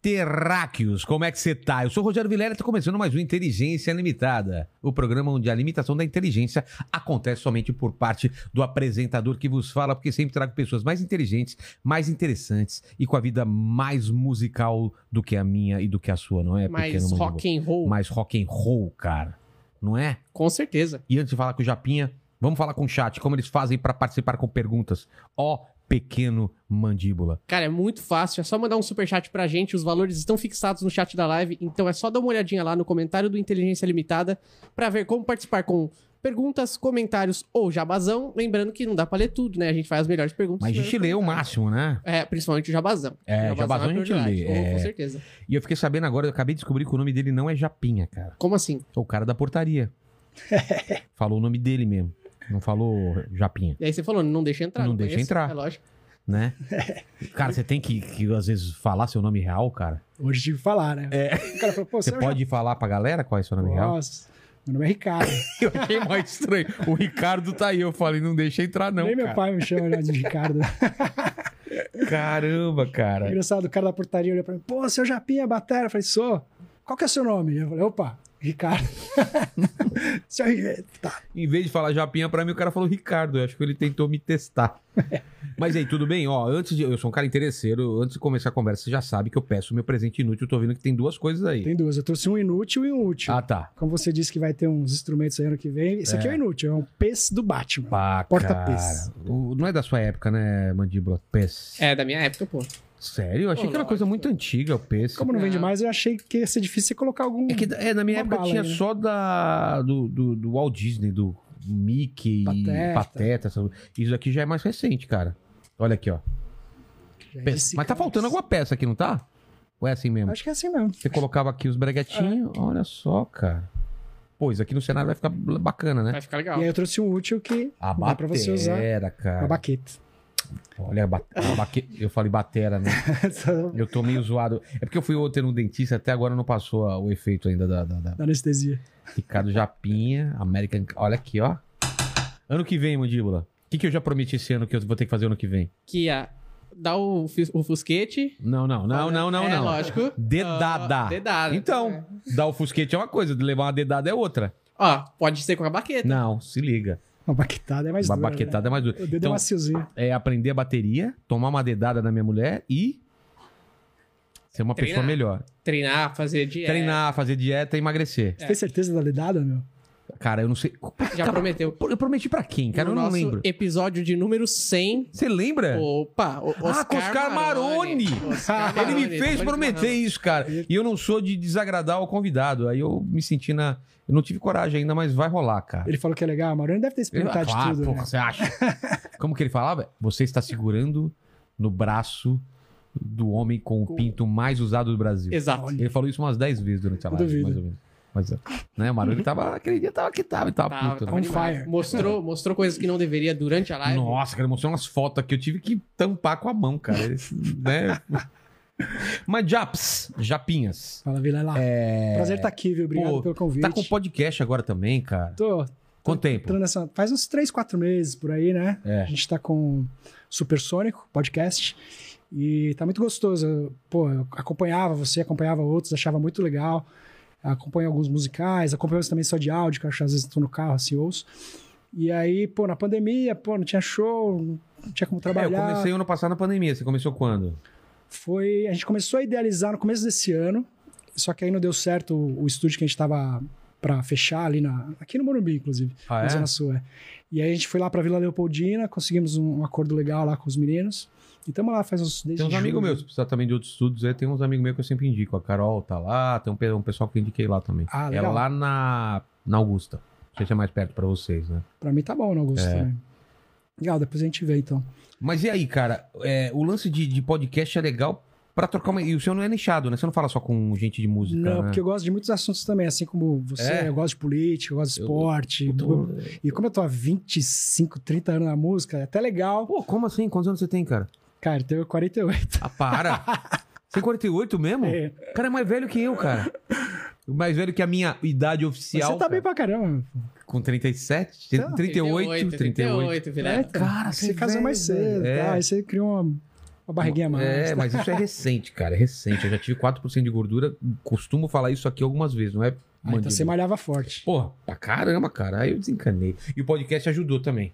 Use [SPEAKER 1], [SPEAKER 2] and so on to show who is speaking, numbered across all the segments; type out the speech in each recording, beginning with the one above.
[SPEAKER 1] terráqueos! Como é que você tá? Eu sou o Rogério Vilela e tô começando mais um Inteligência Limitada, o programa onde a limitação da inteligência acontece somente por parte do apresentador que vos fala, porque sempre trago pessoas mais inteligentes, mais interessantes e com a vida mais musical do que a minha e do que a sua, não é?
[SPEAKER 2] mais
[SPEAKER 1] pequeno
[SPEAKER 2] rock and roll.
[SPEAKER 1] Mandíbula? Mais rock and roll, cara. Não é?
[SPEAKER 2] Com certeza.
[SPEAKER 1] E antes de falar com o Japinha, vamos falar com o chat, como eles fazem para participar com perguntas. Ó, pequeno mandíbula.
[SPEAKER 2] Cara, é muito fácil. É só mandar um superchat pra gente. Os valores estão fixados no chat da live. Então é só dar uma olhadinha lá no comentário do Inteligência Limitada pra ver como participar com perguntas, comentários ou jabazão. Lembrando que não dá pra ler tudo, né? A gente faz as melhores perguntas.
[SPEAKER 3] é
[SPEAKER 1] Mas a gente lê o máximo, né?
[SPEAKER 2] É, principalmente o jabazão.
[SPEAKER 1] É, jabazão a gente
[SPEAKER 2] prioridade.
[SPEAKER 1] lê,
[SPEAKER 2] Com-
[SPEAKER 1] é.
[SPEAKER 2] Com certeza.
[SPEAKER 1] E eu fiquei sabendo agora, eu acabei de descobrir que o nome dele não é Japinha, cara.
[SPEAKER 2] Como assim?
[SPEAKER 1] É o cara da portaria. falou o nome dele mesmo. Não falou Japinha,
[SPEAKER 2] E aí você falou, não deixa entrar.
[SPEAKER 1] Não deixa entrar.
[SPEAKER 2] É lógico.
[SPEAKER 1] né? cara, você tem que, que, às vezes, falar seu nome real, cara.
[SPEAKER 3] Hoje tive que falar, né? O cara falou, pô,
[SPEAKER 1] Você
[SPEAKER 3] você é o
[SPEAKER 1] pode falar pra galera qual é seu nome
[SPEAKER 3] Japão?
[SPEAKER 1] real?
[SPEAKER 3] Nossa, meu nome é Ricardo.
[SPEAKER 1] Eu achei mó estranho. O Ricardo tá aí. Eu falei, não deixa entrar, não.
[SPEAKER 3] Nem meu
[SPEAKER 1] Cara.
[SPEAKER 3] pai me chama já de Ricardo.
[SPEAKER 1] Caramba, cara.
[SPEAKER 3] Engraçado, o cara da portaria olhou pra mim, pô, seu Japinha, batera. Eu falei, sou. Qual que é o seu nome? Eu falei, opa, Ricardo. Seu Ri- tá.
[SPEAKER 1] Em vez de falar Japinha pra mim, o cara falou Ricardo. Eu acho que ele tentou me testar. Mas aí, tudo bem? Ó, antes de. Eu sou um cara interesseiro. Antes de começar a conversa, você já sabe que eu peço meu presente inútil. Eu tô vendo que tem duas coisas aí.
[SPEAKER 3] Tem duas, eu trouxe um inútil e um útil.
[SPEAKER 1] Ah, tá.
[SPEAKER 3] Como você disse que vai ter uns instrumentos aí ano que vem, isso aqui é um inútil, é um pez do Batman.
[SPEAKER 1] Pá,
[SPEAKER 3] Porta
[SPEAKER 1] cara.
[SPEAKER 3] pez.
[SPEAKER 1] O- Não é da sua época, né, mandíbula? Pez.
[SPEAKER 2] É, da minha época, pô.
[SPEAKER 1] Né? Sério? Eu achei
[SPEAKER 2] Pô,
[SPEAKER 1] que era uma coisa
[SPEAKER 2] lógico.
[SPEAKER 1] muito antiga, o pez.
[SPEAKER 3] Como não vende
[SPEAKER 2] Não.
[SPEAKER 3] mais, eu achei que ia ser difícil você colocar algum
[SPEAKER 1] É que é, na minha
[SPEAKER 3] Uma
[SPEAKER 1] época
[SPEAKER 3] bala
[SPEAKER 1] tinha
[SPEAKER 3] aí, né?
[SPEAKER 1] só da, do, do, do Walt Disney, do Mickey, Pateta.
[SPEAKER 3] Pateta.
[SPEAKER 1] Pateta essa- Isso aqui já é mais recente, cara. Olha aqui, ó.
[SPEAKER 3] Já
[SPEAKER 1] Pez.
[SPEAKER 3] disse,
[SPEAKER 1] Mas tá
[SPEAKER 3] cara. é
[SPEAKER 1] faltando alguma peça aqui, não tá? Ou é assim mesmo?
[SPEAKER 3] Acho que é assim mesmo.
[SPEAKER 1] Você colocava aqui os breguetinhos,
[SPEAKER 3] É.
[SPEAKER 1] olha só, cara. Pô, isso aqui no cenário vai ficar bacana, né?
[SPEAKER 2] Vai ficar legal.
[SPEAKER 3] E aí eu trouxe um útil que
[SPEAKER 1] A
[SPEAKER 3] dá pra você usar.
[SPEAKER 1] batera, cara.
[SPEAKER 3] Uma baqueta.
[SPEAKER 1] Olha, a ba- a baque- eu falei batera, né? Eu tô meio zoado. É porque eu fui ontem no dentista, até agora não passou a- o efeito ainda da, da, da
[SPEAKER 3] da anestesia.
[SPEAKER 1] Ricardo Japinha, American. Olha aqui, ó. Ano que vem, mandíbula. O que, que eu já prometi esse ano que eu vou ter que fazer ano que vem?
[SPEAKER 2] Que ia dar o, fus- o fusquete.
[SPEAKER 1] Não, não, não, não, não,
[SPEAKER 2] é,
[SPEAKER 1] não.
[SPEAKER 2] lógico.
[SPEAKER 1] Dedada.
[SPEAKER 2] Ah, dedada.
[SPEAKER 1] Então, dar o fusquete é uma coisa, levar uma dedada é outra.
[SPEAKER 2] Ó, pode ser com a baqueta.
[SPEAKER 1] Não, se liga.
[SPEAKER 3] Uma baquetada é mais
[SPEAKER 1] uma
[SPEAKER 3] dura.
[SPEAKER 1] baquetada é mais
[SPEAKER 3] Né? O
[SPEAKER 1] dura.
[SPEAKER 3] dedo
[SPEAKER 1] Então,
[SPEAKER 3] é maciozinho.
[SPEAKER 1] é aprender a bateria, tomar uma dedada da minha mulher e ser uma
[SPEAKER 2] Treinar. É.
[SPEAKER 1] pessoa melhor.
[SPEAKER 2] Treinar, fazer dieta.
[SPEAKER 1] Treinar, fazer dieta e emagrecer.
[SPEAKER 3] Você tem certeza da dedada, meu?
[SPEAKER 1] Cara, eu não sei.
[SPEAKER 2] Já prometeu.
[SPEAKER 1] Eu prometi pra quem, cara?
[SPEAKER 2] no
[SPEAKER 1] eu não
[SPEAKER 2] nosso
[SPEAKER 1] lembro.
[SPEAKER 2] episódio de número 100.
[SPEAKER 1] Você lembra?
[SPEAKER 2] Opa, o Oscar,
[SPEAKER 1] Ah, com Oscar Maroni.
[SPEAKER 2] Oscar
[SPEAKER 1] Ele me
[SPEAKER 2] Maroni,
[SPEAKER 1] fez
[SPEAKER 2] tá
[SPEAKER 1] prometer
[SPEAKER 2] esbarrando.
[SPEAKER 1] isso, cara. E eu não sou de desagradar o convidado. Aí eu me senti na. Eu não tive coragem ainda, mas vai rolar, cara.
[SPEAKER 3] Ele falou que é legal, a Maroni deve ter
[SPEAKER 1] Ele-
[SPEAKER 3] experimentado de
[SPEAKER 1] Ah, claro,
[SPEAKER 3] tudo.
[SPEAKER 1] porra,
[SPEAKER 3] né?
[SPEAKER 1] você acha? Como que ele falava? Você está segurando no braço do homem com o pinto mais usado do Brasil.
[SPEAKER 2] Exato.
[SPEAKER 1] Ele falou isso umas 10 vezes durante a
[SPEAKER 3] Eu
[SPEAKER 1] live,
[SPEAKER 3] duvido.
[SPEAKER 1] mais ou menos. Mas, né, o Marulho tava, aquele dia tava que tava, e tava,
[SPEAKER 2] Tava-
[SPEAKER 1] puto, né?
[SPEAKER 2] tava
[SPEAKER 3] On
[SPEAKER 2] Tá, demais.
[SPEAKER 3] fire.
[SPEAKER 2] Mostrou, mostrou coisas que não deveria durante a live.
[SPEAKER 1] Nossa, cara, mostrou umas fotos aqui. Eu tive que tampar com a mão, cara. Eles, né? Mas Japs, Japinhas.
[SPEAKER 3] Fala, Vilela. Prazer estar aqui, viu? Obrigado
[SPEAKER 1] É. Pô,
[SPEAKER 3] pelo convite.
[SPEAKER 1] Tá com podcast agora também, cara.
[SPEAKER 3] Tô
[SPEAKER 1] Quanto tempo?
[SPEAKER 3] entrando nessa... Faz uns 3, 4 meses por aí, né?
[SPEAKER 1] É.
[SPEAKER 3] A gente tá com Supersônico, podcast. E tá muito gostoso. Eu- Pô, eu acompanhava você, acompanhava outros, achava muito legal. Acompanho alguns musicais, acompanho também só de áudio, que eu acho, às vezes tô no carro, assim, ouço. E aí, pô, na pandemia, pô, não tinha show, não tinha como
[SPEAKER 1] É, eu
[SPEAKER 3] trabalhar.
[SPEAKER 1] comecei ano passado na pandemia. Você começou quando?
[SPEAKER 3] foi. A gente começou a idealizar no começo desse ano, só que aí não deu certo o, o estúdio que a gente tava pra fechar ali na. Aqui no Morumbi, inclusive,
[SPEAKER 1] Ah,
[SPEAKER 3] na
[SPEAKER 1] é?
[SPEAKER 3] Zona Sul. é. E aí a gente foi lá pra Vila Leopoldina, conseguimos um, um acordo legal lá com os meninos. E tamo lá faz uns. Desde
[SPEAKER 1] Tem uns
[SPEAKER 3] julho.
[SPEAKER 1] amigos meus, se precisar também de outros estudos, aí tem uns amigos meus que eu sempre indico. A Carol tá lá, tem um, pe- um pessoal que eu indiquei lá também.
[SPEAKER 3] Ah,
[SPEAKER 1] é
[SPEAKER 3] legal.
[SPEAKER 1] lá na, na Augusta. Não sei se é mais perto pra vocês, né?
[SPEAKER 3] Pra mim tá bom, né, Augusto?
[SPEAKER 1] É.
[SPEAKER 3] Também. Legal, depois a gente vê então.
[SPEAKER 1] Mas e aí, cara? É, o lance de, de podcast é legal Pra trocar uma. E o senhor não é nichado, né? Você não fala só com gente de música.
[SPEAKER 3] Não,
[SPEAKER 1] né?
[SPEAKER 3] porque eu gosto de muitos assuntos também, assim como você,
[SPEAKER 1] É.
[SPEAKER 3] eu gosto de política, eu gosto de
[SPEAKER 1] Eu-
[SPEAKER 3] esporte.
[SPEAKER 1] eu tô-
[SPEAKER 3] E como eu tô há 25, 30 anos na música, é até legal.
[SPEAKER 1] Pô, como assim? Quantos anos você tem, cara?
[SPEAKER 3] Cara, então eu tenho 48.
[SPEAKER 1] Ah, para! Você tem 48 mesmo?
[SPEAKER 3] É.
[SPEAKER 1] O cara é mais velho que eu, cara. O Mais velho que a minha idade
[SPEAKER 3] Mas
[SPEAKER 1] oficial.
[SPEAKER 3] você tá bem Tá.
[SPEAKER 1] cara.
[SPEAKER 3] pra caramba.
[SPEAKER 1] Com 37? 38, 38.
[SPEAKER 2] 38, Vilela.
[SPEAKER 1] Cara,
[SPEAKER 3] Você
[SPEAKER 1] você
[SPEAKER 3] casa
[SPEAKER 1] é
[SPEAKER 3] mais
[SPEAKER 1] velho,
[SPEAKER 3] cedo,
[SPEAKER 1] velho.
[SPEAKER 3] tá?
[SPEAKER 1] É.
[SPEAKER 3] Aí você cria uma, uma barriguinha a mais.
[SPEAKER 1] É,
[SPEAKER 3] tá?
[SPEAKER 1] mas isso é recente, cara. É recente. Eu já tive 4% de gordura. Costumo falar isso aqui algumas vezes, não é?
[SPEAKER 3] Ah, então
[SPEAKER 1] mandíbula.
[SPEAKER 3] você malhava forte.
[SPEAKER 1] Porra, pra caramba, cara. Aí eu desencanei. E o podcast ajudou também.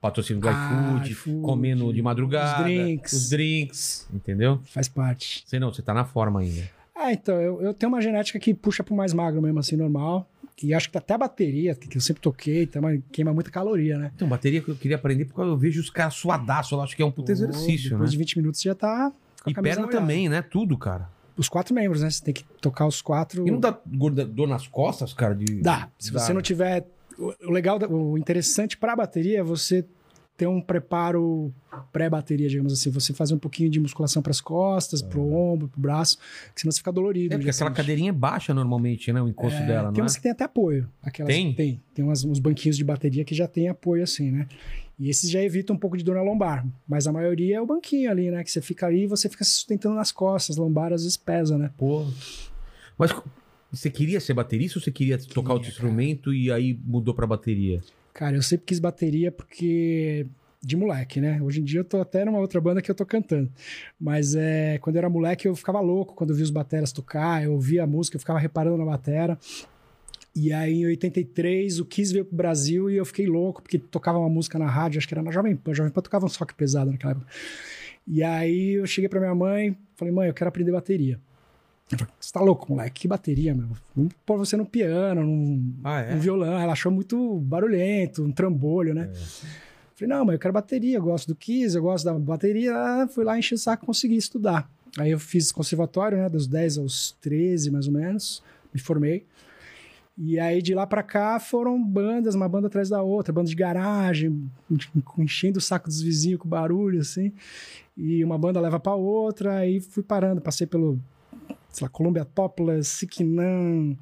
[SPEAKER 1] Patrocínio do
[SPEAKER 3] Ah,
[SPEAKER 1] iFood,
[SPEAKER 3] iFood,
[SPEAKER 1] comendo de madrugada.
[SPEAKER 3] os drinks.
[SPEAKER 1] Os drinks, entendeu?
[SPEAKER 3] Faz parte.
[SPEAKER 1] Você não, você tá na forma ainda.
[SPEAKER 3] Ah, então, eu, eu tenho uma genética que puxa pro mais magro mesmo, assim, normal. E acho que tá até a bateria, que eu sempre toquei, tá, mas queima muita caloria, né?
[SPEAKER 1] Então, bateria que eu queria aprender porque eu vejo os caras suadaço. Eu acho que é um puta exercício,
[SPEAKER 3] Depois
[SPEAKER 1] né?
[SPEAKER 3] de 20 minutos você já tá com a
[SPEAKER 1] E
[SPEAKER 3] camisa
[SPEAKER 1] perna
[SPEAKER 3] molhada.
[SPEAKER 1] também, né? Tudo, cara.
[SPEAKER 3] Os quatro membros, né? Você tem que tocar os quatro.
[SPEAKER 1] E não dá gorda- dor nas costas, cara? De...
[SPEAKER 3] Dá. Se você não tiver. O o legal, da- o interessante pra bateria é você ter um preparo pré-bateria, digamos assim. Você fazer um pouquinho de musculação pras costas, pro ombro, pro braço, que senão você fica dolorido.
[SPEAKER 1] É, porque
[SPEAKER 3] já
[SPEAKER 1] aquela
[SPEAKER 3] sente.
[SPEAKER 1] cadeirinha é baixa normalmente, né? O encosto
[SPEAKER 3] É,
[SPEAKER 1] dela, não
[SPEAKER 3] Tem
[SPEAKER 1] é?
[SPEAKER 3] umas que tem até apoio. Aquelas
[SPEAKER 1] Tem?
[SPEAKER 3] que Tem. Tem umas- uns banquinhos de bateria que já tem apoio, assim, né? E esses já evitam um pouco de dor na lombar. Mas a maioria é o banquinho ali, né? Que você fica ali e você fica se sustentando nas costas. Lombar às vezes pesa, né?
[SPEAKER 1] Pô. Mas co- você queria ser baterista ou você queria tocar outro
[SPEAKER 3] cara.
[SPEAKER 1] instrumento e aí mudou pra bateria?
[SPEAKER 3] Cara, eu sempre quis bateria porque de moleque, né? Hoje em dia eu tô até numa outra banda que eu tô cantando. Mas é, quando eu era moleque eu ficava louco quando eu via os bateras tocar, eu ouvia a música, eu ficava reparando na batera. E aí em 83 o Kiss veio pro Brasil e eu fiquei louco porque tocava uma música na rádio, acho que era na Jovem Pan, Jovem Pan tocava um rock pesado naquela época. E aí eu cheguei pra minha mãe, falei: "Mãe, eu quero aprender bateria". Ela falou: Você tá louco, moleque? Que bateria, meu? Vamos pôr você no piano, num,
[SPEAKER 1] Ah,
[SPEAKER 3] um violão. Ela achou muito barulhento, um trambolho, né? Falei, não, mas eu quero bateria, eu gosto do Kiss, eu gosto da bateria. Ah, fui lá, enchi o saco, consegui estudar. Aí eu fiz conservatório, né, dos 10 aos 13, mais ou menos, me formei. E aí de lá pra cá foram bandas, uma banda atrás da outra, banda de garagem, enchendo o saco dos vizinhos com barulho, assim. E uma banda leva pra outra, aí fui parando, passei pelo, sei lá, Columbia Topless, Sikinan,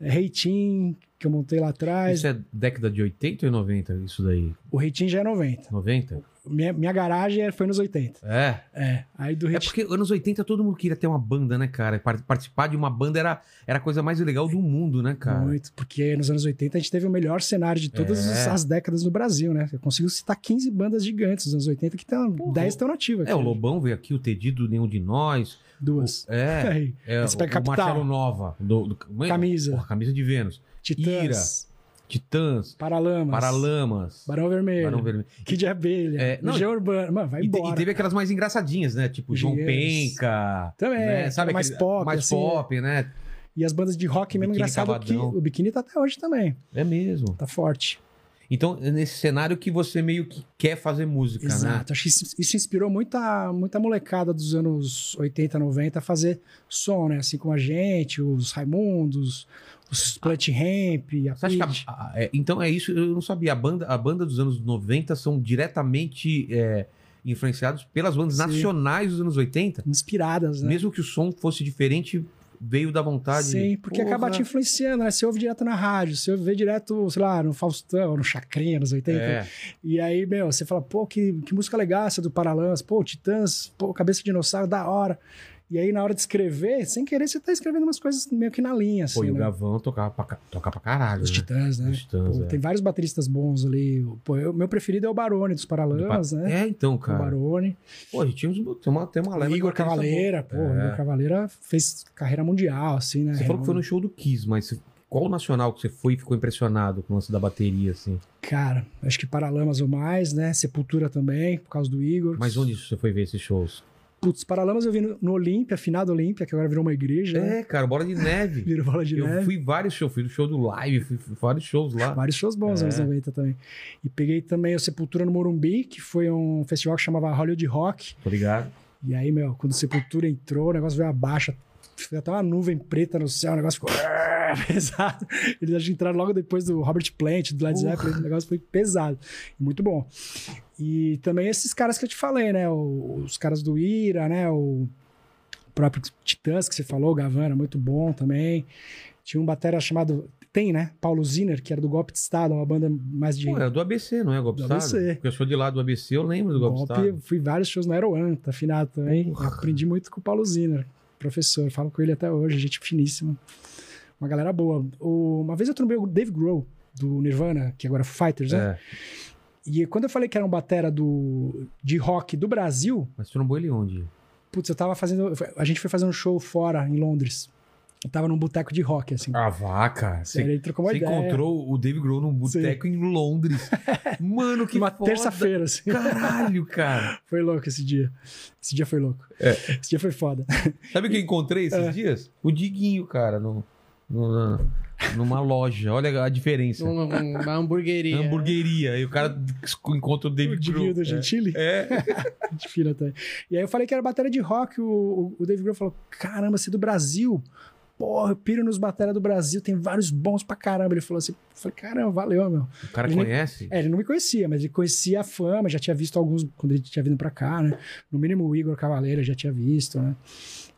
[SPEAKER 3] Reitin, que eu montei lá atrás.
[SPEAKER 1] Isso é década de 80 e 90, isso daí?
[SPEAKER 3] O Reitin já é 90.
[SPEAKER 1] 90?
[SPEAKER 3] Minha, minha garagem é- foi nos 80.
[SPEAKER 1] É.
[SPEAKER 3] É. Aí do
[SPEAKER 1] É
[SPEAKER 3] Reitin.
[SPEAKER 1] porque anos 80 todo mundo queria ter uma banda, né, cara? E par- Participar de uma banda era, era a coisa mais legal do mundo, né, cara?
[SPEAKER 3] Muito, porque nos anos 80 a gente teve o melhor cenário de todas
[SPEAKER 1] É.
[SPEAKER 3] as- as décadas no Brasil, né? Eu consigo citar 15 bandas gigantes dos anos 80 que estão.
[SPEAKER 1] Porra.
[SPEAKER 3] 10 estão nativas.
[SPEAKER 1] É, o Lobão veio aqui, o Tedido, nenhum de nós.
[SPEAKER 3] Duas.
[SPEAKER 1] É,
[SPEAKER 3] Aí,
[SPEAKER 1] é
[SPEAKER 3] Esse pega
[SPEAKER 1] o, o
[SPEAKER 3] Capital.
[SPEAKER 1] Marcelo Nova, do, do-
[SPEAKER 3] Camisa.
[SPEAKER 1] Porra, camisa de Vênus.
[SPEAKER 3] Titãs.
[SPEAKER 1] Titãs,
[SPEAKER 3] Paralamas.
[SPEAKER 1] Paralamas,
[SPEAKER 3] Barão Vermelho.
[SPEAKER 1] Barão Vermelho.
[SPEAKER 3] Kid de Abelha.
[SPEAKER 1] É, não,
[SPEAKER 3] Legião Urbana. Mano,
[SPEAKER 1] E,
[SPEAKER 3] vai
[SPEAKER 1] te- e
[SPEAKER 3] embora.
[SPEAKER 1] teve aquelas mais engraçadinhas, né? Tipo João
[SPEAKER 3] Engenheiros.
[SPEAKER 1] Penca.
[SPEAKER 3] Também,
[SPEAKER 1] né?
[SPEAKER 3] que
[SPEAKER 1] sabe
[SPEAKER 3] era mais
[SPEAKER 1] aquele-
[SPEAKER 3] pop,
[SPEAKER 1] Mais
[SPEAKER 3] assim,
[SPEAKER 1] pop, né?
[SPEAKER 3] E as bandas de rock mesmo,
[SPEAKER 1] Biquíni
[SPEAKER 3] engraçado que
[SPEAKER 1] Cavadão.
[SPEAKER 3] o biquíni tá até hoje também.
[SPEAKER 1] É mesmo.
[SPEAKER 3] Tá forte.
[SPEAKER 1] Então, é nesse cenário que você meio que quer fazer música, né?
[SPEAKER 3] Exato. Acho que isso, isso inspirou muita, muita molecada dos anos 80, 90 a fazer som, né? Assim como a gente, os Raimundos, os Plant Ramp, a
[SPEAKER 1] Ah. Você acha que a-
[SPEAKER 3] Pitty.
[SPEAKER 1] a- é, então é isso, eu não sabia. A banda, a banda dos anos 90 são diretamente é, influenciados pelas bandas
[SPEAKER 3] Sim.
[SPEAKER 1] nacionais dos anos 80.
[SPEAKER 3] inspiradas, né?
[SPEAKER 1] Mesmo que o som fosse diferente, veio da vontade.
[SPEAKER 3] Sim, porque
[SPEAKER 1] Porra.
[SPEAKER 3] acaba te influenciando, né? Você ouve direto na rádio, você ouve direto, sei lá, no Faustão, no Chacrinha, nos 80.
[SPEAKER 1] É.
[SPEAKER 3] E aí, meu, você fala, pô, que, que música legal essa do Paralamas, pô, Titãs, pô, Cabeça de Dinossauro, da hora. E aí, na hora de escrever, sem querer, você tá escrevendo umas coisas meio que na linha, assim,
[SPEAKER 1] Pô, e o
[SPEAKER 3] né?
[SPEAKER 1] Gavão tocava pra, ca- tocava pra caralho.
[SPEAKER 3] Os
[SPEAKER 1] né?
[SPEAKER 3] Titãs, né?
[SPEAKER 1] Os Titãs,
[SPEAKER 3] Pô,
[SPEAKER 1] é.
[SPEAKER 3] Tem vários bateristas bons ali. Pô, eu- meu preferido é o Barone dos Paralamas, né?
[SPEAKER 1] É, então,
[SPEAKER 3] O
[SPEAKER 1] cara.
[SPEAKER 3] Barone.
[SPEAKER 1] Pô, a gente tinha uns- tem uma, tem uma leva de
[SPEAKER 3] Igor
[SPEAKER 1] baterista bom.
[SPEAKER 3] Cavaleira, pô.
[SPEAKER 1] É.
[SPEAKER 3] Igor Cavaleira fez carreira mundial, assim, né?
[SPEAKER 1] Você falou que foi no show do Kiss, mas qual o nacional que você foi e ficou impressionado com o lance da bateria, assim?
[SPEAKER 3] Cara, acho que Paralamas ou mais, né? Sepultura também, por causa do Igor.
[SPEAKER 1] Mas onde você foi ver esses shows?
[SPEAKER 3] Putz, Paralamas eu vi no, no Olímpia, afinado Olímpia, que agora virou uma igreja, né?
[SPEAKER 1] É, cara, Bola de Neve.
[SPEAKER 3] Virou bola de
[SPEAKER 1] eu
[SPEAKER 3] neve.
[SPEAKER 1] fui vários shows, fui no show do Live, fui, fui vários shows lá.
[SPEAKER 3] Vários shows bons
[SPEAKER 1] É.
[SPEAKER 3] nos anos 90 também. E peguei também o Sepultura no Morumbi, que foi um festival que chamava Hollywood Rock.
[SPEAKER 1] Tô Tá ligado?
[SPEAKER 3] E aí, meu, quando o Sepultura entrou, o negócio veio abaixo. Fez até uma nuvem preta no céu, o negócio ficou pesado. Eles acho que entraram logo depois do Robert Plant, do Led Zeppelin, o negócio foi pesado. Muito bom. E também esses caras que eu te falei, né? o- Os caras do Ira, né? O próprio Titãs, que você falou, Gavana, muito bom também. Tinha um batera chamado. Tem, né? Paulo Ziner, que era do Golpe de Estado, uma banda mais de.
[SPEAKER 1] Pô, era do ABC, não é? Golpe
[SPEAKER 3] Do
[SPEAKER 1] Estado?
[SPEAKER 3] ABC.
[SPEAKER 1] Porque eu sou de lá do ABC, eu lembro do Golpe,
[SPEAKER 3] golpe.
[SPEAKER 1] Estado.
[SPEAKER 3] Fui vários shows na Aeroan, tá afinado também. Aprendi muito com o Paulo Ziner, professor. Falo com ele até hoje, gente finíssima. Uma galera boa. O- uma vez eu trombei o Dave Grohl, do Nirvana, que agora é Foo Fighters, né?
[SPEAKER 1] É,
[SPEAKER 3] E quando eu falei que era um batera do, de rock do Brasil,
[SPEAKER 1] mas trombou ele onde?
[SPEAKER 3] putz, eu tava fazendo. A gente foi fazer um show fora, em Londres. Eu tava num boteco de rock, assim.
[SPEAKER 1] A vaca.
[SPEAKER 3] Aí
[SPEAKER 1] Você,
[SPEAKER 3] ele trocou uma
[SPEAKER 1] você
[SPEAKER 3] ideia.
[SPEAKER 1] Ah, encontrou o Dave Grohl num boteco em Londres. Mano, que
[SPEAKER 3] uma
[SPEAKER 1] foda.
[SPEAKER 3] terça-feira, assim.
[SPEAKER 1] Caralho, cara.
[SPEAKER 3] Foi louco esse dia. Esse dia foi louco.
[SPEAKER 1] É.
[SPEAKER 3] Esse dia foi foda.
[SPEAKER 1] Sabe o que eu encontrei esses dias? O Diguinho, cara, no, no- na- numa loja. Olha a diferença.
[SPEAKER 2] Um- um- uma hamburgueria.
[SPEAKER 1] Hamburgueria. E o cara encontra é. o
[SPEAKER 3] O
[SPEAKER 1] David
[SPEAKER 3] Diguinho
[SPEAKER 1] Grohl.
[SPEAKER 3] do Gentili.
[SPEAKER 1] É.
[SPEAKER 3] de fila até. E aí eu falei que era bateria de rock, o, o, o Dave Grohl falou, caramba, você é do Brasil? Porra, eu piro nos bateria do Brasil, tem vários bons pra caramba. Ele falou assim, eu falei, caramba, valeu, meu.
[SPEAKER 1] O cara
[SPEAKER 3] Ele-
[SPEAKER 1] conhece?
[SPEAKER 3] É, ele não me conhecia, mas ele conhecia a fama, já tinha visto alguns quando ele tinha vindo pra cá, né? No mínimo o Igor Cavaleiro já tinha visto, né?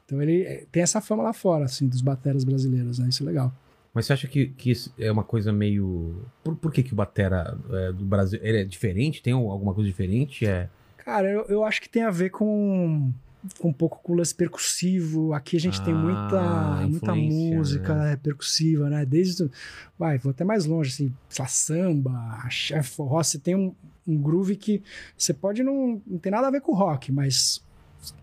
[SPEAKER 3] Então ele eh, tem essa fama lá fora, assim, dos bateras brasileiros, né? Isso é legal.
[SPEAKER 1] Mas você acha que, que isso é uma coisa meio. Por, por que, que o Batera é, do Brasil ele é diferente? Tem um- alguma coisa diferente? É...
[SPEAKER 3] Cara, eu, eu acho que tem a ver com com um pouco com o lance percussivo. Aqui a gente tem
[SPEAKER 1] Ah,
[SPEAKER 3] muita, muita
[SPEAKER 1] influência, é.
[SPEAKER 3] música né, percussiva, né? Desde. o- Vai, vou até mais longe, assim, sei lá, samba, axé, forró. Você tem um, um groove que você pode não. Não tem nada a ver com rock, mas.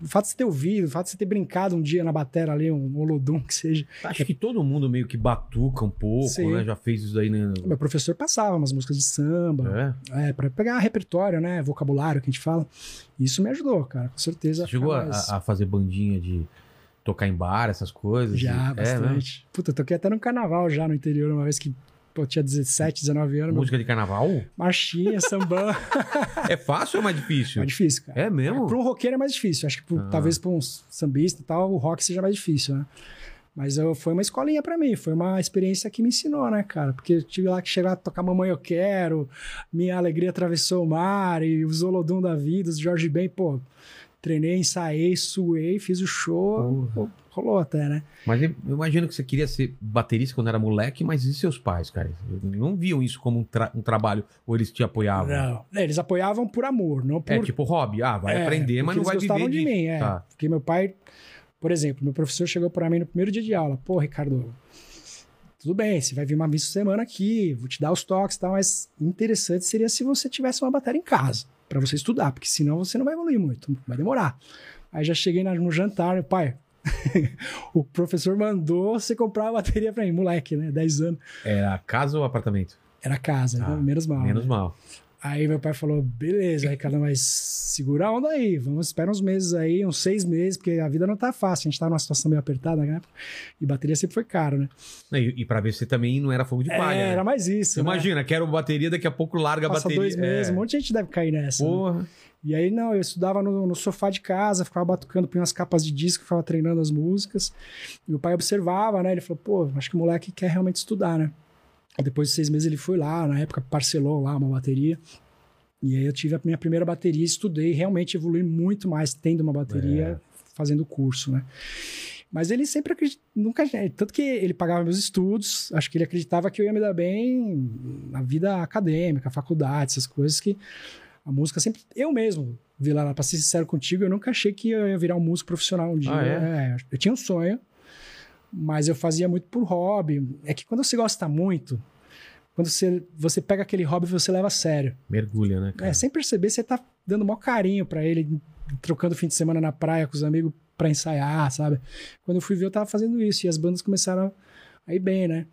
[SPEAKER 3] O fato de você ter ouvido, o fato de você ter brincado um dia na batera ali, um holodum que seja.
[SPEAKER 1] Acho que todo mundo meio que batuca um pouco,
[SPEAKER 3] Sim.
[SPEAKER 1] né? Já fez isso daí, né?
[SPEAKER 3] Meu professor passava umas músicas de samba,
[SPEAKER 1] É?
[SPEAKER 3] é, para pegar repertório, né? Vocabulário que a gente fala. Isso me ajudou, cara, com certeza.
[SPEAKER 1] Você chegou
[SPEAKER 3] ficar
[SPEAKER 1] a,
[SPEAKER 3] mais-
[SPEAKER 1] a fazer bandinha de tocar em bar, essas coisas?
[SPEAKER 3] Já,
[SPEAKER 1] É, né?
[SPEAKER 3] bastante. Puta, eu toquei até no carnaval já no interior, uma vez que pô, eu tinha 17, 19 anos.
[SPEAKER 1] Música de carnaval?
[SPEAKER 3] Marchinha, sambã.
[SPEAKER 1] é fácil ou é mais difícil?
[SPEAKER 3] é difícil, cara.
[SPEAKER 1] É mesmo?
[SPEAKER 3] Pra um roqueiro é mais difícil. Acho que pro-
[SPEAKER 1] Ah.
[SPEAKER 3] talvez pra um sambista e tal, o rock seja mais difícil, né? Mas eu, foi uma escolinha pra mim, foi uma experiência que me ensinou, né, cara? Porque eu tive lá que chegar a tocar Mamãe Eu Quero, Minha Alegria Atravessou o Mar, e os Olodum da Vida, os Jorge Ben, pô. Treinei, ensaiei, suei, fiz o show, pô, rolou até, né?
[SPEAKER 1] Mas eu eu imagino que você queria ser baterista quando era moleque, mas e seus pais, cara? Não viam isso como um, tra- um trabalho ou eles te apoiavam?
[SPEAKER 3] Não. É, Eles apoiavam por amor, não por
[SPEAKER 1] Ah, É tipo hobby. Ah, vai
[SPEAKER 3] É,
[SPEAKER 1] aprender, mas
[SPEAKER 3] porque
[SPEAKER 1] não vai
[SPEAKER 3] eles gostavam
[SPEAKER 1] viver
[SPEAKER 3] de
[SPEAKER 1] disso.
[SPEAKER 3] mim, é.
[SPEAKER 1] Tá.
[SPEAKER 3] Porque meu pai, por exemplo, meu professor chegou para mim no primeiro dia de aula. Pô, Ricardo, tudo bem, você vai vir uma vez por semana aqui, vou te dar os toques e tal, mas interessante seria se você tivesse uma bateria em casa para você estudar, porque senão você não vai evoluir muito, vai demorar. Aí já cheguei na- no jantar, meu pai. o professor mandou você comprar a bateria para mim, moleque, né? 10 anos.
[SPEAKER 1] Era casa ou apartamento?
[SPEAKER 3] Era casa,
[SPEAKER 1] Ah,
[SPEAKER 3] né? menos mal.
[SPEAKER 1] Menos
[SPEAKER 3] né?
[SPEAKER 1] mal.
[SPEAKER 3] Aí meu pai falou: beleza, Ricardo, mas segura a onda aí, vamos esperar uns meses aí, uns seis meses, porque a vida não tá fácil, a gente tá numa situação meio apertada na época, e bateria sempre foi caro, né?
[SPEAKER 1] E, e pra ver se também não era fogo de
[SPEAKER 3] É,
[SPEAKER 1] palha. né?
[SPEAKER 3] era mais isso.
[SPEAKER 1] Você Imagina, quero bateria, daqui a pouco larga
[SPEAKER 3] né?
[SPEAKER 1] a
[SPEAKER 3] Passa
[SPEAKER 1] bateria.
[SPEAKER 3] dois meses,
[SPEAKER 1] é.
[SPEAKER 3] um monte de gente deve cair nessa. né?
[SPEAKER 1] Porra.
[SPEAKER 3] E aí, não, eu estudava no, no sofá de casa, ficava batucando, punha umas capas de disco, ficava treinando as músicas. E o pai observava, né? Ele falou, pô, acho que o moleque quer realmente estudar, né? Aí Depois de seis meses ele foi lá, na época parcelou lá uma bateria. E aí eu tive a minha primeira bateria, estudei, realmente evolui muito mais tendo uma bateria, fazendo o curso, né? Mas ele sempre acreditou, nunca, é, tanto que ele pagava meus estudos, acho que ele acreditava que eu ia me dar bem na vida acadêmica, faculdade, essas coisas que a música sempre. Eu mesmo, Vilela, pra ser sincero contigo, eu nunca achei que eu ia virar um músico profissional um dia.
[SPEAKER 1] Ah, é?
[SPEAKER 3] É, eu tinha um sonho, mas eu fazia muito por hobby. É que quando você gosta muito, quando você, você pega aquele hobby e você leva a sério.
[SPEAKER 1] Mergulha, né, cara?
[SPEAKER 3] É, sem perceber, você tá dando o maior carinho pra ele, trocando fim de semana na praia com os amigos pra ensaiar, sabe? Quando eu fui ver, eu tava fazendo isso e as bandas começaram a ir bem, né?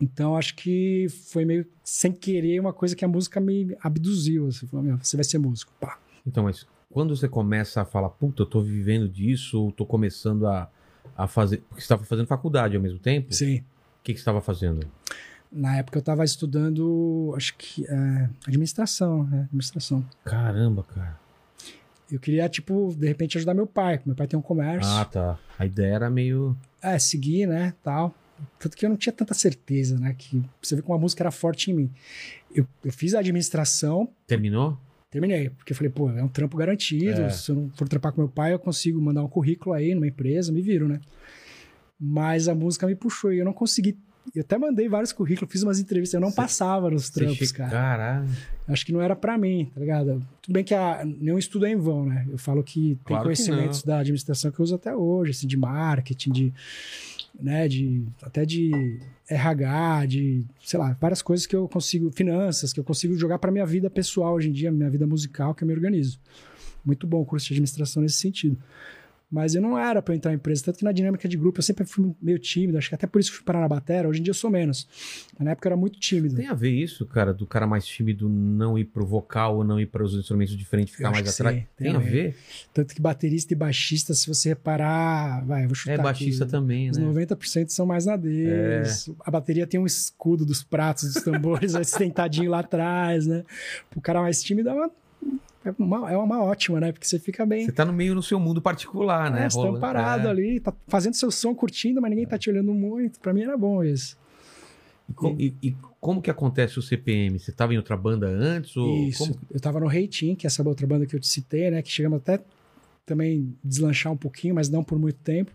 [SPEAKER 3] Então acho que foi meio sem querer uma coisa que a música me abduziu. Assim, falou, meu, você vai ser músico. Pá.
[SPEAKER 1] Então, mas quando você começa a falar, puta, eu tô vivendo disso, ou tô começando a, a fazer. Porque você estava fazendo faculdade ao mesmo tempo?
[SPEAKER 3] Sim.
[SPEAKER 1] O que, que você estava fazendo?
[SPEAKER 3] Na época eu tava estudando, acho que é, administração, né? Administração.
[SPEAKER 1] Caramba, cara.
[SPEAKER 3] Eu queria, tipo, de repente ajudar meu pai, que meu pai tem um comércio.
[SPEAKER 1] Ah, tá. A ideia era meio.
[SPEAKER 3] é, seguir, né, tal. Tanto que eu não tinha tanta certeza, né, que você vê como a música era forte em mim. Eu, eu fiz a administração,
[SPEAKER 1] Terminou?
[SPEAKER 3] Terminei, porque eu falei, pô, é um trampo garantido.
[SPEAKER 1] É.
[SPEAKER 3] Se eu não for trampar com meu pai, eu consigo mandar um currículo aí numa empresa, me viro, né? Mas a música me puxou e eu não consegui. Eu até mandei vários currículos, fiz umas entrevistas, eu não
[SPEAKER 1] Você-
[SPEAKER 3] passava nos
[SPEAKER 1] Você
[SPEAKER 3] trampos,
[SPEAKER 1] chega-
[SPEAKER 3] cara
[SPEAKER 1] Caralho.
[SPEAKER 3] acho que não era pra mim, tá ligado? Tudo bem que a, nenhum estudo é em vão, né? Eu falo que tem
[SPEAKER 1] Claro que
[SPEAKER 3] conhecimentos da administração que eu uso até hoje, assim, de marketing, de, né, de até de RH, de, sei lá, várias coisas que eu consigo, finanças, que eu consigo jogar pra minha vida pessoal hoje em dia, minha vida musical, que eu me organizo. Muito bom o curso de administração nesse sentido. Mas eu não era pra eu entrar em empresa, tanto que na dinâmica de grupo eu sempre fui meio tímido, acho que até por isso que fui parar na batera, hoje em dia eu sou menos. Mas na época eu era muito tímido.
[SPEAKER 1] Tem a ver isso, cara, do cara mais tímido não ir pro vocal ou não ir para os instrumentos diferentes, ficar
[SPEAKER 3] Eu acho
[SPEAKER 1] mais
[SPEAKER 3] que
[SPEAKER 1] atrás?
[SPEAKER 3] sim,
[SPEAKER 1] Tem, a ver?
[SPEAKER 3] Tanto que baterista e baixista, se você reparar, vai, eu vou chutar.
[SPEAKER 1] É baixista
[SPEAKER 3] aqui.
[SPEAKER 1] também,
[SPEAKER 3] Os
[SPEAKER 1] né? É.
[SPEAKER 3] 90% são mais na deles. A bateria tem um escudo dos pratos, dos tambores, vai sentadinho lá atrás, né? O cara mais tímido é uma, é uma, é uma ótima, né? Porque você fica bem.
[SPEAKER 1] Você tá no meio no seu mundo particular, né?
[SPEAKER 3] né? Você tá
[SPEAKER 1] Rolando-
[SPEAKER 3] parado
[SPEAKER 1] é.
[SPEAKER 3] ali, tá fazendo seu som, curtindo, mas ninguém tá te olhando muito. Pra mim era bom isso.
[SPEAKER 1] E, co- e- e como que acontece o CPM? Você tava em outra banda antes? Ou
[SPEAKER 3] Isso.
[SPEAKER 1] como-
[SPEAKER 3] Eu tava no Rei Team, que é essa outra banda que eu te citei, né? Que chegamos até também deslanchar um pouquinho, mas não por muito tempo.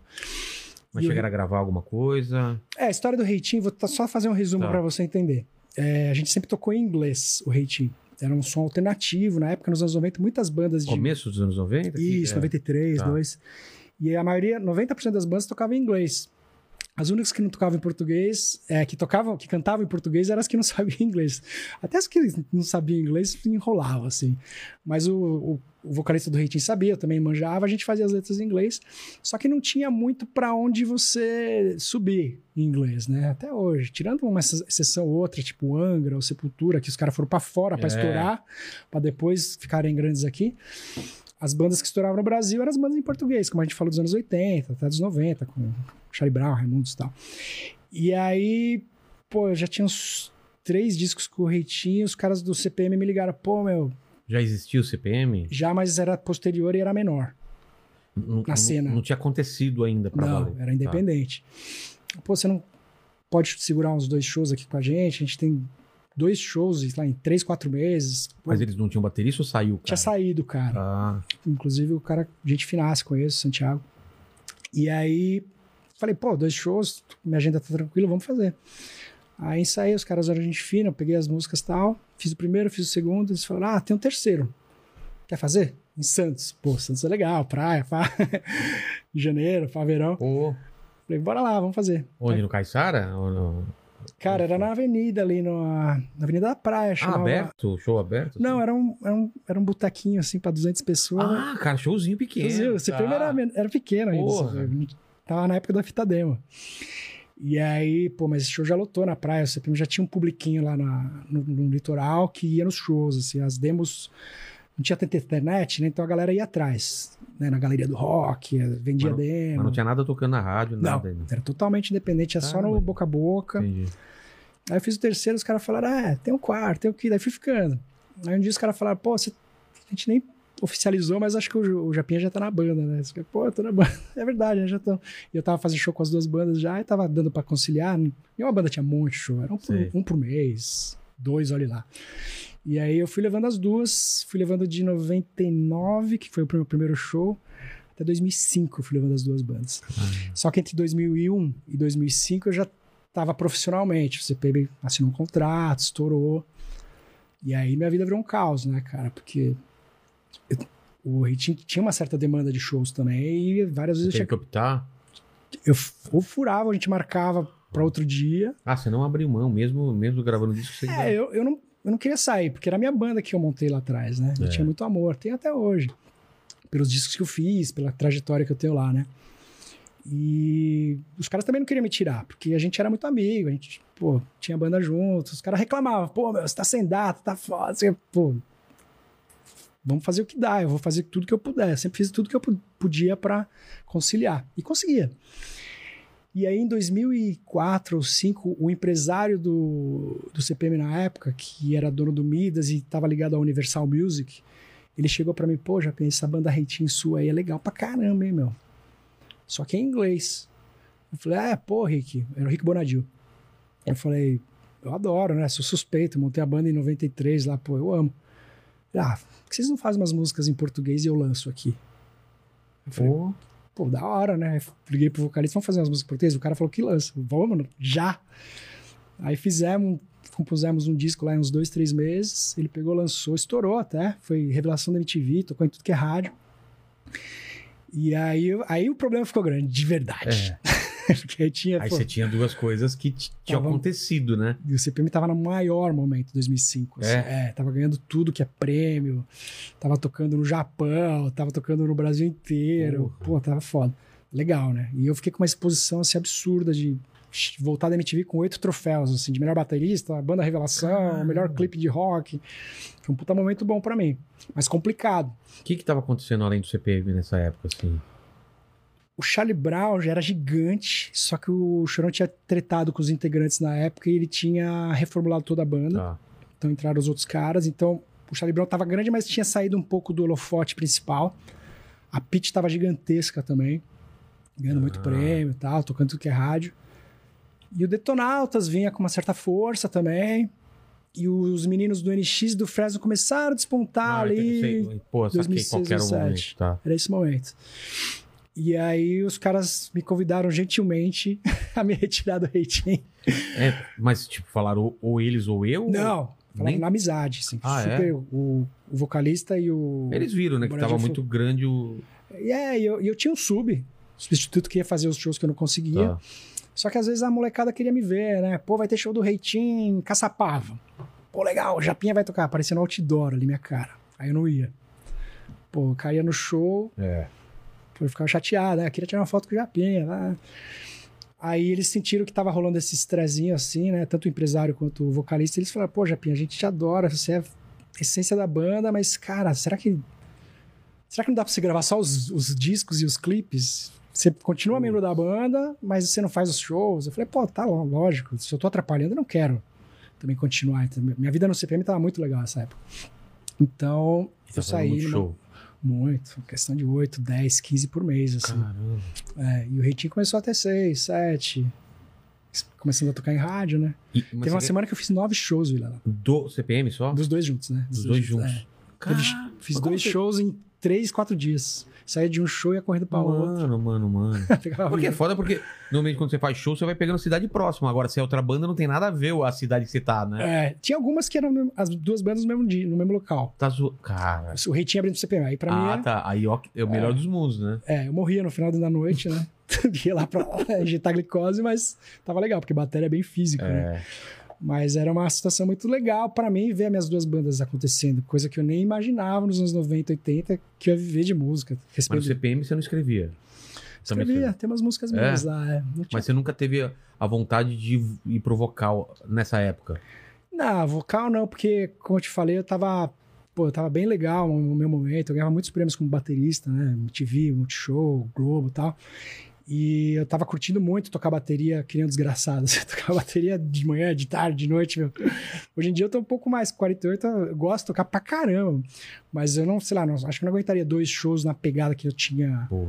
[SPEAKER 1] Mas
[SPEAKER 3] E o-
[SPEAKER 1] chegaram a gravar alguma coisa?
[SPEAKER 3] É, a história do Reitinho, vou tá- só fazer um resumo
[SPEAKER 1] Tá.
[SPEAKER 3] pra você entender. É, a gente sempre tocou em inglês o Reitinho. Era um som alternativo, na época, nos anos 90, muitas bandas de.
[SPEAKER 1] Começo dos anos 90?
[SPEAKER 3] Isso,
[SPEAKER 1] É.
[SPEAKER 3] 93,
[SPEAKER 1] Tá.
[SPEAKER 3] 2. E a maioria, 90% das bandas tocavam em inglês. As únicas que não tocavam em português, é, que tocavam, que cantavam em português, eram as que não sabiam inglês. Até as que não sabiam inglês enrolavam, assim. Mas o, o- o vocalista do Reitinho sabia, eu também manjava, a gente fazia as letras em inglês, só que não tinha muito pra onde você subir em inglês, né? Até hoje. Tirando uma ex- exceção ou outra, tipo Angra ou Sepultura, que os caras foram pra fora
[SPEAKER 1] É.
[SPEAKER 3] pra estourar, pra depois ficarem grandes aqui. As bandas que estouravam no Brasil eram as bandas em português, como a gente falou dos anos 80, até dos 90, com Charlie Brown, Raimundos e tal. E aí, pô, eu já tinha uns três discos corretinhos, os caras do CPM me ligaram, pô, meu,
[SPEAKER 1] Já existia o CPM?
[SPEAKER 3] já, mas era posterior e era menor.
[SPEAKER 1] Não,
[SPEAKER 3] Na
[SPEAKER 1] não-
[SPEAKER 3] cena.
[SPEAKER 1] Não tinha acontecido ainda pra
[SPEAKER 3] não,
[SPEAKER 1] valer. tá?
[SPEAKER 3] era independente. Pô, você não pode segurar uns dois shows aqui com a gente? A gente tem dois shows, sei lá, em três, quatro meses. Pô,
[SPEAKER 1] Mas é. eles não tinham baterista ou saiu, cara?
[SPEAKER 3] tinha saído, cara.
[SPEAKER 1] Ah,
[SPEAKER 3] Inclusive, o cara, gente ah, finasse, conheço, Santiago. E aí, falei, pô, dois shows, minha agenda tá tranquila, vamos fazer. Aí ensaiei, os caras eram gente fina, eu peguei as músicas e tal, fiz o primeiro, fiz o segundo, eles falaram, ah, tem um terceiro. Quer fazer? Em Santos. Pô, Santos é legal, praia, pá. Janeiro, pá, verão.
[SPEAKER 1] pô.
[SPEAKER 3] Falei, bora lá, vamos fazer.
[SPEAKER 1] Onde? No Caiçara? Ou no-
[SPEAKER 3] Cara, era na avenida ali, na, na Avenida da Praia.
[SPEAKER 1] Ah,
[SPEAKER 3] chamava-
[SPEAKER 1] aberto? Show aberto?
[SPEAKER 3] Não, era um, era um, era um botequinho assim pra 200 pessoas. né?
[SPEAKER 1] Ah, cara, showzinho pequeno.
[SPEAKER 3] Inclusive, Você
[SPEAKER 1] tá.
[SPEAKER 3] primeiro era, men- era pequeno ainda.
[SPEAKER 1] Porra.
[SPEAKER 3] sabe? Tava na época da fita demo. E aí, pô, mas esse show já lotou na praia. O CPM já tinha um publiquinho lá na- no, no litoral que ia nos shows, assim. As demos... Não tinha tanta internet, né? Então a galera ia atrás, né? Na galeria do rock, eh, vendia
[SPEAKER 1] Mas
[SPEAKER 3] demo.
[SPEAKER 1] Mas não tinha nada tocando na rádio,
[SPEAKER 3] Não,
[SPEAKER 1] nada. ainda.
[SPEAKER 3] era totalmente independente. Era só no
[SPEAKER 1] Caramba.
[SPEAKER 3] boca a boca.
[SPEAKER 1] Entendi.
[SPEAKER 3] Aí eu fiz o terceiro, os caras falaram, ah, tem um quarto, tem o que, daí fui ficando. Aí um dia os caras falaram, pô, você- a gente nem oficializou, mas acho que o, Ju- o Japinha já tá na banda, né? Eu falei, pô, eu tô na banda. É verdade, né? Já tô. E eu tava fazendo show com as duas bandas já, e tava dando pra conciliar. Nenhuma banda tinha um monte de show, era um por,
[SPEAKER 1] Sei.
[SPEAKER 3] um por mês, dois, olha lá. E aí eu fui levando as duas, fui levando de 99, que foi o meu primeiro show, até 2005 eu fui levando as duas bandas. Só que entre 2001 e 2005 eu já tava profissionalmente. O CPB assinou um contrato, estourou. E aí minha vida virou um caos, né, cara? Porque eu- o Ritinho tinha uma certa demanda de shows também e várias
[SPEAKER 1] Você
[SPEAKER 3] vezes
[SPEAKER 1] teve
[SPEAKER 3] eu,
[SPEAKER 1] que optar?
[SPEAKER 3] tinha- eu f- ou furava, a gente marcava para outro dia.
[SPEAKER 1] Ah, você não abriu mão, mesmo, mesmo gravando disco, você
[SPEAKER 3] É, eu, eu, não, eu não queria sair, porque era a minha banda que eu montei lá atrás, né? Eu
[SPEAKER 1] É.
[SPEAKER 3] tinha muito amor, tem até hoje. Pelos discos que eu fiz, pela trajetória que eu tenho lá, né? E os caras também não queriam me tirar, porque a gente era muito amigo, a gente, pô, tinha banda junto, os caras reclamavam, pô, meu, você tá sem data, tá foda, você, pô, vamos fazer o que dá, eu vou fazer tudo que eu puder, eu sempre fiz tudo que eu pu- podia pra conciliar, e conseguia. E aí em 2004 ou 2005, o empresário do, do CPM na época, que era dono do Midas e tava ligado à Universal Music, ele chegou pra mim, pô, já pensei, essa banda reitinho sua aí é legal pra caramba, hein, meu? Só que é em inglês. Eu falei, ah, pô, Rick, era o Rick Bonadil. Eu falei, eu adoro, né? Sou suspeito, montei a banda em 93 lá, pô, eu amo. Ah, por que vocês não fazem umas músicas em português e eu lanço aqui? Eu falei, pô, da hora, né? Liguei pro vocalista, vamos fazer umas músicas em português? O cara falou que lança. Vamos, mano, já! Aí fizemos, compusemos um disco lá em uns dois, três meses. Ele pegou, lançou, estourou até. Foi revelação da MTV, tocou em tudo que é rádio. E aí, aí o problema ficou grande, de verdade. Porque aí tinha.
[SPEAKER 1] É. Aí
[SPEAKER 3] pô,
[SPEAKER 1] você tinha duas coisas que t- tinham
[SPEAKER 3] Tava- um
[SPEAKER 1] acontecido, né?
[SPEAKER 3] E o CPM tava no maior momento, 2005. assim.
[SPEAKER 1] É?
[SPEAKER 3] É, tava ganhando tudo que é prêmio, tava tocando no Japão, tava tocando no Brasil inteiro. Pô, tava foda. Legal, né? E eu fiquei com uma exposição assim absurda de voltar da MTV com oito troféus, assim, de melhor baterista, banda revelação, melhor clipe de rock. Foi um puta momento bom pra mim, mas complicado.
[SPEAKER 1] O que que tava acontecendo além do CPM nessa época, assim?
[SPEAKER 3] O Charlie Brown já era gigante, só que o Chorão tinha tretado com os integrantes na época e ele tinha reformulado toda a banda.
[SPEAKER 1] Tá.
[SPEAKER 3] Então entraram os outros caras. Então o Charlie Brown tava grande, mas tinha saído um pouco do holofote principal. A Pitt tava gigantesca também, ganhando muito
[SPEAKER 1] Ah.
[SPEAKER 3] prêmio e tal, tocando tudo que é rádio. E o Detonautas vinha com uma certa força também. E os meninos do NX e do Fresno começaram a despontar
[SPEAKER 1] Ah,
[SPEAKER 3] ali.
[SPEAKER 1] sei. Pô, saquei
[SPEAKER 3] 2006,
[SPEAKER 1] qualquer um
[SPEAKER 3] 2007.
[SPEAKER 1] momento, tá?
[SPEAKER 3] Era esse momento. E aí os caras me convidaram gentilmente a me retirar do rating.
[SPEAKER 1] É, mas, tipo, falaram ou, ou eles ou eu?
[SPEAKER 3] Não, falaram
[SPEAKER 1] Nem-
[SPEAKER 3] na amizade, assim.
[SPEAKER 1] Ah,
[SPEAKER 3] super,
[SPEAKER 1] é?
[SPEAKER 3] o, o vocalista e o...
[SPEAKER 1] Eles viram, né? Que
[SPEAKER 3] Brasil
[SPEAKER 1] tava
[SPEAKER 3] foi-
[SPEAKER 1] muito grande o.
[SPEAKER 3] E é, e eu, e eu tinha um sub, substituto que ia fazer os shows que eu não conseguia.
[SPEAKER 1] Tá.
[SPEAKER 3] Só que às vezes a molecada queria me ver, né? Pô, vai ter show do Reitinho, em Caçapava. Pô, legal, o Japinha vai tocar. Aparecendo outdoor ali, minha cara. Aí eu não ia. Pô, eu caía no show,
[SPEAKER 1] É.
[SPEAKER 3] eu ficava chateado, né? Eu queria tirar uma foto com o Japinha, né? Aí eles sentiram que tava rolando esse estrezinho assim, né? Tanto o empresário quanto o vocalista. Eles falaram, pô, Japinha, a gente te adora, você é a essência da banda, mas, cara, será que... Será que não dá pra você gravar só os, os discos e os clipes? Você continua membro da banda, mas você não faz os shows? Eu falei, pô, tá lo- lógico, se eu tô atrapalhando, eu não quero também continuar. Então, Minha vida no CPM tava muito legal nessa época. Então,
[SPEAKER 1] E
[SPEAKER 3] eu
[SPEAKER 1] tá fazendo
[SPEAKER 3] saí...
[SPEAKER 1] muito
[SPEAKER 3] numa-
[SPEAKER 1] show.
[SPEAKER 3] muito, questão de 8, 10, 15 por mês, assim.
[SPEAKER 1] Caramba.
[SPEAKER 3] É, e o rating começou até 6, 7. Começando a tocar em rádio, né?
[SPEAKER 1] E, mas
[SPEAKER 3] Teve uma
[SPEAKER 1] você-
[SPEAKER 3] semana que eu fiz nove shows, Vila.
[SPEAKER 1] Do CPM só?
[SPEAKER 3] Dos dois juntos, né?
[SPEAKER 1] Dos dois juntos.
[SPEAKER 3] É.
[SPEAKER 1] Cara,
[SPEAKER 3] Teve- fiz
[SPEAKER 1] mas como
[SPEAKER 3] dois
[SPEAKER 1] você-
[SPEAKER 3] shows em três, quatro dias. Saía de um show e ia correndo pra outro.
[SPEAKER 1] Mano, mano, mano.
[SPEAKER 3] Pegava um-
[SPEAKER 1] Porque é
[SPEAKER 3] avião.
[SPEAKER 1] foda, porque normalmente quando você faz show, você vai pegando cidade próxima. Agora, se é outra banda, não tem nada a ver a cidade que você tá, né?
[SPEAKER 3] É, tinha algumas que eram no- as duas bandas no mesmo dia, no mesmo local.
[SPEAKER 1] Tá zo... Cara.
[SPEAKER 3] O rating abrindo o CPM. Aí pra mim
[SPEAKER 1] ah,
[SPEAKER 3] era-
[SPEAKER 1] tá. Aí ó, é o melhor dos mundos, né?
[SPEAKER 3] É, eu morria no final da noite, né? ia lá pra injetar glicose, mas tava legal, porque bateria é bem físico, né?
[SPEAKER 1] É.
[SPEAKER 3] Mas era uma situação muito legal pra mim ver minhas duas bandas acontecendo, coisa que eu nem imaginava nos anos 90, 80, que eu ia viver de música.
[SPEAKER 1] Mas no
[SPEAKER 3] Respeito.
[SPEAKER 1] CPM você não escrevia. também
[SPEAKER 3] Escrevia, tem umas músicas minhas
[SPEAKER 1] É?
[SPEAKER 3] lá. É. Não, tinha...
[SPEAKER 1] Mas você nunca teve a- a vontade de ir pro vocal nessa época.
[SPEAKER 3] Não, vocal não, porque, como eu te falei, eu tava. Pô, eu tava bem legal no meu momento. Eu ganhava muitos prêmios como baterista, né? TV, Multishow, Globo e tal. E eu tava curtindo muito tocar bateria, que nem um desgraçado. Você tocava bateria de manhã, de tarde, de noite, meu. Hoje em dia eu tô um pouco mais, 48, eu gosto de tocar pra caramba. Mas eu não, sei lá, não, acho que eu não aguentaria dois shows na pegada que eu tinha
[SPEAKER 1] Pô,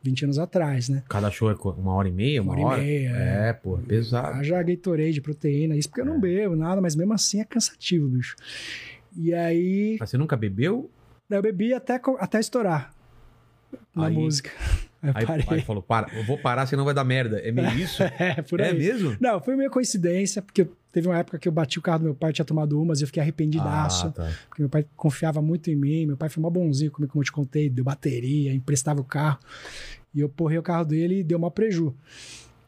[SPEAKER 3] 20 anos atrás, né?
[SPEAKER 1] cada show é co- uma hora e meia, uma, hora?
[SPEAKER 3] e meia.
[SPEAKER 1] É, pô, é pesado.
[SPEAKER 3] Ah, já Gatorade, proteína, isso porque
[SPEAKER 1] É.
[SPEAKER 3] eu não bebo nada, mas mesmo assim é cansativo, bicho. E aí,
[SPEAKER 1] Mas você nunca bebeu?
[SPEAKER 3] eu bebi até, co- até estourar na
[SPEAKER 1] Aí-
[SPEAKER 3] música. Aí
[SPEAKER 1] Aí,
[SPEAKER 3] parei.
[SPEAKER 1] aí falou, para, eu vou parar, senão vai dar merda. É meio isso?
[SPEAKER 3] é, por
[SPEAKER 1] é
[SPEAKER 3] aí.
[SPEAKER 1] mesmo?
[SPEAKER 3] Não, foi meio coincidência, porque teve uma época que eu bati o carro do meu pai, eu tinha tomado umas e eu fiquei arrependidaço.
[SPEAKER 1] Ah, tá.
[SPEAKER 3] Porque meu pai confiava muito em mim, meu pai foi mó bonzinho comigo, como eu te contei, deu bateria, emprestava o carro. E eu porrei o carro dele e deu mó preju.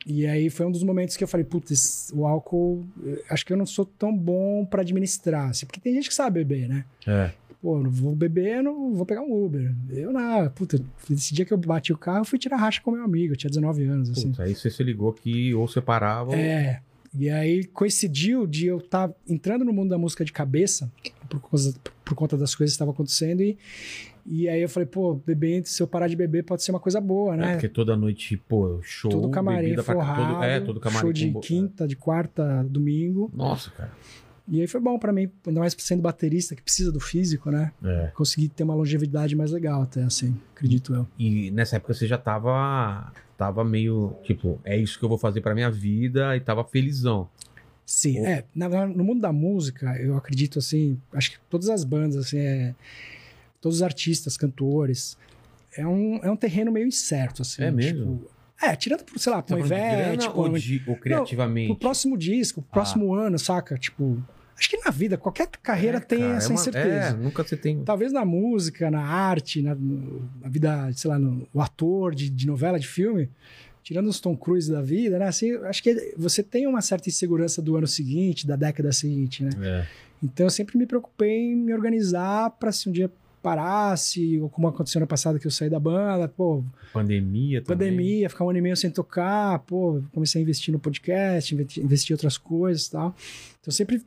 [SPEAKER 3] E aí foi um dos momentos que eu falei, putz, o álcool, eh, acho que eu não sou tão bom pra administrar, assim, porque tem gente que sabe beber, né?
[SPEAKER 1] É.
[SPEAKER 3] Pô, não vou beber, não vou pegar um Uber. Eu não, puta, esse dia que eu bati o carro, eu fui tirar racha com meu amigo, eu tinha 19 anos, assim.
[SPEAKER 1] Putz, aí você se ligou que ou separava ou...
[SPEAKER 3] É. E aí coincidiu de eu estar entrando no mundo da música de cabeça, por, causa- por conta das coisas que estavam acontecendo, e, e aí eu falei, pô, beber, se eu parar de beber, pode ser uma coisa boa,
[SPEAKER 1] É,
[SPEAKER 3] né?
[SPEAKER 1] porque toda noite, pô, show,
[SPEAKER 3] todo camarim
[SPEAKER 1] bebida pra cá,
[SPEAKER 3] forrado,
[SPEAKER 1] todo, é, todo camarim
[SPEAKER 3] show de
[SPEAKER 1] com bo- é.
[SPEAKER 3] quinta, de quarta, domingo.
[SPEAKER 1] Nossa, cara.
[SPEAKER 3] E aí foi bom pra mim, ainda mais sendo baterista, que precisa do físico, né?
[SPEAKER 1] É.
[SPEAKER 3] Consegui ter uma longevidade mais legal até, assim, acredito eu.
[SPEAKER 1] E nessa época você já tava tava meio, tipo, é isso que eu vou fazer pra minha vida e tava felizão.
[SPEAKER 3] Sim,
[SPEAKER 1] Ou-
[SPEAKER 3] é. na- na- no mundo da música, eu acredito assim, acho que todas as bandas, assim, é, todos os artistas, cantores, é um, é um terreno meio incerto, assim.
[SPEAKER 1] É mesmo?
[SPEAKER 3] tipo, é, tirando por, sei lá, pro
[SPEAKER 1] Tá falando de grana
[SPEAKER 3] Ivete,
[SPEAKER 1] ou,
[SPEAKER 3] pro,
[SPEAKER 1] de- ou criativamente?
[SPEAKER 3] tipo, pro próximo disco, pro
[SPEAKER 1] Ah.
[SPEAKER 3] próximo ano, saca? Tipo, acho que na vida, qualquer carreira
[SPEAKER 1] É,
[SPEAKER 3] tem
[SPEAKER 1] cara,
[SPEAKER 3] essa
[SPEAKER 1] é uma- É,
[SPEAKER 3] incerteza. Tá.
[SPEAKER 1] nunca você tem.
[SPEAKER 3] Talvez na música, na arte, na, na vida, sei lá, no, o ator de, de novela, de filme, tirando os Tom Cruise da vida, né? Assim, acho que você tem uma certa insegurança do ano seguinte, da década seguinte, né?
[SPEAKER 1] É.
[SPEAKER 3] Então eu sempre me preocupei em me organizar para se um dia parasse, ou como aconteceu no passado que eu saí da banda, pô,
[SPEAKER 1] Pandemia também.
[SPEAKER 3] pandemia, ficar um ano e meio sem tocar, pô, comecei a investir no podcast, investi- investir em outras coisas e tal. Então sempre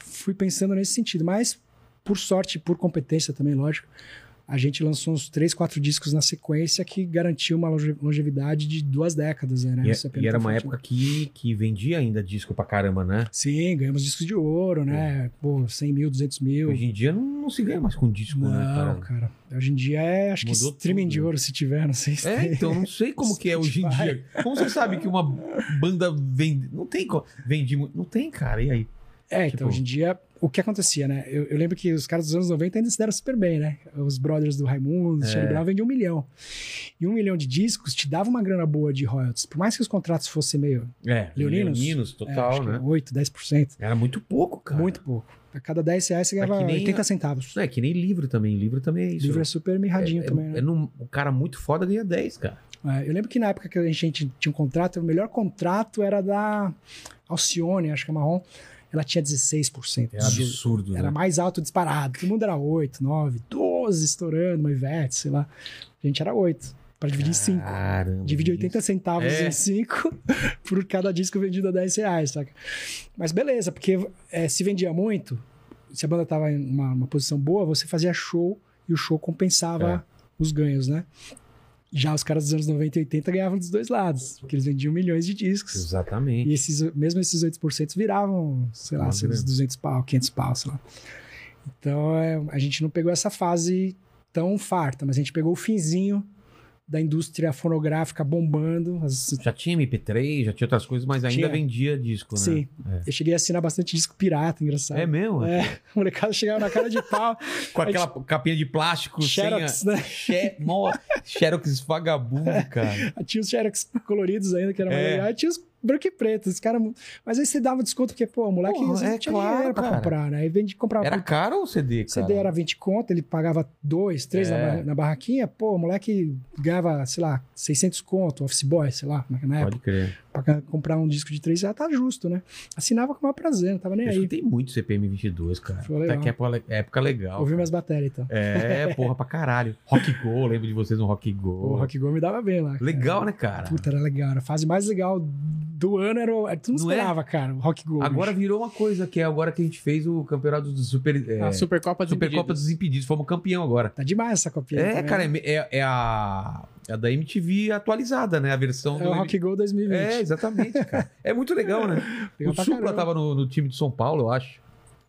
[SPEAKER 3] fui pensando nesse sentido, mas por sorte, por competência também, lógico, a gente lançou uns três, quatro discos na sequência que garantiu uma longe- longevidade de duas décadas, né?
[SPEAKER 1] E,
[SPEAKER 3] Isso é
[SPEAKER 1] e
[SPEAKER 3] pena
[SPEAKER 1] era
[SPEAKER 3] tão
[SPEAKER 1] uma
[SPEAKER 3] forte,
[SPEAKER 1] época
[SPEAKER 3] né?
[SPEAKER 1] que, que vendia ainda disco pra caramba, né?
[SPEAKER 3] Sim, ganhamos discos de ouro,
[SPEAKER 1] É.
[SPEAKER 3] né? Pô, 100 mil, 200 mil.
[SPEAKER 1] Hoje em dia não, não se ganha mais com disco, né, cara?
[SPEAKER 3] Não, cara. Hoje em dia é, acho
[SPEAKER 1] Mudou
[SPEAKER 3] que streaming
[SPEAKER 1] tudo,
[SPEAKER 3] de
[SPEAKER 1] né?
[SPEAKER 3] ouro, se tiver, não sei se
[SPEAKER 1] É,
[SPEAKER 3] tem.
[SPEAKER 1] então, não sei como que é hoje em
[SPEAKER 3] Spotify.
[SPEAKER 1] dia. Como você sabe que uma banda vende. Não tem como. Vende muito. Não tem, cara. E aí?
[SPEAKER 3] É, então
[SPEAKER 1] Tipo-
[SPEAKER 3] hoje em dia, o que acontecia, né? Eu, eu lembro que os caras dos anos 90 ainda se deram super bem, né? Os brothers do Raimundo,
[SPEAKER 1] É.
[SPEAKER 3] o Charlie Brown vendiam um milhão. E um milhão de discos te dava uma grana boa de royalties. Por mais que os contratos fossem meio.
[SPEAKER 1] É,
[SPEAKER 3] Leoninos?
[SPEAKER 1] Leoninos,
[SPEAKER 3] é,
[SPEAKER 1] total,
[SPEAKER 3] acho que
[SPEAKER 1] né?
[SPEAKER 3] 8, 10%.
[SPEAKER 1] Era muito pouco, cara.
[SPEAKER 3] Muito pouco. A cada 10 reais você
[SPEAKER 1] É
[SPEAKER 3] ganhava
[SPEAKER 1] que nem-
[SPEAKER 3] 80 centavos.
[SPEAKER 1] É que nem livro também. Livro também é
[SPEAKER 3] O
[SPEAKER 1] isso.
[SPEAKER 3] livro é super mirradinho
[SPEAKER 1] É-
[SPEAKER 3] também,
[SPEAKER 1] é-
[SPEAKER 3] né?
[SPEAKER 1] é num- o cara muito foda ganha 10, cara.
[SPEAKER 3] É, eu lembro que na época que a gente tinha um contrato, o melhor contrato era da Alcione, acho que é marrom. Ela tinha 16%.
[SPEAKER 1] É absurdo,
[SPEAKER 3] Era
[SPEAKER 1] né?
[SPEAKER 3] mais alto disparado. Todo mundo era 8, 9, 12 estourando, uma Ivete, sei lá. A gente era 8, para dividir em 5.
[SPEAKER 1] Caramba.
[SPEAKER 3] Divide 80 centavos
[SPEAKER 1] É.
[SPEAKER 3] em 5 por cada disco vendido a 10 reais, saca? Mas beleza, porque eh, se vendia muito, se a banda tava em uma, uma posição boa, você fazia show e o show compensava
[SPEAKER 1] É.
[SPEAKER 3] os ganhos, né? Já os caras dos anos 90 e 80 ganhavam dos dois lados, porque eles vendiam milhões de discos.
[SPEAKER 1] Exatamente.
[SPEAKER 3] E esses, mesmo esses 8% viravam, sei lá,
[SPEAKER 1] Uma
[SPEAKER 3] seus
[SPEAKER 1] grana.
[SPEAKER 3] 200 pau, 500 pau, sei lá. Então é, a gente não pegou essa fase tão farta, mas a gente pegou o finzinho da indústria fonográfica bombando. as-
[SPEAKER 1] Já tinha MP3, já tinha outras coisas, mas ainda
[SPEAKER 3] Tinha.
[SPEAKER 1] vendia disco, né?
[SPEAKER 3] Sim, eu cheguei a assinar bastante disco pirata, engraçado.
[SPEAKER 1] É mesmo?
[SPEAKER 3] É, o molecada chegava na cara de pau,
[SPEAKER 1] Com aquela capinha de plástico,
[SPEAKER 3] Xerox,
[SPEAKER 1] sem a...
[SPEAKER 3] né?
[SPEAKER 1] Xe... Mó... Xerox vagabundo, cara.
[SPEAKER 3] tinha os Xerox coloridos ainda, que era mais
[SPEAKER 1] É.
[SPEAKER 3] legal, e tinha os branco e preto, os caras... Mas aí você dava desconto, porque, pô, o moleque
[SPEAKER 1] Porra,
[SPEAKER 3] às vezes
[SPEAKER 1] é
[SPEAKER 3] não tinha
[SPEAKER 1] claro,
[SPEAKER 3] dinheiro pra
[SPEAKER 1] cara.
[SPEAKER 3] comprar, né? Aí vende, comprava
[SPEAKER 1] Era caro o CD, cara?
[SPEAKER 3] CD era 20 conto, ele pagava 2, 3 na,
[SPEAKER 1] É.
[SPEAKER 3] barra- na barraquinha, pô, o moleque ganhava, sei lá, 600 conto, office boy, sei lá, na- na época,
[SPEAKER 1] Pode crer.
[SPEAKER 3] pra ca- comprar um disco de 3 já tá justo, né? Assinava com o maior prazer, não tava nem
[SPEAKER 1] Eu
[SPEAKER 3] aí.
[SPEAKER 1] escutei muito CPM 22, cara.
[SPEAKER 3] Foi
[SPEAKER 1] Até
[SPEAKER 3] legal.
[SPEAKER 1] que época, época legal.
[SPEAKER 3] Ouvi
[SPEAKER 1] cara.
[SPEAKER 3] minhas baterias, então.
[SPEAKER 1] É, porra, pra caralho. Rock Go, lembro de vocês no Rock Go.
[SPEAKER 3] O Rock Go me dava bem lá. cara.
[SPEAKER 1] Legal, né, cara?
[SPEAKER 3] Puta, era legal. Era a fase mais legal do ano era. o- Tu não,
[SPEAKER 1] Não é?
[SPEAKER 3] esperava, cara, o Rock Go.
[SPEAKER 1] Agora
[SPEAKER 3] bicho.
[SPEAKER 1] virou uma coisa, que é agora que a gente fez o campeonato do Super... É...
[SPEAKER 2] A Supercopa dos
[SPEAKER 1] Supercopa
[SPEAKER 2] Impedidos.
[SPEAKER 1] dos Impedidos, fomos campeão agora.
[SPEAKER 3] Tá demais essa copinha.
[SPEAKER 1] É,
[SPEAKER 3] também.
[SPEAKER 1] cara, é, é- é a, é a da MTV atualizada, né? A versão
[SPEAKER 3] É o Rock Go 2020.
[SPEAKER 1] É, exatamente, cara. É muito legal, né?
[SPEAKER 3] Legal
[SPEAKER 1] o
[SPEAKER 3] pra
[SPEAKER 1] Supla
[SPEAKER 3] caramba.
[SPEAKER 1] tava no, no time de São Paulo, eu acho.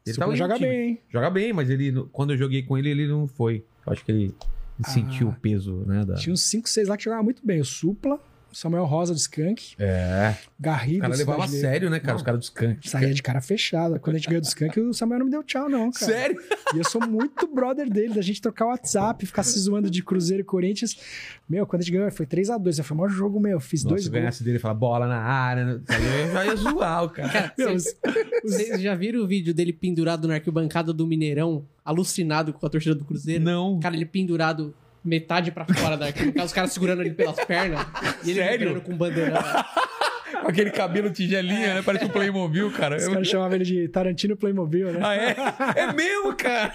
[SPEAKER 1] Ele
[SPEAKER 3] Supla
[SPEAKER 1] tava em um
[SPEAKER 3] joga
[SPEAKER 1] time.
[SPEAKER 3] bem, hein?
[SPEAKER 1] Joga bem, mas ele, no- quando eu joguei com ele, ele não foi. Eu acho que ele
[SPEAKER 3] Ah.
[SPEAKER 1] sentiu o peso, né? Da...
[SPEAKER 3] Tinha uns 5, 6 lá que jogavam muito bem. O Supla, o Samuel Rosa do Skank,
[SPEAKER 1] É.
[SPEAKER 3] Garrido.
[SPEAKER 1] O cara levava a
[SPEAKER 3] Cidade Verde.
[SPEAKER 1] sério, né, cara? Os caras dos cantos.
[SPEAKER 3] Saía de cara fechada. Quando a gente ganhou do Skank, o Samuel não me deu tchau, não, cara.
[SPEAKER 1] Sério?
[SPEAKER 3] E eu sou muito brother dele, da gente trocar WhatsApp, ficar se zoando de Cruzeiro e Corinthians. Meu, quando a gente ganhou, foi 3x2. Foi o maior jogo, meu. Fiz
[SPEAKER 1] Nossa,
[SPEAKER 3] dois
[SPEAKER 1] se eu
[SPEAKER 3] gols.
[SPEAKER 1] ganhasse dele e falar bola na área, né? eu já ia zoar o cara.
[SPEAKER 2] Cara,
[SPEAKER 3] Meu,
[SPEAKER 2] vocês- vocês já viram o vídeo dele pendurado na arquibancada do Mineirão, alucinado com a torcida do Cruzeiro?
[SPEAKER 1] Não.
[SPEAKER 2] Cara, ele pendurado metade pra fora da arquibancada, os caras segurando ele pelas pernas e ele
[SPEAKER 1] Sério?
[SPEAKER 2] vibrando com bandeirão.
[SPEAKER 1] Com aquele cabelo tigelinha, né? Parece um Playmobil, cara.
[SPEAKER 3] Os
[SPEAKER 1] Eu-
[SPEAKER 3] caras chamavam ele de Tarantino Playmobil, né?
[SPEAKER 1] Ah, é? É meu, cara!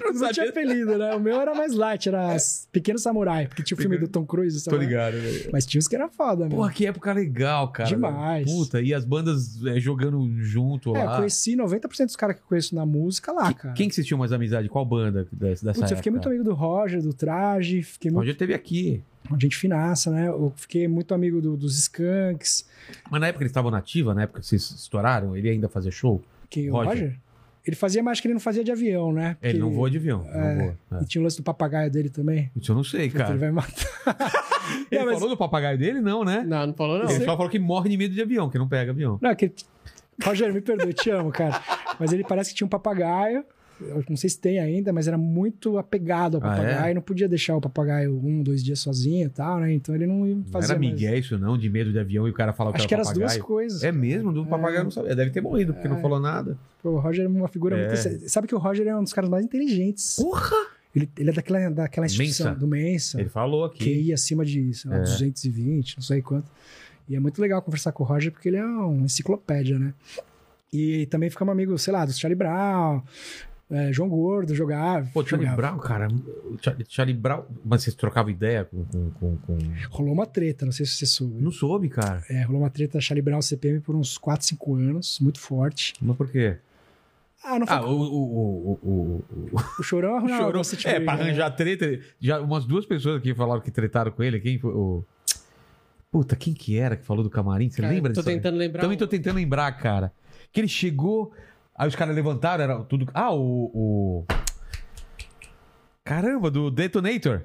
[SPEAKER 1] Eu Não
[SPEAKER 3] Não tinha
[SPEAKER 1] sabia.
[SPEAKER 3] apelido, né? O meu era mais light, era Pequeno Samurai, porque tinha o filme do Tom Cruise.
[SPEAKER 1] Tô
[SPEAKER 3] sabe?
[SPEAKER 1] ligado, velho.
[SPEAKER 3] Mas tinha os que era foda, meu.
[SPEAKER 1] Porra, que época legal, cara.
[SPEAKER 3] Demais.
[SPEAKER 1] Puta, e as bandas é, jogando junto
[SPEAKER 3] é, eu
[SPEAKER 1] lá.
[SPEAKER 3] conheci 90% dos caras que eu conheço na música lá,
[SPEAKER 1] Que-
[SPEAKER 3] cara.
[SPEAKER 1] Quem que vocês tinham mais amizade? Qual banda dessa, dessa
[SPEAKER 3] Putz, eu fiquei muito
[SPEAKER 1] época?
[SPEAKER 3] amigo do Roger, do Traje, fiquei muito
[SPEAKER 1] Hoje teve aqui.
[SPEAKER 3] gente finaça, né? Eu fiquei muito amigo do- dos Skunks,
[SPEAKER 1] Mas na época eles estavam nativa, na época que vocês estouraram, ele ainda fazia show?
[SPEAKER 3] que o
[SPEAKER 1] Roger.
[SPEAKER 3] Roger. Ele fazia mais que ele não fazia de avião, né?
[SPEAKER 1] Ele não
[SPEAKER 3] Porque-
[SPEAKER 1] voa de avião.
[SPEAKER 3] É.
[SPEAKER 1] Não voa.
[SPEAKER 3] E tinha o lance do papagaio dele também.
[SPEAKER 1] Isso eu não sei,
[SPEAKER 3] Puta, Ele
[SPEAKER 1] cara.
[SPEAKER 3] vai matar.
[SPEAKER 1] Ele
[SPEAKER 3] Não, É, mas-
[SPEAKER 1] falou do papagaio dele? Não, né?
[SPEAKER 2] Não, não falou não.
[SPEAKER 1] Ele só falou que morre de medo de avião, que não pega avião.
[SPEAKER 3] Não, é que... Rogério, me perdoe, te amo, cara. Mas ele parece que tinha um papagaio. Eu não sei se tem ainda, mas era muito apegado ao
[SPEAKER 1] Ah, é?
[SPEAKER 3] papagaio. Não podia deixar o papagaio um, dois dias sozinho e tal, né? Então ele não ia
[SPEAKER 1] Não
[SPEAKER 3] fazer.
[SPEAKER 1] era
[SPEAKER 3] mais.
[SPEAKER 1] Miguel é isso não, de medo de avião e o cara falar que
[SPEAKER 3] Acho que
[SPEAKER 1] era
[SPEAKER 3] eram as duas
[SPEAKER 1] papagaio?
[SPEAKER 3] coisas. É.
[SPEAKER 1] É mesmo, do papagaio eu não sabia. Deve ter morrido, porque não falou nada.
[SPEAKER 3] Pô, O Roger é uma figura
[SPEAKER 1] É.
[SPEAKER 3] muito. Sabe que o Roger é um dos caras mais inteligentes.
[SPEAKER 1] Porra!
[SPEAKER 3] Ele, ele é daquela, daquela instituição
[SPEAKER 1] Mensa.
[SPEAKER 3] do Mensa.
[SPEAKER 1] Ele falou aqui.
[SPEAKER 3] QI acima de sei lá,
[SPEAKER 1] É.
[SPEAKER 3] 220, não sei quanto. E é muito legal conversar com o Roger, porque ele é uma enciclopédia, né? E também ficamos amigos, sei lá, do Charlie Brown, é, João Gordo, jogava.
[SPEAKER 1] Pô, Charlie
[SPEAKER 3] jogava.
[SPEAKER 1] Brown, cara. o Charlie, Charlie Brown. Mas vocês trocavam ideia com. com, com, com-
[SPEAKER 3] Rolou uma treta, não sei se você soube.
[SPEAKER 1] Não soube, cara.
[SPEAKER 3] É, rolou uma treta Charlie Brown CPM por uns 4, 5 anos, muito forte.
[SPEAKER 1] Mas por quê?
[SPEAKER 3] Ah, não foi
[SPEAKER 1] Ah, o. o, o, o, o-
[SPEAKER 3] o Chorão
[SPEAKER 1] o
[SPEAKER 3] arranjou.
[SPEAKER 1] chorou.
[SPEAKER 3] você
[SPEAKER 2] tipo,
[SPEAKER 3] tirou
[SPEAKER 1] É,
[SPEAKER 3] ele,
[SPEAKER 1] pra
[SPEAKER 3] né?
[SPEAKER 1] arranjar treta. ele- Já umas duas pessoas aqui falaram que tretaram com ele. Quem foi? O... Puta, quem que era que falou do camarim? Você
[SPEAKER 2] Cara,
[SPEAKER 1] lembra
[SPEAKER 2] Tô
[SPEAKER 1] disso? né?
[SPEAKER 2] tentando lembrar.
[SPEAKER 1] Também tô
[SPEAKER 2] um-
[SPEAKER 1] tentando lembrar, cara. Que ele chegou, aí os caras levantaram, era tudo. Ah, o. o- Caramba, do Detonator.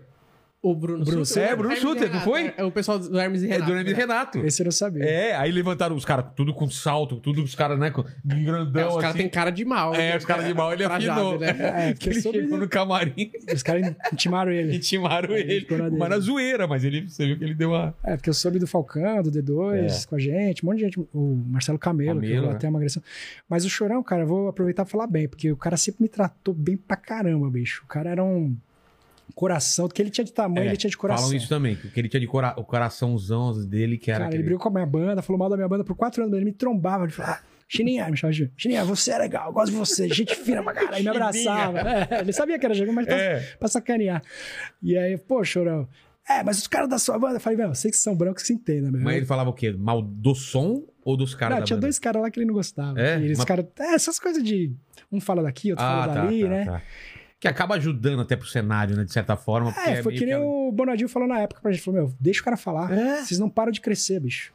[SPEAKER 2] O Bruno,
[SPEAKER 1] Bruno Sutter. É, Bruno
[SPEAKER 2] Hermes e
[SPEAKER 1] Sutter, não
[SPEAKER 2] Renato,
[SPEAKER 1] foi?
[SPEAKER 2] É o pessoal do Hermes e
[SPEAKER 1] É
[SPEAKER 2] Renato.
[SPEAKER 1] do Hermes
[SPEAKER 2] né?
[SPEAKER 1] Renato.
[SPEAKER 3] Esse eu não sabia.
[SPEAKER 1] É, aí levantaram os caras, tudo com salto, tudo os caras, né? com-
[SPEAKER 2] É,
[SPEAKER 1] Grandão,
[SPEAKER 2] os caras
[SPEAKER 1] assim.
[SPEAKER 2] têm cara de mal.
[SPEAKER 1] É, os caras de mal, ele
[SPEAKER 2] Trajado,
[SPEAKER 1] afinou.
[SPEAKER 2] né?
[SPEAKER 3] É,
[SPEAKER 1] Que
[SPEAKER 3] porque
[SPEAKER 1] ele
[SPEAKER 3] eu soube,
[SPEAKER 1] chegou
[SPEAKER 3] né?
[SPEAKER 1] no camarim
[SPEAKER 3] Os caras intimaram
[SPEAKER 2] É.
[SPEAKER 3] ele.
[SPEAKER 1] e timaram
[SPEAKER 3] Aí ele
[SPEAKER 1] ele.
[SPEAKER 3] ficou na dele.
[SPEAKER 1] Mas na zoeira, mas ele, você viu que ele deu uma.
[SPEAKER 3] É, porque eu soube do Falcão, do D2, com a gente, um monte de gente. O Marcelo Camelo,
[SPEAKER 1] É. Camelo,
[SPEAKER 3] que rolou
[SPEAKER 1] né?
[SPEAKER 3] até uma agressão. Mas o Chorão, cara, eu vou aproveitar pra falar bem, porque o cara sempre me tratou bem pra caramba, bicho. O cara era um coração, do que ele tinha de tamanho,
[SPEAKER 1] É,
[SPEAKER 3] ele tinha de coração.
[SPEAKER 1] Falam isso também, que ele tinha de cora... o coraçãozão dele, que era.
[SPEAKER 3] Cara, ele
[SPEAKER 1] aquele-
[SPEAKER 3] brigou com a minha banda, falou mal da minha banda por quatro anos, mas ele me trombava, ele falava... "Ah, Chininha, me chamava de Chininha, você é legal, eu gosto de você, gente fina pra caralho. Aí me abraçava. É, ele sabia que era jogo, mas pra,
[SPEAKER 1] É.
[SPEAKER 3] pra sacanear. E aí, pô, chorão. É, mas os caras da sua banda. Eu falei, meu, vocês que são brancos que se entendam, meu.
[SPEAKER 1] Mas ele falava o quê? Mal do som ou dos caras
[SPEAKER 3] Não,
[SPEAKER 1] da
[SPEAKER 3] tinha
[SPEAKER 1] banda?
[SPEAKER 3] dois caras lá que ele não gostava.
[SPEAKER 1] É?
[SPEAKER 3] E eles
[SPEAKER 1] Mas-
[SPEAKER 3] cara- é, essas coisas de um fala daqui, outro fala dali, né?
[SPEAKER 1] tá. Que acaba ajudando até pro cenário, né? De certa forma. porque
[SPEAKER 3] É, foi
[SPEAKER 1] meio
[SPEAKER 3] que nem
[SPEAKER 1] ela-
[SPEAKER 3] o Bonadinho falou na época pra gente. Falou, meu, deixa o cara falar.
[SPEAKER 1] É.
[SPEAKER 3] Vocês não param de crescer, bicho.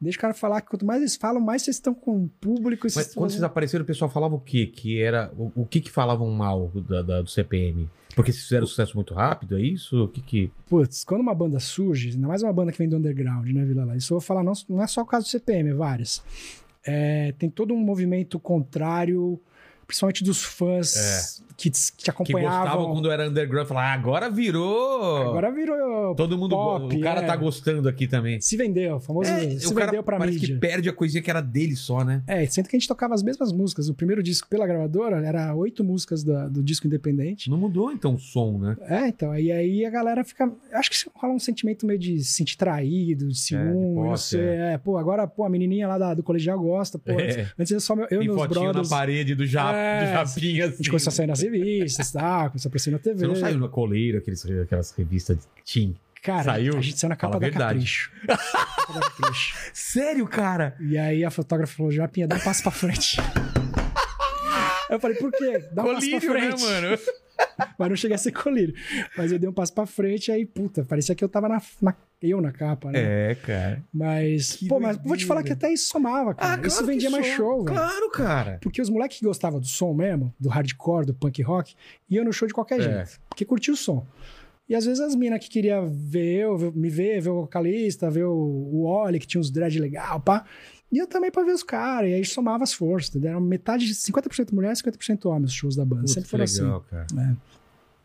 [SPEAKER 3] Deixa o cara falar, que quanto mais eles falam, mais vocês estão com o público. e
[SPEAKER 1] Mas
[SPEAKER 3] Vocês
[SPEAKER 1] quando vocês apareceram, o pessoal falava o quê? Que era. O, o que que falavam mal da- da- do CPM? Porque vocês fizeram sucesso muito rápido, é isso? O que que.
[SPEAKER 3] Putz, quando uma banda surge, ainda mais uma banda que vem do underground, né, Vila Lá? Isso eu vou falar, não, não é só o caso do CPM, é várias. É, tem todo um movimento contrário, principalmente dos fãs que, te- que te
[SPEAKER 1] É. Que gostavam
[SPEAKER 3] acompanhavam.
[SPEAKER 1] quando era underground. Falavam, ah, agora virou.
[SPEAKER 3] Agora virou
[SPEAKER 1] Todo mundo.
[SPEAKER 3] pop,
[SPEAKER 1] go- o cara
[SPEAKER 3] é.
[SPEAKER 1] tá gostando aqui também.
[SPEAKER 3] Se vendeu, o famoso
[SPEAKER 1] É,
[SPEAKER 3] se vendeu pra
[SPEAKER 1] parece
[SPEAKER 3] mídia.
[SPEAKER 1] que perde a coisinha que era dele só, né?
[SPEAKER 3] É, sendo que a gente tocava as mesmas músicas. O primeiro disco pela gravadora era oito músicas da- do disco independente.
[SPEAKER 1] Não mudou então o som, né?
[SPEAKER 3] É, então, aí, aí a galera fica. Acho que rola um sentimento meio de se sentir traído, de ciúme, não
[SPEAKER 1] É, posse,
[SPEAKER 3] sei. É, pô, agora, pô, a menininha lá da- do colegial gosta, pô.
[SPEAKER 1] É.
[SPEAKER 3] Antes, antes era só meu, eu e
[SPEAKER 1] Tem
[SPEAKER 3] meus
[SPEAKER 1] fotinho
[SPEAKER 3] brothers.
[SPEAKER 1] na
[SPEAKER 3] A
[SPEAKER 1] parede do, ja...
[SPEAKER 3] É,
[SPEAKER 1] do Japinha. Assim.
[SPEAKER 3] gente começou a sair nas revistas, tá? Começou a aparecer na TV.
[SPEAKER 1] Você não saiu na coleira, aqueles- aquelas revistas de Tim.
[SPEAKER 3] Cara,
[SPEAKER 1] Saiu?
[SPEAKER 3] a gente saiu na capa
[SPEAKER 1] Fala
[SPEAKER 3] da
[SPEAKER 1] a verdade.
[SPEAKER 3] Capricho. Capa da Capricho.
[SPEAKER 1] Sério, cara?
[SPEAKER 3] E aí a fotógrafa falou, Japinha, dá um passo pra frente. Eu falei, por quê? Dá um passo
[SPEAKER 1] Colírio,
[SPEAKER 3] pra
[SPEAKER 1] né,
[SPEAKER 3] frente.
[SPEAKER 1] mano?
[SPEAKER 3] Mas não cheguei a ser colírio. Mas eu dei um passo pra frente, aí, puta, parecia que eu tava na, na- eu na capa, né?
[SPEAKER 1] É, cara.
[SPEAKER 3] Mas,
[SPEAKER 1] Que
[SPEAKER 3] pô, mas vou te falar que
[SPEAKER 1] doideira.
[SPEAKER 3] até isso somava, cara.
[SPEAKER 1] Ah,
[SPEAKER 3] isso vendia mais Ah, show, velho.
[SPEAKER 1] Claro, cara.
[SPEAKER 3] Porque os moleques que gostavam do som mesmo, do hardcore, do punk rock, iam no show de qualquer
[SPEAKER 1] É.
[SPEAKER 3] jeito. Porque curtia o som. E às vezes as minas que queria ver eu, ver- me ver, ver o vocalista, ver o, o Oli, que tinha uns dread legal, pá. E eu também pra ver os caras. E aí somava as forças, entendeu? Era metade, 50% mulher, 50% homem os shows da banda.
[SPEAKER 1] Putz,
[SPEAKER 3] Sempre
[SPEAKER 1] que
[SPEAKER 3] foram assim.
[SPEAKER 1] legal, cara.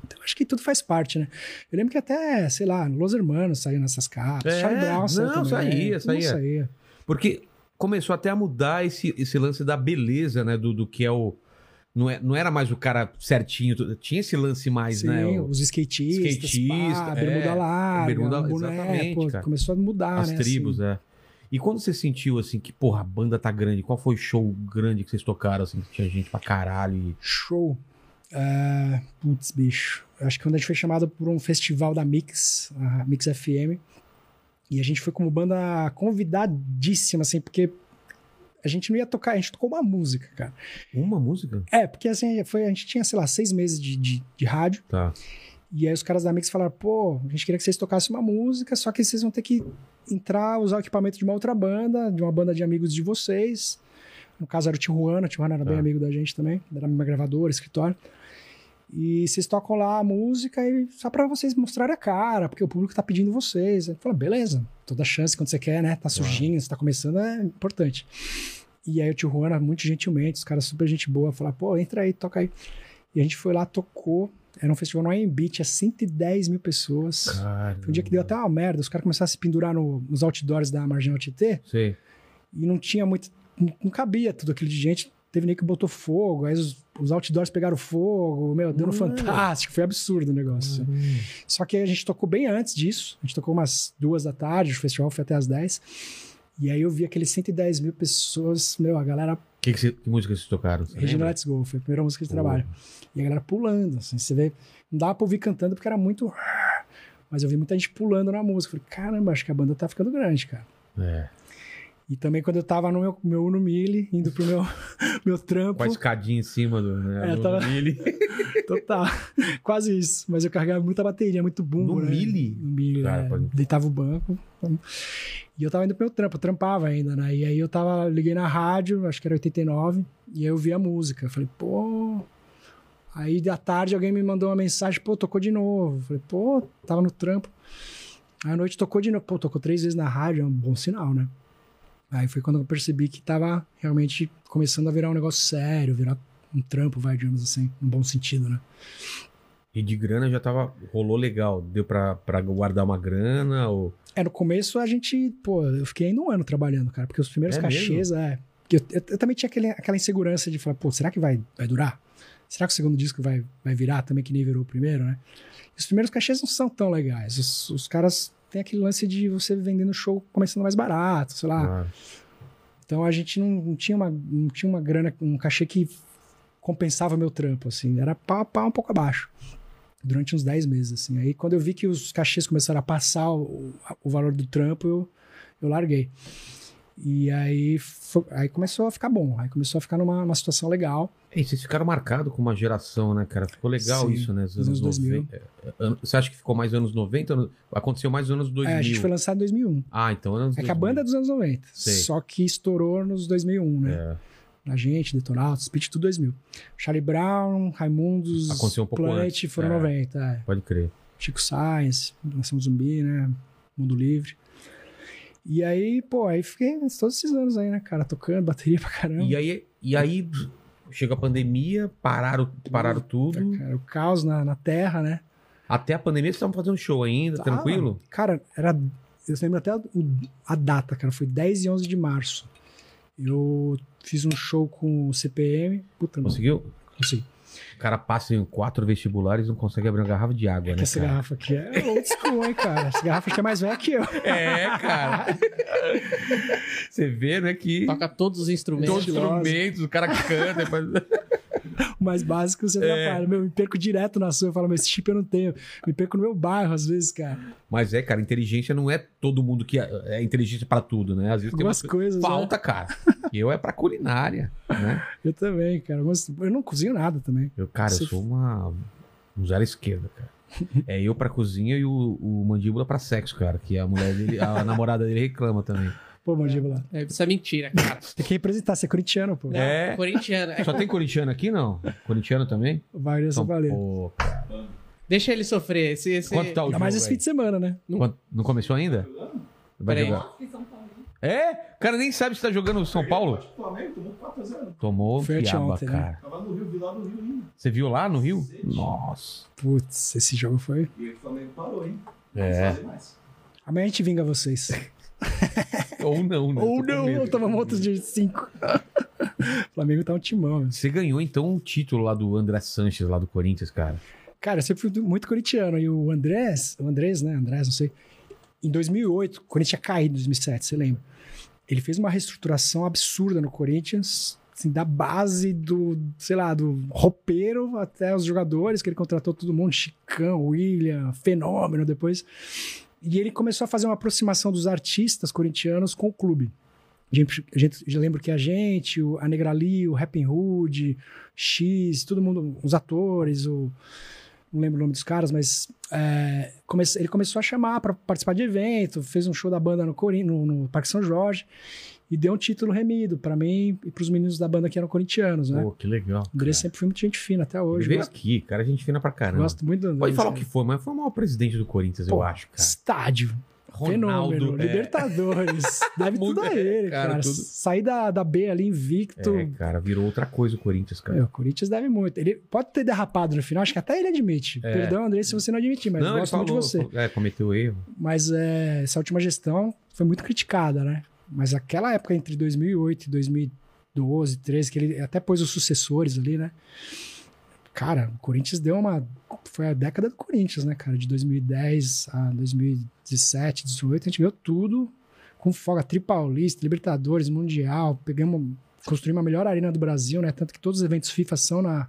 [SPEAKER 3] Então acho que tudo faz parte, né? Eu lembro que até, sei lá, Los Hermanos saiu nessas capas.
[SPEAKER 1] É,
[SPEAKER 3] Charlie Brown saiu
[SPEAKER 1] não,
[SPEAKER 3] também.
[SPEAKER 1] saía,
[SPEAKER 3] Todo mundo
[SPEAKER 1] saía.
[SPEAKER 3] saía.
[SPEAKER 1] Porque começou até a mudar esse, esse lance da beleza, né? Do, do que é o. Não, é, não era mais o cara certinho. tudo- Tinha esse lance mais,
[SPEAKER 3] Sim,
[SPEAKER 1] né? o-
[SPEAKER 3] os skatistas,
[SPEAKER 1] skatista,
[SPEAKER 3] pá,
[SPEAKER 1] é,
[SPEAKER 3] bermuda larga,
[SPEAKER 1] bermuda-
[SPEAKER 3] boné,
[SPEAKER 1] exatamente,
[SPEAKER 3] pô,
[SPEAKER 1] cara.
[SPEAKER 3] começou a mudar,
[SPEAKER 1] as
[SPEAKER 3] né?
[SPEAKER 1] tribos, é. E quando você sentiu, assim, que, porra, a banda tá grande, qual foi o show grande que vocês tocaram, assim, que tinha gente pra caralho e...
[SPEAKER 3] assim. Show. Ah, putz, bicho. Eu Acho que quando a gente foi chamado por um festival da Mix, a Mix FM, e a gente foi como banda convidadíssima, assim, porque a gente não ia tocar, a gente tocou uma música, cara.
[SPEAKER 1] Uma música?
[SPEAKER 3] É, porque assim, foi, a gente tinha, sei lá, seis meses de, de, de rádio,
[SPEAKER 1] Tá.
[SPEAKER 3] E aí os caras da Mix falaram, pô, a gente queria que vocês tocassem uma música, só que vocês vão ter que entrar, usar o equipamento de uma outra banda, de uma banda de amigos de vocês. No caso era o Tijuana, o Tijuana era bem
[SPEAKER 1] Tá.
[SPEAKER 3] amigo da gente também, era a mesma gravadora, escritório. E vocês tocam lá a música e só pra vocês mostrarem a cara, porque o público tá pedindo vocês. Aí fala, beleza, toda chance quando você quer, né? Tá surgindo, você tá começando, é importante. E aí o Tijuana, muito gentilmente, os caras super gente boa, falaram, pô, entra aí, toca aí. E a gente foi lá, tocou. Era um festival no Embi, tinha 110 mil pessoas. Foi um dia que deu até uma merda. Os caras começaram a se pendurar no- nos outdoors da Marginal TT
[SPEAKER 1] Sei.
[SPEAKER 3] e não tinha muito. Não, não cabia tudo aquilo de gente. Teve nem que botou fogo, aí os, os outdoors pegaram fogo, meu, deu no fantástico, foi absurdo o
[SPEAKER 1] Hum.
[SPEAKER 3] negócio. Só que a gente tocou bem antes disso, a gente tocou umas duas da tarde, o festival foi até as 10. E aí eu vi aqueles 110 mil pessoas, meu, a galera
[SPEAKER 1] Que, que, cê- que música vocês tocaram? Você
[SPEAKER 3] Regina
[SPEAKER 1] lembra?
[SPEAKER 3] Let's Go, foi a primeira música de
[SPEAKER 1] Pô.
[SPEAKER 3] trabalho. E a galera pulando, assim, você vê. Não dava pra ouvir cantando porque era muito. Mas eu vi muita gente pulando na música. Falei, caramba, acho que a banda tá ficando grande, cara.
[SPEAKER 1] É.
[SPEAKER 3] E também quando eu tava no meu, meu Uno Mille, indo pro meu, meu trampo.
[SPEAKER 1] Com a escadinha em cima do. Né,
[SPEAKER 3] É,
[SPEAKER 1] do-
[SPEAKER 3] tava-
[SPEAKER 1] do Mili.
[SPEAKER 3] Total. Quase isso. Mas eu carregava muita bateria, muito bumbo.
[SPEAKER 1] No
[SPEAKER 3] né?
[SPEAKER 1] Mille?
[SPEAKER 3] No Mille,
[SPEAKER 1] Cara,
[SPEAKER 3] é.
[SPEAKER 1] pode-
[SPEAKER 3] Deitava o banco. E eu tava indo pro meu trampo, eu trampava ainda, né? E aí eu tava, liguei na rádio, acho que era 89, e aí eu vi a música. Eu Falei, pô. Aí da tarde alguém me mandou uma mensagem, pô, tocou de novo. Eu Falei, pô, tava no trampo. Aí à noite tocou de novo. Pô, tocou três vezes na rádio, é um bom sinal, né? Aí foi quando eu percebi que tava realmente começando a virar um negócio sério, virar um trampo, vai, digamos assim, no bom sentido, né?
[SPEAKER 1] E de grana já tava. Rolou legal. Deu pra, pra guardar uma grana ou.
[SPEAKER 3] É, no começo a gente, pô, eu fiquei ainda um ano trabalhando, cara, porque os primeiros
[SPEAKER 1] É
[SPEAKER 3] cachês, é. que Eu, eu- eu também tinha aquele- aquela insegurança de falar, pô, será que vai, vai durar? Será que o segundo disco vai, vai virar também que nem virou o primeiro, né? E os primeiros cachês não são tão legais. Os, os caras têm aquele lance de você vendendo show começando mais barato, sei lá.
[SPEAKER 1] Ah,
[SPEAKER 3] Então a gente não, não tinha uma, não tinha uma grana, um cachê que compensava meu trampo, assim. Era pá, pá, um pouco abaixo. Durante uns 10 meses, assim. Aí quando eu vi que os cachês começaram a passar o, o valor do trampo, eu, eu larguei. E aí, fo- aí começou a ficar bom. Aí começou a ficar numa, numa situação legal.
[SPEAKER 1] E vocês ficaram marcados com uma geração, né, cara? Ficou legal
[SPEAKER 3] Sim,
[SPEAKER 1] isso, né? Os
[SPEAKER 3] nos anos 2000.
[SPEAKER 1] 90. É, ano- Você acha que ficou mais anos 90? Ano- Aconteceu mais nos anos 2000.
[SPEAKER 3] É, a gente foi lançado em 2001.
[SPEAKER 1] Ah, então anos
[SPEAKER 3] É que a banda é dos anos 90.
[SPEAKER 1] Sei.
[SPEAKER 3] Só que estourou nos 2001, né?
[SPEAKER 1] É,
[SPEAKER 3] na gente, Detonautas, Speed, tudo 2000. Charlie Brown, Raimundos,
[SPEAKER 1] Aconteceu um pouco
[SPEAKER 3] Planet
[SPEAKER 1] antes,
[SPEAKER 3] foram
[SPEAKER 1] é.
[SPEAKER 3] 90. é.
[SPEAKER 1] pode crer.
[SPEAKER 3] Chico Sainz, Nação Zumbi, né? Mundo Livre. E aí, pô, aí fiquei todos esses anos aí, né, cara? Tocando bateria pra caramba.
[SPEAKER 1] E aí, e aí chega a pandemia, pararam, pararam tudo.
[SPEAKER 3] Cara, o caos na, na terra, né?
[SPEAKER 1] Até a pandemia vocês estavam fazendo show ainda,
[SPEAKER 3] Tava.
[SPEAKER 1] tranquilo?
[SPEAKER 3] Cara, era. Eu lembro até o- a data, cara. Foi 10 e 11 de março. Eu fiz um show com o CPM. Puta, não
[SPEAKER 1] Conseguiu?
[SPEAKER 3] consegui.
[SPEAKER 1] O cara passa em quatro vestibulares e não consegue abrir uma garrafa de água,
[SPEAKER 3] Que
[SPEAKER 1] né?
[SPEAKER 3] essa
[SPEAKER 1] cara?
[SPEAKER 3] garrafa aqui é old school, hein, cara? Essa garrafa aqui é mais velha que eu.
[SPEAKER 1] É, cara. Você vê, né, que
[SPEAKER 3] Tá
[SPEAKER 2] Toca todos os instrumentos.
[SPEAKER 1] todos os instrumentos, o cara canta. faz-
[SPEAKER 3] O mais básico você
[SPEAKER 1] É.
[SPEAKER 3] atrapalha. Meu, me perco direto na sua. Eu falo, mas esse chip eu não tenho. Me perco no meu bairro, às vezes, cara.
[SPEAKER 1] Mas é, cara, inteligência não é todo mundo que é é inteligência pra tudo, né? Às vezes tem uma
[SPEAKER 3] Algumas coisas. né?
[SPEAKER 1] falta, cara. Eu é pra culinária, né?
[SPEAKER 3] Eu também, cara. Algumas- Eu não cozinho nada também.
[SPEAKER 1] Eu, cara, eu
[SPEAKER 3] Você-
[SPEAKER 1] sou uma um zero à esquerda, cara. É eu pra cozinha e o, o mandíbula pra sexo, cara, que a mulher dele, a namorada dele reclama também.
[SPEAKER 3] Pô, mandíbula.
[SPEAKER 2] É, isso é mentira, cara.
[SPEAKER 3] Tem que representar, você é corintiano, pô.
[SPEAKER 2] Não,
[SPEAKER 1] É.
[SPEAKER 2] Corintiano. É,
[SPEAKER 1] Só tem corintiano aqui, não? Corintiano também?
[SPEAKER 3] Vai nessa
[SPEAKER 1] Então,
[SPEAKER 3] valeu.
[SPEAKER 1] pô,
[SPEAKER 2] Deixa ele sofrer. Esse, esse...
[SPEAKER 1] quanto tá o
[SPEAKER 3] Ainda
[SPEAKER 1] jogo?
[SPEAKER 3] mais esse fim
[SPEAKER 1] aí?
[SPEAKER 3] de semana, né?
[SPEAKER 1] Quanto- Não começou ainda? Vai
[SPEAKER 2] Peraí.
[SPEAKER 1] jogar. É? O cara nem sabe se tá jogando São Paulo.
[SPEAKER 4] O Flamengo tomou 4x0.
[SPEAKER 1] Tomou
[SPEAKER 3] Foi
[SPEAKER 1] piaba,
[SPEAKER 3] anteontem, né?
[SPEAKER 1] cara.
[SPEAKER 4] Tava no Rio, vi lá no Rio ainda.
[SPEAKER 1] Você viu lá no Rio? Nossa.
[SPEAKER 3] Putz, esse jogo foi.
[SPEAKER 4] E aí o Flamengo parou, hein?
[SPEAKER 1] É.
[SPEAKER 4] Fazer mais.
[SPEAKER 3] Amanhã a gente vinga vocês.
[SPEAKER 1] Ou não, né?
[SPEAKER 3] Ou
[SPEAKER 1] Tô com
[SPEAKER 3] não,
[SPEAKER 1] medo.
[SPEAKER 3] eu tava outro dia de cinco. o Flamengo tá um timão, meu.
[SPEAKER 1] Você ganhou, então, o título lá do André Sanches, lá do Corinthians, cara.
[SPEAKER 3] Cara, eu sempre fui muito corintiano. E o Andrés, o Andrés, né? Andrés, não sei. Em 2008, o Corinthians tinha caído em 2007, você lembra? Ele fez uma reestruturação absurda no Corinthians, assim, da base do, sei lá, do roupeiro até os jogadores, que ele contratou todo mundo, Chicão, William, Fenômeno depois. E ele começou a fazer uma aproximação dos artistas corintianos com o clube. A gente, a gente- eu lembro que a gente, o- a Negrali, o Rappin' Hood, X, todo mundo, os atores, o não lembro o nome dos caras, mas é, come- ele começou a chamar para participar de evento, fez um show da banda no, Corin- no, no Parque São Jorge. e deu um título remido pra mim e pros meninos da banda que eram corintianos, né?
[SPEAKER 1] Pô, que legal.
[SPEAKER 3] o André
[SPEAKER 1] cara.
[SPEAKER 3] sempre foi muito gente fina até
[SPEAKER 1] Ele
[SPEAKER 3] hoje.
[SPEAKER 1] veio
[SPEAKER 3] Gosto,
[SPEAKER 1] aqui, cara, gente fina pra caramba.
[SPEAKER 3] gosto muito do André.
[SPEAKER 1] Pode falar o
[SPEAKER 3] sabe?
[SPEAKER 1] que foi, mas foi o maior presidente do Corinthians, eu
[SPEAKER 3] Pô,
[SPEAKER 1] acho, cara.
[SPEAKER 3] Estádio. Fenômeno.
[SPEAKER 1] é,
[SPEAKER 3] Libertadores. Deve tudo a ele,
[SPEAKER 1] Cara,
[SPEAKER 3] cara.
[SPEAKER 1] tudo.
[SPEAKER 3] Sair da, da B ali invicto.
[SPEAKER 1] é, cara, virou outra coisa o Corinthians, cara.
[SPEAKER 3] Meu, o Corinthians deve muito. Ele pode ter derrapado no final, acho que até ele admite.
[SPEAKER 1] É.
[SPEAKER 3] Perdão, André, se você não admitir, mas eu gosto muito de você.
[SPEAKER 1] falou- É, cometeu erro.
[SPEAKER 3] Mas é, essa última gestão foi muito criticada, né? Mas aquela época entre 2008 e 2012, 13, que ele até pôs os sucessores ali, né? Cara, o Corinthians deu uma. Foi a década do Corinthians, né, cara? De 2010 a 2017, 2018, a gente ganhou tudo com folga. Tripaulista, Libertadores, Mundial, pegamos. Construímos a melhor arena do Brasil, né? Tanto que todos os eventos FIFA são na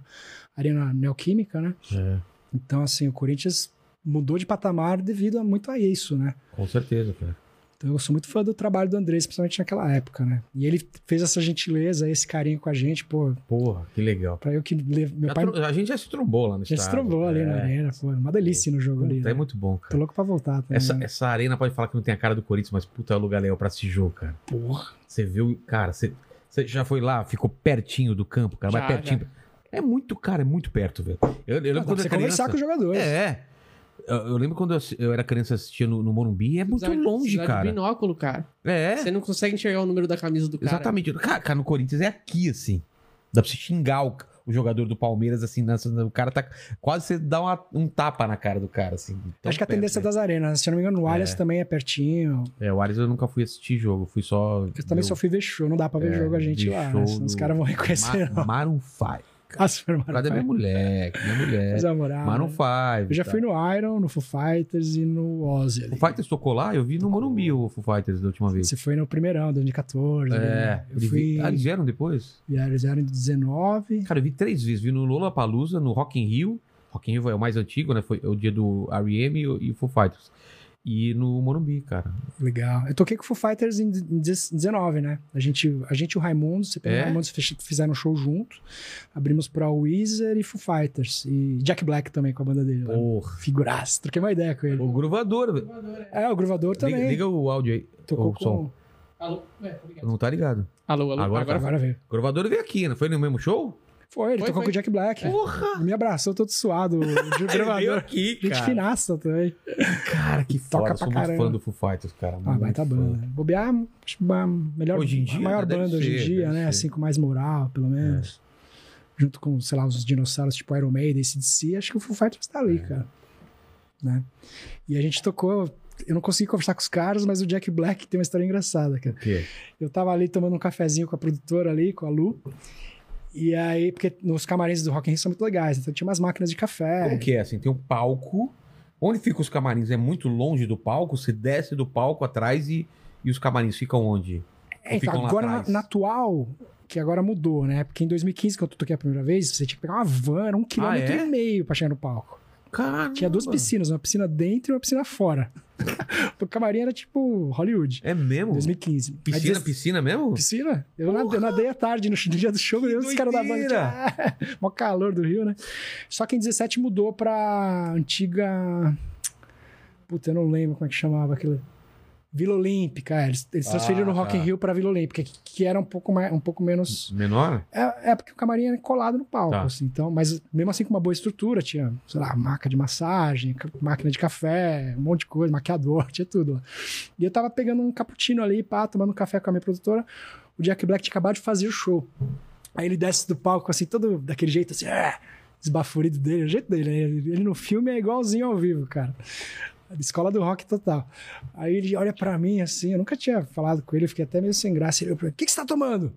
[SPEAKER 3] Arena Neoquímica, né?
[SPEAKER 1] É,
[SPEAKER 3] Então, assim, o Corinthians mudou de patamar devido a muito a isso, né?
[SPEAKER 1] com certeza, cara.
[SPEAKER 3] Então, eu sou muito fã do trabalho do Andrés, principalmente naquela época, né? E ele fez essa gentileza, esse carinho com a gente, pô,
[SPEAKER 1] Porra, que legal.
[SPEAKER 3] pra eu que. le- Meu
[SPEAKER 1] Já
[SPEAKER 3] pai
[SPEAKER 1] tro- A gente já se trombou lá no
[SPEAKER 3] já
[SPEAKER 1] estádio.
[SPEAKER 3] se trombou ali na
[SPEAKER 1] é.
[SPEAKER 3] arena, pô, uma delícia no jogo ali.
[SPEAKER 1] Puta, É
[SPEAKER 3] Né?
[SPEAKER 1] muito bom,
[SPEAKER 3] Tô
[SPEAKER 1] cara.
[SPEAKER 3] louco pra voltar também.
[SPEAKER 1] Essa, é
[SPEAKER 3] né?
[SPEAKER 1] essa arena pode falar que não tem a cara do Corinthians, mas puta é o lugar legal pra assistir jogo, cara.
[SPEAKER 3] Porra.
[SPEAKER 1] Você viu, cara, você, você já foi lá, ficou pertinho do campo, cara,
[SPEAKER 2] Já,
[SPEAKER 1] vai pertinho. É muito, cara, é muito perto, velho. Eu, eu lembro
[SPEAKER 3] Dá pra
[SPEAKER 1] quando eu
[SPEAKER 3] você
[SPEAKER 1] era criança.
[SPEAKER 3] conversar com os jogadores.
[SPEAKER 1] É, é. Eu, eu lembro quando eu, assi- eu era criança assistia no, no Morumbi, é muito
[SPEAKER 2] Precisava de-
[SPEAKER 1] longe,
[SPEAKER 2] precisava de
[SPEAKER 1] cara.
[SPEAKER 2] binóculo, cara.
[SPEAKER 1] É,
[SPEAKER 2] Você não consegue enxergar o número da camisa do cara.
[SPEAKER 1] exatamente. Cara, cara, no Corinthians é aqui, assim. Dá pra você xingar o, o jogador do Palmeiras, assim, nas- o cara tá. Quase você dá uma- um tapa na cara do cara, assim. tão
[SPEAKER 3] Acho que a
[SPEAKER 1] perto,
[SPEAKER 3] tendência
[SPEAKER 1] né?
[SPEAKER 3] das arenas, se eu não me engano, o Allianz
[SPEAKER 1] É.
[SPEAKER 3] também é pertinho.
[SPEAKER 1] É, o Ares eu nunca fui assistir jogo, fui só.
[SPEAKER 3] Eu também
[SPEAKER 1] eu-
[SPEAKER 3] só fui ver show, não dá pra ver
[SPEAKER 1] É,
[SPEAKER 3] jogo a gente
[SPEAKER 1] vi
[SPEAKER 3] lá,
[SPEAKER 1] show
[SPEAKER 3] né? Senão os
[SPEAKER 1] do-
[SPEAKER 3] caras vão reconhecer,
[SPEAKER 1] Ma
[SPEAKER 3] não.
[SPEAKER 1] Maroon 5.
[SPEAKER 3] As
[SPEAKER 1] Lá da minha mulher, minha mulher. Maroon 5.
[SPEAKER 3] é, ah, né? Eu
[SPEAKER 1] tá.
[SPEAKER 3] já fui no Iron, no Foo Fighters e no Ozzy. ali.
[SPEAKER 1] O Foo Fighters tocou lá? Eu vi no Morumbi o Foo Fighters da última vez.
[SPEAKER 3] Você foi no primeirão, 2014.
[SPEAKER 1] É,
[SPEAKER 3] né? eu
[SPEAKER 1] ele vi...
[SPEAKER 3] fui.
[SPEAKER 1] ah, eles vieram depois?
[SPEAKER 3] Eles eram em 19.
[SPEAKER 1] Cara, eu vi três vezes. Vi no Lollapalooza, no Rock in Rio. Rock in Rio é o mais antigo, né? Foi o dia do R.E.M. e o- e o Foo Fighters. E no Morumbi, cara.
[SPEAKER 3] Legal. Eu toquei com o Foo Fighters em 19, né? A gente, a gente e o Raimundo, você
[SPEAKER 1] É?
[SPEAKER 3] e o Raimundo fech- fizeram um show junto. Abrimos pra Weezer e Foo Fighters. E Jack Black também com a banda dele. Né?
[SPEAKER 1] Porra.
[SPEAKER 3] Figuraça. Troquei uma ideia com ele.
[SPEAKER 1] O gruvador, velho.
[SPEAKER 3] É, o Gruvador também.
[SPEAKER 1] Liga, liga o áudio aí.
[SPEAKER 3] Tocou
[SPEAKER 1] o
[SPEAKER 3] com...
[SPEAKER 1] som.
[SPEAKER 2] Alô? É, obrigado.
[SPEAKER 1] Não tá ligado.
[SPEAKER 2] Alô, alô.
[SPEAKER 1] Agora
[SPEAKER 2] Agora,
[SPEAKER 1] tá.
[SPEAKER 3] Agora veio.
[SPEAKER 1] O gruvador veio aqui, não foi no mesmo show?
[SPEAKER 3] Foi, ele
[SPEAKER 2] Foi,
[SPEAKER 3] tocou
[SPEAKER 2] foi.
[SPEAKER 3] com o Jack Black.
[SPEAKER 1] Porra!
[SPEAKER 3] Me abraçou todo suado. O
[SPEAKER 1] Ele veio
[SPEAKER 3] gravador.
[SPEAKER 1] aqui,
[SPEAKER 3] Gente
[SPEAKER 1] cara.
[SPEAKER 3] finaça também.
[SPEAKER 1] Cara, que
[SPEAKER 3] Toca
[SPEAKER 1] foda. Eu
[SPEAKER 3] pra
[SPEAKER 1] sou muito
[SPEAKER 3] caramba.
[SPEAKER 1] fã do Foo Fighters, cara.
[SPEAKER 3] Ah,
[SPEAKER 1] muito
[SPEAKER 3] baita
[SPEAKER 1] fã.
[SPEAKER 3] banda. Bobear, acho que a melhor,
[SPEAKER 1] Hoje em
[SPEAKER 3] a
[SPEAKER 1] dia,
[SPEAKER 3] maior
[SPEAKER 1] né? Deve
[SPEAKER 3] banda hoje
[SPEAKER 1] ser,
[SPEAKER 3] em dia,
[SPEAKER 1] deve
[SPEAKER 3] né?
[SPEAKER 1] ser. É.
[SPEAKER 3] Assim, com mais moral, pelo menos. Junto com, sei lá, os dinossauros tipo Iron Maiden, ACDC, acho que o Foo Fighters tá
[SPEAKER 1] É.
[SPEAKER 3] ali, cara. Né? E a gente tocou... Eu não consegui conversar com os caras, mas o Jack Black tem uma história engraçada, cara.
[SPEAKER 1] O quê?
[SPEAKER 3] Eu tava ali tomando um cafezinho com a produtora ali, com a Lu. E aí, porque nos camarins do Rock in Rio são muito legais, então tinha umas máquinas de café.
[SPEAKER 1] Como que é assim? Tem um palco. Onde ficam os camarins? É muito longe do palco? Você desce do palco atrás e, e os camarins ficam onde?
[SPEAKER 3] É,
[SPEAKER 1] Ou ficam
[SPEAKER 3] então,
[SPEAKER 1] lá
[SPEAKER 3] agora na,
[SPEAKER 1] atrás?
[SPEAKER 3] na atual, que agora mudou, né? Porque em 2015, que eu toquei a primeira vez, você tinha que pegar uma van, era um quilômetro
[SPEAKER 1] é?
[SPEAKER 3] e meio pra chegar no palco.
[SPEAKER 1] Caramba.
[SPEAKER 3] Tinha duas piscinas, uma piscina dentro e uma piscina fora. o camarim era tipo Hollywood,
[SPEAKER 1] É mesmo?
[SPEAKER 3] 2015. Aí
[SPEAKER 1] Piscina,
[SPEAKER 3] dezesse-
[SPEAKER 1] piscina mesmo?
[SPEAKER 3] Piscina? Eu nadei, eu nadei à tarde no, no dia do show, eu os caras da banda.
[SPEAKER 1] doideira!
[SPEAKER 3] Tipo, mó calor do Rio, né? Só que em 17 mudou pra antiga. Puta, eu não lembro como é que chamava aquilo. Vila Olímpica, é, eles, eles
[SPEAKER 1] Ah,
[SPEAKER 3] transferiram o Rock in
[SPEAKER 1] tá.
[SPEAKER 3] Rio pra Vila Olímpica, que, que era um pouco, mais, um pouco menos.
[SPEAKER 1] Menor?
[SPEAKER 3] É, é porque o camarim era colado no palco,
[SPEAKER 1] Tá.
[SPEAKER 3] assim, então, mas mesmo assim com uma boa estrutura, tinha, sei lá, maca de massagem, ca- máquina de café, um monte de coisa, maquiador, tinha tudo. lá. E eu tava pegando um cappuccino ali, pá, tomando um café com a minha produtora, o Jack Black tinha acabado de fazer o show. Aí ele desce do palco, assim, todo daquele jeito, assim, é, esbaforido dele, o jeito dele, né? ele, ele no filme é igualzinho ao vivo, cara. É Escola do rock total. Aí ele olha pra mim assim, eu nunca tinha falado com ele, eu fiquei até meio sem graça. Ele olhou pra mim, o que, que você tá tomando?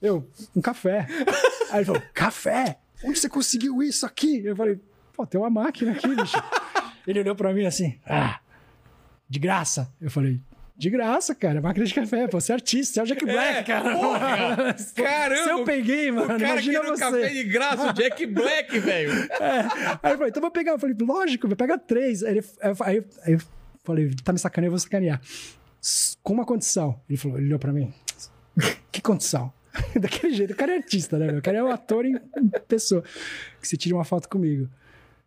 [SPEAKER 3] Eu, um café. Aí ele falou, café? Onde você conseguiu isso aqui? Eu falei, pô, tem uma máquina aqui, bicho. Ele olhou pra mim assim, ah, de graça. Eu falei, de graça, cara, é máquina de café, pô, você é artista, você é o Jack Black, cara.
[SPEAKER 1] porra!
[SPEAKER 3] Assim,
[SPEAKER 1] Caramba!
[SPEAKER 3] Se eu peguei, mano, imagina você.
[SPEAKER 1] de graça, o Jack Black, velho.
[SPEAKER 3] É. Aí ele falou, então vou pegar. Eu falei, lógico, vai pegar três. Aí, ele, aí, eu- aí, eu falei, tá me sacaneando, eu vou sacanear. S- Com uma condição. Ele falou, ele olhou pra mim. Que condição? Daquele jeito, o cara é artista, né? meu? O cara é um ator em em pessoa. Que você tire uma foto comigo.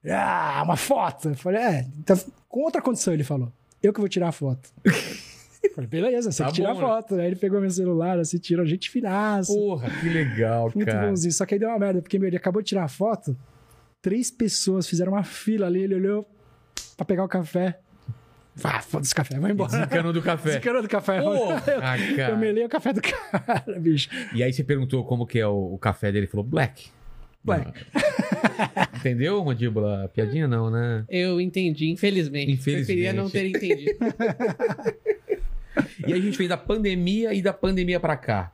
[SPEAKER 3] Ah, uma foto! Eu falei, é, então, com outra condição, ele falou. Eu que vou tirar a foto. Falei, beleza, você
[SPEAKER 1] Tá
[SPEAKER 3] que tira a
[SPEAKER 1] bom, né?
[SPEAKER 3] foto. Aí ele pegou meu celular, assim, tirou gente finaça.
[SPEAKER 1] Porra, que legal,
[SPEAKER 3] Muito
[SPEAKER 1] cara.
[SPEAKER 3] bonzinho. Só que aí deu uma merda, porque meu, ele acabou de tirar a foto, três pessoas fizeram uma fila ali, ele olhou pra pegar o café. Vá, foda-se o café, vai embora.
[SPEAKER 1] Desencanou do café.
[SPEAKER 3] Desencanou do café.
[SPEAKER 1] Porra, Ah,
[SPEAKER 3] eu,
[SPEAKER 1] cara.
[SPEAKER 3] eu melei o café do cara, bicho.
[SPEAKER 1] E aí você perguntou como que é o, o café dele, ele falou black.
[SPEAKER 3] Black.
[SPEAKER 1] Não. Entendeu, mandíbula? Piadinha não, né?
[SPEAKER 2] Eu entendi, infelizmente.
[SPEAKER 1] Infelizmente.
[SPEAKER 2] Preferia não ter entendido.
[SPEAKER 1] E aí a gente vem da pandemia e da pandemia pra cá.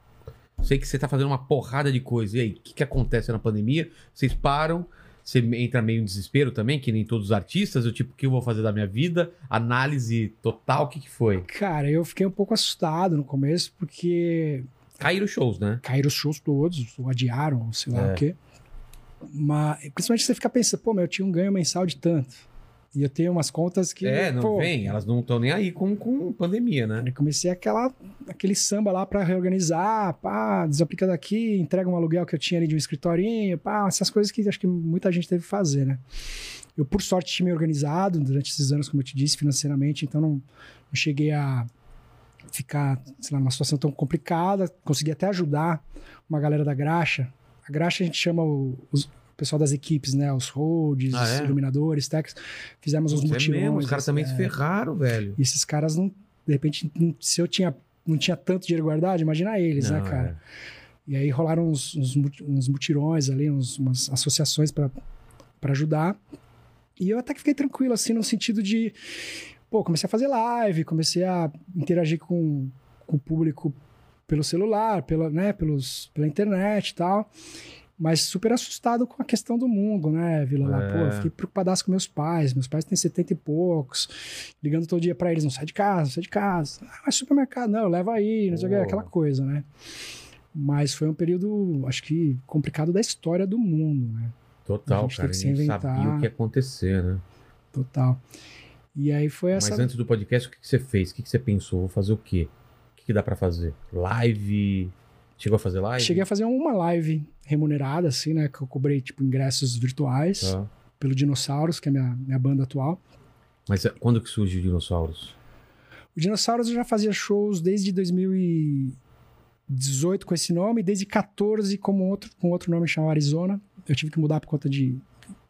[SPEAKER 1] Sei que você tá fazendo uma porrada de coisa. E aí, o que, que acontece na pandemia? Vocês param, você entra meio em desespero também, que nem todos os artistas. Eu tipo, o que eu vou fazer da minha vida? Análise total, o que que foi?
[SPEAKER 3] Cara, eu fiquei um pouco assustado no começo, porque
[SPEAKER 1] Caíram os shows, né?
[SPEAKER 3] caíram os shows todos, ou adiaram, ou sei lá
[SPEAKER 1] É.
[SPEAKER 3] o quê. Mas, principalmente você fica pensando, pô, meu, eu tinha um ganho mensal de tanto. E eu tenho umas contas que.
[SPEAKER 1] é, não
[SPEAKER 3] pô,
[SPEAKER 1] vem. Elas não estão nem aí com, com pandemia, né?
[SPEAKER 3] Eu comecei aquela, aquele samba lá pra reorganizar, pá, desaplica daqui, entrega um aluguel que eu tinha ali de um escritorinho, pá, essas coisas que acho que muita gente teve que fazer, né? Eu, por sorte, tinha me organizado durante esses anos, como eu te disse, financeiramente, então não, não cheguei a ficar, sei lá, numa situação tão complicada, consegui até ajudar uma galera da graxa. A graxa a gente chama o, os- o pessoal das equipes, né? Os holds,
[SPEAKER 1] Ah, é?
[SPEAKER 3] os iluminadores, técnicos. Fizemos uns
[SPEAKER 1] Isso é
[SPEAKER 3] mutirões.
[SPEAKER 1] mesmo, os caras também
[SPEAKER 3] é.
[SPEAKER 1] se ferraram, velho.
[SPEAKER 3] E esses caras não, de repente, não- se eu tinha, não tinha tanto dinheiro guardado, imagina eles,
[SPEAKER 1] Não,
[SPEAKER 3] né, cara?
[SPEAKER 1] é.
[SPEAKER 3] E aí rolaram uns, uns, mut- uns mutirões ali, uns- umas associações para ajudar. E eu até que fiquei tranquilo, assim, no sentido de. Pô, comecei a fazer live, comecei a interagir com, com o público pelo celular, pela, né, pelos, pela internet e tal. Mas super assustado com a questão do mundo, né, Vila? Lá,
[SPEAKER 1] É.
[SPEAKER 3] Pô, eu fiquei preocupadaço com meus pais. Meus pais têm 70 e poucos. Ligando todo dia pra eles, não sai de casa, não sai de casa. Ah, mas supermercado, não, leva aí, não sei o que,
[SPEAKER 1] Pô.
[SPEAKER 3] aquela coisa, né? Mas foi um período, acho que, complicado da história do mundo, né?
[SPEAKER 1] Total,
[SPEAKER 3] A gente
[SPEAKER 1] cara.
[SPEAKER 3] teve que se
[SPEAKER 1] Ninguém sabia
[SPEAKER 3] inventar.
[SPEAKER 1] o que ia acontecer, né?
[SPEAKER 3] Total. E aí foi essa.
[SPEAKER 1] Mas é antes do podcast, o que que você fez? O que que você pensou? Vou fazer o quê? O que que dá pra fazer? Live? Chegou a fazer live?
[SPEAKER 3] Cheguei a fazer uma live remunerada, assim, né? Que eu cobrei, tipo, ingressos virtuais
[SPEAKER 1] Tá.
[SPEAKER 3] pelo Dinossauros, que é a minha, minha banda atual.
[SPEAKER 1] Mas é, quando que surge o Dinossauros?
[SPEAKER 3] O Dinossauros eu já fazia shows desde 2018 com esse nome, e desde 14 como outro, com outro nome chamado Arizona. Eu tive que mudar por conta de,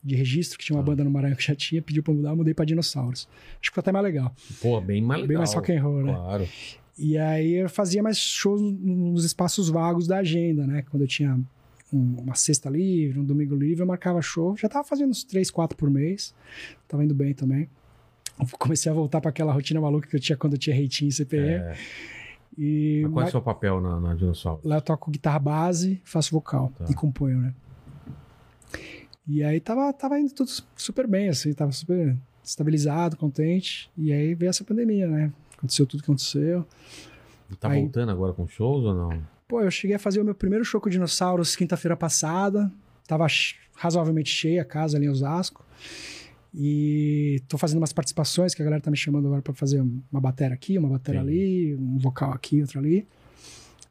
[SPEAKER 3] de registro, que tinha uma
[SPEAKER 1] Tá.
[SPEAKER 3] banda no Maranhão que já tinha, pediu pra eu mudar, eu mudei pra Dinossauros. Acho que foi até mais legal.
[SPEAKER 1] Pô, bem mais legal.
[SPEAKER 3] Bem mais rock and roll, né?
[SPEAKER 1] Claro.
[SPEAKER 3] E aí eu fazia mais shows nos espaços vagos da agenda, né? Quando eu tinha um- uma sexta livre, um domingo livre, eu marcava show. Já tava fazendo uns três, quatro por mês. Tava indo bem também. Eu Comecei a voltar para aquela rotina maluca que eu tinha quando eu tinha reitinho em CPM.
[SPEAKER 1] É.
[SPEAKER 3] E
[SPEAKER 1] Mas qual é o seu papel na, na Dinossauros?
[SPEAKER 3] Lá eu toco guitarra base, faço vocal
[SPEAKER 1] Tá.
[SPEAKER 3] e componho, né? E aí tava, tava indo tudo super bem, assim, tava super estabilizado, contente. E aí veio essa pandemia, né? Aconteceu tudo que aconteceu.
[SPEAKER 1] Tá
[SPEAKER 3] Aí-
[SPEAKER 1] voltando agora com shows ou não?
[SPEAKER 3] Pô, eu cheguei a fazer o meu primeiro show com dinossauros quinta-feira passada. Tava ch- razoavelmente cheia a casa ali em Osasco. E tô fazendo umas participações que a galera tá me chamando agora pra fazer uma batera aqui, uma batera
[SPEAKER 1] Sim.
[SPEAKER 3] ali, um vocal aqui, outro ali.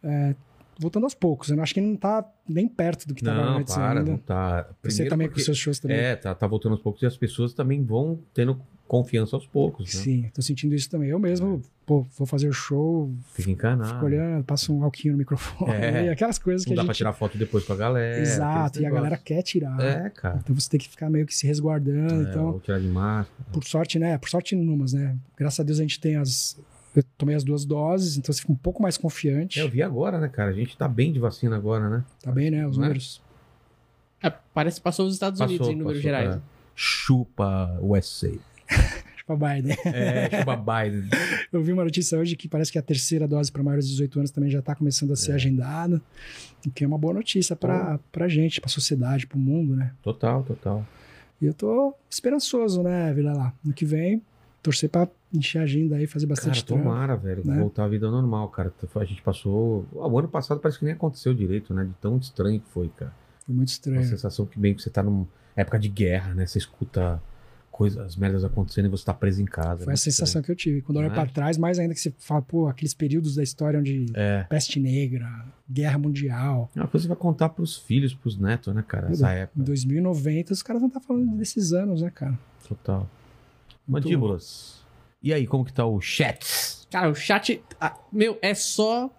[SPEAKER 3] É, voltando aos poucos, eu não- acho que não tá nem perto do que tava
[SPEAKER 1] não,
[SPEAKER 3] antes
[SPEAKER 1] para,
[SPEAKER 3] ainda.
[SPEAKER 1] não tá.
[SPEAKER 3] Você
[SPEAKER 1] Primeiro
[SPEAKER 3] também com
[SPEAKER 1] porque-
[SPEAKER 3] seus shows também.
[SPEAKER 1] É, tá, tá voltando aos poucos e as pessoas também vão tendo confiança aos poucos, né?
[SPEAKER 3] Sim, tô sentindo isso também. Eu mesmo, pô, vou fazer o show,
[SPEAKER 1] Fica encanado.
[SPEAKER 3] fico olhando, passo um alquinho no microfone,
[SPEAKER 1] É.
[SPEAKER 3] e aquelas coisas
[SPEAKER 1] Não
[SPEAKER 3] que
[SPEAKER 1] dá
[SPEAKER 3] a
[SPEAKER 1] pra
[SPEAKER 3] gente...
[SPEAKER 1] tirar foto depois com a galera.
[SPEAKER 3] Exato,
[SPEAKER 1] aqueles
[SPEAKER 3] e a galera
[SPEAKER 1] negócios.
[SPEAKER 3] quer tirar.
[SPEAKER 1] É, cara.
[SPEAKER 3] Então você tem que ficar meio que se resguardando.
[SPEAKER 1] É,
[SPEAKER 3] então,
[SPEAKER 1] Vou tirar de máscara.
[SPEAKER 3] por sorte, né? Por sorte, numas, né? Graças a Deus a gente tem as. Eu tomei as duas doses, então você fica um pouco mais confiante.
[SPEAKER 1] É, Eu vi agora, né, cara? A gente tá bem de vacina agora, né?
[SPEAKER 3] Tá bem, né? Os
[SPEAKER 1] Não é?
[SPEAKER 3] números.
[SPEAKER 2] É, parece que passou os Estados Unidos em números
[SPEAKER 1] passou, é.
[SPEAKER 2] gerais.
[SPEAKER 1] cara. Chupa USA.
[SPEAKER 3] Tipo a Biden.
[SPEAKER 1] É, chupa Biden.
[SPEAKER 3] Eu vi uma notícia hoje que parece que a terceira dose para maiores de 18 anos também já tá começando a
[SPEAKER 1] É.
[SPEAKER 3] ser agendada. O que é uma boa notícia pra, pra gente, pra sociedade, pro mundo, né?
[SPEAKER 1] Total, total.
[SPEAKER 3] E eu tô esperançoso, né, Vila lá? No que vem, torcer pra encher a agenda aí, fazer
[SPEAKER 1] Cara,
[SPEAKER 3] bastante trampo.
[SPEAKER 1] tomara, velho.
[SPEAKER 3] né?
[SPEAKER 1] Voltar à vida normal, cara. A gente passou. O ano passado parece que nem aconteceu direito, né? De tão estranho que foi, cara.
[SPEAKER 3] Foi muito
[SPEAKER 1] Uma
[SPEAKER 3] estranho.
[SPEAKER 1] sensação que bem que você tá numa época de guerra, né? Você escuta coisas, as merdas acontecendo e você tá preso em casa.
[SPEAKER 3] Foi
[SPEAKER 1] né?
[SPEAKER 3] a sensação que eu tive. Quando eu olho
[SPEAKER 1] Não é?
[SPEAKER 3] pra trás, mais ainda que você fala, pô, aqueles períodos da história onde
[SPEAKER 1] É.
[SPEAKER 3] peste negra, guerra mundial.
[SPEAKER 1] É uma coisa que você vai contar pros filhos, pros netos, né, cara?
[SPEAKER 3] Meu
[SPEAKER 1] Essa
[SPEAKER 3] Em
[SPEAKER 1] época.
[SPEAKER 3] 2090, os caras vão estar falando desses anos, né, cara?
[SPEAKER 1] Total. Mandíbulas. E aí, como que tá o chat?
[SPEAKER 2] Cara, o chat. ah, meu, é só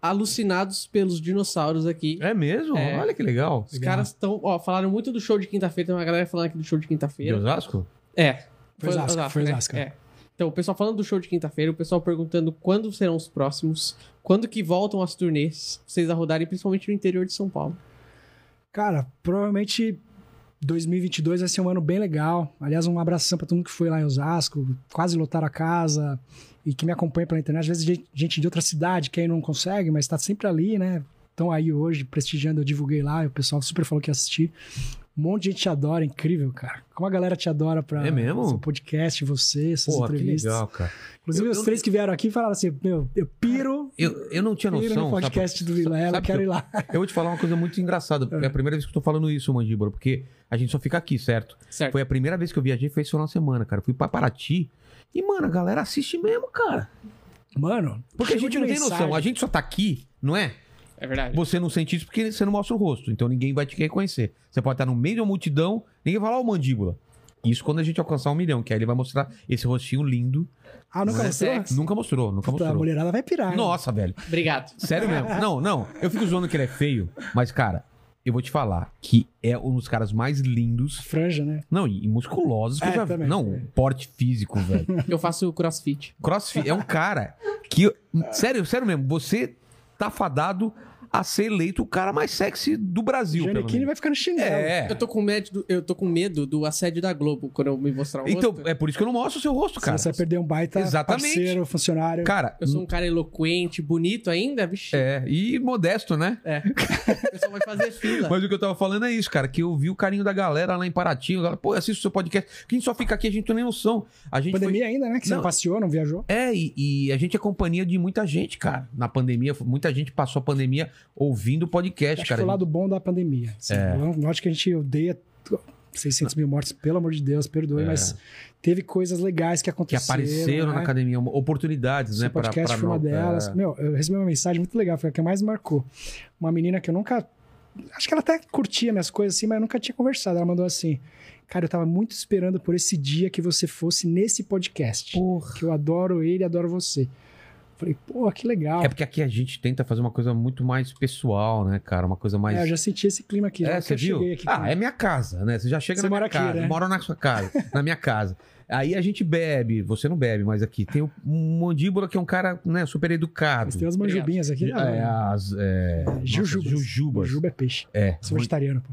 [SPEAKER 2] alucinados pelos dinossauros aqui.
[SPEAKER 1] É mesmo?
[SPEAKER 2] É.
[SPEAKER 1] Olha que legal.
[SPEAKER 2] Os caras estão. Ó, falaram muito do show de quinta-feira. Tem uma galera falando aqui do show de
[SPEAKER 1] De
[SPEAKER 2] quinta-feira.
[SPEAKER 1] Osasco?
[SPEAKER 2] É.
[SPEAKER 3] Foi Osasco, foi
[SPEAKER 2] né?
[SPEAKER 3] Osasco, é.
[SPEAKER 2] É. Então, o pessoal falando do show de quinta-feira, o pessoal perguntando quando serão os próximos, quando que voltam as turnês, pra vocês a rodarem, principalmente no interior de São Paulo.
[SPEAKER 3] Cara, provavelmente 2022 vai ser um ano bem legal. Aliás, um abração pra todo mundo que foi lá em Osasco, quase lotaram a casa e que me acompanha pela internet. Às vezes, gente- gente de outra cidade que aí não consegue, mas tá sempre ali, né? Estão aí hoje prestigiando. Eu divulguei lá e o pessoal super falou que ia assistir. Um monte de gente te adora, é incrível, cara. Como a galera te adora pra
[SPEAKER 1] É mesmo?
[SPEAKER 3] seu podcast, você, suas
[SPEAKER 1] Porra, que
[SPEAKER 3] entrevistas.
[SPEAKER 1] legal, cara.
[SPEAKER 3] Inclusive,
[SPEAKER 1] Eu-
[SPEAKER 3] os
[SPEAKER 1] eu-
[SPEAKER 3] três que vieram aqui falaram assim: Meu, eu piro,
[SPEAKER 1] Eu, eu não tinha
[SPEAKER 3] piro
[SPEAKER 1] noção.
[SPEAKER 3] no
[SPEAKER 1] sabe?
[SPEAKER 3] podcast do Vilela,
[SPEAKER 1] sabe que
[SPEAKER 3] quero ir lá.
[SPEAKER 1] Eu vou te falar uma coisa muito engraçada, porque é a primeira vez que eu tô falando isso, Mandíbora, porque a gente só fica aqui, certo?
[SPEAKER 3] É.
[SPEAKER 2] Certo.
[SPEAKER 1] Foi a primeira vez que eu viajei, foi esse final de semana, cara. Eu Fui pra Paraty e, mano, a galera assiste mesmo, cara.
[SPEAKER 3] Mano,
[SPEAKER 1] Porque a
[SPEAKER 3] chegou
[SPEAKER 1] gente
[SPEAKER 3] de
[SPEAKER 1] não tem
[SPEAKER 3] mensagem.
[SPEAKER 1] noção, a gente só tá aqui, não é?
[SPEAKER 2] É verdade.
[SPEAKER 1] Você não sente isso porque você não mostra o rosto, então ninguém vai te reconhecer. Você pode estar no meio de uma multidão, ninguém vai falar, ô mandíbula. Isso quando a gente alcançar um milhão, que aí ele vai mostrar esse rostinho lindo.
[SPEAKER 3] Ah, nunca
[SPEAKER 2] Né?
[SPEAKER 3] mostrou?
[SPEAKER 2] Sexo.
[SPEAKER 1] é Nunca mostrou, nunca
[SPEAKER 3] Puta, a
[SPEAKER 1] mostrou.
[SPEAKER 3] mulherada vai pirar. hein?
[SPEAKER 1] Nossa, velho.
[SPEAKER 2] Obrigado.
[SPEAKER 1] Sério mesmo. Não, não. Eu fico zoando que ele é feio, mas, cara, eu vou te falar que é um dos caras mais lindos.
[SPEAKER 3] Franja, né?
[SPEAKER 1] Não, e e musculosos que eu
[SPEAKER 3] É,
[SPEAKER 1] já vi.
[SPEAKER 3] também.
[SPEAKER 1] Não, porte físico, velho.
[SPEAKER 2] Eu faço crossfit.
[SPEAKER 1] Crossfit é um cara que. Sério, sério mesmo. Você tá fadado a ser eleito o cara mais sexy do Brasil, pelo
[SPEAKER 3] Janequine
[SPEAKER 1] menos.
[SPEAKER 3] vai ficar no chinelo.
[SPEAKER 1] É.
[SPEAKER 2] Eu tô com medo, do- eu tô com medo do assédio da Globo quando eu me mostrar o
[SPEAKER 1] Então,
[SPEAKER 2] um rosto.
[SPEAKER 1] é por isso que eu não mostro o seu rosto,
[SPEAKER 3] Senão
[SPEAKER 1] cara.
[SPEAKER 3] Você vai perder um baita
[SPEAKER 1] Exatamente.
[SPEAKER 3] parceiro, funcionário.
[SPEAKER 1] Cara,
[SPEAKER 2] Eu sou um cara eloquente, bonito ainda, vixi.
[SPEAKER 1] é. E modesto, né?
[SPEAKER 2] É. O pessoal vai fazer fila.
[SPEAKER 1] Mas o que eu tava falando é isso, cara, que eu vi o carinho da galera lá em Paraty, a galera, pô, assiste o seu podcast, porque a gente só fica aqui, a gente não tem nem noção. A gente foi-
[SPEAKER 3] Pandemia ainda, né? Que você
[SPEAKER 1] Não.
[SPEAKER 3] não passeou, não viajou.
[SPEAKER 1] É, e, e a gente é companhia de muita gente, cara. Na pandemia, muita gente passou a pandemia ouvindo podcast,
[SPEAKER 3] Acho que
[SPEAKER 1] cara.
[SPEAKER 3] foi o lado bom da pandemia. Assim,
[SPEAKER 1] É.
[SPEAKER 3] não- Lógico que a gente odeia t- 600 mil mortes, pelo amor de Deus, perdoe,
[SPEAKER 1] É.
[SPEAKER 3] mas teve coisas legais que
[SPEAKER 1] Que
[SPEAKER 3] aconteceram.
[SPEAKER 1] apareceram na
[SPEAKER 3] né?
[SPEAKER 1] academia, oportunidades,
[SPEAKER 3] Esse
[SPEAKER 1] né? pra-
[SPEAKER 3] podcast
[SPEAKER 1] pra
[SPEAKER 3] foi uma
[SPEAKER 1] nós.
[SPEAKER 3] delas.
[SPEAKER 1] É.
[SPEAKER 3] Meu, eu recebi uma mensagem muito legal, foi a que mais me marcou. Uma menina que eu nunca. Acho que ela até curtia minhas coisas assim, mas eu nunca tinha conversado. Ela mandou assim: Cara, eu tava muito esperando por esse dia que você fosse nesse podcast.
[SPEAKER 1] Porra.
[SPEAKER 3] Que eu adoro ele, adoro você. Falei, pô, que legal.
[SPEAKER 1] É porque aqui a gente tenta fazer uma coisa muito mais pessoal, né, cara? Uma coisa mais.
[SPEAKER 3] É, eu já senti esse clima aqui.
[SPEAKER 1] É,
[SPEAKER 3] já que
[SPEAKER 1] você
[SPEAKER 3] eu
[SPEAKER 1] viu?
[SPEAKER 3] cheguei aqui.
[SPEAKER 1] ah, é minha casa, né? Você já chega
[SPEAKER 3] Você
[SPEAKER 1] na minha
[SPEAKER 3] mora aqui,
[SPEAKER 1] casa,
[SPEAKER 3] né?
[SPEAKER 1] mora na sua casa, na minha casa. Aí a gente bebe, você não bebe, mas aqui tem o um mandíbula que é um cara, né, super educado.
[SPEAKER 3] Mas tem umas manjubinhas aqui.
[SPEAKER 1] É,
[SPEAKER 3] né?
[SPEAKER 1] as, é,
[SPEAKER 3] Jujubas.
[SPEAKER 1] nossas jujubas.
[SPEAKER 3] Jujuba é peixe.
[SPEAKER 1] É.
[SPEAKER 3] Sou vegetariano, pô.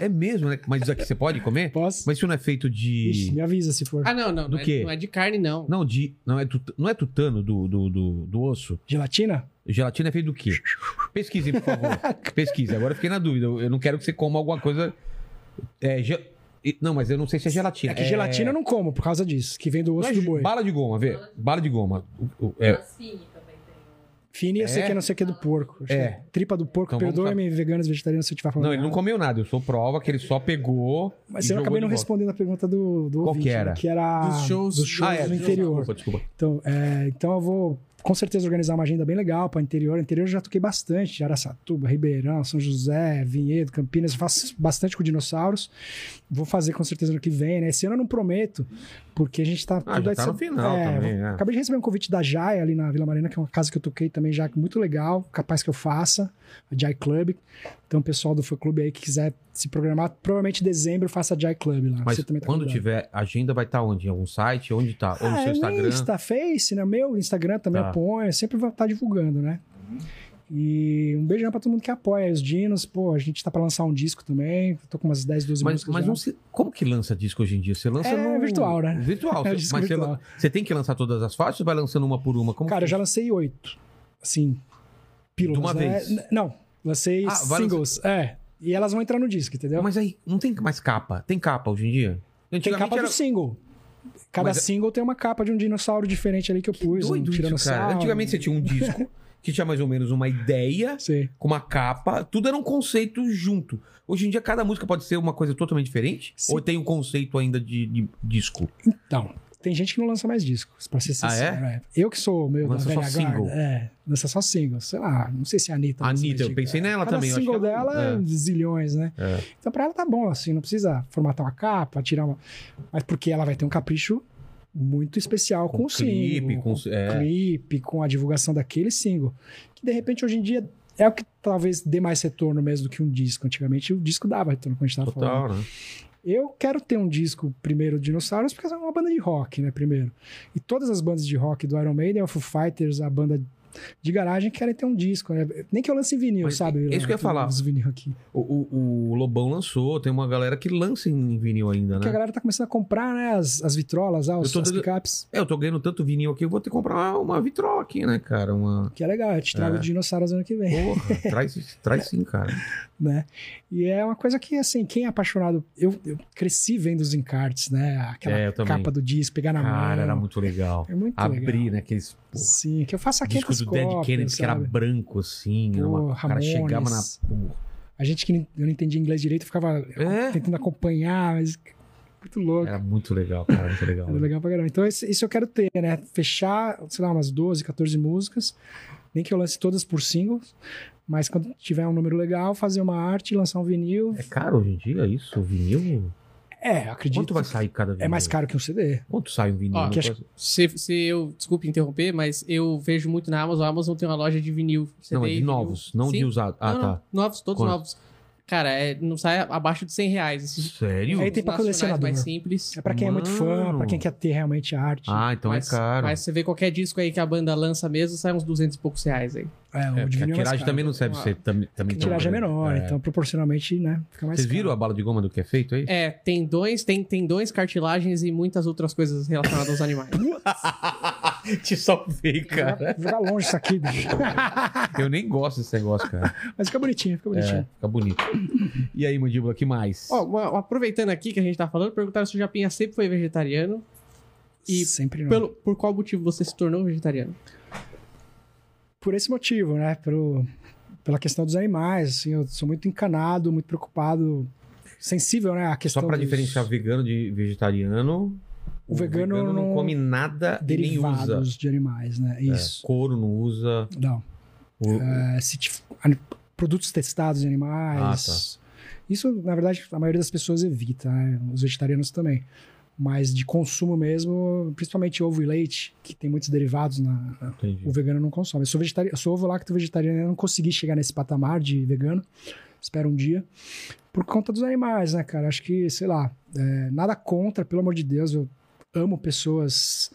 [SPEAKER 1] É mesmo, né? Mas isso aqui você pode comer?
[SPEAKER 3] Posso?
[SPEAKER 1] Mas isso não é feito de.
[SPEAKER 3] Ixi, me avisa se for.
[SPEAKER 2] Ah, não, não.
[SPEAKER 1] Do
[SPEAKER 2] não, é,
[SPEAKER 1] quê?
[SPEAKER 2] não é de carne, não.
[SPEAKER 1] Não, de. Não é, tut- não é tutano do, do, do, do osso.
[SPEAKER 3] Gelatina?
[SPEAKER 1] Gelatina é feito do quê? Pesquisem, por favor. Pesquise. Agora eu fiquei na dúvida. Eu eu não quero que você coma alguma coisa. É, ge- e- Não, mas eu não sei se é gelatina.
[SPEAKER 3] É que gelatina eu não como por causa disso, que vem do
[SPEAKER 1] Não
[SPEAKER 3] osso
[SPEAKER 1] é
[SPEAKER 3] do
[SPEAKER 1] ge-
[SPEAKER 3] boi.
[SPEAKER 1] Bala de goma, vê. Bala de goma. O- o- é,
[SPEAKER 5] Fini também tem.
[SPEAKER 3] Fini, eu sei
[SPEAKER 1] É?
[SPEAKER 3] que é não sei o que do porco. Acho
[SPEAKER 1] É.
[SPEAKER 3] que Tripa do porco,
[SPEAKER 1] Então vamos
[SPEAKER 3] perdoe-me, veganos, vegetarianos, se eu estiver falando.
[SPEAKER 1] Não, ele não
[SPEAKER 3] errado.
[SPEAKER 1] comeu nada. Eu sou prova que ele só pegou.
[SPEAKER 3] Mas
[SPEAKER 1] e
[SPEAKER 3] eu
[SPEAKER 1] jogou
[SPEAKER 3] acabei
[SPEAKER 1] de
[SPEAKER 3] não
[SPEAKER 1] volta.
[SPEAKER 3] respondendo a pergunta do, do
[SPEAKER 1] Qual
[SPEAKER 3] ouvinte,
[SPEAKER 1] que
[SPEAKER 3] né,
[SPEAKER 1] era?
[SPEAKER 3] que era
[SPEAKER 2] Dos shows-
[SPEAKER 3] dos shows
[SPEAKER 2] Ah, é,
[SPEAKER 3] do
[SPEAKER 2] dos
[SPEAKER 3] interior.
[SPEAKER 1] Desculpa, desculpa.
[SPEAKER 3] Então, é, então eu vou com certeza organizar uma agenda bem legal para interior. Interior eu já toquei bastante, Araçatuba, Ribeirão, São José, Vinhedo, Campinas, eu faço bastante com dinossauros. Vou fazer com certeza no que vem, né? Esse ano eu não prometo, porque a gente tá
[SPEAKER 1] Ah, já
[SPEAKER 3] aí
[SPEAKER 1] tá
[SPEAKER 3] de-
[SPEAKER 1] no final também, né?
[SPEAKER 3] Acabei de receber um convite da Jai ali na Vila Marina, que é uma casa que eu toquei também já que muito legal, capaz que eu faça, a Jai Club. Então o pessoal do fã clube aí que quiser se programar, provavelmente em dezembro eu faço a Jai Club lá.
[SPEAKER 1] Mas
[SPEAKER 3] tá
[SPEAKER 1] quando
[SPEAKER 3] convidado.
[SPEAKER 1] tiver, a agenda vai estar onde? Em algum site? Onde tá? Ou no
[SPEAKER 3] Ah,
[SPEAKER 1] seu
[SPEAKER 3] é
[SPEAKER 1] Instagram?
[SPEAKER 3] Insta, Face, né? Meu Instagram também
[SPEAKER 1] Tá.
[SPEAKER 3] apoia, sempre vai estar divulgando, né? E um beijão pra todo mundo que apoia os Dinos. Pô, a gente tá pra lançar um disco também. Tô com umas 10, 12
[SPEAKER 1] Mas,
[SPEAKER 3] músicas
[SPEAKER 1] mas
[SPEAKER 3] já.
[SPEAKER 1] não se- como que lança disco hoje em dia? Você lança
[SPEAKER 3] É
[SPEAKER 1] no...
[SPEAKER 3] virtual, né?
[SPEAKER 1] Virtual.
[SPEAKER 3] É
[SPEAKER 1] Você-
[SPEAKER 3] disco
[SPEAKER 1] mas você
[SPEAKER 3] virtual.
[SPEAKER 1] lan- Você, tem que lançar todas as faixas ou vai lançando uma por uma? Como
[SPEAKER 3] Cara, eu
[SPEAKER 1] que...
[SPEAKER 3] já lancei oito. Assim, pílulas.
[SPEAKER 1] De uma
[SPEAKER 3] né?
[SPEAKER 1] vez?
[SPEAKER 3] N- Não, lancei
[SPEAKER 1] Ah, vai
[SPEAKER 3] singles. É. E elas vão entrar no disco, entendeu?
[SPEAKER 1] Mas aí, não tem mais capa. Tem capa hoje em dia?
[SPEAKER 3] tem capa do single. Cada
[SPEAKER 1] Mas- é-
[SPEAKER 3] single tem uma capa de um dinossauro diferente ali que eu pus. um
[SPEAKER 1] Doido isso, cara.
[SPEAKER 3] tiranossauro.
[SPEAKER 1] Antigamente você tinha um disco que tinha mais ou menos uma ideia
[SPEAKER 3] Sim.
[SPEAKER 1] com uma capa. Tudo era um conceito junto. Hoje em dia, cada música pode ser uma coisa totalmente diferente?
[SPEAKER 3] Sim.
[SPEAKER 1] Ou tem um conceito ainda de, de disco?
[SPEAKER 3] Então, tem gente que não lança mais discos, pra ser
[SPEAKER 1] Ah,
[SPEAKER 3] sincero. é? Eu que sou meio
[SPEAKER 1] Lança
[SPEAKER 3] da velha
[SPEAKER 1] só
[SPEAKER 3] guarda,
[SPEAKER 1] single.
[SPEAKER 3] É, lança só single. Sei lá, não sei se a Anitta... lança
[SPEAKER 1] Anitta,
[SPEAKER 3] mais
[SPEAKER 1] eu
[SPEAKER 3] disco,
[SPEAKER 1] pensei
[SPEAKER 3] é.
[SPEAKER 1] nela
[SPEAKER 3] Cada
[SPEAKER 1] também, eu
[SPEAKER 3] single
[SPEAKER 1] acho que ela-
[SPEAKER 3] dela é
[SPEAKER 1] é.
[SPEAKER 3] zilhões, né?
[SPEAKER 1] É.
[SPEAKER 3] Então pra ela tá bom, assim, não precisa formatar uma capa, tirar uma... Mas porque ela vai ter um capricho muito especial com, o
[SPEAKER 1] clipe,
[SPEAKER 3] single,
[SPEAKER 1] com...
[SPEAKER 3] com o
[SPEAKER 1] É,
[SPEAKER 3] clipe, né, com a divulgação daquele single. Que de repente hoje em dia é o que talvez dê mais retorno mesmo do que um disco. Antigamente o disco dava retorno quando a gente tava falando.
[SPEAKER 1] total, né?
[SPEAKER 3] Eu quero ter um disco primeiro de Dinossauros, porque é uma banda de rock, né? Primeiro. E todas as bandas de rock do Iron Maiden, o Foo Fighters, a banda de garagem, querem ter um disco, né? Nem que eu lance em vinil,
[SPEAKER 1] Mas
[SPEAKER 3] sabe?
[SPEAKER 1] é isso que eu ia
[SPEAKER 3] Tem
[SPEAKER 1] falar.
[SPEAKER 3] uns vinil aqui.
[SPEAKER 1] O, o- o Lobão lançou, tem uma galera que lança em vinil ainda,
[SPEAKER 3] Porque a
[SPEAKER 1] né?
[SPEAKER 3] galera tá começando a comprar, né? As, as vitrolas, ah, os,
[SPEAKER 1] Eu tô
[SPEAKER 3] as
[SPEAKER 1] dando-
[SPEAKER 3] picapes.
[SPEAKER 1] É, eu tô ganhando tanto vinil aqui, eu vou ter que comprar uma vitrola aqui, né, cara? Uma...
[SPEAKER 3] Que é legal, eu te trago
[SPEAKER 1] É.
[SPEAKER 3] de Dinossauros ano que vem,
[SPEAKER 1] Porra, traz, traz sim, cara.
[SPEAKER 3] né? E é uma coisa que, assim, quem é apaixonado... Eu, eu cresci vendo os encartes, né? Aquela
[SPEAKER 1] É, eu também.
[SPEAKER 3] capa do disco, pegar na mão.
[SPEAKER 1] Cara, era muito legal.
[SPEAKER 3] É muito
[SPEAKER 1] Abrir,
[SPEAKER 3] legal.
[SPEAKER 1] né, aqueles... Porra.
[SPEAKER 3] Sim, que eu faço
[SPEAKER 1] O
[SPEAKER 3] aqui
[SPEAKER 1] disco do Dead Kennedy, que era branco, assim. era uma-
[SPEAKER 3] Pô,
[SPEAKER 1] o cara
[SPEAKER 3] Ramones.
[SPEAKER 1] chegava na. Pô,
[SPEAKER 3] A gente que não- eu não entendia inglês direito, ficava
[SPEAKER 1] É?
[SPEAKER 3] tentando acompanhar, mas muito louco.
[SPEAKER 1] Era né? muito legal, cara. Muito legal.
[SPEAKER 3] Era legal pra caramba. Então, esse- isso eu quero ter, né? Fechar, sei lá, umas 12, 14 músicas. Nem que eu lance todas por singles, mas quando tiver um número legal, fazer uma arte, lançar um vinil.
[SPEAKER 1] É caro hoje em dia isso? O vinil?
[SPEAKER 3] É, eu acredito.
[SPEAKER 1] Quanto vai sair cada vinil?
[SPEAKER 3] É mais caro que um CD.
[SPEAKER 1] Quanto sai um vinil?
[SPEAKER 2] Ó,
[SPEAKER 3] que
[SPEAKER 1] não,
[SPEAKER 3] acho-
[SPEAKER 2] Se, se eu, desculpe interromper, mas eu vejo muito na Amazon. A Amazon tem uma loja de vinil. CD,
[SPEAKER 1] não, é de
[SPEAKER 2] vinil.
[SPEAKER 1] novos, não
[SPEAKER 2] Sim.
[SPEAKER 1] de usados. Ah,
[SPEAKER 2] Não, não,
[SPEAKER 1] tá.
[SPEAKER 2] Novos, todos
[SPEAKER 1] Quanto?
[SPEAKER 2] novos. Cara, é, não sai abaixo de 100 reais. Esses
[SPEAKER 1] Sério?
[SPEAKER 3] Aí tem pra
[SPEAKER 2] nacionais
[SPEAKER 3] colecionador.
[SPEAKER 2] mais simples.
[SPEAKER 3] É pra quem é muito fã,
[SPEAKER 1] Mano.
[SPEAKER 3] pra quem quer ter realmente arte.
[SPEAKER 1] Ah, então
[SPEAKER 2] mas,
[SPEAKER 1] é caro.
[SPEAKER 2] Mas você vê qualquer disco aí que a banda lança mesmo, sai uns 200 e poucos reais aí.
[SPEAKER 3] é, o
[SPEAKER 1] É, porque a
[SPEAKER 3] de vinil é mais
[SPEAKER 1] tiragem
[SPEAKER 3] caro.
[SPEAKER 1] também não serve
[SPEAKER 2] Ah,
[SPEAKER 1] ser. Também, também
[SPEAKER 3] A
[SPEAKER 1] tão
[SPEAKER 3] tiragem é
[SPEAKER 1] grande. né?
[SPEAKER 3] menor, então proporcionalmente, né? Fica mais
[SPEAKER 1] Vocês
[SPEAKER 3] caro.
[SPEAKER 1] viram a bala de goma do que é feito aí?
[SPEAKER 2] É, tendões, tem tendões, cartilagens e muitas outras coisas relacionadas aos animais.
[SPEAKER 1] Te salvei,
[SPEAKER 3] Vai- Vai longe isso aqui, bicho.
[SPEAKER 1] Eu nem gosto desse negócio, cara.
[SPEAKER 3] Mas fica bonitinho, fica bonitinho.
[SPEAKER 1] É, fica bonito. E aí, mandíbula, que mais?
[SPEAKER 2] Ó, uma- aproveitando aqui que a gente tá falando, perguntaram se o Japinha sempre foi vegetariano. E
[SPEAKER 3] sempre não.
[SPEAKER 2] Pelo, por qual motivo você se tornou vegetariano?
[SPEAKER 3] por esse motivo, né? Pelo, pela questão dos animais, assim, eu sou muito encanado, muito preocupado, sensível, né? A
[SPEAKER 1] Só
[SPEAKER 3] questão
[SPEAKER 1] pra
[SPEAKER 3] dos
[SPEAKER 1] diferenciar vegano de vegetariano.
[SPEAKER 3] O vegano
[SPEAKER 1] não,
[SPEAKER 3] não-
[SPEAKER 1] come nada e nem usa. É.
[SPEAKER 3] derivados de animais, né? Isso.
[SPEAKER 1] Couro não usa.
[SPEAKER 3] Não.
[SPEAKER 1] O-
[SPEAKER 3] É, se tif- ani- produtos testados em
[SPEAKER 1] Ah,
[SPEAKER 3] animais.
[SPEAKER 1] tá.
[SPEAKER 3] Isso, na verdade, a maioria das pessoas evita, né? os vegetarianos também. Mas de consumo mesmo, principalmente ovo e leite, que tem muitos derivados na,
[SPEAKER 1] Entendi.
[SPEAKER 3] o vegano não consome. Eu sou, vegetari... eu sou ovo lacto vegetariano, eu não consegui chegar nesse patamar de vegano. Espero um dia. Por conta dos animais, né, cara? Acho que, sei lá, é, nada contra, pelo amor de Deus, eu amo pessoas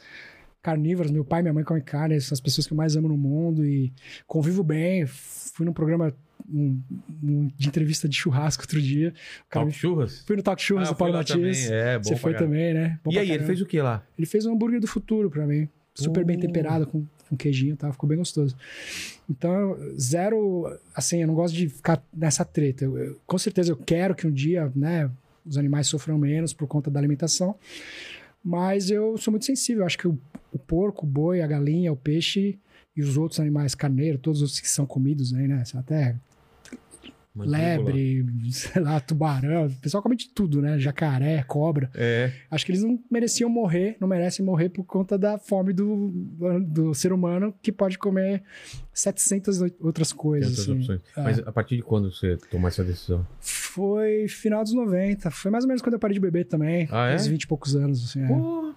[SPEAKER 3] carnívoras. Meu pai e minha mãe comem carne, são as pessoas que eu mais amo no mundo e convivo bem. Fui num programa um- um de entrevista de churrasco outro dia. O cara
[SPEAKER 1] Caldo
[SPEAKER 3] me-
[SPEAKER 1] de churras?
[SPEAKER 3] Fui no Talk Churras
[SPEAKER 1] Ah,
[SPEAKER 3] do Paulo
[SPEAKER 1] fui lá
[SPEAKER 3] Matias.
[SPEAKER 1] também, É, bom
[SPEAKER 3] Você
[SPEAKER 1] pra
[SPEAKER 3] foi
[SPEAKER 1] caralho.
[SPEAKER 3] também, né? Bom
[SPEAKER 1] E
[SPEAKER 3] pra
[SPEAKER 1] aí, ele
[SPEAKER 3] caramba.
[SPEAKER 1] fez o que lá?
[SPEAKER 3] Ele fez um hambúrguer do futuro pra mim. Super bem
[SPEAKER 1] Hum.
[SPEAKER 3] temperado, com, com queijinho, tá? Ficou bem gostoso. Então, zero. Assim, eu não gosto de ficar nessa treta. Eu- eu- com certeza eu quero que um dia, né, os animais sofram menos por conta da alimentação. Mas eu sou muito sensível. Eu acho que o, o porco, o boi, a galinha, o peixe e os outros animais, carneiro, todos os outros que são comidos aí, né? Até
[SPEAKER 1] Mandíbula.
[SPEAKER 3] lebre, sei lá, tubarão. O pessoal come de tudo, né? Jacaré, cobra.
[SPEAKER 1] É.
[SPEAKER 3] Acho que eles não mereciam morrer, não merecem morrer por conta da fome do, do ser humano que pode comer 700 outras
[SPEAKER 1] Tem
[SPEAKER 3] coisas.
[SPEAKER 1] outras
[SPEAKER 3] assim.
[SPEAKER 1] opções. Mas a partir de quando você tomou essa decisão?
[SPEAKER 3] Foi final dos 90, foi mais ou menos quando eu parei de beber também,
[SPEAKER 1] Ah, é?
[SPEAKER 3] uns 20 e poucos anos, assim, é,
[SPEAKER 1] Porra.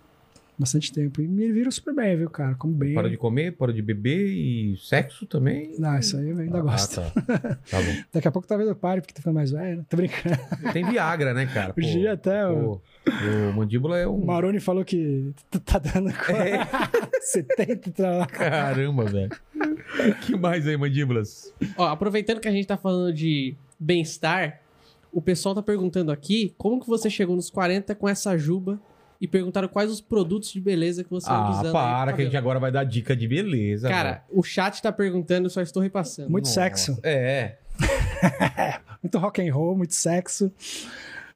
[SPEAKER 3] bastante tempo. E me viram super bem, viu, cara? Como bem.
[SPEAKER 1] Para de comer, para de beber e sexo também?
[SPEAKER 3] Não, isso aí eu ainda
[SPEAKER 1] Ah,
[SPEAKER 3] gosto.
[SPEAKER 1] tá. Tá bom.
[SPEAKER 3] Daqui a pouco talvez eu pare, porque tô ficando mais velho. né? Tô brincando.
[SPEAKER 1] Tem Viagra, né, cara?
[SPEAKER 3] Hoje em dia até o-
[SPEAKER 1] pô, o mandíbula é
[SPEAKER 3] O
[SPEAKER 1] um.
[SPEAKER 3] Maroni falou que tu tá dando
[SPEAKER 1] É.
[SPEAKER 3] 70 tá lá.
[SPEAKER 1] Caramba, velho. que mais aí, mandíbulas?
[SPEAKER 2] Ó, aproveitando que a gente tá falando de bem-estar, o pessoal tá perguntando aqui como que você chegou nos 40 com essa juba e perguntaram quais os produtos de beleza que você anda
[SPEAKER 1] Ah,
[SPEAKER 2] usando. aí pro
[SPEAKER 3] tá
[SPEAKER 1] para, que a gente
[SPEAKER 2] cabelo.
[SPEAKER 1] agora vai dar dica de beleza.
[SPEAKER 2] Cara, o chat tá perguntando, eu só estou repassando.
[SPEAKER 3] Muito
[SPEAKER 1] Nossa.
[SPEAKER 3] sexo.
[SPEAKER 1] É.
[SPEAKER 3] muito rock and roll, muito sexo,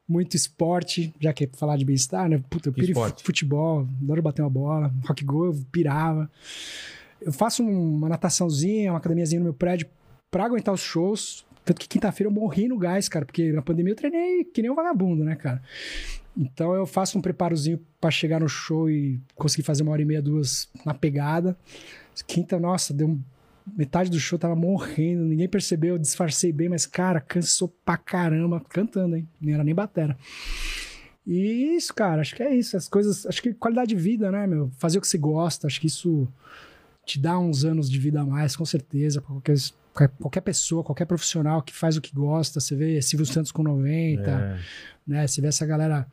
[SPEAKER 3] muito esporte, já que é pra falar de bem-estar, né? Puta, eu
[SPEAKER 1] Que
[SPEAKER 3] piro em
[SPEAKER 1] esporte?
[SPEAKER 3] fu- futebol, adoro bater uma bola, rock go, eu pirava. Eu faço um- uma nataçãozinha, uma academiazinha no meu prédio pra aguentar os shows. Tanto que quinta-feira eu morri no gás, cara, porque na pandemia eu treinei que nem um vagabundo, né, cara? Então eu faço um preparozinho pra chegar no show e conseguir fazer uma hora e meia, duas na pegada. Quinta, nossa, deu um- metade do show, tava morrendo, ninguém percebeu, eu disfarcei bem, mas cara, cansou pra caramba, cantando, hein? Não era nem batera. E é isso, cara, acho que é isso. As coisas. Acho que qualidade de vida, né, meu? Fazer o que você gosta, acho que isso te dá uns anos de vida a mais, com certeza. pra Qualquer, qualquer- qualquer pessoa, qualquer profissional que faz o que gosta. Você vê Silvio Santos com 90,
[SPEAKER 1] É.
[SPEAKER 3] né? Você vê essa galera.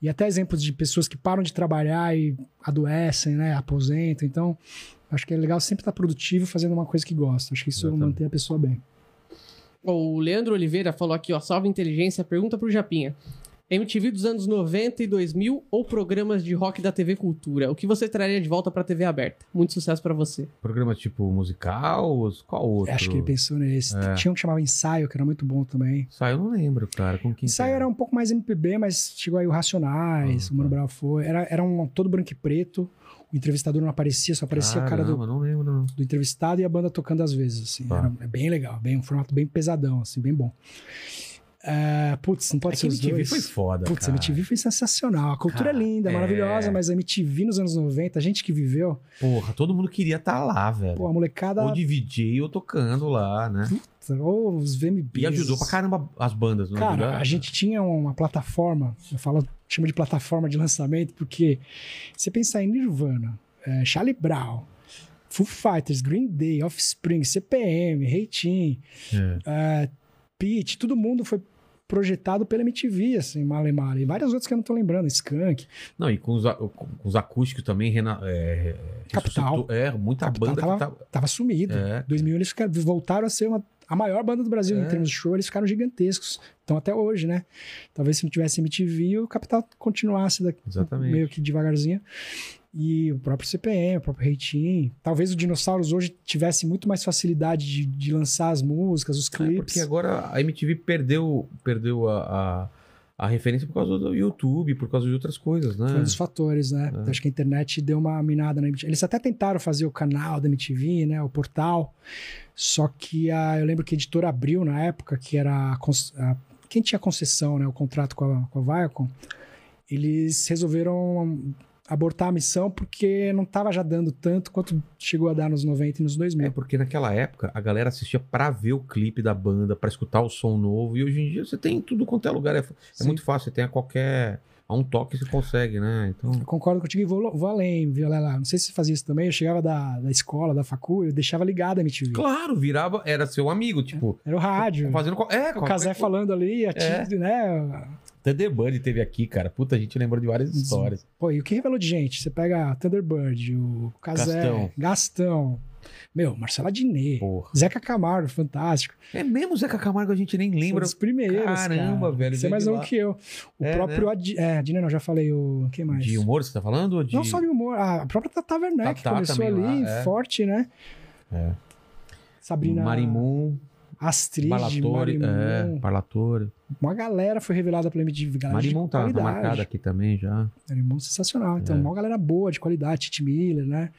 [SPEAKER 3] E até exemplos de pessoas que param de trabalhar e adoecem, né? Aposentam. Então, acho que é legal sempre estar produtivo fazendo uma coisa que gosta. Acho que isso
[SPEAKER 1] Exatamente.
[SPEAKER 3] mantém a pessoa bem.
[SPEAKER 2] O Leandro Oliveira falou aqui, ó, salve inteligência, pergunta pro Japinha. MTV dos anos 90 e 2000 ou programas de rock da TV Cultura? O que você traria de volta pra TV aberta? Muito sucesso pra você.
[SPEAKER 1] Programa tipo musical? ou Qual outro? É.
[SPEAKER 3] Acho que ele pensou nesse. Tinha um que chamava ensaio, que era muito bom também.
[SPEAKER 1] Ensaio eu não lembro, cara. Com quem é.
[SPEAKER 3] Ensaio era um pouco mais MPB, mas chegou aí o Racionais,
[SPEAKER 1] Ah,
[SPEAKER 3] o Mano
[SPEAKER 1] tá.
[SPEAKER 3] Brown foi. Era, era um todo branco e preto. O entrevistador não aparecia, só aparecia o cara do,
[SPEAKER 1] Caramba, não lembro, não.
[SPEAKER 3] do entrevistado e a banda tocando às vezes, assim.
[SPEAKER 1] Tá.
[SPEAKER 3] Era- é bem legal, bem, um formato bem pesadão, assim, bem bom. É, putz, não pode
[SPEAKER 1] É que
[SPEAKER 3] ser os
[SPEAKER 1] MTV
[SPEAKER 3] dois.
[SPEAKER 1] foi foda,
[SPEAKER 3] Putz, a
[SPEAKER 1] cara.
[SPEAKER 3] MTV foi sensacional. A cultura
[SPEAKER 1] Cara,
[SPEAKER 3] é linda,
[SPEAKER 1] é.
[SPEAKER 3] maravilhosa, mas a MTV nos anos 90, a gente que viveu,
[SPEAKER 1] Porra, todo mundo queria estar lá, velho.
[SPEAKER 3] pô, a molecada...
[SPEAKER 1] Ou de DJ ou tocando lá, né?
[SPEAKER 3] Ou os VMBs.
[SPEAKER 1] E ajudou pra caramba as bandas, não ajudou?
[SPEAKER 3] Cara, a gente tinha uma plataforma, eu falo, chamo de plataforma de lançamento, porque você pensar em Nirvana, eh, Charlie Brown, Foo Fighters, Green Day, Offspring, CPM, Reitinho,
[SPEAKER 1] É.
[SPEAKER 3] Pete, todo mundo foi projetado pela MTV, assim, Malemar, e vários outros que eu não tô lembrando, Skank.
[SPEAKER 1] Não, e com os, a- com os acústicos também, Rena, é, é,
[SPEAKER 3] Capital.
[SPEAKER 1] ressuscitou- É, muita
[SPEAKER 3] Capital
[SPEAKER 1] banda
[SPEAKER 3] tava-
[SPEAKER 1] que
[SPEAKER 3] Tava sumido.
[SPEAKER 1] tava. É,
[SPEAKER 3] 2000 eles ficaram- voltaram a ser uma- a maior banda do Brasil
[SPEAKER 1] É.
[SPEAKER 3] em termos de show, eles ficaram gigantescos. Então até hoje, né? Talvez se não tivesse MTV, o Capital continuasse da,
[SPEAKER 1] exatamente.
[SPEAKER 3] meio que devagarzinho. E o próprio CPM, o próprio Reitinho. Talvez o Dinossauros hoje tivesse muito mais facilidade de, de lançar as músicas, os
[SPEAKER 1] É,
[SPEAKER 3] clipes.
[SPEAKER 1] porque agora a MTV perdeu, perdeu a, a, a referência por causa do YouTube, por causa de outras coisas, né?
[SPEAKER 3] Foi um dos fatores, né?
[SPEAKER 1] É.
[SPEAKER 3] Eu Acho que a internet deu uma minada na MTV. Eles até tentaram fazer o canal da MTV, né? O portal. Só que a, eu lembro que a editora abriu na época, que era a cons- a- quem tinha concessão, né? O contrato com a, com a Viacom. Eles resolveram abortar a missão porque não estava já dando tanto quanto chegou a dar nos 90 e nos 2000.
[SPEAKER 1] É porque naquela época a galera assistia pra ver o clipe da banda, pra escutar o som novo. E hoje em dia você tem em tudo quanto é lugar. É, fa- é
[SPEAKER 3] Sim.
[SPEAKER 1] muito fácil, você tem a qualquer. A um toque você consegue, né? Então.
[SPEAKER 3] Eu concordo contigo e vou, lo- vou além, viu, Lela? Não sei se você fazia isso também. Eu chegava da, da escola, da facu, eu deixava ligada a MTV.
[SPEAKER 1] Claro, virava. Era seu amigo, tipo.
[SPEAKER 3] Era o É. rádio.
[SPEAKER 1] Fazendo. qual- É,
[SPEAKER 3] O Casé falando ali, a
[SPEAKER 1] É.
[SPEAKER 3] Tito, né?
[SPEAKER 1] Thunderbird teve aqui, cara. Puta, a gente lembrou de várias histórias.
[SPEAKER 3] Pô, e o que revelou de gente? Você pega Thunderbird, o Casé,
[SPEAKER 1] Gastão.
[SPEAKER 3] Gastão. Meu, Marcela Diné,
[SPEAKER 1] Porra.
[SPEAKER 3] Zeca Camargo, fantástico.
[SPEAKER 1] É mesmo Zeca Camargo, a gente nem
[SPEAKER 3] Foi
[SPEAKER 1] lembra.
[SPEAKER 3] dos primeiros,
[SPEAKER 1] Caramba,
[SPEAKER 3] cara.
[SPEAKER 1] velho,
[SPEAKER 3] Você
[SPEAKER 1] veio
[SPEAKER 3] é mais
[SPEAKER 1] de
[SPEAKER 3] novo
[SPEAKER 1] lá.
[SPEAKER 3] que eu. O
[SPEAKER 1] É,
[SPEAKER 3] próprio... Adi- É, Diné não, já falei o... Quem mais?
[SPEAKER 1] De humor, você tá falando? Ou de...
[SPEAKER 3] Não só de humor. A própria Tata Werneck
[SPEAKER 1] Tata
[SPEAKER 3] começou
[SPEAKER 1] também
[SPEAKER 3] ali,
[SPEAKER 1] lá, é.
[SPEAKER 3] forte, né?
[SPEAKER 1] É.
[SPEAKER 3] Sabrina...
[SPEAKER 1] Marimum,
[SPEAKER 3] Astrid,
[SPEAKER 1] Balatore. É,
[SPEAKER 3] Marimum.
[SPEAKER 1] Parlatore.
[SPEAKER 3] Uma galera foi revelada pela MTV. Galera de
[SPEAKER 1] Marimum tá, tá
[SPEAKER 3] qualidade.
[SPEAKER 1] marcado aqui também já.
[SPEAKER 3] Marimum sensacional. Então,
[SPEAKER 1] É.
[SPEAKER 3] uma galera boa, de qualidade. Titi Miller, né?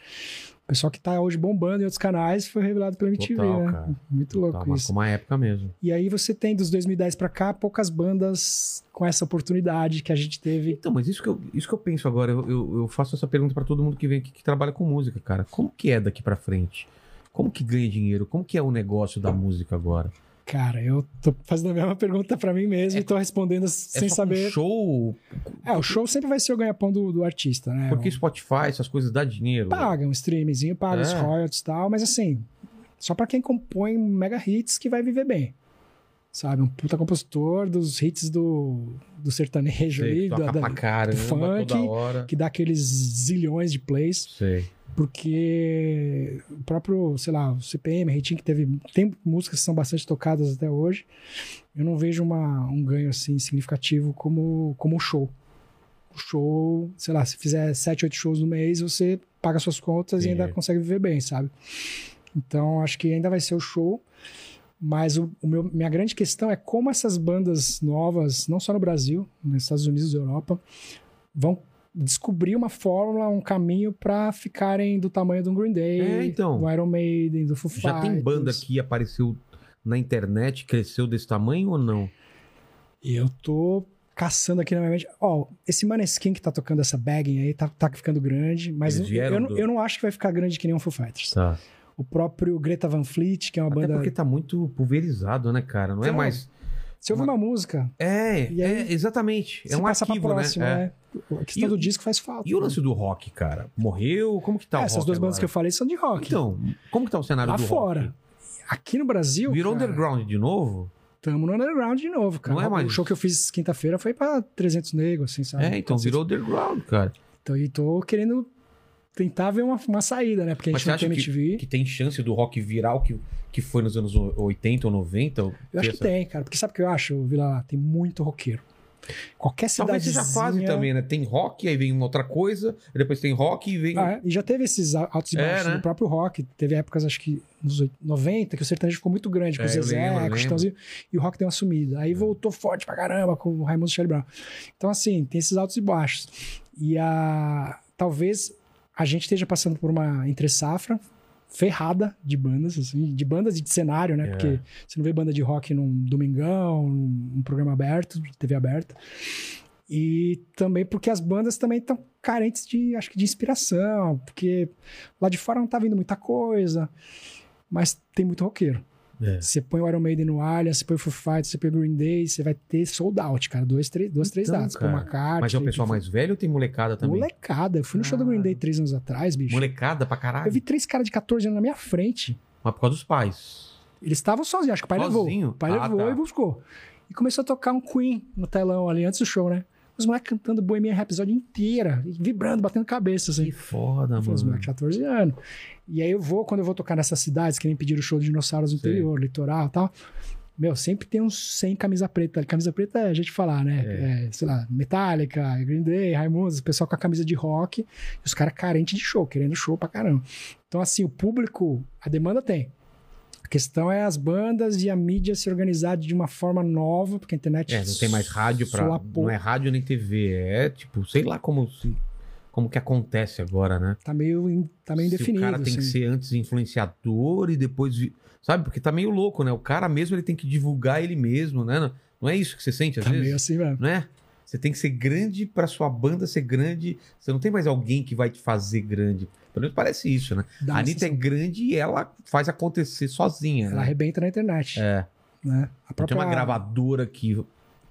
[SPEAKER 3] O pessoal que tá hoje bombando em outros canais foi revelado pela MTV,
[SPEAKER 1] Total,
[SPEAKER 3] né?
[SPEAKER 1] cara.
[SPEAKER 3] Muito
[SPEAKER 1] Total,
[SPEAKER 3] louco
[SPEAKER 1] Tá marcou
[SPEAKER 3] isso.
[SPEAKER 1] uma época mesmo.
[SPEAKER 3] E aí você tem, dos 2010 pra cá, poucas bandas com essa oportunidade que a gente teve.
[SPEAKER 1] Então, mas isso que eu, isso que eu penso agora, eu, eu- eu faço essa pergunta pra todo mundo que vem aqui que trabalha com música, cara. Como que é daqui pra frente? Como que ganha dinheiro? Como que é o negócio da música agora?
[SPEAKER 3] Cara, eu tô fazendo a mesma pergunta pra mim mesmo
[SPEAKER 1] É-
[SPEAKER 3] e tô respondendo sem
[SPEAKER 1] é só com
[SPEAKER 3] saber.
[SPEAKER 1] show?
[SPEAKER 3] É, o show sempre vai ser o ganha-pão do, do artista, né?
[SPEAKER 1] Porque Spotify, essas coisas dá dinheiro. né?
[SPEAKER 3] paga um streamzinho, paga os
[SPEAKER 1] É.
[SPEAKER 3] royalties e tal, mas assim, só pra quem compõe mega hits que vai viver bem. Sabe, um puta compositor dos hits do, do sertanejo
[SPEAKER 1] Sei,
[SPEAKER 3] ali,
[SPEAKER 1] toca
[SPEAKER 3] da, da-
[SPEAKER 1] pra caramba,
[SPEAKER 3] funk,
[SPEAKER 1] toda hora.
[SPEAKER 3] que dá aqueles zilhões de plays,
[SPEAKER 1] Sei.
[SPEAKER 3] porque o próprio, sei lá, o CPM, Reitinho, que teve. Tem músicas que são bastante tocadas até hoje. Eu não vejo uma, um ganho assim significativo como como o show. O show, sei lá, se fizer 7, 8 shows no mês, você paga suas contas e
[SPEAKER 1] Entendi.
[SPEAKER 3] ainda consegue viver bem, sabe? Então, acho que ainda vai ser o show. Mas o, o meu, minha grande questão é como essas bandas novas, não só no Brasil, nos Estados Unidos e Europa, vão descobrir uma fórmula, um caminho pra ficarem do tamanho do Green Day,
[SPEAKER 1] É, então.
[SPEAKER 3] do Iron Maiden, do Foo Fighters.
[SPEAKER 1] Já tem banda que apareceu na internet, cresceu desse tamanho ou não?
[SPEAKER 3] E eu tô caçando aqui na minha mente. Ó, esse Maneskin que tá tocando essa bagging aí tá, tá ficando grande, mas
[SPEAKER 1] Eles
[SPEAKER 3] eu,
[SPEAKER 1] vieram
[SPEAKER 3] eu não-
[SPEAKER 1] do-
[SPEAKER 3] eu não acho que vai ficar grande que nem um Foo Fighters.
[SPEAKER 1] Tá.
[SPEAKER 3] O próprio Greta Van Fleet, que é uma
[SPEAKER 1] Até
[SPEAKER 3] banda.
[SPEAKER 1] porque tá muito pulverizado, né, cara? Não é
[SPEAKER 3] Então,
[SPEAKER 1] mais
[SPEAKER 3] Você ouve uma música,
[SPEAKER 1] É,
[SPEAKER 3] E aí,
[SPEAKER 1] é, exatamente. É
[SPEAKER 3] você
[SPEAKER 1] um
[SPEAKER 3] passa
[SPEAKER 1] arquivo,
[SPEAKER 3] pra
[SPEAKER 1] né?
[SPEAKER 3] próxima,
[SPEAKER 1] É.
[SPEAKER 3] né? A questão
[SPEAKER 1] E o-
[SPEAKER 3] do disco faz falta.
[SPEAKER 1] E o
[SPEAKER 3] né?
[SPEAKER 1] lance do rock, cara? Morreu? Como que tá
[SPEAKER 3] É,
[SPEAKER 1] o rock
[SPEAKER 3] essas duas bandas que eu
[SPEAKER 1] agora?
[SPEAKER 3] falei são de rock.
[SPEAKER 1] Então, como que tá o cenário
[SPEAKER 3] lá
[SPEAKER 1] do
[SPEAKER 3] fora.
[SPEAKER 1] rock?
[SPEAKER 3] Aqui no Brasil.
[SPEAKER 1] Virou
[SPEAKER 3] cara,
[SPEAKER 1] underground de novo?
[SPEAKER 3] Tamo no underground de novo, cara.
[SPEAKER 1] Não é mais
[SPEAKER 3] O show que eu fiz quinta-feira foi pra 300 negros, assim, sabe?
[SPEAKER 1] é, então
[SPEAKER 3] 400.
[SPEAKER 1] virou underground, cara.
[SPEAKER 3] Então, e tô querendo tentar ver uma, uma saída, né? Porque a
[SPEAKER 1] Mas
[SPEAKER 3] gente não
[SPEAKER 1] você
[SPEAKER 3] tem
[SPEAKER 1] acha
[SPEAKER 3] MTV.
[SPEAKER 1] Que tem chance do rock viral que, que foi nos anos 80 ou 90?
[SPEAKER 3] Eu acho que tem, cara. Porque sabe o que eu acho, Vila? Tem muito roqueiro. Qualquer
[SPEAKER 1] Talvez
[SPEAKER 3] cidade.
[SPEAKER 1] seja fase também, né? Tem rock, aí vem uma outra coisa, aí depois tem rock e vem.
[SPEAKER 3] Ah, é. E já teve esses a- altos e
[SPEAKER 1] É,
[SPEAKER 3] baixos
[SPEAKER 1] né?
[SPEAKER 3] do próprio rock. Teve épocas, acho que nos oit- 90, que o sertanejo ficou muito grande, com
[SPEAKER 1] É,
[SPEAKER 3] o
[SPEAKER 1] eu
[SPEAKER 3] Zezé,
[SPEAKER 1] lembro, É. eu
[SPEAKER 3] com o Chitãozinho, e o rock deu uma sumida. Aí voltou forte pra caramba com o Raimundo Charlie Brown. Então, assim, tem esses altos e baixos. E a... talvez a gente esteja passando por uma entre-safra ferrada de bandas, assim, de bandas e de cenário, né?
[SPEAKER 1] É.
[SPEAKER 3] Porque você não vê banda de rock num domingão, num num programa aberto, de TV aberta. E também porque as bandas também estão carentes de, acho que, de inspiração, porque lá de fora não tá vindo muita coisa, mas tem muito roqueiro.
[SPEAKER 1] É.
[SPEAKER 3] Você põe o Iron Maiden no Alien, você põe o Foo Fighters, você põe o Green Day, você vai ter sold out, cara. Dois, três, duas, três
[SPEAKER 1] Então,
[SPEAKER 3] datas. Você põe
[SPEAKER 1] cara.
[SPEAKER 3] uma carta.
[SPEAKER 1] Mas é o pessoal mais velho ou tem molecada também?
[SPEAKER 3] Molecada. Eu fui no show do Green Day três anos atrás, bicho.
[SPEAKER 1] Molecada pra
[SPEAKER 3] Eu
[SPEAKER 1] caralho.
[SPEAKER 3] vi três caras de 14 anos na minha frente.
[SPEAKER 1] Mas por causa dos pais.
[SPEAKER 3] Eles estavam sozinhos, acho que o pai
[SPEAKER 1] Sozinho?
[SPEAKER 3] levou. O pai
[SPEAKER 1] Ah,
[SPEAKER 3] levou
[SPEAKER 1] tá.
[SPEAKER 3] e buscou. E começou a tocar um Queen no telão ali, antes do show, né? Os moleques cantando Bohemian Rhapsody inteira, e vibrando, batendo cabeça, assim.
[SPEAKER 1] Que foda,
[SPEAKER 3] Eu falei, os
[SPEAKER 1] mano.
[SPEAKER 3] moleques, 14 anos. E aí eu vou, quando eu vou tocar nessas cidades, que nem pediram show de dinossauros no
[SPEAKER 1] Sim.
[SPEAKER 3] interior, litoral e tal. Meu, sempre tem uns 100 camisa preta. Camisa preta é a gente falar, né? É, sei lá, Metallica, Green Day, Raimundos, o pessoal com a camisa de rock. E os caras carentes de show, querendo show pra caramba. Então, assim, o público, a demanda tem. A questão é as bandas e a mídia se organizar de uma forma nova, porque a internet.
[SPEAKER 1] É, não tem mais rádio pra.
[SPEAKER 3] soa
[SPEAKER 1] Não
[SPEAKER 3] pouco.
[SPEAKER 1] é rádio nem TV. É tipo, sei lá como, se- como que acontece agora, né?
[SPEAKER 3] Tá meio, in- tá meio
[SPEAKER 1] Se
[SPEAKER 3] indefinido.
[SPEAKER 1] O cara tem
[SPEAKER 3] assim.
[SPEAKER 1] que ser antes influenciador e depois. vi- Sabe? Porque tá meio louco, né? O cara mesmo ele tem que divulgar ele mesmo, né? Não- Não é isso que você sente às
[SPEAKER 3] Tá
[SPEAKER 1] vezes?
[SPEAKER 3] meio assim mesmo.
[SPEAKER 1] Não é? Você tem que ser grande pra sua banda ser grande. Você não tem mais alguém que vai te fazer grande. Pelo menos parece isso, né?
[SPEAKER 3] Dá
[SPEAKER 1] a
[SPEAKER 3] uma
[SPEAKER 1] Anitta
[SPEAKER 3] sensação.
[SPEAKER 1] é grande e ela faz acontecer sozinha.
[SPEAKER 3] Ela
[SPEAKER 1] né?
[SPEAKER 3] arrebenta na internet.
[SPEAKER 1] É.
[SPEAKER 3] né? A
[SPEAKER 1] Não tem
[SPEAKER 3] própria-
[SPEAKER 1] uma gravadora que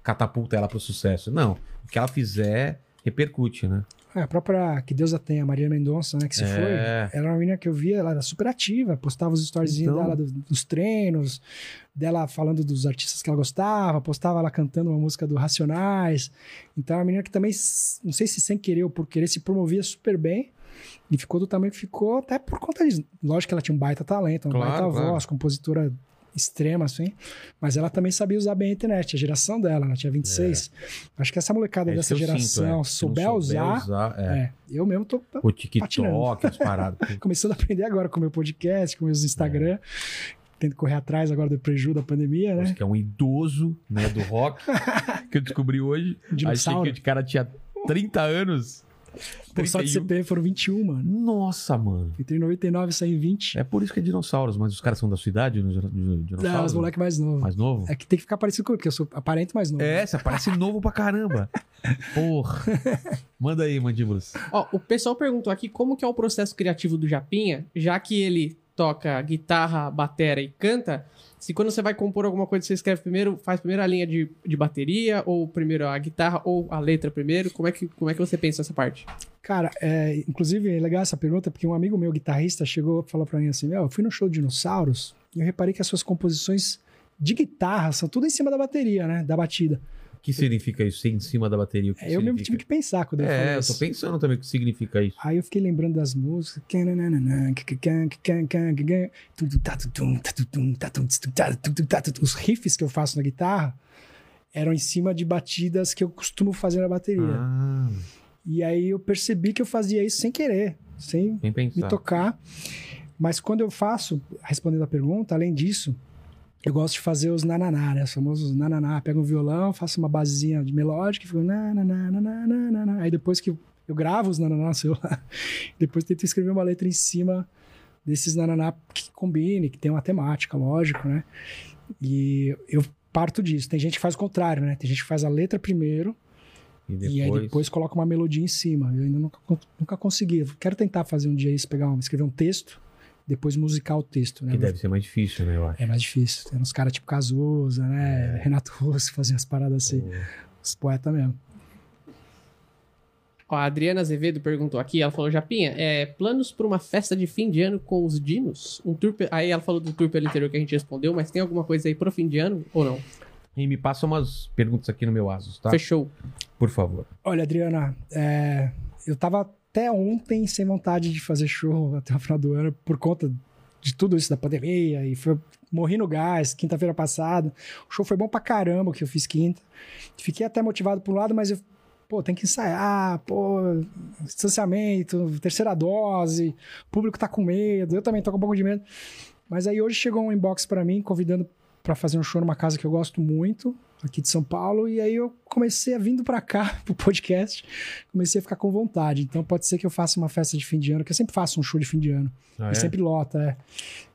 [SPEAKER 1] catapulta ela pro sucesso. Não. O que ela fizer repercute, né?
[SPEAKER 3] É, a própria, que Deus a tenha, a Maria Mendonça, né, que se
[SPEAKER 1] É.
[SPEAKER 3] foi. Ela era uma menina que eu via, ela era super ativa, postava os storyzinhos
[SPEAKER 1] Então.
[SPEAKER 3] dela do- dos treinos, dela falando dos artistas que ela gostava, postava ela cantando uma música do Racionais. Então, é uma menina que também, s- não sei se sem querer ou por querer, se promovia super bem. E ficou do tamanho que ficou, até por conta disso. Lógico que ela tinha um baita talento, uma
[SPEAKER 1] Claro,
[SPEAKER 3] baita
[SPEAKER 1] claro.
[SPEAKER 3] voz, compositora extrema, assim. Mas ela também sabia usar bem a internet, a geração dela, ela tinha 26. Acho que essa molecada
[SPEAKER 1] É isso
[SPEAKER 3] dessa
[SPEAKER 1] que eu sinto, é. Se
[SPEAKER 3] geração
[SPEAKER 1] não
[SPEAKER 3] souber usar,
[SPEAKER 1] é.
[SPEAKER 3] é, eu mesmo tô
[SPEAKER 1] O TikTok,
[SPEAKER 3] Patinando.
[SPEAKER 1] as paradas.
[SPEAKER 3] começando a aprender agora com o meu podcast, com o meu Instagram. Tento correr atrás agora do preju da pandemia,
[SPEAKER 1] Você
[SPEAKER 3] né?
[SPEAKER 1] que é um idoso, né, do rock, que eu descobri hoje.
[SPEAKER 3] Dinossauro.
[SPEAKER 1] Achei que o cara tinha 30 anos.
[SPEAKER 3] Pô, só de
[SPEAKER 1] 31.
[SPEAKER 3] CPF foram 21, mano.
[SPEAKER 1] Nossa, mano.
[SPEAKER 3] Entrei em 99 e saí em 20.
[SPEAKER 1] É por isso que é dinossauros, mas os caras são da sua idade, no- no- no- dinossauros?
[SPEAKER 3] Não, Ah, os moleque mais novo.
[SPEAKER 1] Mais novo?
[SPEAKER 3] É que tem que ficar parecido comigo, porque eu sou aparente mais novo.
[SPEAKER 1] É, você parece novo pra caramba. Porra. Manda aí, mandíbulas.
[SPEAKER 2] Ó, o pessoal perguntou aqui como que é o processo criativo do Japinha, já que ele toca guitarra, batera e canta, se quando você vai compor alguma coisa, você escreve primeiro, faz primeiro a linha de, de bateria, ou primeiro a guitarra, ou a letra primeiro, como é que, como é que você pensa nessa parte?
[SPEAKER 3] Cara, é, inclusive é legal essa pergunta, porque um amigo meu, guitarrista, chegou e falou pra mim assim: Meu, eu fui no show de dinossauros e eu reparei que as suas composições de guitarra são tudo em cima da bateria, né? Da batida.
[SPEAKER 1] O que significa isso? Ser em cima da bateria? O que
[SPEAKER 3] É, eu mesmo tive
[SPEAKER 1] significa?
[SPEAKER 3] que pensar quando eu falei
[SPEAKER 1] É, eu
[SPEAKER 3] isso.
[SPEAKER 1] tô pensando também o que significa isso.
[SPEAKER 3] Aí eu fiquei lembrando das músicas. tá, Os riffs que eu faço na guitarra eram em cima de batidas que eu costumo fazer na bateria.
[SPEAKER 1] Ah,
[SPEAKER 3] E aí eu percebi que eu fazia isso sem querer, sem
[SPEAKER 1] bem
[SPEAKER 3] me
[SPEAKER 1] pensado.
[SPEAKER 3] tocar. Mas quando eu faço, respondendo a pergunta, além disso, eu gosto de fazer os nananá, né? Os famosos nananá. Pego um violão, faço uma basezinha de melódica e fico nananá, nananá, nananá. Aí depois que eu gravo os nananá no celular, depois tento escrever uma letra em cima desses nananá que combine, que tem uma temática, lógico, né? E eu parto disso. Tem gente que faz o contrário, né? Tem gente que faz a letra primeiro,
[SPEAKER 1] E
[SPEAKER 3] e aí depois coloca uma melodia em cima. Eu ainda nunca, con- nunca consegui. Eu Quero tentar fazer um dia isso, pegar um, escrever um texto depois musicar o texto, né?
[SPEAKER 1] Que deve ser mais difícil, né, eu acho.
[SPEAKER 3] É mais difícil. Tem uns caras tipo Cazuza,
[SPEAKER 1] É.
[SPEAKER 3] né? Renato Russo fazendo as paradas assim. Os poetas mesmo.
[SPEAKER 2] Ó, a Adriana Azevedo perguntou aqui, ela falou, Japinha, é, planos para uma festa de fim de ano com os dinos? Um tour pe- Aí ela falou do tour pelo interior que a gente respondeu, mas tem alguma coisa aí pro fim de ano ou não?
[SPEAKER 1] E me passa umas perguntas aqui no meu Asus, tá?
[SPEAKER 2] Fechou.
[SPEAKER 1] Por favor.
[SPEAKER 3] Olha, Adriana, é, eu tava até ontem sem vontade de fazer show até o final do ano por conta de tudo isso da pandemia e foi, morri no gás quinta-feira passada. O show foi bom pra caramba que eu fiz quinta. Fiquei até motivado por um lado, mas eu, pô, tem que ensaiar, pô, distanciamento, terceira dose, o público tá com medo, eu também tô com um pouco de medo. Mas aí hoje chegou um inbox pra mim convidando pra fazer um show numa casa que eu gosto muito, aqui de São Paulo, e aí eu comecei a vindo pra cá pro podcast, comecei a ficar com vontade. Então pode ser que eu faça uma festa de fim de ano, que eu sempre faço um show de fim de ano,
[SPEAKER 1] Ah,
[SPEAKER 3] e
[SPEAKER 1] é?
[SPEAKER 3] sempre lota, é.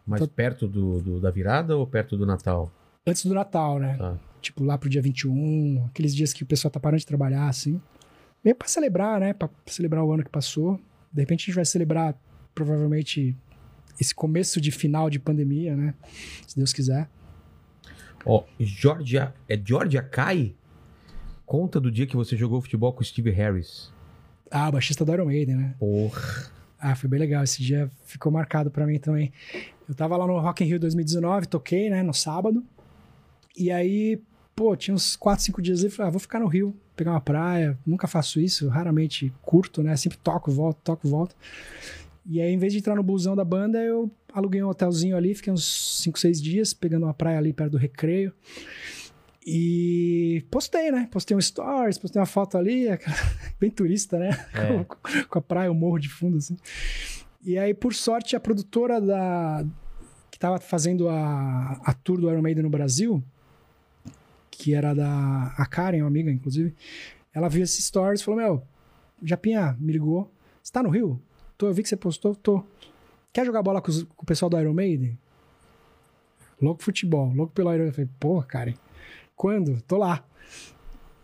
[SPEAKER 1] Mais
[SPEAKER 3] tô-
[SPEAKER 1] perto do, do- da virada ou perto do Natal?
[SPEAKER 3] Antes do Natal, né?
[SPEAKER 1] Tá.
[SPEAKER 3] Tipo lá pro dia 21, aqueles dias que o pessoal tá parando de trabalhar, assim. Meio pra celebrar, né? Pra celebrar o ano que passou. De repente a gente vai celebrar, provavelmente, esse começo de final de pandemia, né? Se Deus quiser.
[SPEAKER 1] Ó, Georgia. É Georgia Kai? Conta do dia que você jogou futebol com o Steve Harris.
[SPEAKER 3] Ah, o baixista do Iron Maiden, né?
[SPEAKER 1] Porra.
[SPEAKER 3] Ah, foi bem legal. Esse dia ficou marcado pra mim também. Eu tava lá no Rock in Rio 2019, toquei, né, no sábado. E aí, pô, tinha uns 4, 5 dias ali, falei, ah, vou ficar no Rio, pegar uma praia. Nunca faço isso, raramente curto, né? Sempre toco, volto, toco, volto. E aí, em vez de entrar no busão da banda, eu aluguei um hotelzinho ali, fiquei uns 5, 6 dias pegando uma praia ali perto do recreio. E postei, né? Postei um stories, postei uma foto ali, aquela- bem turista, né?
[SPEAKER 1] É.
[SPEAKER 3] com a praia, o morro de fundo, assim. E aí, por sorte, a produtora da que tava fazendo a, a tour do Iron Maiden no Brasil, que era da a Karen, uma amiga, inclusive, ela viu esses stories e falou, meu, Japinha, me ligou, você tá no Rio? Tô, eu vi que você postou, tô. Quer jogar bola com, os- com o pessoal do Iron Maiden? Louco futebol, louco pelo Iron Maiden. Eu falei, porra, Karen, quando? Tô lá.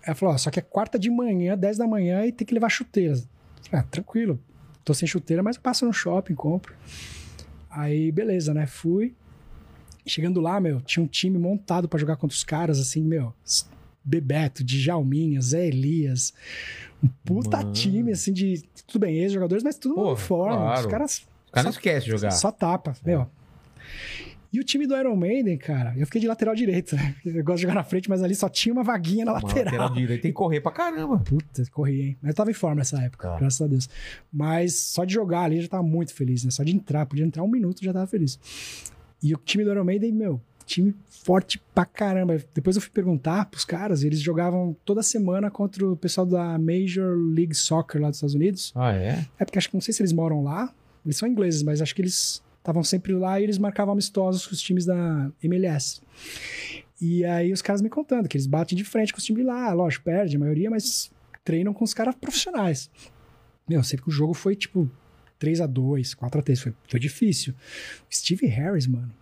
[SPEAKER 3] Ela falou, ó, só que é quarta de manhã, 10 da manhã e tem que levar chuteiras. Ah, tranquilo. Tô sem chuteira, mas eu passo no shopping, compro. Aí, beleza, né? Fui. Chegando lá, meu, tinha um time montado pra jogar contra os caras, assim, meu. s- Bebeto, Djalminha, Zé Elias. Um puta
[SPEAKER 1] Mano.
[SPEAKER 3] time, assim, de. Tudo bem, ex-jogadores, mas tudo
[SPEAKER 1] Pô,
[SPEAKER 3] Pô, forma. Os
[SPEAKER 1] claro.
[SPEAKER 3] caras
[SPEAKER 1] O cara não esquece de jogar. É.
[SPEAKER 3] só tapa, meu. E o time do Iron Maiden, cara, eu fiquei de lateral direito, né? Eu gosto de jogar na frente, mas ali só tinha uma vaguinha na
[SPEAKER 1] Uma
[SPEAKER 3] lateral.
[SPEAKER 1] lateral direito tem que correr pra caramba.
[SPEAKER 3] Puta, corri, hein? Mas eu tava em forma nessa época,
[SPEAKER 1] Tá.
[SPEAKER 3] graças a Deus. Mas só de jogar ali eu já tava muito feliz, né? Só de entrar, podia entrar um minuto já tava feliz. E o time do Iron Maiden, meu, time forte pra caramba. Depois eu fui perguntar pros caras, eles jogavam toda semana contra o pessoal da Major League Soccer lá dos Estados Unidos.
[SPEAKER 1] Ah, é?
[SPEAKER 3] É porque acho que não sei se eles moram lá, eles são ingleses, mas acho que eles estavam sempre lá e eles marcavam amistosos com os times da MLS. E aí os caras me contando que eles batem de frente com os times lá, lógico, perde a maioria, mas treinam com os caras profissionais. Meu, eu sei que o jogo foi tipo 3 a 2 4 a 3 foi, foi difícil. Steve Harris, mano,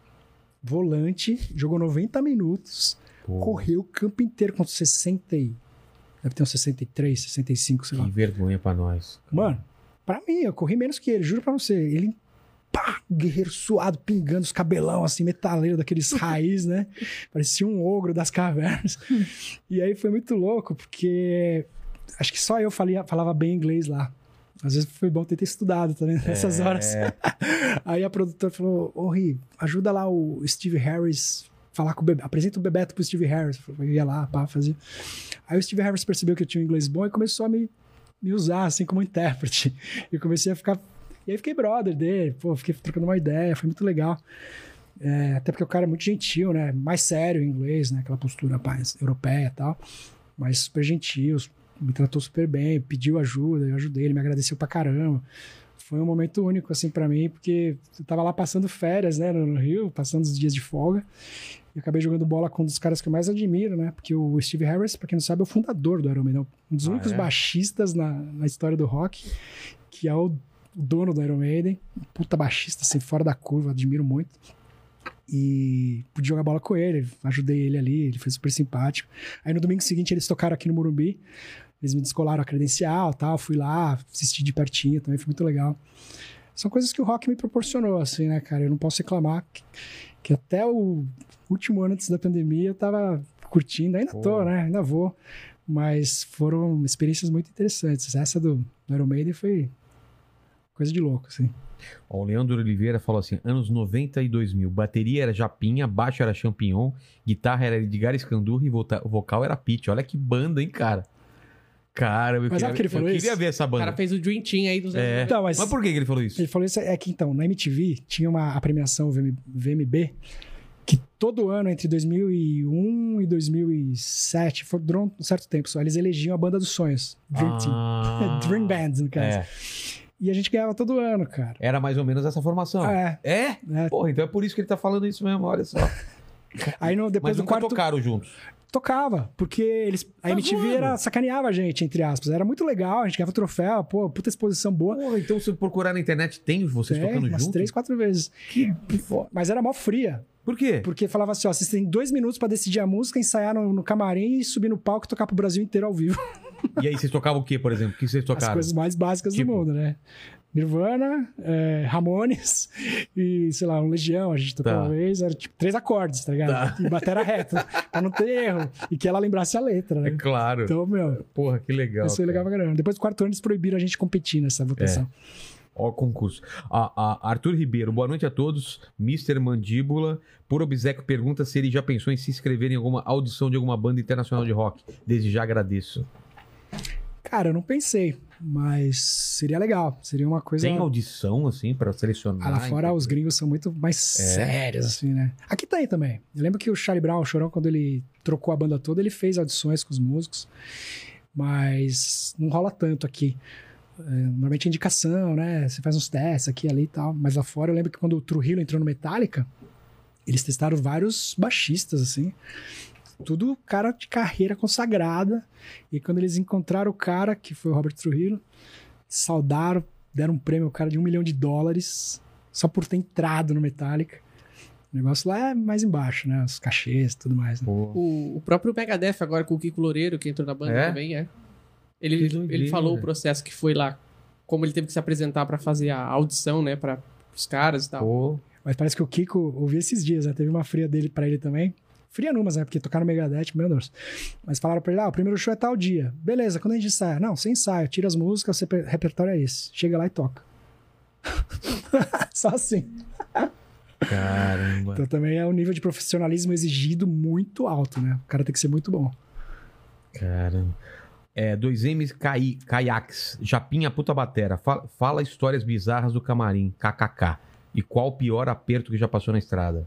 [SPEAKER 3] volante, jogou 90 minutos,
[SPEAKER 1] Pô,
[SPEAKER 3] correu o campo inteiro com 60 e... Deve ter uns 63, 65, sei lá.
[SPEAKER 1] que vergonha pra nós.
[SPEAKER 3] Mano, pra mim, eu corri menos que ele, juro pra você. Ele, pá, guerreiro suado, pingando os cabelão, assim, metaleiro daqueles raiz, né? Parecia um ogro das cavernas. e aí foi muito louco, porque acho que só eu falei, falava bem inglês lá. Às vezes foi bom ter, ter estudado também nessas horas. Aí a produtora falou: Ô Ri, ajuda lá o Steve Harris falar com o Bebeto. Apresenta o Bebeto pro Steve Harris. Eu ia lá, pá, fazia. Aí o Steve Harris percebeu que eu tinha um inglês bom e começou a me, me usar, assim, como intérprete. E eu comecei a ficar. E aí fiquei brother dele, pô, fiquei trocando uma ideia, foi muito legal. É, até porque o cara é muito gentil, né? Mais sério em inglês, né? Aquela postura mais europeia e tal. Mas super gentil, me tratou super bem, pediu ajuda, eu ajudei, ele me agradeceu pra caramba foi um momento único, assim, pra mim, porque eu tava lá passando férias, né, no no Rio, passando os dias de folga, e acabei jogando bola com um dos caras que eu mais admiro, né, porque o Steve Harris, pra quem não sabe, é o fundador do Iron Maiden, é um dos
[SPEAKER 1] Ah,
[SPEAKER 3] únicos
[SPEAKER 1] é?
[SPEAKER 3] baixistas na, na história do rock, que é o dono do Iron Maiden, um puta baixista, assim, fora da curva, admiro muito, e pude jogar bola com ele, ajudei ele ali, ele foi super simpático. Aí no domingo seguinte eles tocaram aqui no Morumbi, eles me descolaram a credencial, tal, fui lá, assisti de pertinho também, foi muito legal. são coisas que o rock me proporcionou, assim, né, cara? Eu não posso reclamar que, que até o último ano antes da pandemia eu tava curtindo, ainda tô,
[SPEAKER 1] Pô.
[SPEAKER 3] né? Ainda vou. Mas foram experiências muito interessantes. Essa do Iron Maiden foi coisa de louco, assim.
[SPEAKER 1] Ó, o Leandro Oliveira falou assim: anos 90 e 2000. Bateria era Japinha, baixo era Champignon, guitarra era Edgar Escandurra e vota- vocal era Pete. Olha que banda, hein, cara? Cara, eu,
[SPEAKER 3] Mas
[SPEAKER 1] queria,
[SPEAKER 3] sabe que ele
[SPEAKER 1] eu
[SPEAKER 3] falou
[SPEAKER 1] queria
[SPEAKER 3] isso?
[SPEAKER 1] ver essa
[SPEAKER 2] O cara
[SPEAKER 1] banda.
[SPEAKER 2] fez o Dream Team aí dos
[SPEAKER 1] É.
[SPEAKER 2] anos
[SPEAKER 3] Então, mas,
[SPEAKER 1] Mas por que que ele falou isso?
[SPEAKER 3] ele falou isso, é que então, na MTV tinha uma a premiação VM VMB que todo ano, entre 2001 e 2007, foi durante um certo tempo só, eles elegiam a banda dos sonhos, Dream Team.
[SPEAKER 1] Ah,
[SPEAKER 3] Dream Band, no caso.
[SPEAKER 1] é.
[SPEAKER 3] E a gente ganhava todo ano, cara.
[SPEAKER 1] Era mais ou menos essa formação.
[SPEAKER 3] Ah, é.
[SPEAKER 1] É?
[SPEAKER 3] É.
[SPEAKER 1] Porra, então é por isso que ele tá falando isso mesmo, olha só.
[SPEAKER 3] Aí no, depois
[SPEAKER 1] Mas
[SPEAKER 3] do
[SPEAKER 1] nunca
[SPEAKER 3] quarto
[SPEAKER 1] tocaram juntos.
[SPEAKER 3] tocava, porque eles a
[SPEAKER 1] Tá
[SPEAKER 3] MTV
[SPEAKER 1] zoando.
[SPEAKER 3] era, sacaneava a gente, entre aspas. Era muito legal, a gente ganhava troféu, pô, puta exposição boa.
[SPEAKER 1] Porra, então se eu procurar na internet, tem vocês
[SPEAKER 3] É,
[SPEAKER 1] tocando
[SPEAKER 3] umas
[SPEAKER 1] juntos?
[SPEAKER 3] três, quatro vezes. Mas era mó fria,
[SPEAKER 1] Por quê?
[SPEAKER 3] porque falava assim, ó, vocês têm dois minutos pra decidir a música, ensaiar no, no camarim e subir no palco e tocar pro Brasil inteiro ao vivo.
[SPEAKER 1] E aí vocês tocavam o quê, por exemplo? O que vocês
[SPEAKER 3] As
[SPEAKER 1] tocaram?
[SPEAKER 3] coisas mais básicas
[SPEAKER 1] Tipo?
[SPEAKER 3] do mundo, né? Nirvana, é, Ramones e, sei lá, um Legião, a gente tocou
[SPEAKER 1] Tá.
[SPEAKER 3] uma vez, era tipo três acordes, tá ligado? E batera reta, pra não ter erro. E que ela lembrasse a letra,
[SPEAKER 1] É
[SPEAKER 3] né?
[SPEAKER 1] claro.
[SPEAKER 3] Então, meu,
[SPEAKER 1] Porra, que legal.
[SPEAKER 3] isso foi legal pra caramba. Depois do quarto ano, eles proibiram a gente competir nessa votação.
[SPEAKER 1] Ó, o concurso. A, a- Arthur Ribeiro, boa noite a todos. Mr. Mandíbula, por obséquio, pergunta se ele já pensou em se inscrever em alguma audição de alguma banda internacional de rock. Desde já agradeço. É.
[SPEAKER 3] Cara, eu não pensei, mas seria legal. Seria uma coisa.
[SPEAKER 1] Tem audição, assim, pra selecionar?
[SPEAKER 3] é.
[SPEAKER 1] Então,
[SPEAKER 3] Ah, lá fora os gringos são muito mais sérios, assim, né? Aqui tem também. Eu lembro que o Charlie Brown, o Chorão, quando ele trocou a banda toda, ele fez audições com os músicos, mas não rola tanto aqui. É, Normalmente é indicação, né? Você faz uns testes aqui ali e tal. Mas lá fora eu lembro que quando o Trujillo entrou no Metallica, eles testaram vários baixistas, assim. Tudo cara de carreira consagrada. E quando eles encontraram o cara, que foi o Robert Trujillo, saudaram, deram um prêmio ao cara de um milhão de dólares só por ter entrado no Metallica. O negócio lá é mais embaixo, né? Os cachês e tudo mais. Né?
[SPEAKER 1] Pô.
[SPEAKER 2] O, o próprio Megadeth agora com o Kiko Loureiro, que entrou na banda
[SPEAKER 1] É?
[SPEAKER 2] também, é.
[SPEAKER 1] Que
[SPEAKER 2] Ele,
[SPEAKER 1] doideira.
[SPEAKER 2] ele falou o processo que foi lá, como ele teve que se apresentar pra fazer a audição, né, para os caras e tal.
[SPEAKER 1] Pô.
[SPEAKER 3] Mas parece que o Kiko ouvi esses dias, né? Teve uma fria dele pra ele também. Fria numas, né? Porque tocaram Megadeth, meu Deus. Mas falaram pra ele, ah, o primeiro show é tal dia. Beleza, quando a gente ensaia? Não, sem ensaio, tira as músicas, o reper- repertório é esse. Chega lá e toca. Só assim.
[SPEAKER 1] Caramba.
[SPEAKER 3] Então também é um nível de profissionalismo exigido muito alto, né? O cara tem que ser muito bom.
[SPEAKER 1] Caramba. É, 2M cai, Caiaques. Japinha puta batera. Fala, fala histórias bizarras do camarim. KKK. E qual o pior aperto que já passou na estrada?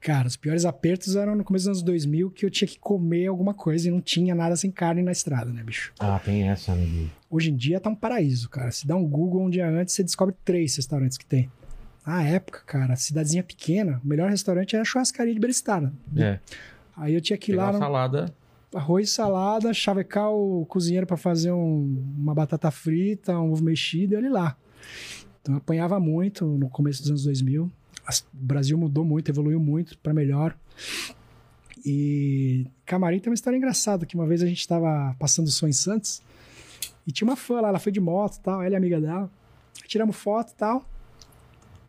[SPEAKER 3] Cara, os piores apertos eram no começo dos anos 2000 que eu tinha que comer alguma coisa e não tinha nada sem carne na estrada, né, bicho?
[SPEAKER 1] Ah, tem essa, amigo.
[SPEAKER 3] Hoje em dia tá um paraíso, cara. Se dá um Google um dia antes, você descobre três restaurantes que tem. Na época, cara, cidadezinha pequena, o melhor restaurante era a churrascaria de Belistária.
[SPEAKER 1] É.
[SPEAKER 3] Aí eu tinha que ir
[SPEAKER 1] Que
[SPEAKER 3] lá,
[SPEAKER 1] lá
[SPEAKER 3] no
[SPEAKER 1] salada.
[SPEAKER 3] arroz, salada, chavecar o cozinheiro pra fazer um- uma batata frita, um ovo mexido e olha lá. Então eu apanhava muito no começo dos anos 2000. As- o Brasil mudou muito, evoluiu muito pra melhor. E camarim tem uma história engraçada, que uma vez a gente tava passando som em Santos e tinha uma fã lá, ela foi de moto e tal, ela é amiga dela. Tiramos foto e tal.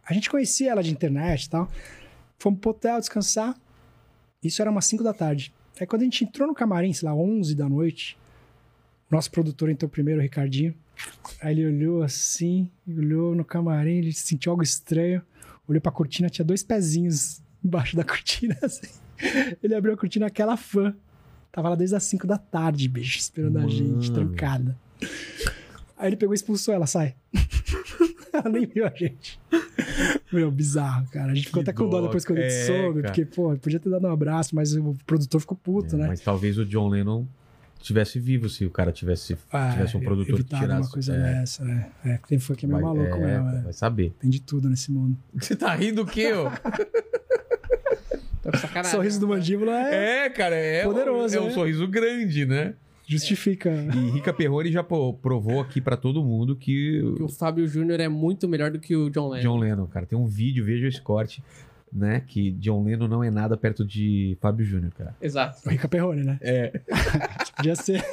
[SPEAKER 3] A gente conhecia ela de internet e tal. Fomos pro hotel descansar. Isso era umas 5 da tarde. Aí quando a gente entrou no camarim, sei lá, 11 da noite, nosso produtor entrou primeiro, o Ricardinho. Aí ele olhou assim, olhou no camarim, ele sentiu algo estranho. Olhou pra cortina, tinha dois pezinhos embaixo da cortina, assim. Ele abriu a cortina, aquela fã. Tava lá desde as 5 da tarde, bicho, esperando a gente,
[SPEAKER 1] Mano.
[SPEAKER 3] trancada. Aí ele pegou e expulsou ela, sai. ela nem viu a gente. Meu, bizarro, cara. A gente ficou
[SPEAKER 1] Que
[SPEAKER 3] até com dó
[SPEAKER 1] dó,
[SPEAKER 3] depois quando a gente
[SPEAKER 1] é,
[SPEAKER 3] soube,
[SPEAKER 1] cara.
[SPEAKER 3] porque, pô, podia ter dado um abraço, mas o produtor ficou puto,
[SPEAKER 1] É,
[SPEAKER 3] né?
[SPEAKER 1] Mas talvez o John Lennon tivesse vivo se o cara tivesse,
[SPEAKER 3] Ah,
[SPEAKER 1] tivesse um produtor que
[SPEAKER 3] evitado
[SPEAKER 1] tirasse.
[SPEAKER 3] uma coisa
[SPEAKER 1] é,
[SPEAKER 3] dessa, né? É, tem fã que é meio
[SPEAKER 1] vai-
[SPEAKER 3] maluco
[SPEAKER 1] é,
[SPEAKER 3] mesmo, né? É.
[SPEAKER 1] Vai saber.
[SPEAKER 3] Tem de tudo nesse mundo.
[SPEAKER 1] Você tá rindo o quê, ó?
[SPEAKER 2] Tá com sacanagem.
[SPEAKER 3] Sorriso do mandíbula é,
[SPEAKER 1] É, cara, é,
[SPEAKER 3] Poderoso,
[SPEAKER 1] um, é um
[SPEAKER 3] né?
[SPEAKER 1] sorriso grande, né?
[SPEAKER 3] justifica.
[SPEAKER 1] E Rica Perrone já po- provou aqui pra todo mundo que
[SPEAKER 2] Que
[SPEAKER 1] o
[SPEAKER 2] o Fábio Júnior é muito melhor do que o John Lennon.
[SPEAKER 1] John Lennon, cara, tem um vídeo, veja esse corte, né? Que John Lennon não é nada perto de Fábio Júnior, cara.
[SPEAKER 2] Exato.
[SPEAKER 3] O Rica Perrone, né?
[SPEAKER 1] É.
[SPEAKER 3] Podia ser.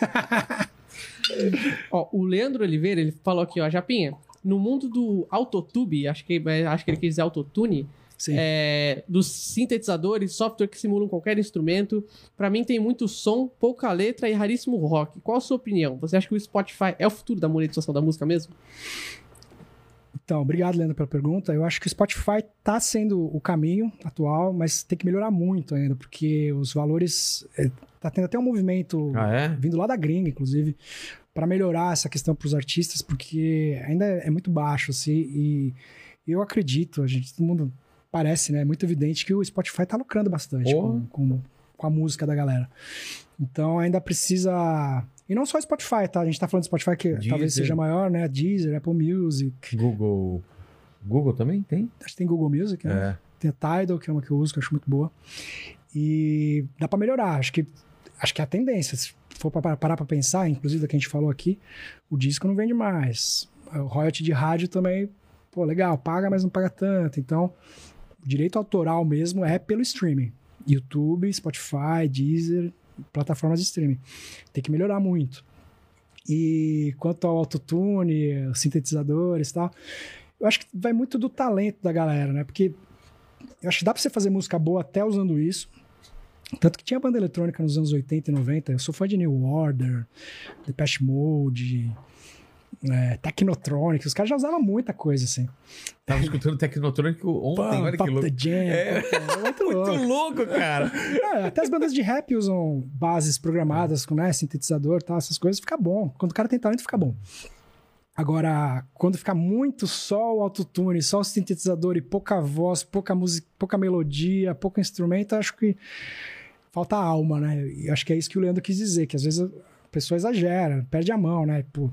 [SPEAKER 2] Ó, o Leandro Oliveira, ele falou aqui, ó, Japinha, no mundo do autotube, acho que, é, acho que ele quis dizer autotune,
[SPEAKER 3] Sim.
[SPEAKER 2] é, dos sintetizadores, software que simulam qualquer instrumento. Pra mim tem muito som, pouca letra e raríssimo rock. Qual a sua opinião? Você acha que o Spotify é o futuro da monetização da música mesmo?
[SPEAKER 3] Então, obrigado, Leandro, pela pergunta. Eu acho que o Spotify está sendo o caminho atual, mas tem que melhorar muito ainda, porque os valores. Está tendo até um movimento
[SPEAKER 1] Ah, é?
[SPEAKER 3] vindo lá da gringa, inclusive, para melhorar essa questão para os artistas, porque ainda é muito baixo, assim, e eu acredito, a gente, todo mundo parece, né? É muito evidente que o Spotify tá lucrando bastante
[SPEAKER 1] Oh.
[SPEAKER 3] com, com, com a música da galera. Então ainda precisa. E não só o Spotify, tá? A gente tá falando do Spotify que talvez
[SPEAKER 1] Deezer.
[SPEAKER 3] seja maior, né? Deezer, Apple Music,
[SPEAKER 1] Google. Google também tem?
[SPEAKER 3] acho que tem Google Music, né?
[SPEAKER 1] É.
[SPEAKER 3] Tem a Tidal, que é uma que eu uso, que eu acho muito boa. E dá para melhorar, acho que acho que é a tendência. Se for pra parar para pensar, inclusive da que a gente falou aqui, o disco não vende mais. O royalty de rádio também, pô, legal, paga, mas não paga tanto. Então, o direito autoral mesmo é pelo streaming. YouTube, Spotify, Deezer, plataformas de streaming. Tem que melhorar muito. E quanto ao autotune, os sintetizadores e tal, eu acho que vai muito do talento da galera, né? Porque eu acho que dá pra você fazer música boa até usando isso. Tanto que tinha banda eletrônica nos anos 80 e 90. Eu sou fã de New Order, Depeche Mode, é, Technotronic. Os caras já usavam muita coisa, assim.
[SPEAKER 1] Tava escutando Tecnotrônico ontem, olha que
[SPEAKER 3] Pump Up
[SPEAKER 1] louco.
[SPEAKER 3] the Jam.
[SPEAKER 1] É.
[SPEAKER 3] pô, muito louco.
[SPEAKER 1] Muito louco, cara.
[SPEAKER 3] É, até as bandas de rap usam bases programadas com né, sintetizador e tal, essas coisas, fica bom. Quando o cara tem talento, fica bom. Agora, quando fica muito só o autotune, só o sintetizador e pouca voz, pouca música, pouca melodia, pouco instrumento, eu acho que falta alma, né? E acho que é isso que o Leandro quis dizer, que às vezes a pessoa exagera, perde a mão, né? Pô,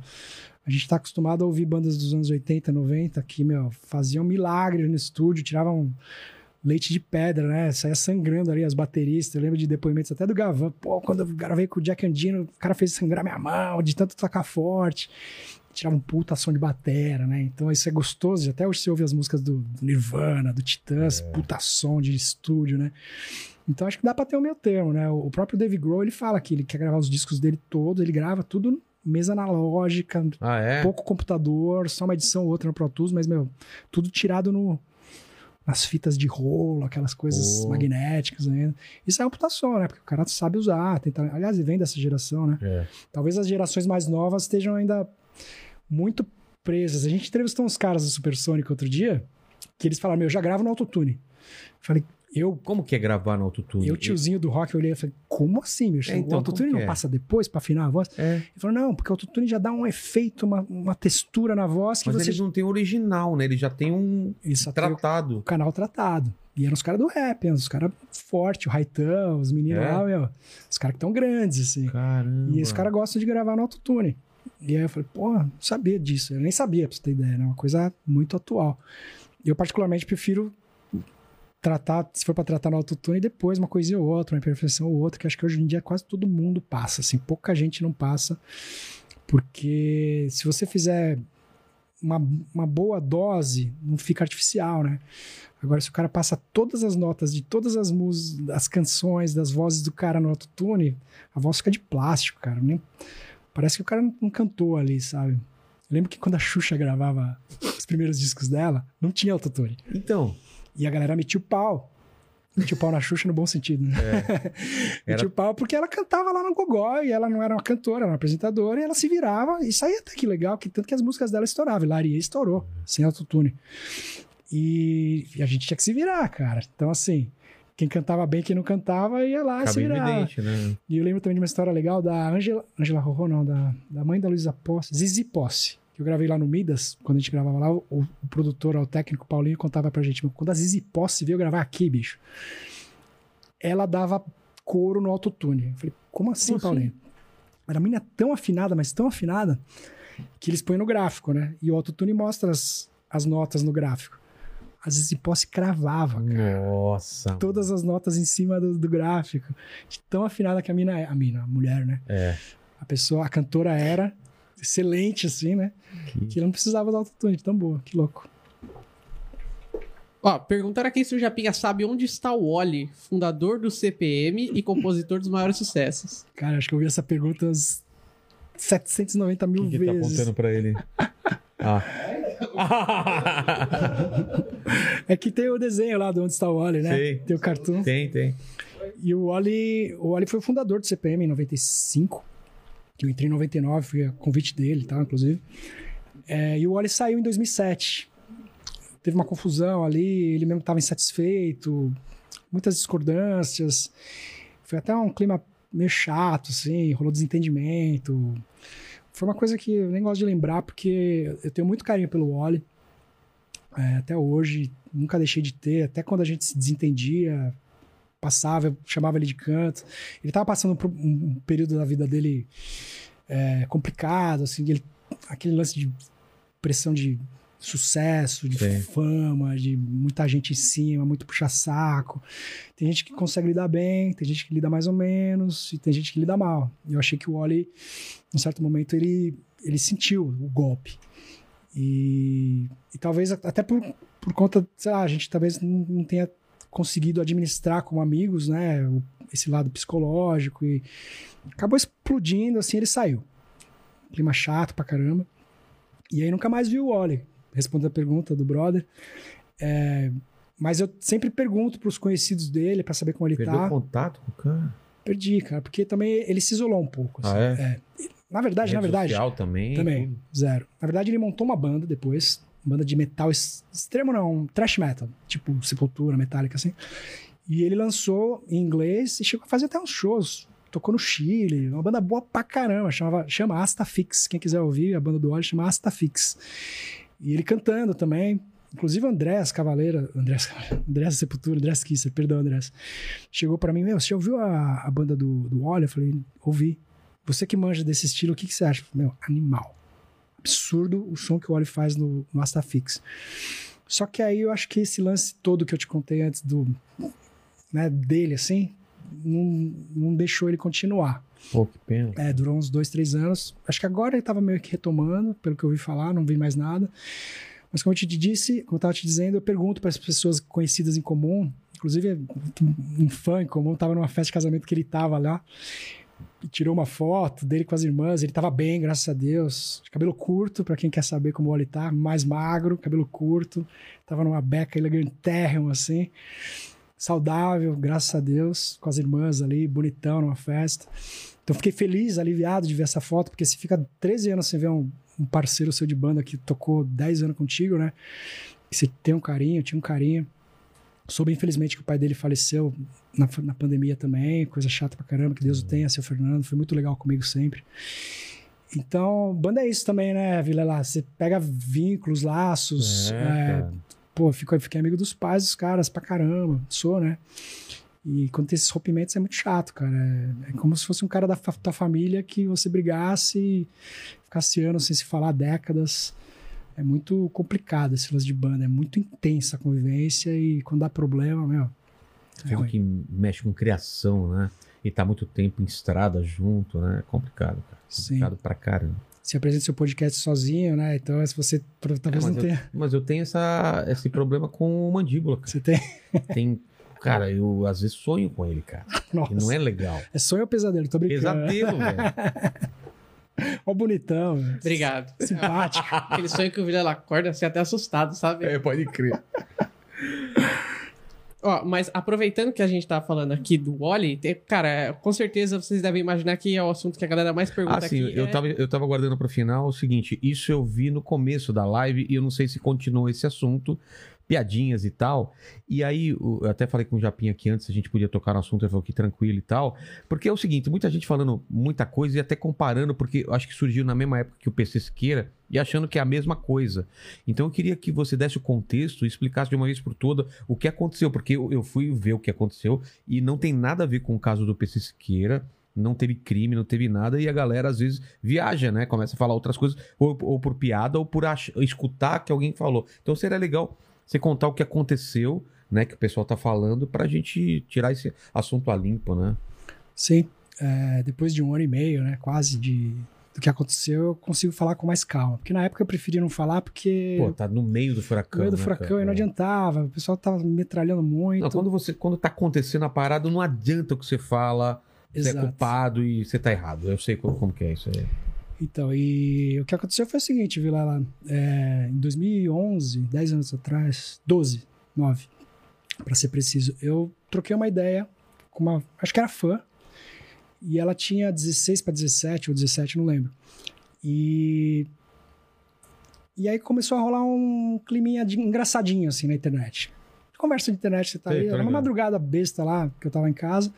[SPEAKER 3] a gente tá acostumado a ouvir bandas dos anos 80, 90 que, meu, faziam milagre no estúdio, tiravam leite de pedra, né? Saia sangrando ali as bateristas. Eu lembro de depoimentos até do Gavan. Pô, quando eu gravei com o Jack Andino, o cara fez sangrar minha mão de tanto tocar forte. Tirava um puta som de batera, né? Então isso é gostoso. Até hoje você ouve as músicas do, do Nirvana, do Titãs, puta som de estúdio, né? Então acho que dá pra ter o meu termo, né? O próprio Dave Grohl, ele fala que ele quer gravar os discos dele todo, ele grava tudo mesa analógica,
[SPEAKER 1] Ah, é?
[SPEAKER 3] pouco computador, só uma edição ou outra no Pro Tools, mas, meu, tudo tirado no, nas fitas de rolo, aquelas coisas
[SPEAKER 1] Oh.
[SPEAKER 3] magnéticas ainda. Isso é uma puta som, né? Porque o cara sabe usar, tem talento. aliás, ele vem dessa geração, né?
[SPEAKER 1] É.
[SPEAKER 3] Talvez as gerações mais novas estejam ainda muito presas. A gente entrevistou uns caras do Supersonic outro dia, que eles falaram, meu, eu já gravo no autotune. Falei, eu
[SPEAKER 1] Como que é gravar no autotune?
[SPEAKER 3] eu, tiozinho do rock, eu olhei e falei, como assim, meu?
[SPEAKER 1] É, então,
[SPEAKER 3] o autotune
[SPEAKER 1] como
[SPEAKER 3] não
[SPEAKER 1] que é?
[SPEAKER 3] passa depois pra afinar a voz?
[SPEAKER 1] É.
[SPEAKER 3] Ele falou, não, porque o autotune já dá um efeito, uma, uma textura na voz que
[SPEAKER 1] Mas
[SPEAKER 3] você...
[SPEAKER 1] eles não têm original, né? Ele já tem um
[SPEAKER 3] Isso, até o
[SPEAKER 1] tratado.
[SPEAKER 3] canal tratado. E eram os caras do rap, eram os caras fortes, o Raitan, os meninos
[SPEAKER 1] É?
[SPEAKER 3] lá, meu. Os caras que tão grandes, assim.
[SPEAKER 1] Caramba.
[SPEAKER 3] E esse cara gosta de gravar no autotune. E aí eu falei, pô, não sabia disso. Eu nem sabia, pra você ter ideia. É uma coisa muito atual. Eu, particularmente, prefiro tratar, se for pra tratar no autotune, depois uma coisinha ou outra, uma imperfeição ou outra, que acho que hoje em dia quase todo mundo passa, assim. Pouca gente não passa. Porque se você fizer uma, uma boa dose, não fica artificial, né? Agora, se o cara passa todas as notas de todas as músicas, as canções, das vozes do cara no autotune, a voz fica de plástico, cara. Nem... Parece que o cara não cantou ali, sabe? Eu lembro que quando a Xuxa gravava os primeiros discos dela, não tinha autotune.
[SPEAKER 1] Então,
[SPEAKER 3] E a galera metia o pau. Metia o pau na Xuxa no bom sentido, né?
[SPEAKER 1] É. Era-
[SPEAKER 3] metia o pau porque ela cantava lá no Gogó e ela não era uma cantora, era uma apresentadora e ela se virava e saía até que legal, que tanto que as músicas dela estouravam. E Laria estourou, sem autotune. E, e a gente tinha que se virar, cara. Então, assim, quem cantava bem, quem não cantava, ia lá e se
[SPEAKER 1] acabei de
[SPEAKER 3] virava.
[SPEAKER 1] evidente, né?
[SPEAKER 3] E eu lembro também de uma história legal da Angela, Angela Rorô, não, da, da mãe da Luísa Posse, Zizi Posse, que eu gravei lá no Midas, quando a gente gravava lá, o, o produtor, o técnico Paulinho contava pra gente, "Meu, quando a Zizi Posse veio gravar aqui, bicho, ela dava couro no autotune. Eu falei, como assim,
[SPEAKER 1] Como assim?
[SPEAKER 3] Paulinho? Era uma menina tão afinada, mas tão afinada, que eles põem no gráfico, né? E o autotune mostra as, as notas no gráfico. A Zizi Posse cravava,
[SPEAKER 1] Nossa.
[SPEAKER 3] todas as notas em cima do, do gráfico. De Tão afinada que a mina é. A mina, a mulher, né?
[SPEAKER 1] É.
[SPEAKER 3] A pessoa, a cantora era excelente, assim, né?
[SPEAKER 1] Que-
[SPEAKER 3] Que, ela não precisava do autotune, de tão boa, que louco.
[SPEAKER 2] Ó, perguntaram aqui se o Japinha sabe onde está o Oli, fundador do CPM e compositor dos maiores sucessos.
[SPEAKER 3] Cara, acho que eu vi essa pergunta umas 790 mil
[SPEAKER 1] O que, que tá
[SPEAKER 3] vezes.
[SPEAKER 1] apontando pra ele? Ah,
[SPEAKER 4] É,
[SPEAKER 3] É que tem o desenho lá de onde está o Wally, né?
[SPEAKER 1] Sei.
[SPEAKER 3] Tem o cartoon.
[SPEAKER 1] tem, tem.
[SPEAKER 3] E o Wally, o Wally foi o fundador do CPM em 95. Que eu entrei em 99, foi a convite dele, tá? Inclusive. É, e o Wally saiu em 2007. Teve uma confusão ali, ele mesmo estava insatisfeito, muitas discordâncias. Foi até um clima meio chato, assim, rolou desentendimento. Foi uma coisa que eu nem gosto de lembrar, porque eu tenho muito carinho pelo Wally. É, até hoje, nunca deixei de ter. Até quando a gente se desentendia, passava, eu chamava ele de canto. Ele tava passando por um um período da vida dele é, complicado, assim, ele, aquele lance de pressão de sucesso, de
[SPEAKER 1] Sim.
[SPEAKER 3] fama, de muita gente em cima, muito puxa-saco. Tem gente que consegue lidar bem, tem gente que lida mais ou menos, e tem gente que lida mal. E Eu achei que o Wally, em certo momento, ele, ele sentiu o golpe. E, e talvez a- até por, por conta, sei lá, a gente talvez não não tenha conseguido administrar como amigos, né? o- Esse lado psicológico e acabou explodindo, assim, ele saiu. Clima chato pra caramba. E aí nunca mais vi o Wally, respondendo a pergunta do brother. É, mas eu sempre pergunto pros conhecidos dele pra saber como ele
[SPEAKER 1] Perdeu
[SPEAKER 3] tá.
[SPEAKER 1] contato com o cara.
[SPEAKER 3] Perdi, cara, porque também ele se isolou um pouco. assim.
[SPEAKER 1] Ah, é?
[SPEAKER 3] Na verdade, na
[SPEAKER 1] Rede
[SPEAKER 3] verdade,
[SPEAKER 1] Social também.
[SPEAKER 3] também, zero. Na verdade, ele montou uma banda depois, uma banda de metal ex- extremo não, thrash metal, tipo Sepultura, Metallica, assim. E ele lançou em inglês e chegou a fazer até uns shows. Tocou no Chile, uma banda boa pra caramba, chamava, chama Astafix. Quem quiser ouvir, a banda do óleo chama Astafix. E ele cantando também. Inclusive, o Andrés Cavaleira, Andrés, Cavaleira, Andrés Sepultura, Andrés Kisser, perdão, Andrés, chegou pra mim: Meu, você já ouviu a, a banda do, do óleo? Eu falei: Ouvi. Você que manja desse estilo, o que, que você acha? Eu falei, Meu, animal absurdo o som que o Oli faz no, no Astafix. Só que aí eu acho que esse lance todo que eu te contei antes do né, dele, assim, não, não deixou ele continuar.
[SPEAKER 1] Pô, que pena.
[SPEAKER 3] É, durou uns dois, três anos. Acho que agora ele tava meio que retomando, pelo que eu ouvi falar, não vi mais nada. Mas como eu te disse, como eu tava te dizendo, eu pergunto para as pessoas conhecidas em comum, inclusive um fã em comum, tava numa festa de casamento que ele tava lá, e tirou uma foto dele com as irmãs, ele tava bem, graças a Deus. De cabelo curto, para quem quer saber como o Oli tá, mais magro, cabelo curto, tava numa beca elegantérrima, assim, saudável, graças a Deus, com as irmãs ali, bonitão numa festa. Então eu fiquei feliz, aliviado de ver essa foto, porque se fica 13 anos sem ver um, um parceiro seu de banda que tocou 10 anos contigo, né? E Você tem um carinho, tinha um carinho. Soube, infelizmente, que o pai dele faleceu na, fa- na pandemia também, coisa chata pra caramba, que Deus o tenha, seu Fernando, foi muito legal comigo sempre. Então, banda é isso também, né, Vilela? Você pega vínculos, laços, é,
[SPEAKER 1] cara.
[SPEAKER 3] pô, fico, fiquei amigo dos pais dos caras pra caramba, sou, né? E quando tem esses rompimentos é muito chato, cara. É, é como se fosse um cara da fa- tua família que você brigasse e ficasse anos sem se falar décadas. É muito complicado esse lance de banda, é muito intensa a convivência e quando dá problema, meu. É
[SPEAKER 1] Algo
[SPEAKER 3] ruim.
[SPEAKER 1] que mexe com criação, né? E tá muito tempo em estrada junto, né? É complicado, cara.
[SPEAKER 3] Sim.
[SPEAKER 1] Complicado pra caramba.
[SPEAKER 3] Você apresenta seu podcast sozinho, né? Então, se você pro- talvez
[SPEAKER 1] É, mas
[SPEAKER 3] não tenha.
[SPEAKER 1] Mas eu tenho essa, esse problema com o mandíbula, cara.
[SPEAKER 3] Você tem.
[SPEAKER 1] Tem. Cara, eu às vezes sonho com ele, cara.
[SPEAKER 3] Nossa.
[SPEAKER 1] E não é legal.
[SPEAKER 3] É sonho ou pesadelo? Tô brincando. né?
[SPEAKER 1] Pesadelo, velho.
[SPEAKER 3] Ó, bonitão, velho.
[SPEAKER 2] Obrigado.
[SPEAKER 3] simpático.
[SPEAKER 2] Aquele sonho que o Vilela acorda, você é até assustado, sabe?
[SPEAKER 1] É, pode crer.
[SPEAKER 2] Ó, mas aproveitando que a gente tá falando aqui do Wally, tem- cara, com certeza vocês devem imaginar que é o assunto que a galera mais pergunta
[SPEAKER 1] Ah, sim,
[SPEAKER 2] aqui.
[SPEAKER 1] eu
[SPEAKER 2] é-
[SPEAKER 1] tava, eu tava guardando pro final o seguinte: isso eu vi no começo da live e eu não sei se continua esse assunto, piadinhas e tal. E aí, o- eu até falei com o Japinha aqui antes, a gente podia tocar no assunto, ele falou que tranquilo e tal. Porque é o seguinte: muita gente falando muita coisa e até comparando, porque eu acho que surgiu na mesma época que o PC Siqueira e achando que é a mesma coisa. Então eu queria que você desse o contexto e explicasse de uma vez por toda o que aconteceu, porque eu, eu fui ver o que aconteceu e não tem nada a ver com o caso do PC Siqueira. Não teve crime, não teve nada, e a galera às vezes viaja, né? Começa a falar outras coisas, ou, ou por piada, ou por ach- escutar que alguém falou. Então seria legal você contar o que aconteceu, né? Que o pessoal tá falando, pra gente tirar esse assunto a limpo, né?
[SPEAKER 3] Sim, é, depois de um ano e meio, né, quase de do que aconteceu, eu consigo falar com mais calma. Porque na época eu preferia não falar porque
[SPEAKER 1] Pô, tá no meio do
[SPEAKER 3] o
[SPEAKER 1] furacão.
[SPEAKER 3] É. meio do
[SPEAKER 1] né,
[SPEAKER 3] furacão
[SPEAKER 1] cara?
[SPEAKER 3] e não
[SPEAKER 1] É.
[SPEAKER 3] adiantava, o pessoal tava metralhando muito.
[SPEAKER 1] Não, quando você quando tá acontecendo a parada, não adianta o que você fala, você é
[SPEAKER 3] Exato.
[SPEAKER 1] culpado e você tá errado. Eu sei co- como, que é isso aí.
[SPEAKER 3] Então, e o que aconteceu foi o seguinte, vi lá, é, em 2011, 10 anos atrás, 12, 9, para ser preciso, eu troquei uma ideia com uma, acho que era fã, e ela tinha 16 para 17 ou 17, não lembro. E e aí começou a rolar um climinha de- engraçadinho assim na internet. Conversa de internet, você tá
[SPEAKER 1] Sei,
[SPEAKER 3] ali,
[SPEAKER 1] tô
[SPEAKER 3] era uma
[SPEAKER 1] ligado.
[SPEAKER 3] madrugada besta lá, que eu tava em casa.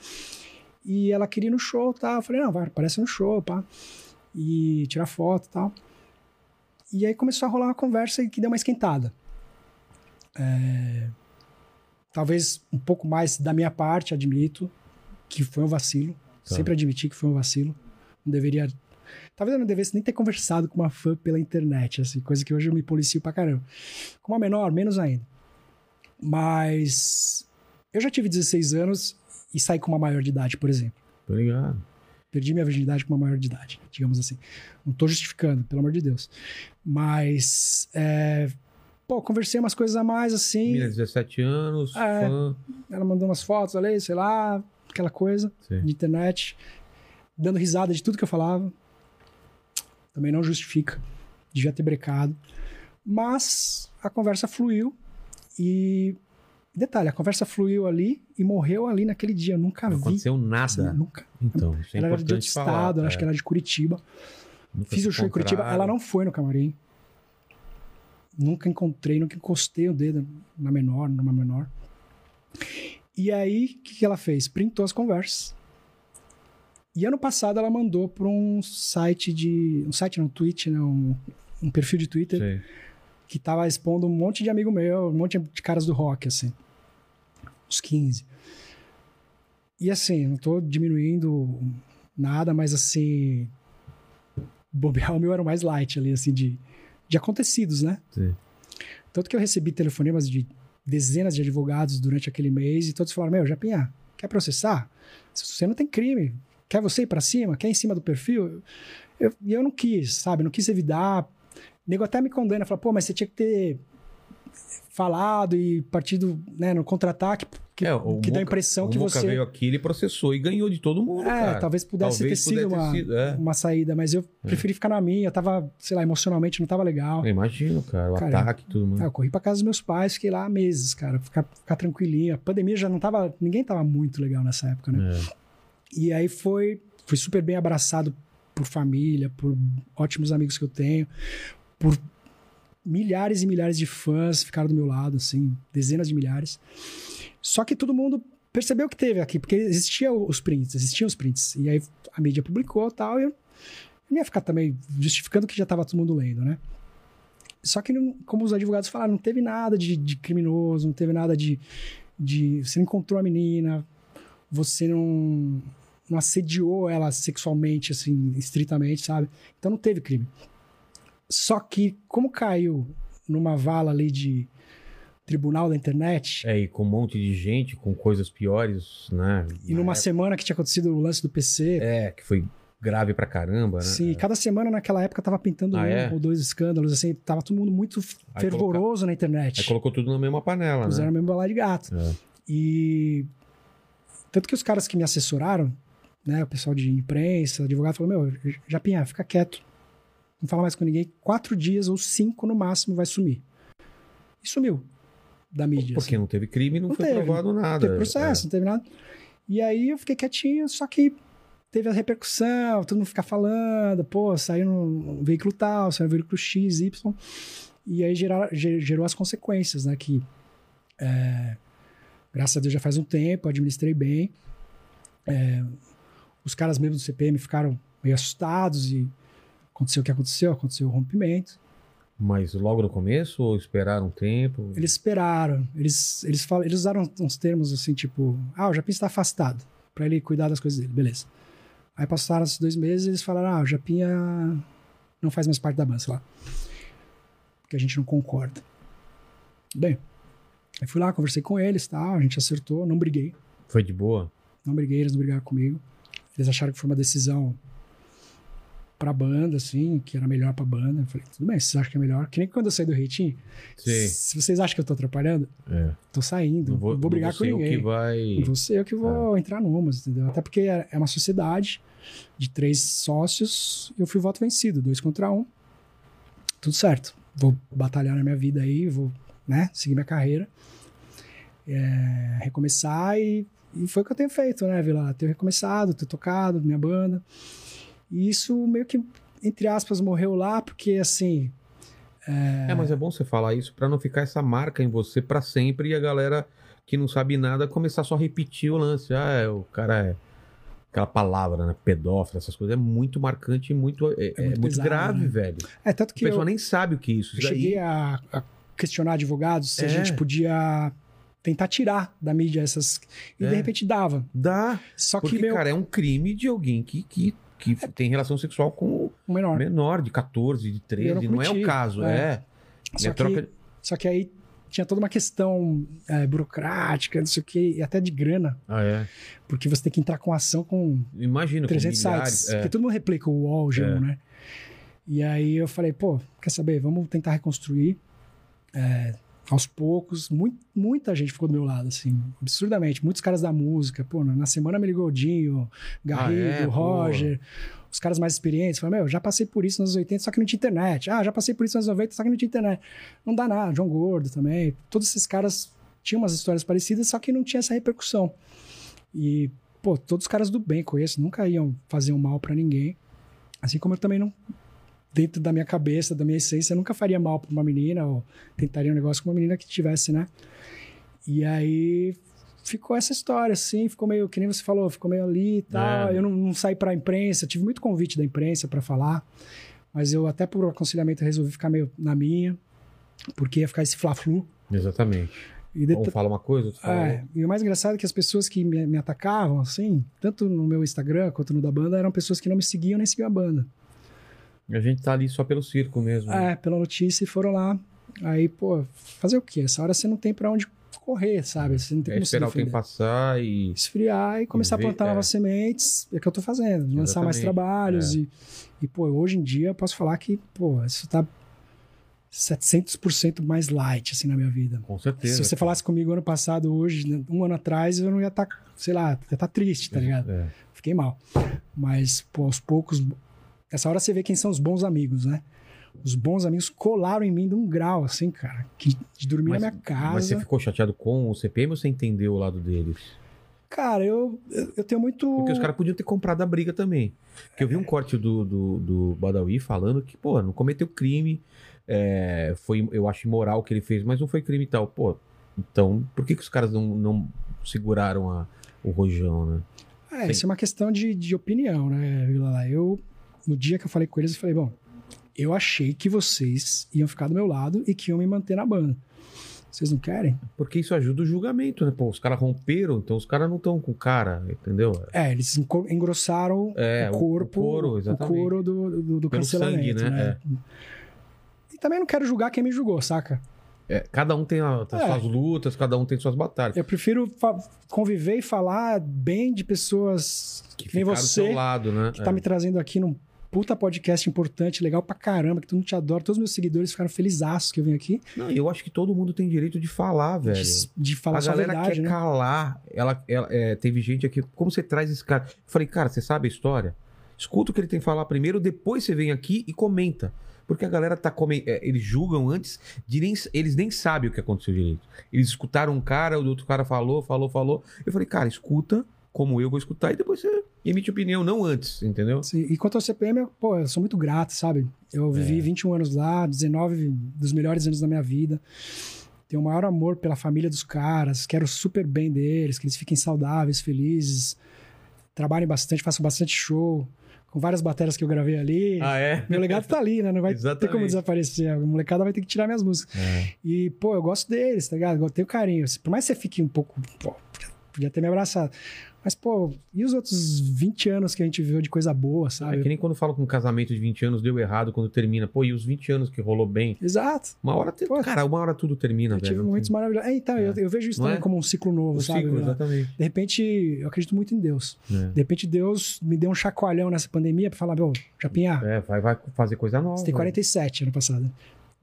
[SPEAKER 3] E ela queria ir no show, tá? Eu falei, não, vai, aparece no show, pá. E tirar foto e tal. E aí começou a rolar uma conversa que deu uma esquentada. É, Talvez um pouco mais da minha parte, admito, que foi um vacilo.
[SPEAKER 1] Tá.
[SPEAKER 3] Sempre admiti que foi um vacilo. Não deveria. Talvez eu não devesse nem ter conversado com uma fã pela internet, assim, coisa que hoje eu me policio pra caramba. Com uma menor, menos ainda. Mas eu já tive 16 anos e saí com uma maior de idade, por exemplo.
[SPEAKER 1] Tô ligado.
[SPEAKER 3] Perdi minha virgindade com uma maior de idade, digamos assim. Não tô justificando, pelo amor de Deus. Mas, é, pô, conversei umas coisas a mais, assim.
[SPEAKER 1] Menina, 17 anos,
[SPEAKER 3] É.
[SPEAKER 1] fã.
[SPEAKER 3] Ela mandou umas fotos ali, sei lá, aquela coisa
[SPEAKER 1] Sim.
[SPEAKER 3] de internet, dando risada de tudo que eu falava. Também não justifica. Devia ter brecado. Mas a conversa fluiu e. Detalhe, a conversa fluiu ali e morreu ali naquele dia. Eu nunca
[SPEAKER 1] Não
[SPEAKER 3] vi.
[SPEAKER 1] aconteceu nada.
[SPEAKER 3] Nunca.
[SPEAKER 1] Então, isso é
[SPEAKER 3] Ah, ela era de outro
[SPEAKER 1] importante falar.
[SPEAKER 3] estado,
[SPEAKER 1] é.
[SPEAKER 3] ela acho que ela era de Curitiba.
[SPEAKER 1] Nunca
[SPEAKER 3] Fiz
[SPEAKER 1] se
[SPEAKER 3] o show em Curitiba,
[SPEAKER 1] encontraram.
[SPEAKER 3] ela não foi no camarim. Nunca encontrei, nunca encostei o dedo na menor, numa menor. E aí, o que, que ela fez? Printou as conversas. E ano passado ela mandou para um site de. Um site não, um tweet, né? Um, um perfil de Twitter
[SPEAKER 1] Sei.
[SPEAKER 3] que tava expondo um monte de amigo meu, um monte de caras do rock, assim. Uns 15. E assim, não tô diminuindo nada, mas assim. Bobear o meu era o mais light ali, assim, de, de acontecidos, né?
[SPEAKER 1] Sim.
[SPEAKER 3] Tanto que eu recebi telefonemas de dezenas de advogados durante aquele mês e todos falaram: Meu, Japinha, quer processar? Você não tem crime. Quer você ir pra cima? Quer ir em cima do perfil? Eu- E eu, não quis, sabe? Não quis evitar. O nego até me condena, fala: Pô, mas você tinha que ter falado e partido né, no contra-ataque, que,
[SPEAKER 1] É,
[SPEAKER 3] que dá
[SPEAKER 1] Muca-
[SPEAKER 3] a impressão
[SPEAKER 1] o
[SPEAKER 3] que
[SPEAKER 1] Muca
[SPEAKER 3] você.
[SPEAKER 1] veio aqui, ele processou e ganhou de todo mundo,
[SPEAKER 3] É,
[SPEAKER 1] cara.
[SPEAKER 3] talvez pudesse ter sido
[SPEAKER 1] pudesse
[SPEAKER 3] uma,
[SPEAKER 1] é.
[SPEAKER 3] uma saída, mas eu preferi ficar na minha. Eu tava, sei lá, emocionalmente não tava legal.
[SPEAKER 1] Eu imagino, cara. O
[SPEAKER 3] Cara,
[SPEAKER 1] ataque e tudo mais.
[SPEAKER 3] Ah, eu corri pra casa dos meus pais, fiquei lá meses, cara, ficar, ficar tranquilinho. A pandemia já não tava, ninguém tava muito legal nessa época, né?
[SPEAKER 1] É.
[SPEAKER 3] E aí foi, fui super bem abraçado por família, por ótimos amigos que eu tenho, por milhares e milhares de fãs ficaram do meu lado, assim, dezenas de milhares. Só que todo mundo percebeu que teve aqui, porque existiam os prints, existiam os prints. E aí a mídia publicou e tal, e eu não ia ficar também justificando que já tava todo mundo lendo, né? Só que, não- como os advogados falaram, não teve nada de, de criminoso, não teve nada de, de. Você não encontrou a menina, você não, não assediou ela sexualmente, assim, estritamente, sabe? Então não teve crime. Só que, como caiu numa vala ali de tribunal da internet,
[SPEAKER 1] É, e com um monte de gente, com coisas piores, né?
[SPEAKER 3] e numa semana que tinha acontecido o lance do PC,
[SPEAKER 1] É, que foi grave pra caramba, né?
[SPEAKER 3] Sim, cada semana naquela época tava pintando
[SPEAKER 1] Ah,
[SPEAKER 3] um
[SPEAKER 1] é?
[SPEAKER 3] ou dois escândalos, assim, tava todo mundo muito f-
[SPEAKER 1] Aí
[SPEAKER 3] fervoroso na internet.
[SPEAKER 1] Aí colocou tudo na mesma panela,
[SPEAKER 3] Puseram
[SPEAKER 1] né?
[SPEAKER 3] mesmo bala de gato.
[SPEAKER 1] É.
[SPEAKER 3] E tanto que os caras que me assessoraram, né, o pessoal de imprensa, advogado, falou: Meu, Japinha, fica quieto. Não fala mais com ninguém. Quatro dias ou cinco no máximo vai sumir. E sumiu da mídia. assim.
[SPEAKER 1] Porque não teve crime, não,
[SPEAKER 3] Não
[SPEAKER 1] foi
[SPEAKER 3] teve,
[SPEAKER 1] provado nada. é.
[SPEAKER 3] Não teve processo, não teve nada. E aí eu fiquei quietinho, só que teve a repercussão, todo mundo ficar falando, pô, saiu um veículo tal, saiu um veículo X, Y. E aí gerar- ge- gerou, as consequências, né? Que, é, graças a Deus, já faz um tempo, eu administrei bem. É, os caras mesmo do CPM ficaram meio assustados e aconteceu o que aconteceu, aconteceu o rompimento.
[SPEAKER 1] É. Mas logo no começo, ou esperaram um tempo?
[SPEAKER 3] Eles esperaram. Eles, eles, falam, eles usaram uns termos assim, tipo, ah, o Japinha está afastado, pra ele cuidar das coisas dele, beleza. Aí passaram esses dois meses e eles falaram, ah, o Japinha não faz mais parte da banda, sei lá. Porque a gente não concorda. Bem, aí fui lá, conversei com eles, tal, a gente acertou, não briguei.
[SPEAKER 1] Foi de boa?
[SPEAKER 3] Não briguei, eles não brigaram comigo. Eles acharam que foi uma decisão pra banda, assim, que era melhor pra banda. Eu falei, tudo bem, vocês acham que é melhor? Que nem quando eu saí do Reitinho,
[SPEAKER 1] Sim.
[SPEAKER 3] se vocês acham que eu tô atrapalhando,
[SPEAKER 1] É.
[SPEAKER 3] tô saindo, não vou, brigar
[SPEAKER 1] não
[SPEAKER 3] com
[SPEAKER 1] sei o
[SPEAKER 3] ninguém.
[SPEAKER 1] que vai...
[SPEAKER 3] Não vou ser eu que vou entrar numas, entendeu? Até porque é é uma sociedade de três sócios, eu fui voto vencido, dois contra um. Tudo certo. Vou batalhar na minha vida aí, vou né, seguir minha carreira, é, recomeçar e, e foi o que eu tenho feito, né, Vila? Tenho recomeçado, tenho tocado minha banda. E isso meio que, entre aspas, morreu lá, porque assim,
[SPEAKER 1] É, mas é bom você falar isso pra não ficar essa marca em você pra sempre e a galera que não sabe nada começar só a repetir o lance. Ah, é, o cara é. Aquela palavra, né? Pedófilo, essas coisas. É muito marcante e muito. É, é
[SPEAKER 3] muito
[SPEAKER 1] muito
[SPEAKER 3] pesado,
[SPEAKER 1] grave,
[SPEAKER 3] né?
[SPEAKER 1] velho.
[SPEAKER 3] é tanto
[SPEAKER 1] A
[SPEAKER 3] que eu,
[SPEAKER 1] pessoa nem sabe o que é isso.
[SPEAKER 3] eu
[SPEAKER 1] Isso daí-
[SPEAKER 3] cheguei a, a questionar advogados se
[SPEAKER 1] É.
[SPEAKER 3] a gente podia tentar tirar da mídia essas... E
[SPEAKER 1] É.
[SPEAKER 3] de repente dava.
[SPEAKER 1] Dá.
[SPEAKER 3] Só
[SPEAKER 1] Porque,
[SPEAKER 3] que, meu,
[SPEAKER 1] cara, é um crime de alguém que, que, que tem relação sexual com o
[SPEAKER 3] o menor.
[SPEAKER 1] menor, de 14, de 13. Não, é o
[SPEAKER 3] cometi,
[SPEAKER 1] caso, é.
[SPEAKER 3] Só
[SPEAKER 1] É
[SPEAKER 3] que-
[SPEAKER 1] troca-
[SPEAKER 3] Só que aí tinha toda uma questão é, burocrática, não sei o quê, e até de grana,
[SPEAKER 1] Ah, é.
[SPEAKER 3] porque você tem que entrar com ação com
[SPEAKER 1] Imagina,
[SPEAKER 3] 300
[SPEAKER 1] com milhares.
[SPEAKER 3] sites,
[SPEAKER 1] é.
[SPEAKER 3] porque todo mundo replica o UOL, G1, né? E aí eu falei, pô, quer saber, vamos tentar reconstruir é, aos poucos. Mui- muita gente ficou do meu lado, assim, absurdamente. Muitos caras da música, pô, na semana me ligou o Dinho, Garrido,
[SPEAKER 1] Ah, é? Pô.
[SPEAKER 3] Roger... Os caras mais experientes falaram, meu, já passei por isso nos 80, só que não tinha internet. Ah, já passei por isso nos 90, só que não tinha internet não dá nada, João Gordo também, todos esses caras tinham umas histórias parecidas, só que não tinha essa repercussão. E, pô, todos os caras do bem conheço, nunca iam fazer um mal pra ninguém. Assim como eu também não, dentro da minha cabeça, da minha essência, eu nunca faria mal pra uma menina, ou tentaria um negócio com uma menina que tivesse, né? E aí ficou essa história, assim, ficou meio, que nem você falou, ficou meio ali e tal.
[SPEAKER 1] É.
[SPEAKER 3] Eu não, não saí pra imprensa, tive muito convite da imprensa pra falar, mas eu até por aconselhamento resolvi ficar meio na minha, porque ia ficar esse fla-flu.
[SPEAKER 1] Exatamente.
[SPEAKER 3] E
[SPEAKER 1] Um
[SPEAKER 3] depois,
[SPEAKER 1] fala uma coisa, outro fala outra.
[SPEAKER 3] é, e o mais engraçado é que as pessoas que me, me atacavam, assim, tanto no meu Instagram quanto no da banda, eram pessoas que não me seguiam nem seguiam a banda.
[SPEAKER 1] A gente tá ali só pelo circo mesmo. né?
[SPEAKER 3] É, pela notícia e foram lá. Aí, pô, fazer o quê? Essa hora você não tem pra onde correr, sabe? Você não tem
[SPEAKER 1] É
[SPEAKER 3] como se
[SPEAKER 1] esperar o tempo
[SPEAKER 3] defender.
[SPEAKER 1] passar e.
[SPEAKER 3] Esfriar e começar
[SPEAKER 1] ver,
[SPEAKER 3] a plantar
[SPEAKER 1] é.
[SPEAKER 3] novas sementes, é o que eu tô fazendo, lançar
[SPEAKER 1] Exatamente,
[SPEAKER 3] mais
[SPEAKER 1] é.
[SPEAKER 3] trabalhos. E, e, pô, hoje em dia eu posso falar que, pô, isso tá 700% mais light, assim, na minha vida.
[SPEAKER 1] Com certeza.
[SPEAKER 3] Se você
[SPEAKER 1] cara.
[SPEAKER 3] falasse comigo ano passado, hoje, né, um ano atrás, eu não ia estar, sei lá, ia estar triste, tá ligado?
[SPEAKER 1] É.
[SPEAKER 3] Fiquei mal. Mas, pô, aos poucos, essa hora você vê quem são os bons amigos, né? Os bons amigos colaram em mim de um grau, assim, cara, que de dormir
[SPEAKER 1] Mas-
[SPEAKER 3] na minha casa.
[SPEAKER 1] Mas você ficou chateado com o CPM ou você entendeu o lado deles?
[SPEAKER 3] Cara, eu, eu, eu tenho muito.
[SPEAKER 1] Porque os caras podiam ter comprado a briga também. Porque eu vi um corte do, do, do Badawi falando que, pô, não cometeu crime, é, foi, eu acho imoral o que ele fez, mas não foi crime e tal. Pô, então por que, que os caras não, não seguraram a- o rojão, né?
[SPEAKER 3] É,
[SPEAKER 1] Sim.
[SPEAKER 3] isso é uma questão de, de opinião, né, Vila? Eu, no dia que eu falei com eles, eu falei, bom, eu achei que vocês iam ficar do meu lado e que iam me manter na banda. Vocês não querem?
[SPEAKER 1] Porque isso ajuda o julgamento, né? Pô, os caras romperam, então os caras não estão com cara, entendeu?
[SPEAKER 3] É, eles enco- engrossaram
[SPEAKER 1] É,
[SPEAKER 3] o
[SPEAKER 1] o-
[SPEAKER 3] corpo,
[SPEAKER 1] o couro,
[SPEAKER 3] o
[SPEAKER 1] exatamente.
[SPEAKER 3] couro do, do, do
[SPEAKER 1] Pelo sangue,
[SPEAKER 3] cancelamento,
[SPEAKER 1] né?
[SPEAKER 3] né? E também não quero julgar quem me julgou, saca?
[SPEAKER 1] É, cada um tem a- as
[SPEAKER 3] É.
[SPEAKER 1] suas lutas, cada um tem suas batalhas.
[SPEAKER 3] Eu prefiro fa- conviver e falar bem de pessoas que, nem
[SPEAKER 1] ficaram do seu
[SPEAKER 3] você,
[SPEAKER 1] lado, né?
[SPEAKER 3] que tá
[SPEAKER 1] É.
[SPEAKER 3] me trazendo aqui num puta podcast importante, legal pra caramba, que todo mundo te adora, todos os meus seguidores ficaram felizaços que eu vim aqui,
[SPEAKER 1] Não, eu acho que todo mundo tem direito de falar, velho.
[SPEAKER 3] de, de falar
[SPEAKER 1] a
[SPEAKER 3] sua
[SPEAKER 1] galera
[SPEAKER 3] verdade,
[SPEAKER 1] quer
[SPEAKER 3] né?
[SPEAKER 1] calar. Ela, ela- é, teve gente aqui. Como você traz esse cara? Eu falei, cara, você sabe a história? Escuta o que ele tem que falar primeiro, depois você vem aqui e comenta. Porque a galera tá comentando. eles julgam antes, de nem- eles nem sabem o que aconteceu direito. Eles escutaram um cara, o outro cara falou, falou, falou. Eu falei, cara, escuta como eu vou escutar e depois você emite opinião, não antes, entendeu?
[SPEAKER 3] Sim, Assim, E quanto ao CPM, eu, pô, eu sou muito grato, sabe? Eu vivi 21 anos lá, 19 dos melhores anos da minha vida. Tenho o maior amor pela família dos caras, quero super bem deles, que eles fiquem saudáveis, felizes, trabalhem bastante, façam bastante show, com várias baterias que eu gravei ali.
[SPEAKER 1] é?
[SPEAKER 3] Meu legado tá ali, né? Não vai ter
[SPEAKER 1] Exatamente.
[SPEAKER 3] como desaparecer. A molecada vai ter que tirar minhas músicas.
[SPEAKER 1] É.
[SPEAKER 3] E, pô, eu gosto deles, tá ligado? Eu tenho carinho. Por mais que você fique um pouco. Pô, podia ter me abraçado. Mas, pô, e os outros 20 anos que a gente viveu de coisa boa,
[SPEAKER 1] É
[SPEAKER 3] sabe?
[SPEAKER 1] que nem quando falo com um casamento de 20 anos deu errado quando termina. Pô, e os 20 anos que rolou bem?
[SPEAKER 3] Exato.
[SPEAKER 1] Uma hora. Te...
[SPEAKER 3] Pô,
[SPEAKER 1] Cara, uma hora tudo termina,
[SPEAKER 3] Eu
[SPEAKER 1] velho.
[SPEAKER 3] tive
[SPEAKER 1] não tem-
[SPEAKER 3] momentos maravilhosos. É, então,
[SPEAKER 1] É.
[SPEAKER 3] eu, eu vejo isso
[SPEAKER 1] Não
[SPEAKER 3] também
[SPEAKER 1] é? né?
[SPEAKER 3] como um ciclo novo,
[SPEAKER 1] O
[SPEAKER 3] sabe?
[SPEAKER 1] ciclo,
[SPEAKER 3] Vila?
[SPEAKER 1] exatamente.
[SPEAKER 3] De repente, eu acredito muito em Deus.
[SPEAKER 1] É.
[SPEAKER 3] De repente, Deus me deu um chacoalhão nessa pandemia pra falar, meu, Japinha,
[SPEAKER 1] É, vai, vai fazer coisa nova.
[SPEAKER 3] Você tem 47 ano passado. né?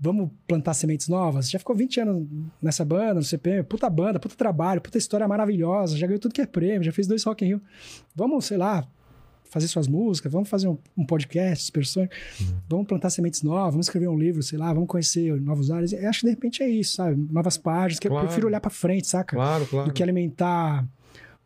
[SPEAKER 3] Vamos plantar sementes novas? Já ficou 20 anos nessa banda, no CPM. Puta banda, puta trabalho, puta história maravilhosa. Já ganhou tudo que é prêmio, já fez dois Rock in Rio. Vamos, sei lá, fazer suas músicas, vamos fazer um, um podcast, Supersônico,
[SPEAKER 1] Uhum.
[SPEAKER 3] vamos plantar sementes novas, vamos escrever um livro, sei lá, vamos conhecer novos áreas. Eu acho que de repente é isso, sabe? Novas páginas, que
[SPEAKER 1] Claro.
[SPEAKER 3] eu prefiro olhar pra frente, saca?
[SPEAKER 1] Claro, claro. Um
[SPEAKER 3] Do que alimentar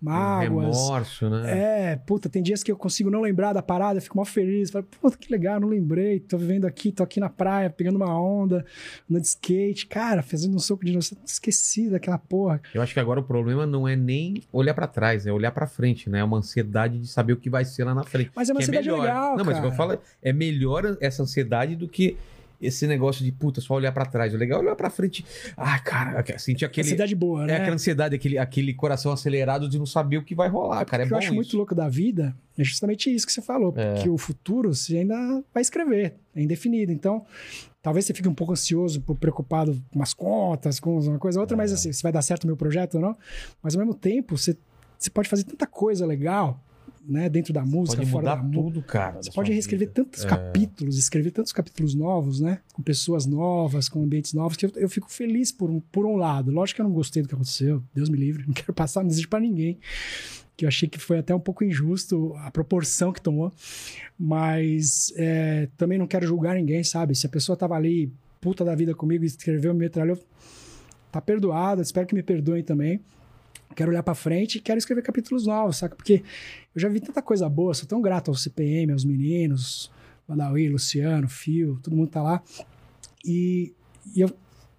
[SPEAKER 3] mágoas.
[SPEAKER 1] Remorso, né?
[SPEAKER 3] É, puta, tem dias que eu consigo não lembrar da parada, eu fico mó feliz. Falo, puta, que legal, não lembrei. Tô vivendo aqui, tô aqui na praia, pegando uma onda, andando de skate. Cara, fazendo um soco de dinossauro. Esqueci daquela porra.
[SPEAKER 1] Eu acho que agora o problema não é nem olhar pra trás, é olhar pra frente, né? É uma ansiedade de saber o que vai ser lá na frente.
[SPEAKER 3] Mas é uma
[SPEAKER 1] que
[SPEAKER 3] ansiedade
[SPEAKER 1] melhor.
[SPEAKER 3] legal,
[SPEAKER 1] Não, mas o que eu
[SPEAKER 3] cara.
[SPEAKER 1] falo é- é melhor essa ansiedade do que esse negócio de puta, só olhar pra trás. O legal é olhar pra frente. Ah, cara, sentir aquele
[SPEAKER 3] Ansiedade boa,
[SPEAKER 1] é
[SPEAKER 3] né?
[SPEAKER 1] aquela ansiedade, aquele, aquele coração acelerado de não saber o que vai rolar, cara. É
[SPEAKER 3] o que
[SPEAKER 1] bom
[SPEAKER 3] eu acho
[SPEAKER 1] isso. É.
[SPEAKER 3] muito louco da vida é justamente isso que você falou, que o futuro você ainda vai escrever, é indefinido. Então, talvez você fique um pouco ansioso, um pouco preocupado com umas contas, com uma coisa ou
[SPEAKER 1] É.
[SPEAKER 3] outra, mas assim, se vai dar certo o meu projeto ou não. Mas ao mesmo tempo, você, você pode fazer tanta coisa legal, né, dentro da música,
[SPEAKER 1] Pode
[SPEAKER 3] fora da
[SPEAKER 1] mudar
[SPEAKER 3] música.
[SPEAKER 1] tudo, cara.
[SPEAKER 3] Você
[SPEAKER 1] da
[SPEAKER 3] pode
[SPEAKER 1] sua
[SPEAKER 3] reescrever
[SPEAKER 1] vida.
[SPEAKER 3] tantos capítulos, escrever tantos capítulos novos, né? Com pessoas novas, com ambientes novos, que eu, eu fico feliz por um, por um lado. Lógico que eu não gostei do que aconteceu, Deus me livre, não quero passar desejo pra ninguém. Que eu achei que foi até um pouco injusto a proporção que tomou. Mas é, também não quero julgar ninguém, sabe? Se a pessoa tava ali, puta da vida comigo, escreveu, me metralhou, tá perdoada, espero que me perdoem também. Quero olhar pra frente e quero escrever capítulos novos, saca? Porque eu já vi tanta coisa boa, sou tão grato ao CPM, aos meninos, Badawi, Luciano, Fio, todo mundo tá lá. E, e eu,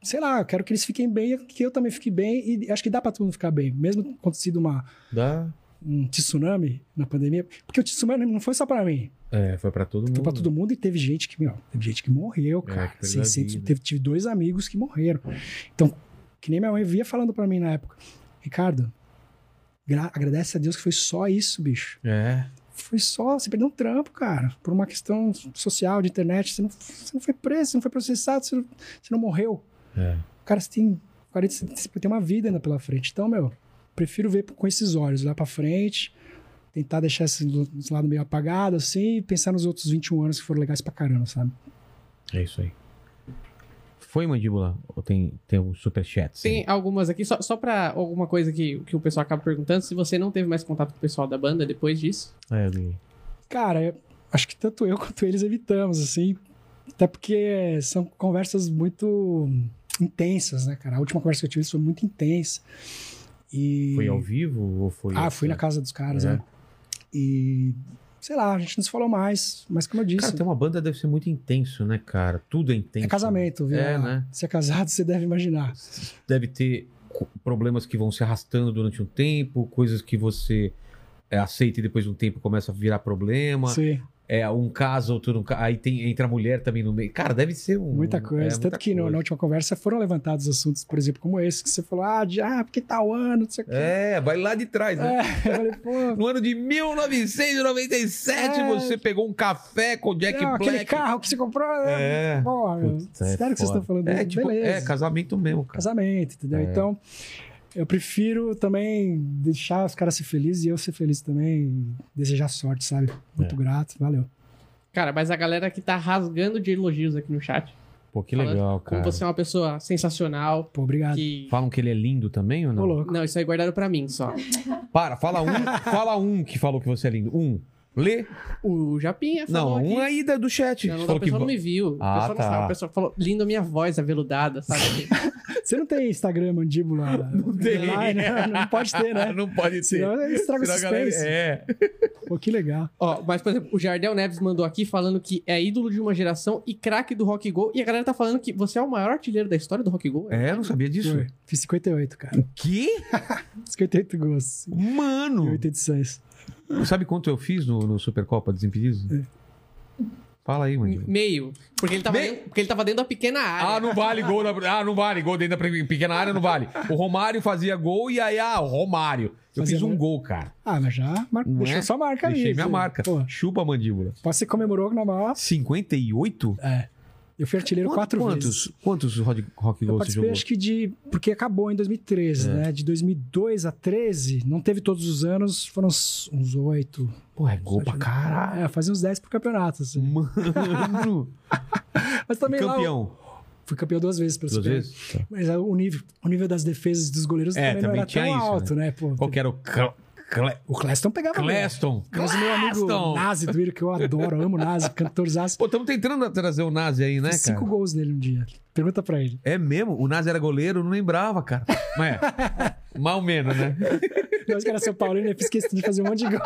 [SPEAKER 3] sei lá, eu quero que eles fiquem bem, que eu também fique bem, e acho que dá pra todo mundo ficar bem, mesmo tendo acontecido uma,
[SPEAKER 1] Dá.
[SPEAKER 3] um tsunami na pandemia, porque o tsunami não foi só pra mim,
[SPEAKER 1] É, foi pra todo mundo.
[SPEAKER 3] foi pra todo mundo e teve gente que, meu, teve gente que morreu, cara.
[SPEAKER 1] É, que perdeu
[SPEAKER 3] Sem-
[SPEAKER 1] a
[SPEAKER 3] sem-
[SPEAKER 1] vida.
[SPEAKER 3] teve, tive dois amigos que morreram. Então, que nem minha mãe via falando pra mim na época, Ricardo, gra- agradece a Deus que foi só isso, bicho.
[SPEAKER 1] É.
[SPEAKER 3] Foi só, você perdeu um trampo, cara, por uma questão social de internet. Você não, você não foi preso, você não foi processado, você não, você não morreu.
[SPEAKER 1] É.
[SPEAKER 3] Cara, você tem 40, você tem uma vida ainda pela frente. Então, meu, prefiro ver com esses olhos, olhar pra frente, tentar deixar esse lo- esse lado meio apagado, assim, e pensar nos outros 21 anos que foram legais pra caramba, sabe?
[SPEAKER 1] É isso aí. Foi, mandíbula? Ou tem, tem um superchat?
[SPEAKER 2] Tem algumas aqui, só, só pra alguma coisa que, que o pessoal acaba perguntando, se você não teve mais contato com o pessoal da banda depois disso.
[SPEAKER 1] É, Lili.
[SPEAKER 3] Cara, eu- acho que tanto eu quanto eles evitamos, assim. Até porque são conversas muito intensas, né, cara? A última conversa que eu tive foi muito intensa. E...
[SPEAKER 1] Foi ao vivo ou foi.
[SPEAKER 3] Ah, fui na casa dos caras,
[SPEAKER 1] É.
[SPEAKER 3] né? E. Sei lá, a gente não se falou mais, mas como eu disse.
[SPEAKER 1] Cara, ter uma banda deve ser muito intenso, né, cara? Tudo é intenso.
[SPEAKER 3] é casamento, viu?
[SPEAKER 1] É, né?
[SPEAKER 3] Se é casado, você deve imaginar.
[SPEAKER 1] Deve ter co- problemas que vão se arrastando durante um tempo, coisas que você é, aceita e depois de um tempo começa a virar problema.
[SPEAKER 3] Sim,
[SPEAKER 1] É, um caso, outro não ca- Aí tem, entra a mulher também no meio. Cara, deve ser um.
[SPEAKER 3] muita
[SPEAKER 1] é,
[SPEAKER 3] coisa. Tanto
[SPEAKER 1] muita
[SPEAKER 3] que no- na
[SPEAKER 1] coisa.
[SPEAKER 3] última conversa foram levantados assuntos, por exemplo, como esse, que você falou, ah, de, ah porque tal ano, não sei o quê.
[SPEAKER 1] É, vai lá de trás, né?
[SPEAKER 3] É, eu falei, pô.
[SPEAKER 1] No ano de 1997,
[SPEAKER 3] É.
[SPEAKER 1] você pegou um café com Jack
[SPEAKER 3] não, é, aquele
[SPEAKER 1] Black.
[SPEAKER 3] carro que você comprou, né?
[SPEAKER 1] É.
[SPEAKER 3] Porra, meu,
[SPEAKER 1] Puta, é
[SPEAKER 3] sério que vocês
[SPEAKER 1] foda.
[SPEAKER 3] estão falando
[SPEAKER 1] É,
[SPEAKER 3] isso?
[SPEAKER 1] tipo, é
[SPEAKER 3] Beleza.
[SPEAKER 1] casamento mesmo, cara.
[SPEAKER 3] casamento, entendeu?
[SPEAKER 1] É.
[SPEAKER 3] Então, eu prefiro também deixar os caras ser felizes e eu ser feliz também, desejar sorte, sabe?
[SPEAKER 1] É.
[SPEAKER 3] Muito grato, valeu.
[SPEAKER 2] Cara, mas a galera que tá rasgando de elogios aqui no chat.
[SPEAKER 1] Pô, que
[SPEAKER 2] Falando
[SPEAKER 1] legal,
[SPEAKER 2] Como
[SPEAKER 1] cara.
[SPEAKER 2] você é uma pessoa sensacional,
[SPEAKER 3] Pô, obrigado.
[SPEAKER 2] que...
[SPEAKER 1] Falam que ele é lindo também ou
[SPEAKER 3] Ô,
[SPEAKER 1] não?
[SPEAKER 3] louco.
[SPEAKER 2] Não, isso aí guardaram pra mim só.
[SPEAKER 1] Para, fala um, fala um que falou que você é lindo. Um. Lê.
[SPEAKER 2] O Japinha falou
[SPEAKER 1] Não,
[SPEAKER 2] aqui.
[SPEAKER 1] um aí da- do chat.
[SPEAKER 2] Não, tá não,
[SPEAKER 1] falou
[SPEAKER 2] a
[SPEAKER 1] que
[SPEAKER 2] pessoa não
[SPEAKER 1] vo-
[SPEAKER 2] me viu.
[SPEAKER 1] Ah,
[SPEAKER 2] a pessoa
[SPEAKER 1] tá.
[SPEAKER 2] não sabe. A pessoa falou, lindo a minha voz é aveludada, sabe?
[SPEAKER 3] Você não tem Instagram, mandíbula? Não
[SPEAKER 1] tem.
[SPEAKER 3] Não, não pode ter, né?
[SPEAKER 1] Ah, não pode ser.
[SPEAKER 3] Senão estraga o
[SPEAKER 1] Senão a galera-
[SPEAKER 3] suspense.
[SPEAKER 1] É.
[SPEAKER 3] Pô, que legal.
[SPEAKER 2] Ó, mas, por exemplo, o Jardel Neves mandou aqui falando que é ídolo de uma geração e craque do Rock Go. E a galera tá falando que você é o maior artilheiro da história do Rock Go.
[SPEAKER 1] É, eu não sabia disso.
[SPEAKER 3] Foi. Fiz 58, cara.
[SPEAKER 1] Que?
[SPEAKER 3] 58 gols. E
[SPEAKER 1] Mano!
[SPEAKER 3] 8 edições.
[SPEAKER 1] Sabe quanto eu fiz no, no Supercopa Desimpedidos?
[SPEAKER 3] É.
[SPEAKER 1] Fala aí, mano.
[SPEAKER 2] Meio. Porque ele, tava
[SPEAKER 1] Meio?
[SPEAKER 2] Dentro, porque ele tava dentro da pequena área.
[SPEAKER 1] Ah, não vale gol. Na... Ah, não vale gol dentro da pe- pequena área, não vale. O Romário fazia gol e aí, ah, Romário. Eu
[SPEAKER 3] Fazia
[SPEAKER 1] fiz um
[SPEAKER 3] gol.
[SPEAKER 1] gol, cara.
[SPEAKER 3] Ah, mas já mar...
[SPEAKER 1] Não
[SPEAKER 3] deixou
[SPEAKER 1] é?
[SPEAKER 3] sua marca aí.
[SPEAKER 1] Deixei minha
[SPEAKER 3] filho.
[SPEAKER 1] marca.
[SPEAKER 3] Pô,
[SPEAKER 1] Chupa a mandíbula.
[SPEAKER 3] você comemorou na maior.
[SPEAKER 1] 58?
[SPEAKER 3] É. Eu fui artilheiro
[SPEAKER 1] Quanto-
[SPEAKER 3] quatro
[SPEAKER 1] quantos,
[SPEAKER 3] vezes.
[SPEAKER 1] Quantos rock, rock
[SPEAKER 3] Eu
[SPEAKER 1] gols você
[SPEAKER 3] participei,
[SPEAKER 1] jogou? É.
[SPEAKER 3] acho que de. Porque acabou em 2013, né? De 2002 a 13, não teve todos os anos, foram uns uns oito.
[SPEAKER 1] Pô, é gol pra caralho.
[SPEAKER 3] É, fazia uns 10 por campeonato, assim.
[SPEAKER 1] Mano.
[SPEAKER 3] Mas também lá.
[SPEAKER 1] campeão.
[SPEAKER 3] eu Fui campeão duas vezes pelo
[SPEAKER 1] Duas
[SPEAKER 3] Super.
[SPEAKER 1] vezes? Tá.
[SPEAKER 3] Mas é, o nível, o nível das defesas dos goleiros
[SPEAKER 1] É,
[SPEAKER 3] também,
[SPEAKER 1] também
[SPEAKER 3] não era
[SPEAKER 1] tinha
[SPEAKER 3] tão
[SPEAKER 1] isso,
[SPEAKER 3] alto, né? Pô,
[SPEAKER 1] Qual que era o ca- Cle...
[SPEAKER 3] O Cleston pegava bem.
[SPEAKER 1] Cleston.
[SPEAKER 3] Mas o meu amigo
[SPEAKER 1] Cleston!
[SPEAKER 3] Nazi do Iro, que eu adoro, amo Nazi, cantorzaço.
[SPEAKER 1] Pô, estamos tentando trazer o Nazi aí, né,
[SPEAKER 3] Fiz
[SPEAKER 1] cara?
[SPEAKER 3] cinco gols dele um dia. Pergunta pra ele.
[SPEAKER 1] É mesmo? O Nazi era goleiro, não lembrava, cara. Mas é, mal menos, né?
[SPEAKER 3] Nós que era São Paulino, eu fiz questão de fazer um monte de gol.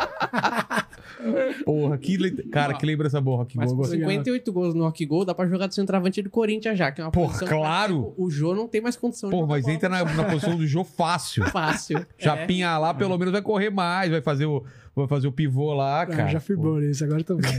[SPEAKER 1] Porra, que le... Cara, que lembrança boa, Rock
[SPEAKER 2] Mas
[SPEAKER 1] Go.
[SPEAKER 2] com
[SPEAKER 1] Go.
[SPEAKER 2] 58 gols no Rock Gol, dá pra jogar do centroavante do Corinthians já, que é uma
[SPEAKER 1] Porra,
[SPEAKER 2] posição...
[SPEAKER 1] claro.
[SPEAKER 2] O Jô não tem mais condição
[SPEAKER 1] Porra,
[SPEAKER 2] jogar
[SPEAKER 1] mas
[SPEAKER 2] bola
[SPEAKER 1] entra na, na posição do Jô fácil.
[SPEAKER 2] fácil.
[SPEAKER 1] Já
[SPEAKER 2] É.
[SPEAKER 1] pinha lá, pelo menos vai correr mais, vai fazer o, vai fazer o pivô lá,
[SPEAKER 3] Ah,
[SPEAKER 1] cara.
[SPEAKER 3] já fui bom nisso, agora também.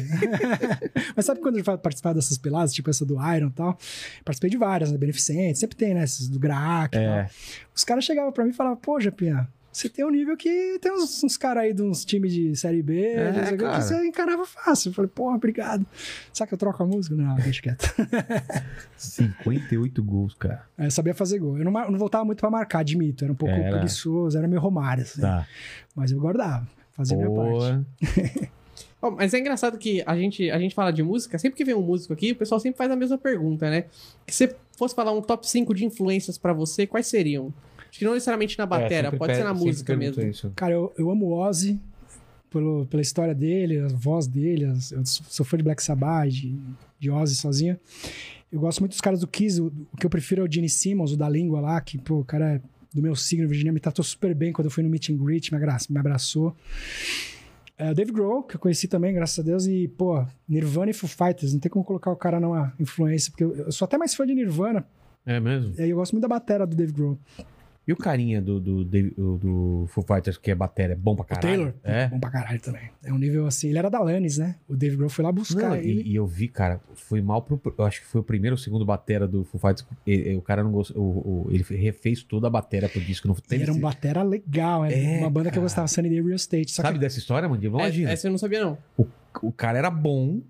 [SPEAKER 3] Mas sabe quando eu fa- participava dessas peladas, tipo essa do Iron e tal? Participei de várias, né? Beneficentes, sempre tem, né? Essas do Graak e
[SPEAKER 1] É.
[SPEAKER 3] tal. Os caras chegavam pra mim e falavam, pô, Japinha, você tem um nível que tem uns, uns caras aí de uns times de Série B,
[SPEAKER 1] É,
[SPEAKER 3] não sei o que,
[SPEAKER 1] cara.
[SPEAKER 3] que você encarava fácil. Eu falei, porra, obrigado. Será que eu troco a música? Não, deixa quieto.
[SPEAKER 1] 58 gols, cara.
[SPEAKER 3] Aí Eu sabia fazer gol. Eu não, mar- não voltava muito pra marcar, admito. Era um pouco
[SPEAKER 1] Era.
[SPEAKER 3] preguiçoso, era meio Romário, assim.
[SPEAKER 1] Tá.
[SPEAKER 3] Mas eu guardava,
[SPEAKER 2] é
[SPEAKER 3] fazia a minha parte.
[SPEAKER 1] Boa.
[SPEAKER 2] Ó, mas é engraçado que a gente, a gente fala de música, sempre que vem um músico aqui, o pessoal sempre faz a mesma pergunta, né? Que se você fosse falar um top 5 de influências pra você, quais seriam? Acho que não necessariamente na
[SPEAKER 1] É,
[SPEAKER 2] batera,
[SPEAKER 1] sempre
[SPEAKER 2] pode ser
[SPEAKER 1] pe-
[SPEAKER 2] na
[SPEAKER 1] sempre
[SPEAKER 2] música
[SPEAKER 1] pergunto
[SPEAKER 2] mesmo.
[SPEAKER 1] isso.
[SPEAKER 3] Cara, eu, eu amo o Ozzy pelo, pela história dele, a voz dele. as- Eu sou sou fã de Black Sabbath, de, de Ozzy sozinho. Eu gosto muito dos caras do Kiss. O, o que eu prefiro é o Gene Simmons, o da língua lá, que, pô, o cara é do meu signo, Virginia, me tratou super bem quando eu fui no meet and greet, me, agra- me abraçou. É, o Dave Grohl, que eu conheci também, graças a Deus, e, pô, Nirvana e Foo Fighters, não tem como colocar o cara numa influência, porque eu, eu sou até mais fã de Nirvana,
[SPEAKER 1] É mesmo?
[SPEAKER 3] e eu gosto muito da batera do Dave Grohl.
[SPEAKER 1] E o carinha do, do, Dave- do, do Foo Fighters, que é bateria, é bom pra caralho?
[SPEAKER 3] Taylor?
[SPEAKER 1] É.
[SPEAKER 3] Bom pra caralho também. É um nível assim. Ele era da Lannis, né? O Dave Grohl foi lá buscar
[SPEAKER 1] Não,
[SPEAKER 3] ele.
[SPEAKER 1] e, e eu vi, cara, foi mal pro. Eu acho que foi o primeiro ou segundo batera do Foo Fighters. e- e o cara não gostou. o- o- ele refez toda a batera pro disco. Não
[SPEAKER 3] E
[SPEAKER 1] teve,
[SPEAKER 3] era um batera legal, era
[SPEAKER 1] É,
[SPEAKER 3] uma banda que
[SPEAKER 1] cara.
[SPEAKER 3] eu gostava, Sunny Day Real Estate. Só
[SPEAKER 1] sabe
[SPEAKER 3] que
[SPEAKER 1] dessa história, Mandinho? Imagina.
[SPEAKER 2] É, essa eu não sabia, não.
[SPEAKER 1] O cara era bom.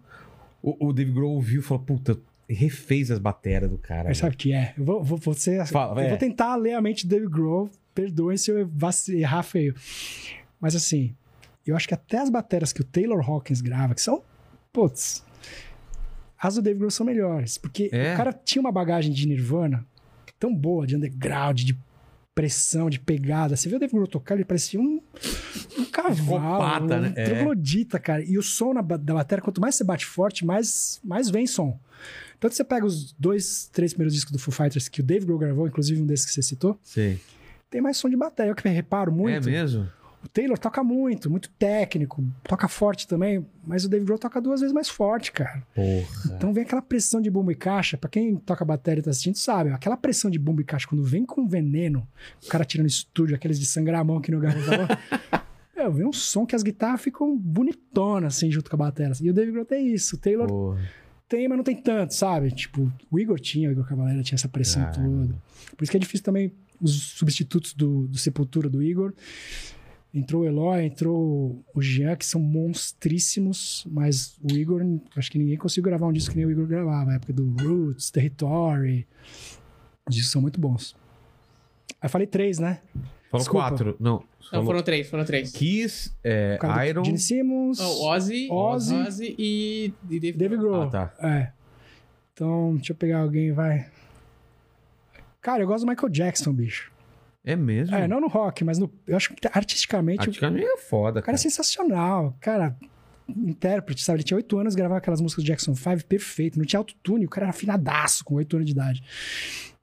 [SPEAKER 1] O, o Dave Grohl ouviu e falou: puta, refez as bateras do cara.
[SPEAKER 3] Mas sabe o que é? Eu vou, vou, vou ser-
[SPEAKER 1] Fala,
[SPEAKER 3] eu
[SPEAKER 1] é.
[SPEAKER 3] vou tentar ler a mente do Dave Grohl. Perdoem se eu vaci- errar feio. Mas assim, eu acho que até as bateras que o Taylor Hawkins grava, que são. Putz. As do Dave Grohl são melhores. Porque
[SPEAKER 1] É.
[SPEAKER 3] o cara tinha uma bagagem de Nirvana tão boa, de underground, de pressão, de pegada. Você viu o Dave Grohl tocar, ele parecia um, um cavalo,
[SPEAKER 1] Psicopata,
[SPEAKER 3] um
[SPEAKER 1] né? É.
[SPEAKER 3] troglodita, cara. E o som na ba- da bateria, quanto mais você bate forte, mais, mais vem som. Tanto que você pega os dois, três primeiros discos do Foo Fighters que o Dave Grohl gravou, inclusive um desses que você citou,
[SPEAKER 1] Sei.
[SPEAKER 3] tem mais som de bateria. Eu que me reparo
[SPEAKER 1] É
[SPEAKER 3] muito.
[SPEAKER 1] mesmo?
[SPEAKER 3] o Taylor toca muito, muito técnico, toca forte também, mas o Dave Grohl toca duas vezes mais forte, cara.
[SPEAKER 1] Porra.
[SPEAKER 3] Então vem aquela pressão de bumbo e caixa, pra quem toca bateria e tá assistindo sabe, aquela pressão de bumbo e caixa quando vem com veneno, o cara tirando estúdio, aqueles de sangrar a mão que no garoto falou. Eu vi um som que as guitarras ficam bonitonas, assim, junto com a bateria. E o Dave Grohl tem isso. O Taylor
[SPEAKER 1] Porra.
[SPEAKER 3] tem, mas não tem tanto, sabe? Tipo, o Igor tinha, o Igor Cavaleira tinha essa pressão
[SPEAKER 1] Caramba.
[SPEAKER 3] toda. Por isso que é difícil também os substitutos do, do Sepultura do Igor. Entrou o Eloy, entrou o Jean, que são monstríssimos, mas o Igor, acho que ninguém conseguiu gravar um disco que nem o Igor gravava, na época do Roots, Territory. Os discos são muito bons. Aí eu falei três, né?
[SPEAKER 1] Falou
[SPEAKER 3] Desculpa.
[SPEAKER 1] quatro. Não.
[SPEAKER 2] Não,
[SPEAKER 1] Falou...
[SPEAKER 2] foram três, foram três.
[SPEAKER 1] Kiss, é,
[SPEAKER 3] O cara do
[SPEAKER 1] Iron.
[SPEAKER 3] Gene Simmons,
[SPEAKER 2] Não, Ozzy,
[SPEAKER 3] Ozzy.
[SPEAKER 2] e, e David
[SPEAKER 3] David Grohl.
[SPEAKER 1] Ah, tá.
[SPEAKER 3] É. Então, deixa eu pegar alguém, vai. Cara, eu gosto do Michael Jackson, bicho.
[SPEAKER 1] É mesmo?
[SPEAKER 3] É, não no rock, mas no, eu acho que artisticamente
[SPEAKER 1] Praticamente é foda,
[SPEAKER 3] o
[SPEAKER 1] cara.
[SPEAKER 3] cara é sensacional. Cara, intérprete, sabe? Ele tinha oito anos, gravava aquelas músicas do Jackson 5 perfeito, não tinha autotune, o cara era afinadaço com oito anos de idade.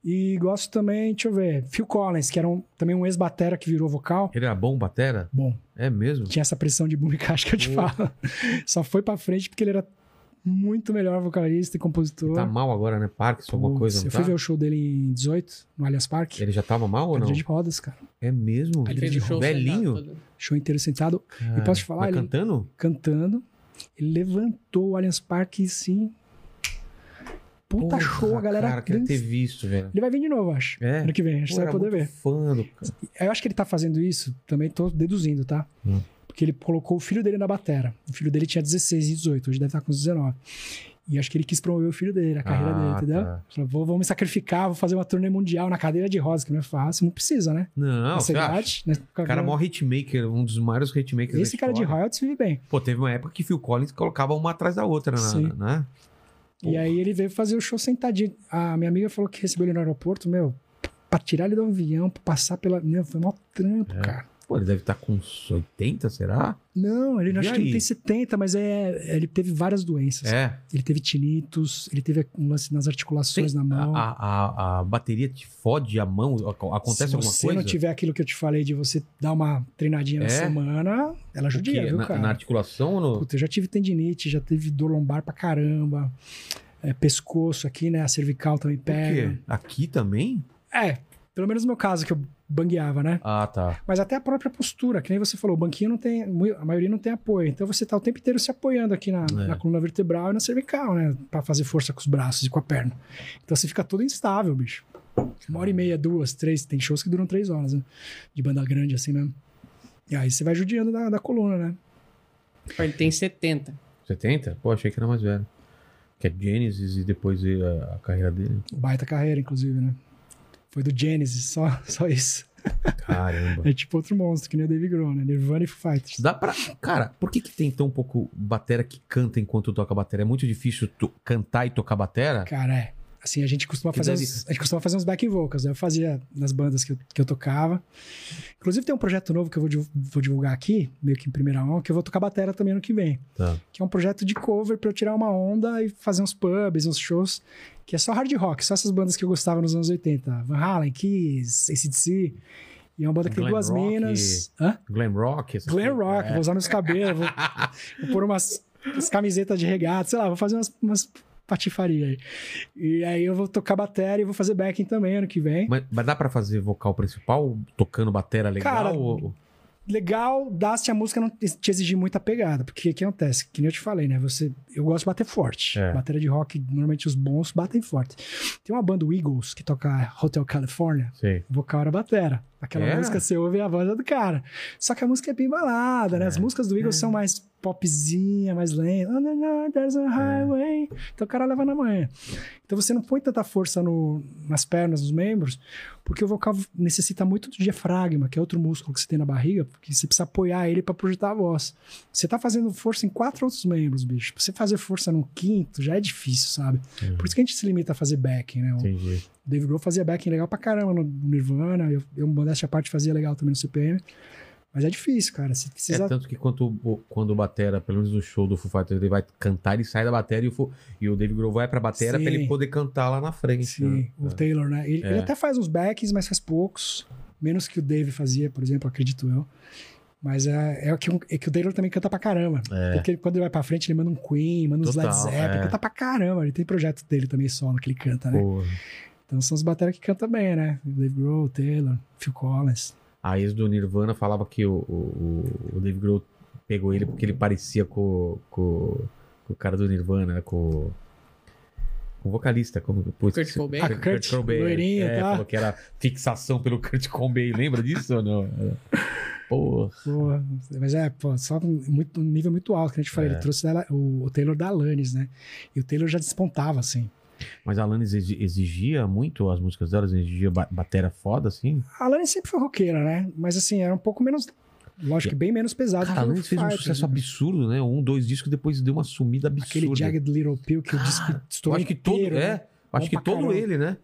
[SPEAKER 3] E gosto também, deixa eu ver, Phil Collins, que era um- também um ex-batera que virou vocal.
[SPEAKER 1] Ele era bom batera?
[SPEAKER 3] Bom,
[SPEAKER 1] É mesmo?
[SPEAKER 3] tinha essa pressão de boom e caixa que eu te
[SPEAKER 1] Boa.
[SPEAKER 3] falo. Só foi pra frente porque ele era muito melhor vocalista e compositor.
[SPEAKER 1] Tá mal agora, né? Parkinson, alguma
[SPEAKER 3] é. Putz,
[SPEAKER 1] coisa, não
[SPEAKER 3] Eu fui
[SPEAKER 1] tá?
[SPEAKER 3] ver o show dele em 18, no Allianz Parque.
[SPEAKER 1] Ele já tava mal ou não?
[SPEAKER 3] Cadeira de rodas, cara.
[SPEAKER 1] É mesmo?
[SPEAKER 3] Ele
[SPEAKER 2] fez o show
[SPEAKER 1] Belinho?
[SPEAKER 2] sentado todo.
[SPEAKER 3] Show inteiro sentado.
[SPEAKER 1] Cara,
[SPEAKER 3] E posso te falar,
[SPEAKER 1] mas
[SPEAKER 3] ele-
[SPEAKER 1] cantando?
[SPEAKER 3] cantando. Ele levantou o Allianz Parque e sim. Puta
[SPEAKER 1] Porra,
[SPEAKER 3] show, a galera.
[SPEAKER 1] Cara, queria
[SPEAKER 3] dança.
[SPEAKER 1] ter visto, velho.
[SPEAKER 3] Ele vai vir de novo, acho.
[SPEAKER 1] É?
[SPEAKER 3] Ano que vem, acho
[SPEAKER 1] Pô,
[SPEAKER 3] que você vai
[SPEAKER 1] era
[SPEAKER 3] poder
[SPEAKER 1] muito
[SPEAKER 3] ver.
[SPEAKER 1] fã do cara.
[SPEAKER 3] Eu acho que ele tá fazendo isso, também tô deduzindo, tá?
[SPEAKER 1] Hum.
[SPEAKER 3] Porque ele colocou o filho dele na batera. O filho dele tinha 16, 18, hoje deve estar com uns 19. E acho que ele quis promover o filho dele, a carreira
[SPEAKER 1] Ah,
[SPEAKER 3] dele, entendeu?
[SPEAKER 1] tá.
[SPEAKER 3] Falou, vou, vou me sacrificar, vou fazer uma turnê mundial na cadeira de rosa, que não é fácil, não precisa, né?
[SPEAKER 1] Não,
[SPEAKER 3] Nessa
[SPEAKER 1] você acha?
[SPEAKER 3] idade, né?
[SPEAKER 1] O cara é o maior hitmaker, um dos maiores hitmakers
[SPEAKER 3] Esse
[SPEAKER 1] da
[SPEAKER 3] cara é de
[SPEAKER 1] história.
[SPEAKER 3] royalties vive bem.
[SPEAKER 1] Pô, teve uma época que Phil Collins colocava uma atrás da outra, na-
[SPEAKER 3] Sim.
[SPEAKER 1] né?
[SPEAKER 3] E aí ele veio fazer o show sentadinho. A minha amiga um
[SPEAKER 1] É.
[SPEAKER 3] falou que recebeu ele no aeroporto, meu, pra tirar ele do avião, pra passar pela. Meu, foi mó trampo, cara.
[SPEAKER 1] Pô, ele deve estar com uns 80, será?
[SPEAKER 3] Não, ele
[SPEAKER 1] E
[SPEAKER 3] acho que ele
[SPEAKER 1] aí?
[SPEAKER 3] tem 70, mas é, ele teve várias doenças.
[SPEAKER 1] É.
[SPEAKER 3] Ele teve tinitos, ele teve um lance nas articulações na mão.
[SPEAKER 1] A, a, a bateria te fode a mão? Ac- Acontece
[SPEAKER 3] Se
[SPEAKER 1] alguma
[SPEAKER 3] você
[SPEAKER 1] coisa?
[SPEAKER 3] não tiver aquilo que eu te falei de você dar uma treinadinha
[SPEAKER 1] É?
[SPEAKER 3] na semana, ela
[SPEAKER 1] O
[SPEAKER 3] judia,
[SPEAKER 1] quê?
[SPEAKER 3] viu,
[SPEAKER 1] na,
[SPEAKER 3] cara?
[SPEAKER 1] na articulação ou no...
[SPEAKER 3] Puta, eu já tive tendinite, já teve dor lombar pra caramba, é, pescoço aqui, né? A cervical também pega.
[SPEAKER 1] Por quê? Aqui também?
[SPEAKER 3] É, pelo menos no meu caso, que eu bangueava, né?
[SPEAKER 1] Ah, tá.
[SPEAKER 3] Mas até a própria postura, que nem você falou, o banquinho não tem, mui- a maioria não tem apoio. Então você tá o tempo inteiro se apoiando aqui na,
[SPEAKER 1] É.
[SPEAKER 3] na coluna vertebral e na cervical, né? Pra fazer força com os braços e com a perna. Então você fica todo instável, bicho. Uma hora e meia, duas, três, tem shows que duram três horas, né? De banda grande assim mesmo. E aí você vai judiando da, da coluna, né?
[SPEAKER 2] Ele tem 70.
[SPEAKER 1] 70? Pô, achei que era mais velho. Que é Genesis e depois eh, a, a carreira dele.
[SPEAKER 3] Baita carreira, inclusive, né? Foi do Genesis, só, só isso.
[SPEAKER 1] Caramba.
[SPEAKER 3] É tipo outro monstro, que nem o Dave Grohl, né? Nirvana e Foo Fighters.
[SPEAKER 1] Dá pra... Cara, por que que tem tão pouco batera que canta enquanto toca batera? É muito difícil tu- cantar e tocar batera?
[SPEAKER 3] Cara, é. Assim, a gente costuma
[SPEAKER 1] Que
[SPEAKER 3] fazer
[SPEAKER 1] deve-
[SPEAKER 3] uns, a gente costuma fazer uns back vocals. né? Eu fazia nas bandas que eu, que eu tocava. Inclusive, tem um projeto novo que eu vou, divu- vou divulgar aqui, meio que em primeira mão, que eu vou tocar batera também ano que vem.
[SPEAKER 1] Tá.
[SPEAKER 3] Que é um projeto de cover pra eu tirar uma onda e fazer uns pubs, uns shows, que é só hard rock, só essas bandas que eu gostava nos anos 80. Van Halen, Kiss, ACDC. E é uma banda que tem
[SPEAKER 1] Glam
[SPEAKER 3] duas
[SPEAKER 1] rock.
[SPEAKER 3] minas. Hã?
[SPEAKER 1] Glam rock? essas
[SPEAKER 3] Glam
[SPEAKER 1] coisas.
[SPEAKER 3] rock, vou usar meus cabelos, vou, vou pôr umas, umas camisetas de regata, sei lá, vou fazer umas, umas patifaria aí. E aí eu vou tocar bateria e vou fazer backing também ano que vem.
[SPEAKER 1] Mas, mas dá pra fazer vocal principal tocando batera legal?
[SPEAKER 3] Cara,
[SPEAKER 1] ou-
[SPEAKER 3] Legal, dá se a música não te te exigir muita pegada, porque o que acontece? Que nem eu te falei, né? Você, eu gosto de bater forte.
[SPEAKER 1] É.
[SPEAKER 3] Bateria de rock, normalmente os bons batem forte. Tem uma banda o Eagles que toca Hotel California.
[SPEAKER 1] Sei.
[SPEAKER 3] O vocal era batera. Aquela
[SPEAKER 1] É?
[SPEAKER 3] música você ouve a voz do cara. Só que a música é bem balada, né? As músicas do Eagles são mais popzinha, mais lenta. Oh, no, no, there's a highway. Então o cara leva na manhã. Então você não põe tanta força no- nas pernas, nos membros, porque o vocal necessita muito do diafragma, que é outro músculo que você tem na barriga, porque você precisa apoiar ele para projetar a voz. Você tá fazendo força em quatro outros membros, bicho. Pra você fazer força no quinto já é difícil, sabe? Por isso que a gente se limita a fazer backing, né? O-
[SPEAKER 1] Entendi. É
[SPEAKER 3] o Dave Grohl fazia backing legal pra caramba no Nirvana, eu, eu modéstia à parte, fazia legal também no CPM. Mas é difícil, cara. Você precisa.
[SPEAKER 1] É tanto que quanto, o- quando o batera, pelo menos no show do Foo Fighters, ele vai cantar, ele sai da batera e o, Foo- e o Dave Grohl vai pra batera
[SPEAKER 3] Sim.
[SPEAKER 1] pra ele poder cantar lá na frente.
[SPEAKER 3] Sim,
[SPEAKER 1] né?
[SPEAKER 3] o Taylor, né? Ele,
[SPEAKER 1] É.
[SPEAKER 3] ele até faz uns backs, mas faz poucos. Menos que o Dave fazia, por exemplo, acredito eu. Mas é, é, que, o- é que o Taylor também canta pra caramba. Porque ele- quando ele vai pra frente, ele manda um Queen, manda uns
[SPEAKER 1] É. Total,
[SPEAKER 3] Led Zeppelin,
[SPEAKER 1] é.
[SPEAKER 3] canta pra caramba. Ele tem projeto dele também solo que ele canta, né?
[SPEAKER 1] Porra.
[SPEAKER 3] Então são os bateras que cantam bem, né? O Dave Grohl, o Taylor, Phil Collins.
[SPEAKER 1] A ex do Nirvana falava que o, o, o- o Dave Grohl pegou ele porque ele parecia com, com, com o cara do Nirvana, né? com, com o vocalista. Como, putz,
[SPEAKER 2] Kurt
[SPEAKER 1] esqueci-
[SPEAKER 2] Cobain?
[SPEAKER 1] Ah,
[SPEAKER 3] Ah, Kurt, loirinho,
[SPEAKER 1] é,
[SPEAKER 3] tá?
[SPEAKER 1] falou que era fixação pelo Kurt Cobain. Lembra disso ou não? É. Era- Porra.
[SPEAKER 3] Porra, mas é, pô, só um muito, um nível muito alto, que a gente falou,
[SPEAKER 1] É.
[SPEAKER 3] ele trouxe da- o, o Taylor da Alanis, né? E o Taylor já despontava, assim.
[SPEAKER 1] Mas a Alanis exi- exigia muito, as músicas delas exigia ba- batera foda, assim?
[SPEAKER 3] A Alanis sempre foi roqueira, né? Mas assim, era um pouco menos, lógico que bem menos pesado
[SPEAKER 1] Cara, a
[SPEAKER 3] que o
[SPEAKER 1] Alanis fez um
[SPEAKER 3] Fighters,
[SPEAKER 1] sucesso
[SPEAKER 3] Ah, né?
[SPEAKER 1] absurdo, né? Um, dois discos, depois deu uma sumida absurda.
[SPEAKER 3] Aquele Jagged Little Pill que o disco
[SPEAKER 1] Eu
[SPEAKER 3] estourou
[SPEAKER 1] acho que todo,
[SPEAKER 3] inteiro, né?
[SPEAKER 1] é, acho que
[SPEAKER 3] pra
[SPEAKER 1] todo
[SPEAKER 3] caramba.
[SPEAKER 1] ele, né?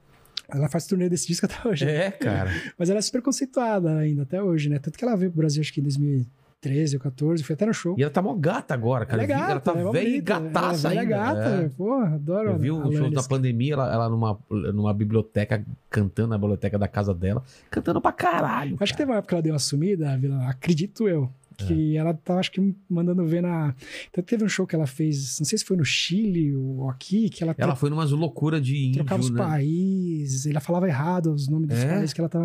[SPEAKER 3] Ela faz turnê desse disco até hoje.
[SPEAKER 1] É, cara.
[SPEAKER 3] Mas ela é super conceituada ainda, até hoje, né? Tanto que ela veio pro Brasil, acho que em 2013 ou 14, foi até no show.
[SPEAKER 1] E ela tá mó gata agora, cara. Eu
[SPEAKER 3] Ela é
[SPEAKER 1] vi-
[SPEAKER 3] gata,
[SPEAKER 1] ela tá
[SPEAKER 3] ela é mó
[SPEAKER 1] velha e
[SPEAKER 3] bonita, ela é
[SPEAKER 1] gataça
[SPEAKER 3] velha
[SPEAKER 1] ainda.
[SPEAKER 3] gata,
[SPEAKER 1] é.
[SPEAKER 3] porra, adoro
[SPEAKER 1] Eu vi
[SPEAKER 3] a
[SPEAKER 1] o show
[SPEAKER 3] Alanis,
[SPEAKER 1] da pandemia, ela, ela numa, numa biblioteca, cantando na biblioteca da casa dela, cantando pra caralho.
[SPEAKER 3] Acho
[SPEAKER 1] cara.
[SPEAKER 3] que teve uma época que ela deu uma sumida, Vila, acredito eu.
[SPEAKER 1] É.
[SPEAKER 3] Que ela tá, acho que, mandando ver na. Então, teve um show que ela fez, não sei se foi no Chile ou aqui, que ela,
[SPEAKER 1] Ela
[SPEAKER 3] tro-
[SPEAKER 1] foi numas loucuras de índio,
[SPEAKER 3] trocava os
[SPEAKER 1] né?
[SPEAKER 3] países, ela falava errado os nomes dos
[SPEAKER 1] É?
[SPEAKER 3] países, que ela, tava,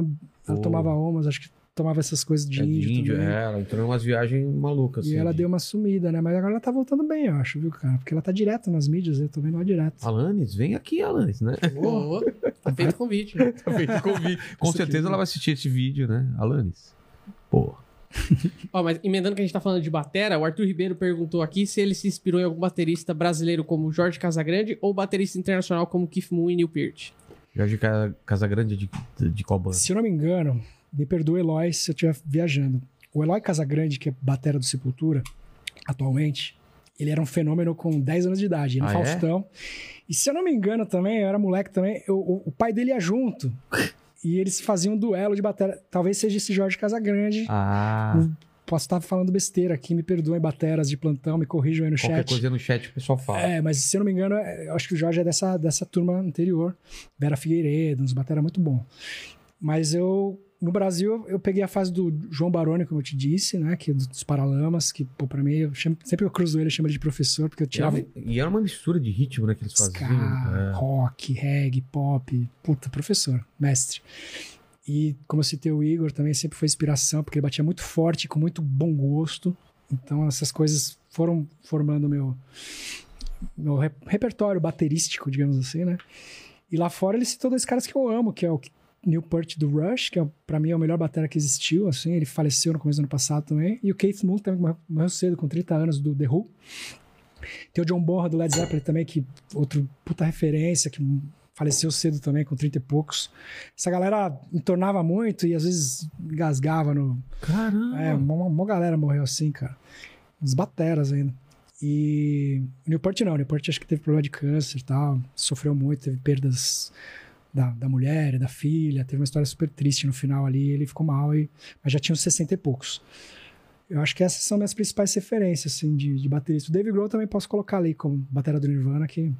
[SPEAKER 1] Pô.
[SPEAKER 3] ela tomava omas, acho que tomava essas coisas de
[SPEAKER 1] É,
[SPEAKER 3] índio.
[SPEAKER 1] de índio,
[SPEAKER 3] também.
[SPEAKER 1] é, ela entrou em umas viagens malucas.
[SPEAKER 3] E
[SPEAKER 1] assim,
[SPEAKER 3] ela
[SPEAKER 1] de-
[SPEAKER 3] deu uma sumida, né? Mas agora ela tá voltando bem, eu acho, viu, cara? Porque ela tá direto nas mídias, eu tô vendo ela direto.
[SPEAKER 1] Alanis, vem aqui, Alanis, né?
[SPEAKER 2] Ô, tá feito o convite.
[SPEAKER 1] Tá feito o convite. Com
[SPEAKER 3] Isso
[SPEAKER 1] certeza
[SPEAKER 3] aqui.
[SPEAKER 1] ela vai assistir esse vídeo, né? Alanis. Pô.
[SPEAKER 2] Ó, mas emendando que a gente tá falando de batera, o Arthur Ribeiro perguntou aqui se ele se inspirou em algum baterista brasileiro como Jorge Casagrande ou baterista internacional como Keith Moon e Neil Peart.
[SPEAKER 1] Jorge Ca- Casagrande de, de qual banda?
[SPEAKER 3] Se eu não me engano, me perdoa, Eloy, se eu estiver viajando. O Eloy Casagrande, que é batera do Sepultura, atualmente, ele era um fenômeno com 10 anos de idade, ele
[SPEAKER 1] Ah,
[SPEAKER 3] no
[SPEAKER 1] é?
[SPEAKER 3] Faustão. E se eu não me engano também, eu era moleque também, eu- o, o pai dele ia junto. E eles faziam um duelo de batera. Talvez seja esse Jorge Casagrande.
[SPEAKER 1] Ah,
[SPEAKER 3] Posso estar falando besteira aqui, me perdoem, bateras de plantão, me corrijam aí no
[SPEAKER 1] qualquer
[SPEAKER 3] chat.
[SPEAKER 1] coisa no chat o pessoal fala.
[SPEAKER 3] É, mas se eu não me engano, é, eu acho que o Jorge é dessa, dessa turma anterior. Vera Figueiredo, uns batera muito bom. Mas eu, no Brasil, eu peguei a fase do João Baroni, como eu te disse, né? Que é dos Paralamas, que, pô, pra mim, eu chamo- sempre eu cruzo ele, eu chamo ele de professor, porque eu
[SPEAKER 1] E era
[SPEAKER 3] tirava
[SPEAKER 1] uma- E era uma mistura de ritmo, né, que eles faziam.
[SPEAKER 3] Ska,
[SPEAKER 1] É.
[SPEAKER 3] rock, reggae, pop. Puta, professor, mestre. E como eu citei o Igor também, sempre foi inspiração, porque ele batia muito forte, com muito bom gosto. Então essas coisas foram formando meu, meu re- repertório baterístico, digamos assim, né? E lá fora ele citou dois caras que eu amo, que é o Newport do Rush, que é, o- pra mim é o melhor batera que existiu, assim, ele faleceu no começo do ano passado também. E o Keith Moon também que morreu- morreu cedo, com 30 anos, do The Who. Tem o John Bonham do Led Zeppelin também, que outro puta referência, que faleceu cedo também, com 30 e poucos. Essa galera entornava muito e às vezes engasgava no.
[SPEAKER 1] Caramba!
[SPEAKER 3] É, uma, uma galera morreu assim, cara. Uns bateras ainda. E o Newport não, o Newport acho que teve problema de câncer e tal, sofreu muito, teve perdas da, da mulher e da filha, teve uma história super triste no final ali, ele ficou mal, e, mas já tinha uns 60 e poucos. Eu acho que essas são minhas principais referências, assim, de, de baterista. O Dave Grohl também posso colocar ali como batera do Nirvana, que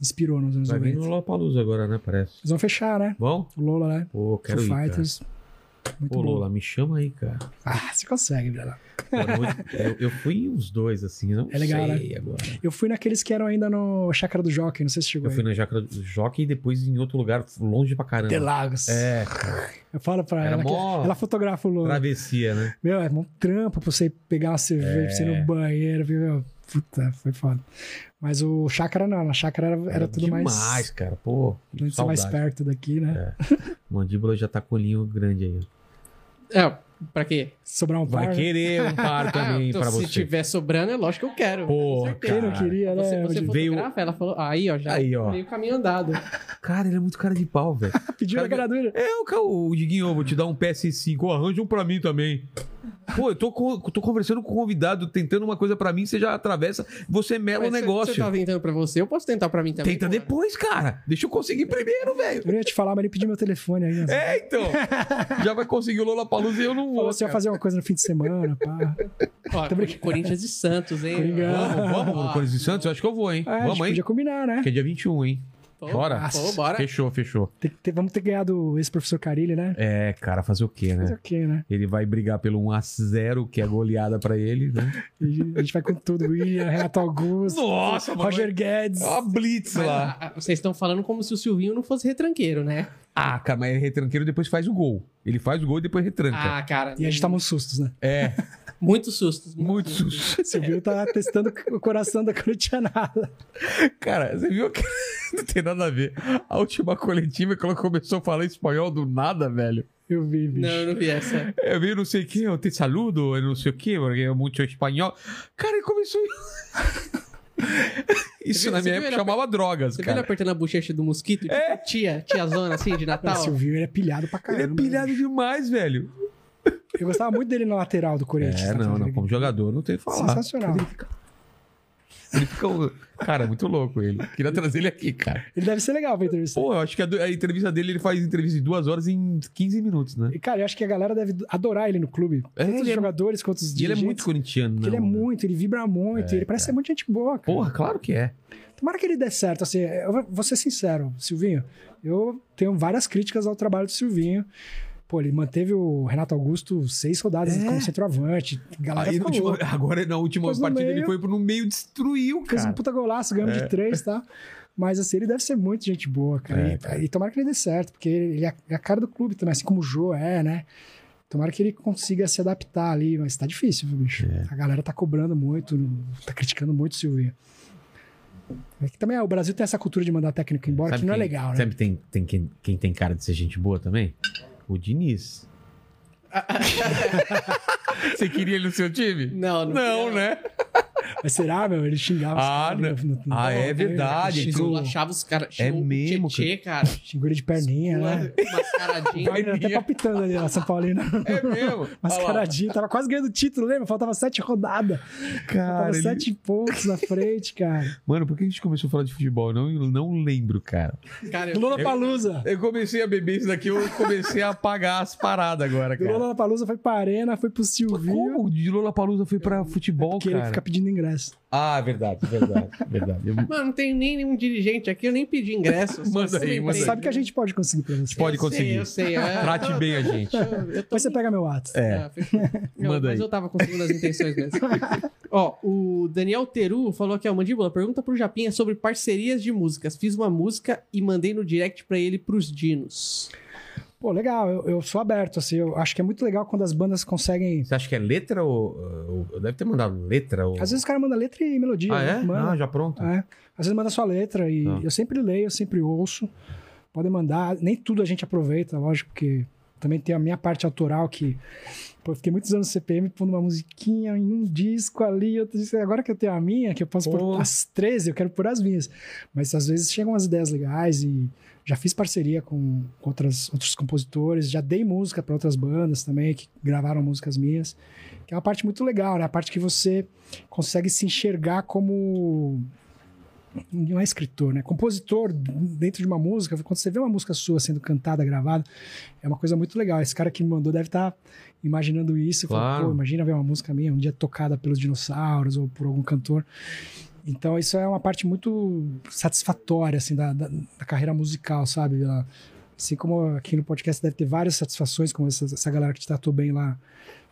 [SPEAKER 3] inspirou nos anos
[SPEAKER 1] Vai vir
[SPEAKER 3] 90.
[SPEAKER 1] no Lollapalooza agora, né, parece.
[SPEAKER 3] Eles vão fechar, né?
[SPEAKER 1] Bom?
[SPEAKER 3] O Lola, né?
[SPEAKER 1] Pô, quero
[SPEAKER 3] Foo
[SPEAKER 1] ir, cara.
[SPEAKER 3] Fighters. Muito
[SPEAKER 1] Ô,
[SPEAKER 3] bom.
[SPEAKER 1] Lola, me chama aí, cara.
[SPEAKER 3] Ah, você consegue, Breno.
[SPEAKER 1] Pô, não- eu, eu fui os dois, assim, eu não
[SPEAKER 3] É legal,
[SPEAKER 1] sei agora.
[SPEAKER 3] Eu fui naqueles que eram ainda no Chácara do Jockey, não sei se chegou
[SPEAKER 1] Eu
[SPEAKER 3] aí.
[SPEAKER 1] fui na Jaca do Jockey e depois em outro lugar, longe pra caramba.
[SPEAKER 3] The Lagos.
[SPEAKER 1] É,
[SPEAKER 3] Eu falo pra
[SPEAKER 1] Era
[SPEAKER 3] ela
[SPEAKER 1] mó-
[SPEAKER 3] que ela fotografa o Lula.
[SPEAKER 1] travessia, né?
[SPEAKER 3] Meu, é um trampo pra você pegar uma cerveja, pra você
[SPEAKER 1] É.
[SPEAKER 3] ir no banheiro, viu? Meu, puta, foi foda. Mas o Chácara não, na Chácara era, era tudo
[SPEAKER 1] demais,
[SPEAKER 3] mais...
[SPEAKER 1] cara. Pô, que
[SPEAKER 3] Tudo
[SPEAKER 1] saudade. É.
[SPEAKER 3] é mais perto daqui, né?
[SPEAKER 1] Mandíbula já tá com o olhinho grande aí.
[SPEAKER 2] É, pra quê?
[SPEAKER 3] Sobrar um par.
[SPEAKER 1] Vai querer um par também
[SPEAKER 2] então
[SPEAKER 1] pra
[SPEAKER 2] se
[SPEAKER 1] você.
[SPEAKER 2] tiver sobrando, é lógico que eu quero.
[SPEAKER 1] Pô,
[SPEAKER 2] com certeza.
[SPEAKER 3] Quem não
[SPEAKER 1] Cara,
[SPEAKER 3] queria, né?
[SPEAKER 2] Você, você
[SPEAKER 3] Hoje-
[SPEAKER 1] Veio-
[SPEAKER 2] fotografa, ela falou, aí ó, já
[SPEAKER 1] Aí, ó.
[SPEAKER 2] meio caminho andado.
[SPEAKER 1] Cara, ele é muito cara de pau, velho.
[SPEAKER 3] Pediu a
[SPEAKER 1] Cara,
[SPEAKER 3] gradura.
[SPEAKER 1] É, o, ca- o Diguinho, eu vou te dar um PS5. Ô, Arranja um pra mim também. Pô, eu tô, co- tô conversando com o convidado, tentando uma coisa pra mim, você já atravessa, você tá mela o
[SPEAKER 2] Mas se-
[SPEAKER 1] É um negócio.
[SPEAKER 2] Se eu tava tentando pra você, eu posso tentar pra mim também.
[SPEAKER 1] Tenta
[SPEAKER 2] pô.
[SPEAKER 1] depois, cara. Deixa eu conseguir primeiro, velho.
[SPEAKER 3] Eu não ia te falar, mas ele pediu meu telefone aí. né?
[SPEAKER 1] É, então. já vai conseguir o Lola Palusa e eu não vou.
[SPEAKER 3] Falou, você ia
[SPEAKER 1] cara.
[SPEAKER 3] fazer uma coisa no fim de semana, pá.
[SPEAKER 2] Ó, Corinthians e Santos, hein?
[SPEAKER 3] Coringão.
[SPEAKER 1] Vamos, vamos,
[SPEAKER 2] Ó,
[SPEAKER 1] pro Corinthians e Santos? Eu Ah, acho que eu vou, hein?
[SPEAKER 3] É, a gente
[SPEAKER 1] vamos, hein?
[SPEAKER 3] podia combinar, né?
[SPEAKER 1] Que é dia 21, hein?
[SPEAKER 2] pô,
[SPEAKER 1] Bora.
[SPEAKER 2] Pô, bora.
[SPEAKER 1] Fechou, fechou.
[SPEAKER 3] Tem que ter- vamos ter ganhado esse professor Carilli, né?
[SPEAKER 1] É, cara, fazer o quê,
[SPEAKER 3] Mas
[SPEAKER 1] né?
[SPEAKER 3] ok, né?
[SPEAKER 1] Ele vai brigar pelo 1x0, que é goleada pra ele, né?
[SPEAKER 3] A gente- a gente vai com tudo. William, Renato Augusto,
[SPEAKER 1] Nossa, Ah,
[SPEAKER 3] Roger Guedes.
[SPEAKER 1] A blitz
[SPEAKER 2] Mas,
[SPEAKER 1] lá.
[SPEAKER 2] a- a- vocês estão falando como se o Silvinho não fosse retranqueiro, né?
[SPEAKER 1] Ah, cara, mas ele é retranqueiro depois faz o gol. Ele faz o gol e depois retranca.
[SPEAKER 2] Ah, cara.
[SPEAKER 3] E a gente toma uns sustos, né?
[SPEAKER 1] É,
[SPEAKER 2] Muitos sustos.
[SPEAKER 1] tá muito susto.
[SPEAKER 3] Silvio tá testando o coração da corintianada.
[SPEAKER 1] Cara, você viu que não tem nada a ver. A última coletiva que ela começou a falar espanhol do nada, velho.
[SPEAKER 3] Eu vi, bicho.
[SPEAKER 2] Não, eu não vi essa.
[SPEAKER 1] Eu vi não sei o que, eu te saludo, eu não sei o que, porque é muito espanhol. Cara, ele começou. Isso
[SPEAKER 2] viu-
[SPEAKER 1] na
[SPEAKER 2] você
[SPEAKER 1] minha época
[SPEAKER 2] viu ele
[SPEAKER 1] chamava drogas,
[SPEAKER 2] Você viu ele
[SPEAKER 1] cara. É.
[SPEAKER 2] apertando a bochecha do mosquito? Tipo, Tia, tiazona assim de
[SPEAKER 3] Não,
[SPEAKER 2] Natal.
[SPEAKER 3] Silvio, ele é pilhado pra
[SPEAKER 1] tá, Ele
[SPEAKER 3] caramba.
[SPEAKER 1] é pilhado demais, velho.
[SPEAKER 3] Eu gostava muito dele na lateral do Corinthians.
[SPEAKER 1] É,
[SPEAKER 3] tá
[SPEAKER 1] não,
[SPEAKER 3] vendo?
[SPEAKER 1] não, como jogador, não tem o que falar.
[SPEAKER 3] Sensacional.
[SPEAKER 1] Ele fica... ele fica um- Cara, é muito louco ele. Queria trazer ele aqui, cara.
[SPEAKER 3] Ele deve ser legal pra entrevista.
[SPEAKER 1] Pô, eu acho que a, do- a entrevista dele, ele faz entrevista de duas horas em 15 minutos, né?
[SPEAKER 3] E, cara, eu acho que a galera deve adorar ele no clube.
[SPEAKER 1] É,
[SPEAKER 3] Tanto os
[SPEAKER 1] ele é-
[SPEAKER 3] jogadores quanto os
[SPEAKER 1] E ele é
[SPEAKER 3] dirigentes.
[SPEAKER 1] muito corintiano, né? É,
[SPEAKER 3] Ele é muito, ele vibra muito, ele parece ser muito gente boa, cara.
[SPEAKER 1] Porra, claro que é.
[SPEAKER 3] Tomara que ele dê certo. Assim, eu vou- vou ser sincero, Silvinho. Eu tenho várias críticas ao trabalho do Silvinho. Pô, ele manteve o Renato Augusto seis rodadas
[SPEAKER 1] É.
[SPEAKER 3] como centroavante. A Galera
[SPEAKER 1] Aí, na
[SPEAKER 3] ficou
[SPEAKER 1] última-
[SPEAKER 3] louca.
[SPEAKER 1] agora, na última
[SPEAKER 3] Pois no
[SPEAKER 1] partida, ele
[SPEAKER 3] meio.
[SPEAKER 1] foi pro um meio e destruiu,
[SPEAKER 3] Fez um
[SPEAKER 1] cara. É.
[SPEAKER 3] puta golaço, ganhamos de três, tá? Mas assim, ele deve ser muito gente boa, cara.
[SPEAKER 1] É,
[SPEAKER 3] E- E, tomara que ele dê certo, porque ele é a cara do clube também, assim como o Jô é, né? Tomara que ele consiga se adaptar ali, mas tá difícil, viu, bicho?
[SPEAKER 1] É.
[SPEAKER 3] A galera tá cobrando muito, tá criticando muito o Silvinho. É que também ah, o Brasil tem essa cultura de mandar técnico embora, que não é
[SPEAKER 1] quem-
[SPEAKER 3] legal, né?
[SPEAKER 1] Sabe tem, tem quem, quem tem cara de ser gente boa também? O Diniz. Você queria ele no seu time?
[SPEAKER 2] Não, não
[SPEAKER 1] Não,
[SPEAKER 2] queria,
[SPEAKER 1] né?
[SPEAKER 3] Mas será, meu? Ele xingava os
[SPEAKER 1] Ah,
[SPEAKER 3] caras,
[SPEAKER 1] não.
[SPEAKER 3] né? No- no-
[SPEAKER 1] Ah, é
[SPEAKER 3] no-
[SPEAKER 1] verdade,
[SPEAKER 3] Xingou,
[SPEAKER 2] Achava os caras.
[SPEAKER 1] É mesmo,
[SPEAKER 2] Tchê, cara.
[SPEAKER 3] xingou ele de perninha, né?
[SPEAKER 2] Mascaradinho.
[SPEAKER 3] Perninha até palpitando ali, ó, São Paulino.
[SPEAKER 1] É mesmo?
[SPEAKER 3] Mascaradinho, tava quase ganhando o título, lembra? Faltava sete rodadas. Faltava
[SPEAKER 1] Cara, ele-
[SPEAKER 3] sete pontos na frente, cara.
[SPEAKER 1] Mano, por que a gente começou a falar de futebol? Eu não, eu não lembro, cara.
[SPEAKER 2] Cara, eu-
[SPEAKER 3] Lula Palusa.
[SPEAKER 1] Eu comecei a beber isso daqui, eu comecei a apagar as paradas agora,
[SPEAKER 3] Do
[SPEAKER 1] cara.
[SPEAKER 3] Lula Palusa foi pra Arena, foi pro Silvio.
[SPEAKER 1] Como de Lola Palusa foi pra futebol,
[SPEAKER 3] É, Porque ele
[SPEAKER 1] cara?
[SPEAKER 3] fica pedindo ingresso.
[SPEAKER 1] Ah, verdade, verdade, verdade. Eu-
[SPEAKER 2] Mano, não tem nem nenhum dirigente aqui, eu nem pedi ingresso. eu só
[SPEAKER 1] Manda aí,
[SPEAKER 2] lembrei.
[SPEAKER 1] manda
[SPEAKER 3] Mas
[SPEAKER 1] aí.
[SPEAKER 3] sabe que a gente pode conseguir pra você.
[SPEAKER 1] assim? Pode conseguir.
[SPEAKER 2] Eu sei, eu sei. é.
[SPEAKER 1] Trate bem a gente.
[SPEAKER 2] Eu tô
[SPEAKER 3] Depois você pega meu WhatsApp.
[SPEAKER 1] É.
[SPEAKER 2] Ah, fechou. Não,
[SPEAKER 1] Manda
[SPEAKER 2] mas
[SPEAKER 1] aí.
[SPEAKER 2] eu tava com segundas intenções mesmo. Ó, o Daniel Teru falou aqui, ó, Mandíbula, pergunta pro Japinha sobre parcerias de músicas. Fiz uma música e mandei no direct pra ele pros dinos.
[SPEAKER 3] Pô, legal, eu, eu sou aberto, assim, eu acho que é muito legal quando as bandas conseguem.
[SPEAKER 1] Você acha que é letra ou. ou- deve ter mandado letra ou.
[SPEAKER 3] Às vezes o cara manda letra e melodia,
[SPEAKER 1] ah, é?
[SPEAKER 3] né? Manda.
[SPEAKER 1] Ah, já pronto?
[SPEAKER 3] É. Às vezes manda só letra e
[SPEAKER 1] Tá.
[SPEAKER 3] eu sempre leio, eu sempre ouço. Podem mandar, nem tudo a gente aproveita, lógico, porque também tem a minha parte autoral que. Pô, eu fiquei muitos anos no CPM pondo uma musiquinha em um disco ali, outro disco. Agora que eu tenho a minha, que eu posso
[SPEAKER 1] Pô.
[SPEAKER 3] pôr as 13, eu quero pôr as minhas. Mas às vezes chegam umas ideias legais e já fiz parceria com, com outras, outros compositores, já dei música para outras bandas também que gravaram músicas minhas. Que é uma parte muito legal, né? A parte que você consegue se enxergar como não é escritor, né? Compositor dentro de uma música, quando você vê uma música sua sendo cantada, gravada, é uma coisa muito legal. Esse cara que me mandou deve estar imaginando isso. e falando,
[SPEAKER 1] Claro.
[SPEAKER 3] Pô, imagina ver uma música minha um dia tocada pelos dinossauros ou por algum cantor. Então, isso é uma parte muito satisfatória, assim, da, da- da carreira musical, sabe? Ela- Assim como aqui no podcast deve ter várias satisfações, como essa, essa galera que te tratou bem lá,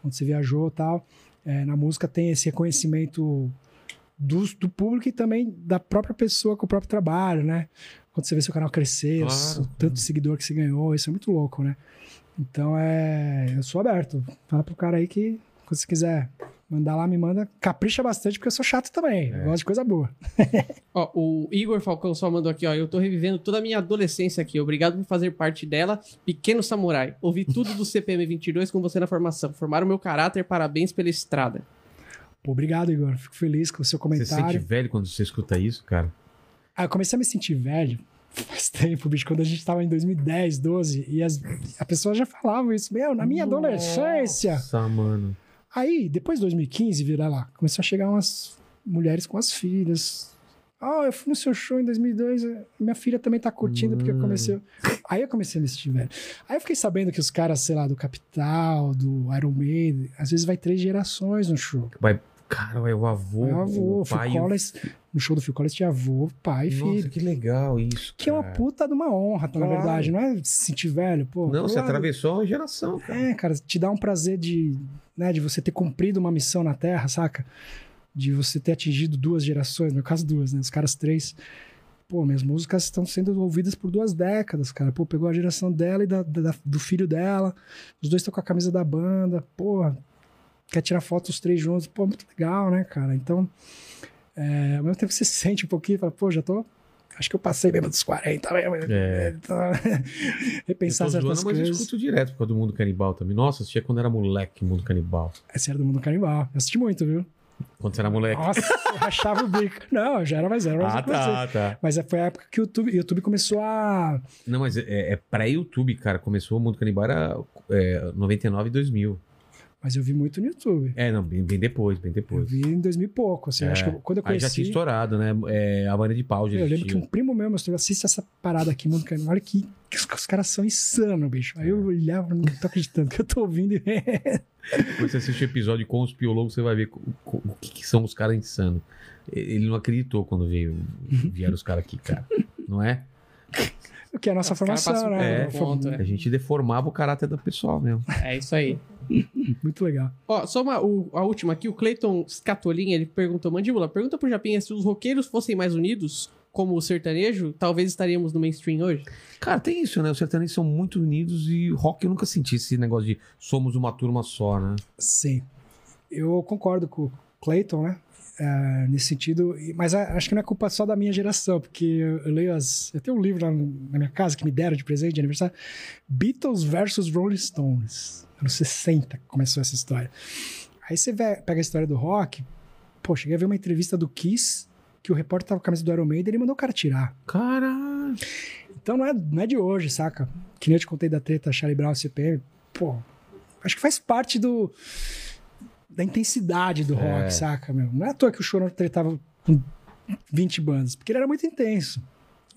[SPEAKER 3] quando você viajou e tal. É, na música tem esse reconhecimento do, do público e também da própria pessoa com o próprio trabalho, né? Quando você vê seu canal crescer,
[SPEAKER 1] Claro,
[SPEAKER 3] os- o tanto de seguidor que você ganhou, isso é muito louco, né? Então é. Eu sou aberto. Fala pro cara aí que, quando você quiser mandar lá, me manda. Capricha bastante, porque eu sou chato também.
[SPEAKER 1] É.
[SPEAKER 3] Eu gosto de coisa boa.
[SPEAKER 2] Ó, o Igor Falcão só mandou aqui, ó. Eu tô revivendo toda a minha adolescência aqui. Obrigado por fazer parte dela. Pequeno Samurai. Ouvi tudo do CPM 22 com você na formação. Formaram meu caráter. Parabéns pela estrada.
[SPEAKER 3] Pô, obrigado, Igor. Fico feliz com o seu
[SPEAKER 1] Você se sente
[SPEAKER 3] comentário.
[SPEAKER 1] velho quando você escuta isso, cara?
[SPEAKER 3] Ah, eu comecei a me sentir velho faz tempo, bicho, quando a gente tava em 2010, 12, e as, a pessoa já falava isso, meu, na minha adolescência.
[SPEAKER 1] Nossa, mano.
[SPEAKER 3] Aí, depois de 2015, vira lá, começou a chegar umas mulheres com as filhas. Ah, eu fui no seu show em 2002, eh, minha filha também tá curtindo
[SPEAKER 1] Hum.
[SPEAKER 3] porque eu comecei. Aí eu comecei a me sentir velho. Aí eu fiquei sabendo que os caras, sei lá, do Capital, do Iron Maiden, às vezes vai três gerações no show.
[SPEAKER 1] Vai, cara, é o avô.
[SPEAKER 3] Vai avô,
[SPEAKER 1] o
[SPEAKER 3] Phil
[SPEAKER 1] pai. o-
[SPEAKER 3] Collins, no show do Phil Collins tinha avô, pai e
[SPEAKER 1] Nossa,
[SPEAKER 3] filho.
[SPEAKER 1] que legal isso.
[SPEAKER 3] Que é uma
[SPEAKER 1] cara.
[SPEAKER 3] puta de uma honra, tá,
[SPEAKER 1] Claro.
[SPEAKER 3] na verdade. Não é se sentir velho, pô.
[SPEAKER 1] Não,
[SPEAKER 3] Pô,
[SPEAKER 1] você
[SPEAKER 3] ah,
[SPEAKER 1] atravessou uma geração, cara.
[SPEAKER 3] É, cara, te dá um prazer de, né, de você ter cumprido uma missão na Terra, saca? De você ter atingido duas gerações, no meu caso duas, né? Os caras três. Pô, minhas músicas estão sendo ouvidas por duas décadas, cara. Pô, pegou a geração dela e da, da- da- do filho dela. Os dois estão com a camisa da banda. Porra, quer tirar foto os três juntos. Pô, muito legal, né, cara? Então, é, ao mesmo tempo que você sente um pouquinho, fala, pô, já tô... Acho que eu passei mesmo dos 40 mesmo.
[SPEAKER 1] É.
[SPEAKER 3] Então,
[SPEAKER 1] Eu tô
[SPEAKER 3] repensar
[SPEAKER 1] zoando,
[SPEAKER 3] certas
[SPEAKER 1] mas eu
[SPEAKER 3] coisas.
[SPEAKER 1] escuto direto por causa do mundo canibal também. Nossa, assistia quando era moleque, mundo canibal.
[SPEAKER 3] Essa era É do mundo canibal. Eu assisti muito, viu?
[SPEAKER 1] Quando você era moleque.
[SPEAKER 3] Nossa, eu rachava o bico. Não, eu já era mais era.
[SPEAKER 1] É ah, tá, tá.
[SPEAKER 3] Mas é, foi a época que o YouTube, YouTube começou a.
[SPEAKER 1] Não, mas é, é pré-YouTube, cara. Começou o mundo canibal era é, 99 e 2000.
[SPEAKER 3] Mas eu vi muito no YouTube.
[SPEAKER 1] É, não, bem, bem depois, bem
[SPEAKER 3] Eu
[SPEAKER 1] depois.
[SPEAKER 3] vi em 2000 e pouco, assim.
[SPEAKER 1] É.
[SPEAKER 3] Acho que eu- quando eu
[SPEAKER 1] Aí já
[SPEAKER 3] conheci.
[SPEAKER 1] tinha estourado, né? É, a Maria de Pau já
[SPEAKER 3] eu lembro que
[SPEAKER 1] existia.
[SPEAKER 3] um primo meu mostrou, assiste essa parada aqui, Mundo Canibal, olha que, que os, os caras são insanos, bicho. Aí
[SPEAKER 1] É.
[SPEAKER 3] eu olhava, não tô acreditando que eu tô ouvindo.
[SPEAKER 1] Depois você assiste o episódio com os piologos, você vai ver co- co- o, que, que são os caras insanos. Ele não acreditou quando veio, vieram os caras aqui, cara. Não é?
[SPEAKER 3] o que é a nossa
[SPEAKER 2] Os caras
[SPEAKER 3] formação,
[SPEAKER 2] passam
[SPEAKER 3] né?
[SPEAKER 1] é,
[SPEAKER 2] por um ponto,
[SPEAKER 1] A gente deformava o caráter do pessoal mesmo.
[SPEAKER 2] É isso aí. é.
[SPEAKER 3] Muito legal.
[SPEAKER 2] Ó, só uma, o- a última aqui, o Cleiton Scatolin, ele perguntou, Mandíbula, pergunta pro Japinha se os roqueiros fossem mais unidos, como o sertanejo, talvez estaríamos no mainstream hoje.
[SPEAKER 1] Cara, tem isso, né? Os sertanejos são muito unidos e o rock eu nunca senti esse negócio de somos uma turma só, né?
[SPEAKER 3] Sim. Eu concordo com o Clayton, né? É, nesse sentido, e- mas a- acho que não é culpa só da minha geração, porque eu, eu leio as. Eu tenho um livro lá no- na minha casa que me deram de presente de aniversário: Beatles versus Rolling Stones. Anos 60 que começou essa história. Aí você ve- pega a história do rock, Pô, cheguei a ver uma entrevista do Kiss, que o repórter tava com a camisa do Iron Maiden e ele mandou o cara tirar.
[SPEAKER 1] Caralho.
[SPEAKER 3] Então não é, não é de hoje, saca? Que nem eu te contei da treta Charlie Brown e CPM. Pô, acho que faz parte do da intensidade do
[SPEAKER 1] É.
[SPEAKER 3] rock, saca, meu? Não é à toa que o Chorão tretava com 20 bandas, porque ele era muito intenso.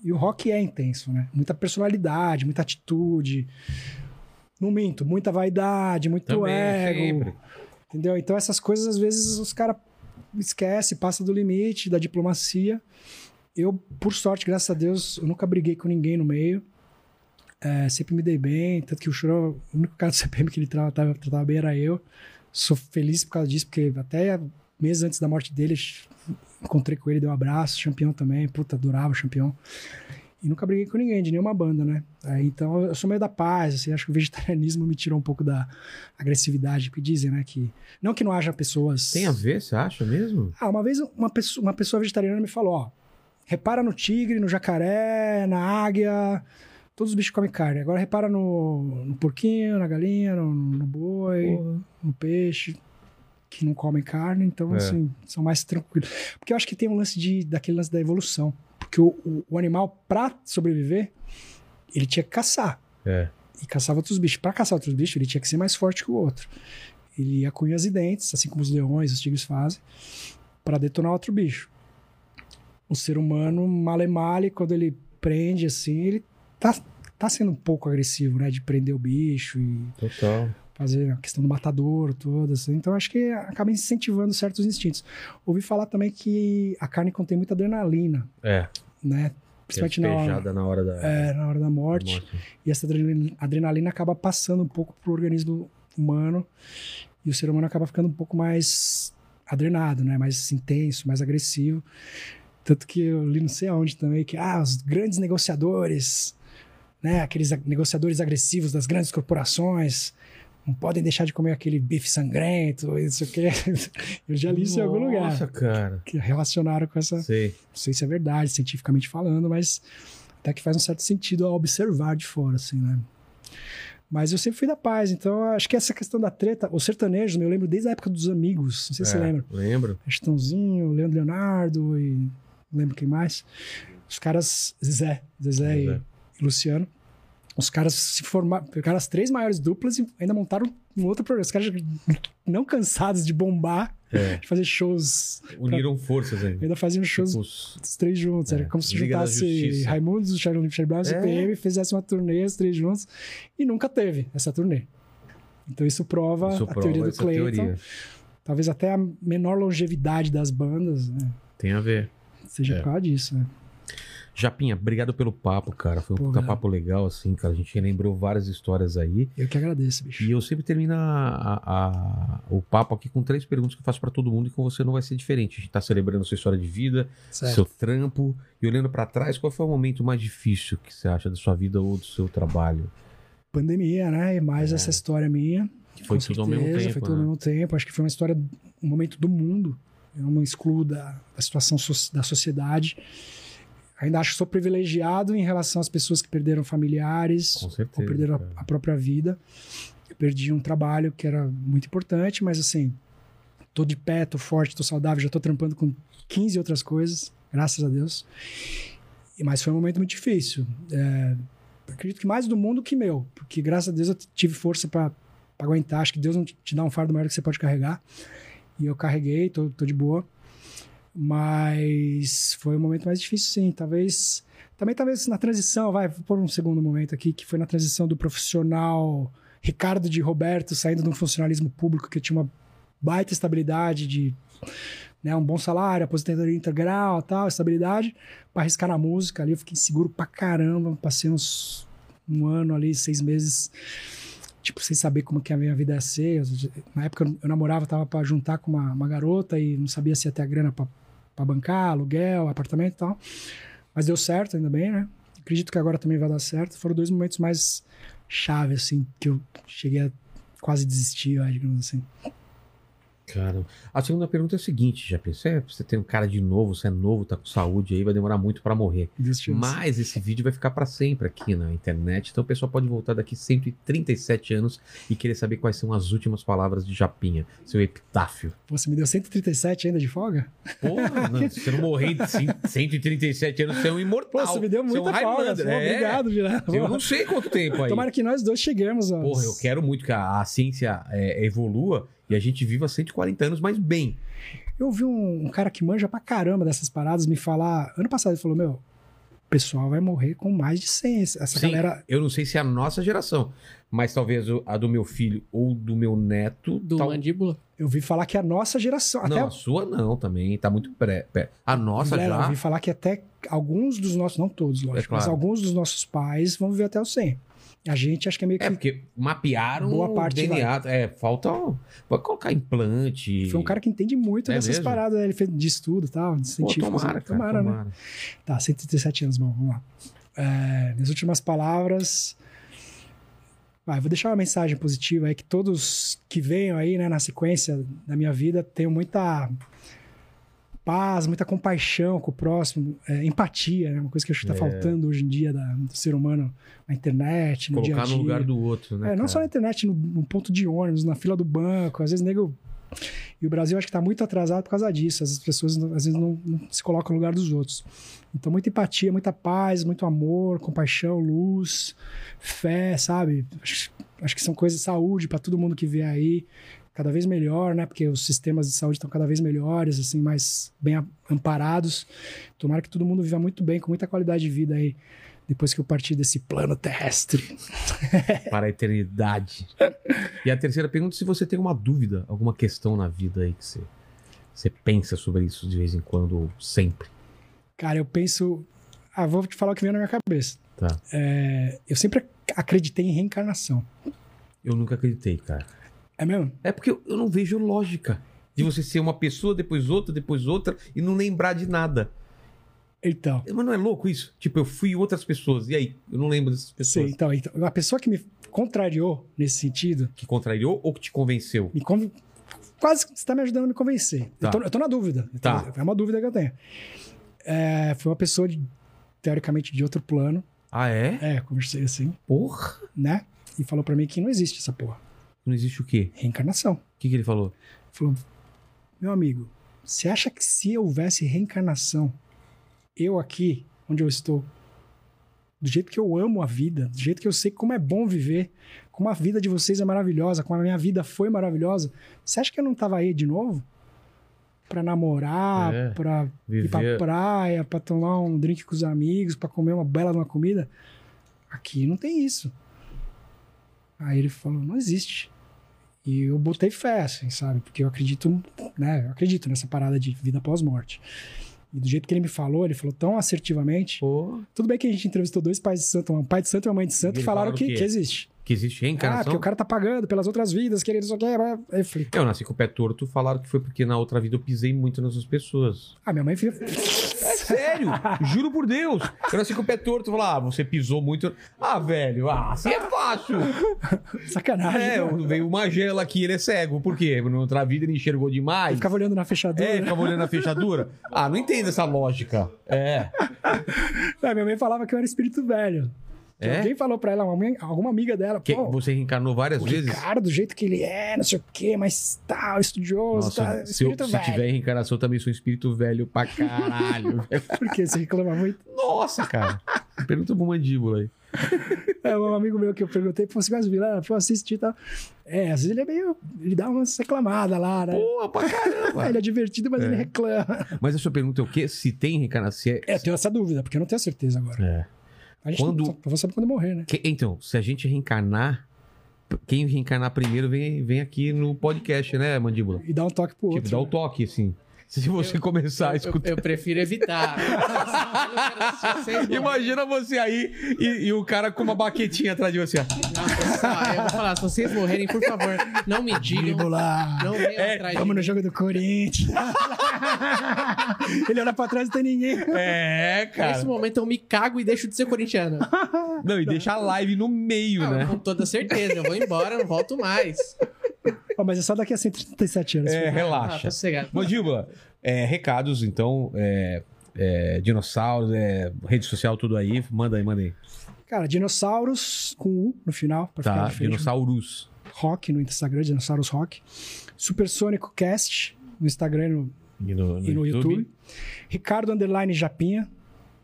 [SPEAKER 3] E o rock é intenso, né? Muita personalidade, muita atitude. Não minto, muita vaidade, muito
[SPEAKER 1] Também,
[SPEAKER 3] ego.
[SPEAKER 1] sempre.
[SPEAKER 3] Entendeu? Então essas coisas às vezes os caras esquece, passa do limite da diplomacia. Eu, por sorte, graças a Deus, eu nunca briguei com ninguém no meio. É, sempre me dei bem, tanto que o Chorão, o único cara do CPM que ele tratava, tratava bem era eu. Sou feliz por causa disso, porque até meses antes da morte dele, encontrei com ele, dei um abraço, campeão também, puta, adorava o campeão. E nunca briguei com ninguém, de nenhuma banda, né? É, então eu sou meio da paz, assim, acho que o vegetarianismo me tirou um pouco da agressividade, porque dizem, né, que... Não que não haja pessoas...
[SPEAKER 1] Tem a ver, você acha mesmo?
[SPEAKER 3] Ah, uma vez uma pessoa, uma pessoa vegetariana me falou, ó, repara no tigre, no jacaré, na águia, todos os bichos comem carne. Agora repara no, no porquinho, na galinha, no, no boi, no peixe, que não comem carne, então
[SPEAKER 1] É.
[SPEAKER 3] assim, são mais tranquilos. Porque eu acho que tem um lance de, daquele lance da evolução, porque o, o, o animal, pra sobreviver, ele tinha que caçar
[SPEAKER 1] É.
[SPEAKER 3] e caçava outros bichos. Para caçar outros bichos, ele tinha que ser mais forte que o outro. Ele ia com unhas e dentes, assim como os leões, os tigres fazem, para detonar outro bicho. O ser humano, male male, quando ele prende assim, ele tá, tá sendo um pouco agressivo, né? De prender o bicho e
[SPEAKER 1] Total.
[SPEAKER 3] fazer a questão do matador, toda assim. Então acho que acaba incentivando certos instintos. Ouvi falar também que a carne contém muita adrenalina,
[SPEAKER 1] É.
[SPEAKER 3] né? Principalmente na hora,
[SPEAKER 1] Despejada na hora da
[SPEAKER 3] é, na hora da morte.
[SPEAKER 1] morte.
[SPEAKER 3] E essa adrenalina, adrenalina acaba passando um pouco pro organismo humano e o ser humano acaba ficando um pouco mais adrenado, né? Mais intenso, mais agressivo. Tanto que eu li não sei aonde também que ah, os grandes negociadores, né? Aqueles ag- negociadores agressivos das grandes corporações não podem deixar de comer aquele bife sangrento, isso que eu já li isso em algum
[SPEAKER 1] Nossa,
[SPEAKER 3] lugar.
[SPEAKER 1] cara.
[SPEAKER 3] Que relacionaram com essa
[SPEAKER 1] Sei.
[SPEAKER 3] não sei se é verdade, cientificamente falando, mas até que faz um certo sentido ao observar de fora, assim, né? Mas eu sempre fui da paz, então eu acho que essa questão da treta, os sertanejos, eu lembro desde a época dos amigos, não sei se você
[SPEAKER 1] É,
[SPEAKER 3] lembra.
[SPEAKER 1] Lembro.
[SPEAKER 3] Estãozinho, Leandro Leonardo e não lembro quem mais. Os caras, Zezé, Zezé e,
[SPEAKER 1] Zezé.
[SPEAKER 3] e Luciano. Os caras se formaram, pegaram as três maiores duplas e ainda montaram um outro programa. Os caras não cansados de bombar,
[SPEAKER 1] É.
[SPEAKER 3] de fazer shows,
[SPEAKER 1] Uniram forças ainda.
[SPEAKER 3] ainda faziam shows
[SPEAKER 1] Tipo, os-
[SPEAKER 3] os três juntos. Era
[SPEAKER 1] É,
[SPEAKER 3] como se
[SPEAKER 1] Liga da
[SPEAKER 3] juntasse
[SPEAKER 1] Justiça.
[SPEAKER 3] Raimundos, o Charlie Charlie Brown e o
[SPEAKER 1] É.
[SPEAKER 3] CPM e fizesse uma turnê, os três juntos. E nunca teve essa turnê. Então isso prova
[SPEAKER 1] Isso
[SPEAKER 3] a
[SPEAKER 1] prova
[SPEAKER 3] teoria do então.
[SPEAKER 1] essa
[SPEAKER 3] Clayton.
[SPEAKER 1] teoria.
[SPEAKER 3] Talvez até a menor longevidade das bandas, né?
[SPEAKER 1] Tem a ver.
[SPEAKER 3] Seja
[SPEAKER 1] É.
[SPEAKER 3] por causa disso, né?
[SPEAKER 1] Japinha, obrigado pelo papo, cara. Foi um
[SPEAKER 3] Pô,
[SPEAKER 1] puta
[SPEAKER 3] velho.
[SPEAKER 1] papo legal, assim, cara. A gente relembrou várias histórias aí.
[SPEAKER 3] Eu que agradeço, bicho.
[SPEAKER 1] E eu sempre termino a- a- a- o papo aqui com três perguntas que eu faço pra todo mundo e com você não vai ser diferente. A gente tá celebrando sua história de vida,
[SPEAKER 3] Certo.
[SPEAKER 1] seu trampo. E olhando pra trás, qual foi o momento mais difícil que você acha da sua vida ou do seu trabalho?
[SPEAKER 3] Pandemia, né? E mais essa história minha.
[SPEAKER 1] Que É. foi
[SPEAKER 3] Com
[SPEAKER 1] tudo ao mesmo
[SPEAKER 3] certeza,
[SPEAKER 1] tempo,
[SPEAKER 3] Foi tudo
[SPEAKER 1] né?
[SPEAKER 3] ao mesmo tempo. Acho que foi uma história, um momento do mundo. Eu não excluo da, da situação so- da sociedade. Ainda acho que sou privilegiado em relação às pessoas que perderam familiares,
[SPEAKER 1] Com
[SPEAKER 3] ou
[SPEAKER 1] certeza.
[SPEAKER 3] perderam
[SPEAKER 1] cara.
[SPEAKER 3] a, a própria vida. Eu perdi um trabalho que era muito importante, mas assim, tô de pé, tô forte, tô saudável, já tô trampando com 15 outras coisas, graças a Deus. E- Mas foi um momento muito difícil. É, acredito que mais do mundo que meu, porque graças a Deus eu t- tive força para aguentar. Acho que Deus não te te dá um fardo maior que você pode carregar. E eu carreguei, tô, tô de boa. Mas foi o momento mais difícil, sim. Talvez também talvez na transição, vai, vou pôr um segundo momento aqui, que foi na transição do profissional Ricardo de Roberto saindo de um funcionalismo público que tinha uma baita estabilidade de né, um bom salário, aposentadoria integral tal, estabilidade, para arriscar na música ali, eu fiquei seguro pra caramba, passei uns um ano ali, seis meses, tipo, sem saber como que a minha vida ia ser. Eu- na época eu- eu namorava, tava pra juntar com uma, uma garota e não sabia se ia ter a grana pra, pra bancar, aluguel, apartamento e tal. Mas deu certo, ainda bem, né? Acredito que agora também vai dar certo. Foram dois momentos mais chave, assim, que eu cheguei a quase desistir, eu acho, digamos assim.
[SPEAKER 1] Caramba. A segunda pergunta é a seguinte, já pensei, você tem um cara de novo, você é novo, tá com saúde aí, vai demorar muito pra morrer.
[SPEAKER 3] Existe isso.
[SPEAKER 1] Mas esse vídeo vai ficar pra sempre aqui na internet, então o pessoal pode voltar daqui 137 anos e querer saber quais são as últimas palavras de Japinha, seu epitáfio.
[SPEAKER 3] Pô, Você me deu 137 ainda de folga?
[SPEAKER 1] Porra, não, se você não morrer de cin- 137 anos, você é um
[SPEAKER 3] Pô,
[SPEAKER 1] imortal.
[SPEAKER 3] você me deu
[SPEAKER 1] Você é um
[SPEAKER 3] muita folga.
[SPEAKER 1] Highlander,
[SPEAKER 3] pô,
[SPEAKER 1] é.
[SPEAKER 3] Obrigado,
[SPEAKER 1] Eu não
[SPEAKER 3] Virado.
[SPEAKER 1] sei quanto tempo aí.
[SPEAKER 3] Tomara que nós dois chegamos. ó.
[SPEAKER 1] Porra, eu quero muito que a, a ciência é, evolua e a gente viva 140 anos, mas bem.
[SPEAKER 3] Eu vi um, um cara que manja pra caramba dessas paradas me falar. Ano passado ele falou: Meu, o pessoal vai morrer com mais de 100. Essa
[SPEAKER 1] Sim,
[SPEAKER 3] galera.
[SPEAKER 1] Eu não sei se é a nossa geração, mas talvez o- a do meu filho ou do meu neto.
[SPEAKER 2] Do
[SPEAKER 1] tal-
[SPEAKER 2] mandíbula.
[SPEAKER 3] Eu vi falar que é a nossa geração. Até
[SPEAKER 1] Não, a sua não também, tá muito pré. pré. A nossa
[SPEAKER 3] Galera, Né, Eu
[SPEAKER 1] já. É
[SPEAKER 3] ouvi falar que até alguns dos nossos, não todos, lógico, mas
[SPEAKER 1] claro.
[SPEAKER 3] alguns dos nossos pais vão viver até os 100. A gente acho que é meio que.
[SPEAKER 1] É, porque mapearam
[SPEAKER 3] Boa parte
[SPEAKER 1] o DNA. É, falta. Vai colocar implante.
[SPEAKER 3] Foi um cara que entende muito
[SPEAKER 1] É
[SPEAKER 3] dessas
[SPEAKER 1] mesmo?
[SPEAKER 3] paradas, né? ele fez de estudo e tal, de
[SPEAKER 1] Pô,
[SPEAKER 3] científico.
[SPEAKER 1] tomara, cara,
[SPEAKER 3] assim. tomara, né? Tá, 137 anos, bom, vamos lá. É, minhas últimas palavras. Vai, vou deixar uma mensagem positiva aí que todos que venham aí, né, na sequência da minha vida tenham muita paz, muita compaixão com o próximo, é, empatia, né, uma coisa que acho que tá
[SPEAKER 1] É.
[SPEAKER 3] faltando hoje em dia da- do ser humano na internet, no dia a
[SPEAKER 1] Colocar
[SPEAKER 3] dia.
[SPEAKER 1] no lugar do outro, né?
[SPEAKER 3] É, não
[SPEAKER 1] cara?
[SPEAKER 3] só na internet, no, no ponto de ônibus, na fila do banco, às vezes nego. E o Brasil acho que está muito atrasado por causa disso. As pessoas não- às vezes não, não se colocam no lugar dos outros. Então, muita empatia, muita paz, muito amor, compaixão, luz, fé, sabe? Acho, acho que são coisas, saúde para todo mundo que vier aí. Cada vez melhor, né? Porque os sistemas de saúde estão cada vez melhores, assim, mais bem a- amparados. Tomara que todo mundo viva muito bem, com muita qualidade de vida aí, depois que eu partir desse plano terrestre. é.
[SPEAKER 1] para a eternidade. e a terceira pergunta, se você tem uma dúvida, alguma questão na vida aí que você, você pensa sobre isso de vez em quando ou sempre.
[SPEAKER 3] Cara, eu penso. Ah, vou te falar o que veio na minha cabeça.
[SPEAKER 1] Tá.
[SPEAKER 3] É, eu sempre ac- acreditei em reencarnação.
[SPEAKER 1] Eu nunca acreditei, cara.
[SPEAKER 3] É mesmo?
[SPEAKER 1] É porque eu eu não vejo lógica de você ser uma pessoa, depois outra, depois outra e não lembrar de nada.
[SPEAKER 3] Então.
[SPEAKER 1] Mas não é louco isso? Tipo, eu fui outras pessoas, e aí? Eu não lembro dessas
[SPEAKER 3] Sim,
[SPEAKER 1] pessoas.
[SPEAKER 3] então, então. Uma pessoa que me contrariou nesse sentido,
[SPEAKER 1] Que contrariou ou que te convenceu?
[SPEAKER 3] me conv... quase que está me ajudando a me convencer.
[SPEAKER 1] Tá.
[SPEAKER 3] Eu, tô, eu tô na dúvida. Eu tô-
[SPEAKER 1] Tá.
[SPEAKER 3] É uma dúvida que eu tenho. É, foi uma pessoa, de- teoricamente, de outro plano.
[SPEAKER 1] Ah, é?
[SPEAKER 3] É, eu conversei assim,
[SPEAKER 1] Porra!
[SPEAKER 3] né? E falou pra mim que não existe essa porra.
[SPEAKER 1] Não existe o quê?
[SPEAKER 3] Reencarnação.
[SPEAKER 1] O que, que ele falou?
[SPEAKER 3] Falou, meu amigo, você acha que se houvesse reencarnação, eu aqui, onde eu estou, do jeito que eu amo a vida, do jeito que eu sei como é bom viver, como a vida de vocês é maravilhosa, como a minha vida foi maravilhosa, você acha que eu não tava aí de novo? Pra namorar,
[SPEAKER 1] É,
[SPEAKER 3] pra ir pra
[SPEAKER 1] viver-
[SPEAKER 3] praia, pra tomar um drink com os amigos, pra comer uma bela de uma comida? Aqui não tem isso. Aí ele falou, não existe. E eu botei fé, assim, sabe? Porque eu acredito, né? Eu acredito nessa parada de vida após morte. E do jeito que ele me falou, ele falou tão assertivamente.
[SPEAKER 1] Pô,
[SPEAKER 3] Tudo bem que a gente entrevistou dois pais de santo, um pai de santo e uma mãe de
[SPEAKER 1] E
[SPEAKER 3] santo, e
[SPEAKER 1] ele
[SPEAKER 3] falaram
[SPEAKER 1] falaram o
[SPEAKER 3] que,
[SPEAKER 1] quê?
[SPEAKER 3] que existe.
[SPEAKER 1] que existe
[SPEAKER 3] Ah,
[SPEAKER 1] reencarnação?
[SPEAKER 3] porque o cara tá pagando pelas outras vidas, que ele não sei o quê. blá, blá. é, Aí Eu falei,
[SPEAKER 1] Eu nasci com o pé torto, falaram que foi porque na outra vida eu pisei muito nessas pessoas.
[SPEAKER 3] ah, minha mãe fica.
[SPEAKER 1] É sério, juro por Deus. Eu nasci com o pé torto, falaram, ah, você pisou muito. Ah, velho, ah, assim é fácil.
[SPEAKER 3] Sacanagem. né?
[SPEAKER 1] É,
[SPEAKER 3] eu...
[SPEAKER 1] veio uma gela aqui, ele é cego. Por quê? Na outra vida ele enxergou demais.
[SPEAKER 3] ficava olhando na fechadura.
[SPEAKER 1] É, ficava olhando a fechadura. Ah, não entendo essa lógica. É.
[SPEAKER 3] Ah, minha mãe falava que eu era espírito velho. Que
[SPEAKER 1] É?
[SPEAKER 3] Alguém falou pra ela, uma mãe- alguma amiga dela,
[SPEAKER 1] Que-
[SPEAKER 3] pô,
[SPEAKER 1] você reencarnou várias
[SPEAKER 3] o
[SPEAKER 1] vezes?
[SPEAKER 3] Ricardo, do jeito que ele é, não sei o quê, mas tal, estudioso,
[SPEAKER 1] Nossa,
[SPEAKER 3] tá,
[SPEAKER 1] se, eu,
[SPEAKER 3] espírito
[SPEAKER 1] se
[SPEAKER 3] velho.
[SPEAKER 1] tiver reencarnação, eu também sou um espírito velho pra caralho.
[SPEAKER 3] Por que você reclama muito?
[SPEAKER 1] Nossa, cara. Pergunta pro mandíbula aí.
[SPEAKER 3] É, um amigo meu que eu perguntei, pô, você gosta de vilão? Pô, assistir e tal. É, às vezes ele é meio. Ele dá umas reclamadas lá, né?
[SPEAKER 1] Boa pra caramba.
[SPEAKER 3] ele é divertido, mas
[SPEAKER 1] É.
[SPEAKER 3] ele reclama.
[SPEAKER 1] Mas a sua pergunta é o quê? Se tem reencarnação? se
[SPEAKER 3] É, eu tenho essa dúvida, porque eu não tenho certeza agora.
[SPEAKER 1] É.
[SPEAKER 3] A gente
[SPEAKER 1] Quando-
[SPEAKER 3] não, só- eu vou saber quando eu morrer, né?
[SPEAKER 1] Que- então, se a gente reencarnar, p- quem reencarnar primeiro vem, vem aqui no podcast, né, Mandíbula?
[SPEAKER 3] E dar um toque pro outro.
[SPEAKER 1] Tipo, dá o toque, assim. Se você começar a
[SPEAKER 2] Eu,
[SPEAKER 1] escutar.
[SPEAKER 2] eu prefiro evitar. Eu quero assistir vocês, mano.
[SPEAKER 1] Imagina você aí e, e o cara com uma baquetinha atrás de você. ó.
[SPEAKER 2] Nossa, só, eu vou falar, se vocês morrerem, por favor, não me digam.
[SPEAKER 3] Driblar.
[SPEAKER 2] Não venham atrás de
[SPEAKER 3] Vamos
[SPEAKER 2] mim.
[SPEAKER 3] no jogo do Corinthians. ele olha pra trás e tem ninguém.
[SPEAKER 1] É,
[SPEAKER 2] Nesse
[SPEAKER 1] cara.
[SPEAKER 2] momento eu me cago e deixo de ser corintiano.
[SPEAKER 1] Não, e deixa a live no meio,
[SPEAKER 2] Ah,
[SPEAKER 1] né?
[SPEAKER 2] Com toda certeza, eu vou embora, não volto mais.
[SPEAKER 3] Ó, mas é só daqui a 137 anos.
[SPEAKER 1] É,
[SPEAKER 2] Ah,
[SPEAKER 1] relaxa.
[SPEAKER 2] tá sossegado.
[SPEAKER 1] Mandíbula, é, recados, então, é, é, dinossauros, é, rede social, tudo aí. Manda aí, manda aí.
[SPEAKER 3] Cara, dinossauros com U no final, pra
[SPEAKER 1] Tá,
[SPEAKER 3] ficar diferente.
[SPEAKER 1] dinossauros.
[SPEAKER 3] Rock no Instagram, Dinossauros Rock. Supersônico Cast no Instagram e no,
[SPEAKER 1] E no,
[SPEAKER 3] e no YouTube. Ricardo Underline Japinha,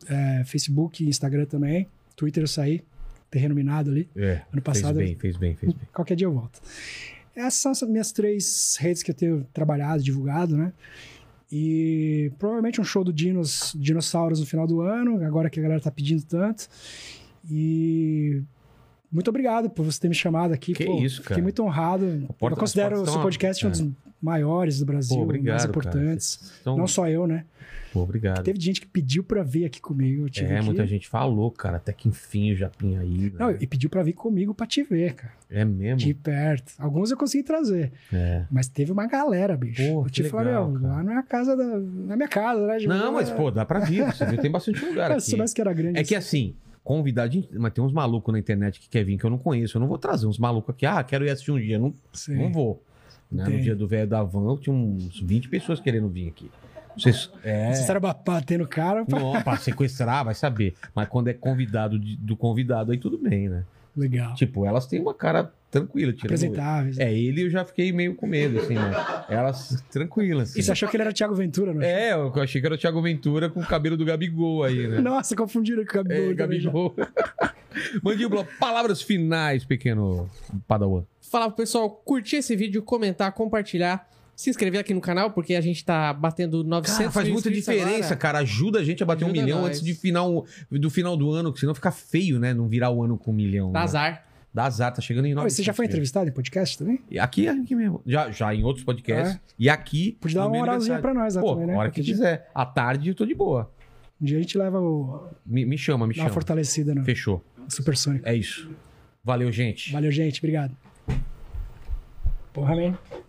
[SPEAKER 3] é, Facebook, Instagram também. Twitter eu saí, terreno minado ali.
[SPEAKER 1] É,
[SPEAKER 3] Ano passado-
[SPEAKER 1] Fez bem, fez bem, fez bem.
[SPEAKER 3] Qualquer dia eu volto. Essas são as minhas três redes que eu tenho trabalhado, divulgado, né? E provavelmente um show do Dinos, Dinossauros no final do ano, agora que a galera tá pedindo tanto. E muito obrigado por você ter me chamado aqui.
[SPEAKER 1] Que
[SPEAKER 3] pô,
[SPEAKER 1] isso, cara.
[SPEAKER 3] Fiquei muito honrado.
[SPEAKER 1] porta-
[SPEAKER 3] eu
[SPEAKER 1] as
[SPEAKER 3] considero
[SPEAKER 1] portas
[SPEAKER 3] o seu
[SPEAKER 1] estão
[SPEAKER 3] podcast um
[SPEAKER 1] abertas,
[SPEAKER 3] dos maiores do Brasil,
[SPEAKER 1] Pô, obrigado,
[SPEAKER 3] um mais
[SPEAKER 1] cara.
[SPEAKER 3] importantes.
[SPEAKER 1] Vocês são-
[SPEAKER 3] Não só eu, né?
[SPEAKER 1] Pô, obrigado.
[SPEAKER 3] Teve gente que pediu pra vir aqui comigo. Eu tive
[SPEAKER 1] É,
[SPEAKER 3] que-
[SPEAKER 1] muita gente falou, cara, até que enfim o Japinha aí. né?
[SPEAKER 3] Não, tipo, e pediu pra vir comigo pra te ver, cara.
[SPEAKER 1] É mesmo?
[SPEAKER 3] De perto. Alguns eu consegui trazer.
[SPEAKER 1] É.
[SPEAKER 3] Mas teve uma galera, bicho.
[SPEAKER 1] Porra,
[SPEAKER 3] eu
[SPEAKER 1] que
[SPEAKER 3] te falei,
[SPEAKER 1] legal,
[SPEAKER 3] meu,
[SPEAKER 1] cara.
[SPEAKER 3] lá não é a casa da. Não é minha casa, né? Tipo,
[SPEAKER 1] Não, mas, pô, dá pra vir. Você viu, tem bastante lugar
[SPEAKER 3] Cara, se
[SPEAKER 1] aqui.
[SPEAKER 3] soubesse que era grande.
[SPEAKER 1] É que assim, convidar. gente, Mas tem uns malucos na internet que quer vir que eu não conheço. Eu não vou trazer uns malucos aqui. Ah, quero ir assistir um dia. Não,
[SPEAKER 3] assim,
[SPEAKER 1] não vou. Né? No
[SPEAKER 3] Tem.
[SPEAKER 1] dia do velho da van, eu tinha uns 20 pessoas querendo vir aqui. Vocês. É.
[SPEAKER 3] Vocês estavam batendo o cara, pá,
[SPEAKER 1] Não, pra sequestrar, vai saber. Mas quando é convidado de- do convidado, aí tudo bem, né?
[SPEAKER 3] legal.
[SPEAKER 1] Tipo, elas têm uma cara tranquila. Tirando...
[SPEAKER 3] Apresentáveis.
[SPEAKER 1] É, ele eu já fiquei meio com medo, assim, né? Elas tranquilas, assim.
[SPEAKER 3] E você achou que ele era o Thiago Ventura, não?
[SPEAKER 1] É, eu achei que era o Thiago Ventura com o cabelo do Gabigol aí, né?
[SPEAKER 3] Nossa, confundiram com o Gabigol.
[SPEAKER 1] É,
[SPEAKER 3] também, já.
[SPEAKER 1] Gabigol. Mandíbula, palavras finais, pequeno Padawan.
[SPEAKER 2] Falar pro pessoal curtir esse vídeo, comentar, compartilhar, se inscrever aqui no canal, porque a gente tá batendo 900
[SPEAKER 1] Cara, faz
[SPEAKER 2] mil
[SPEAKER 1] muita
[SPEAKER 2] inscritos
[SPEAKER 1] diferença,
[SPEAKER 2] agora.
[SPEAKER 1] cara. Ajuda a gente a bater um
[SPEAKER 2] Ajuda
[SPEAKER 1] milhão
[SPEAKER 2] nós.
[SPEAKER 1] antes de final, do final do ano, que senão fica feio, né? Não virar o ano com um milhão.
[SPEAKER 2] Dá
[SPEAKER 1] né?
[SPEAKER 2] azar.
[SPEAKER 1] Dá azar, tá chegando em
[SPEAKER 3] Pô,
[SPEAKER 1] nove.
[SPEAKER 3] e Ah, você já foi entrevistado em podcast também?
[SPEAKER 1] Aqui, aqui mesmo. Já, já em outros podcasts. E aqui.
[SPEAKER 3] Podia dar
[SPEAKER 1] no
[SPEAKER 3] uma
[SPEAKER 1] meu
[SPEAKER 3] moralzinha
[SPEAKER 1] aniversário.
[SPEAKER 3] pra nós lá
[SPEAKER 1] Pô,
[SPEAKER 3] também, né?
[SPEAKER 1] a hora que
[SPEAKER 3] Qualquer dia-
[SPEAKER 1] quiser. À tarde eu tô de boa.
[SPEAKER 3] Um dia a gente leva o...
[SPEAKER 1] Me, me chama, me
[SPEAKER 3] dá uma
[SPEAKER 1] chama.
[SPEAKER 3] fortalecida no
[SPEAKER 1] Fechou.
[SPEAKER 3] Supersônico.
[SPEAKER 1] É isso. Valeu, gente.
[SPEAKER 3] Valeu, gente. Obrigado. Porra, man.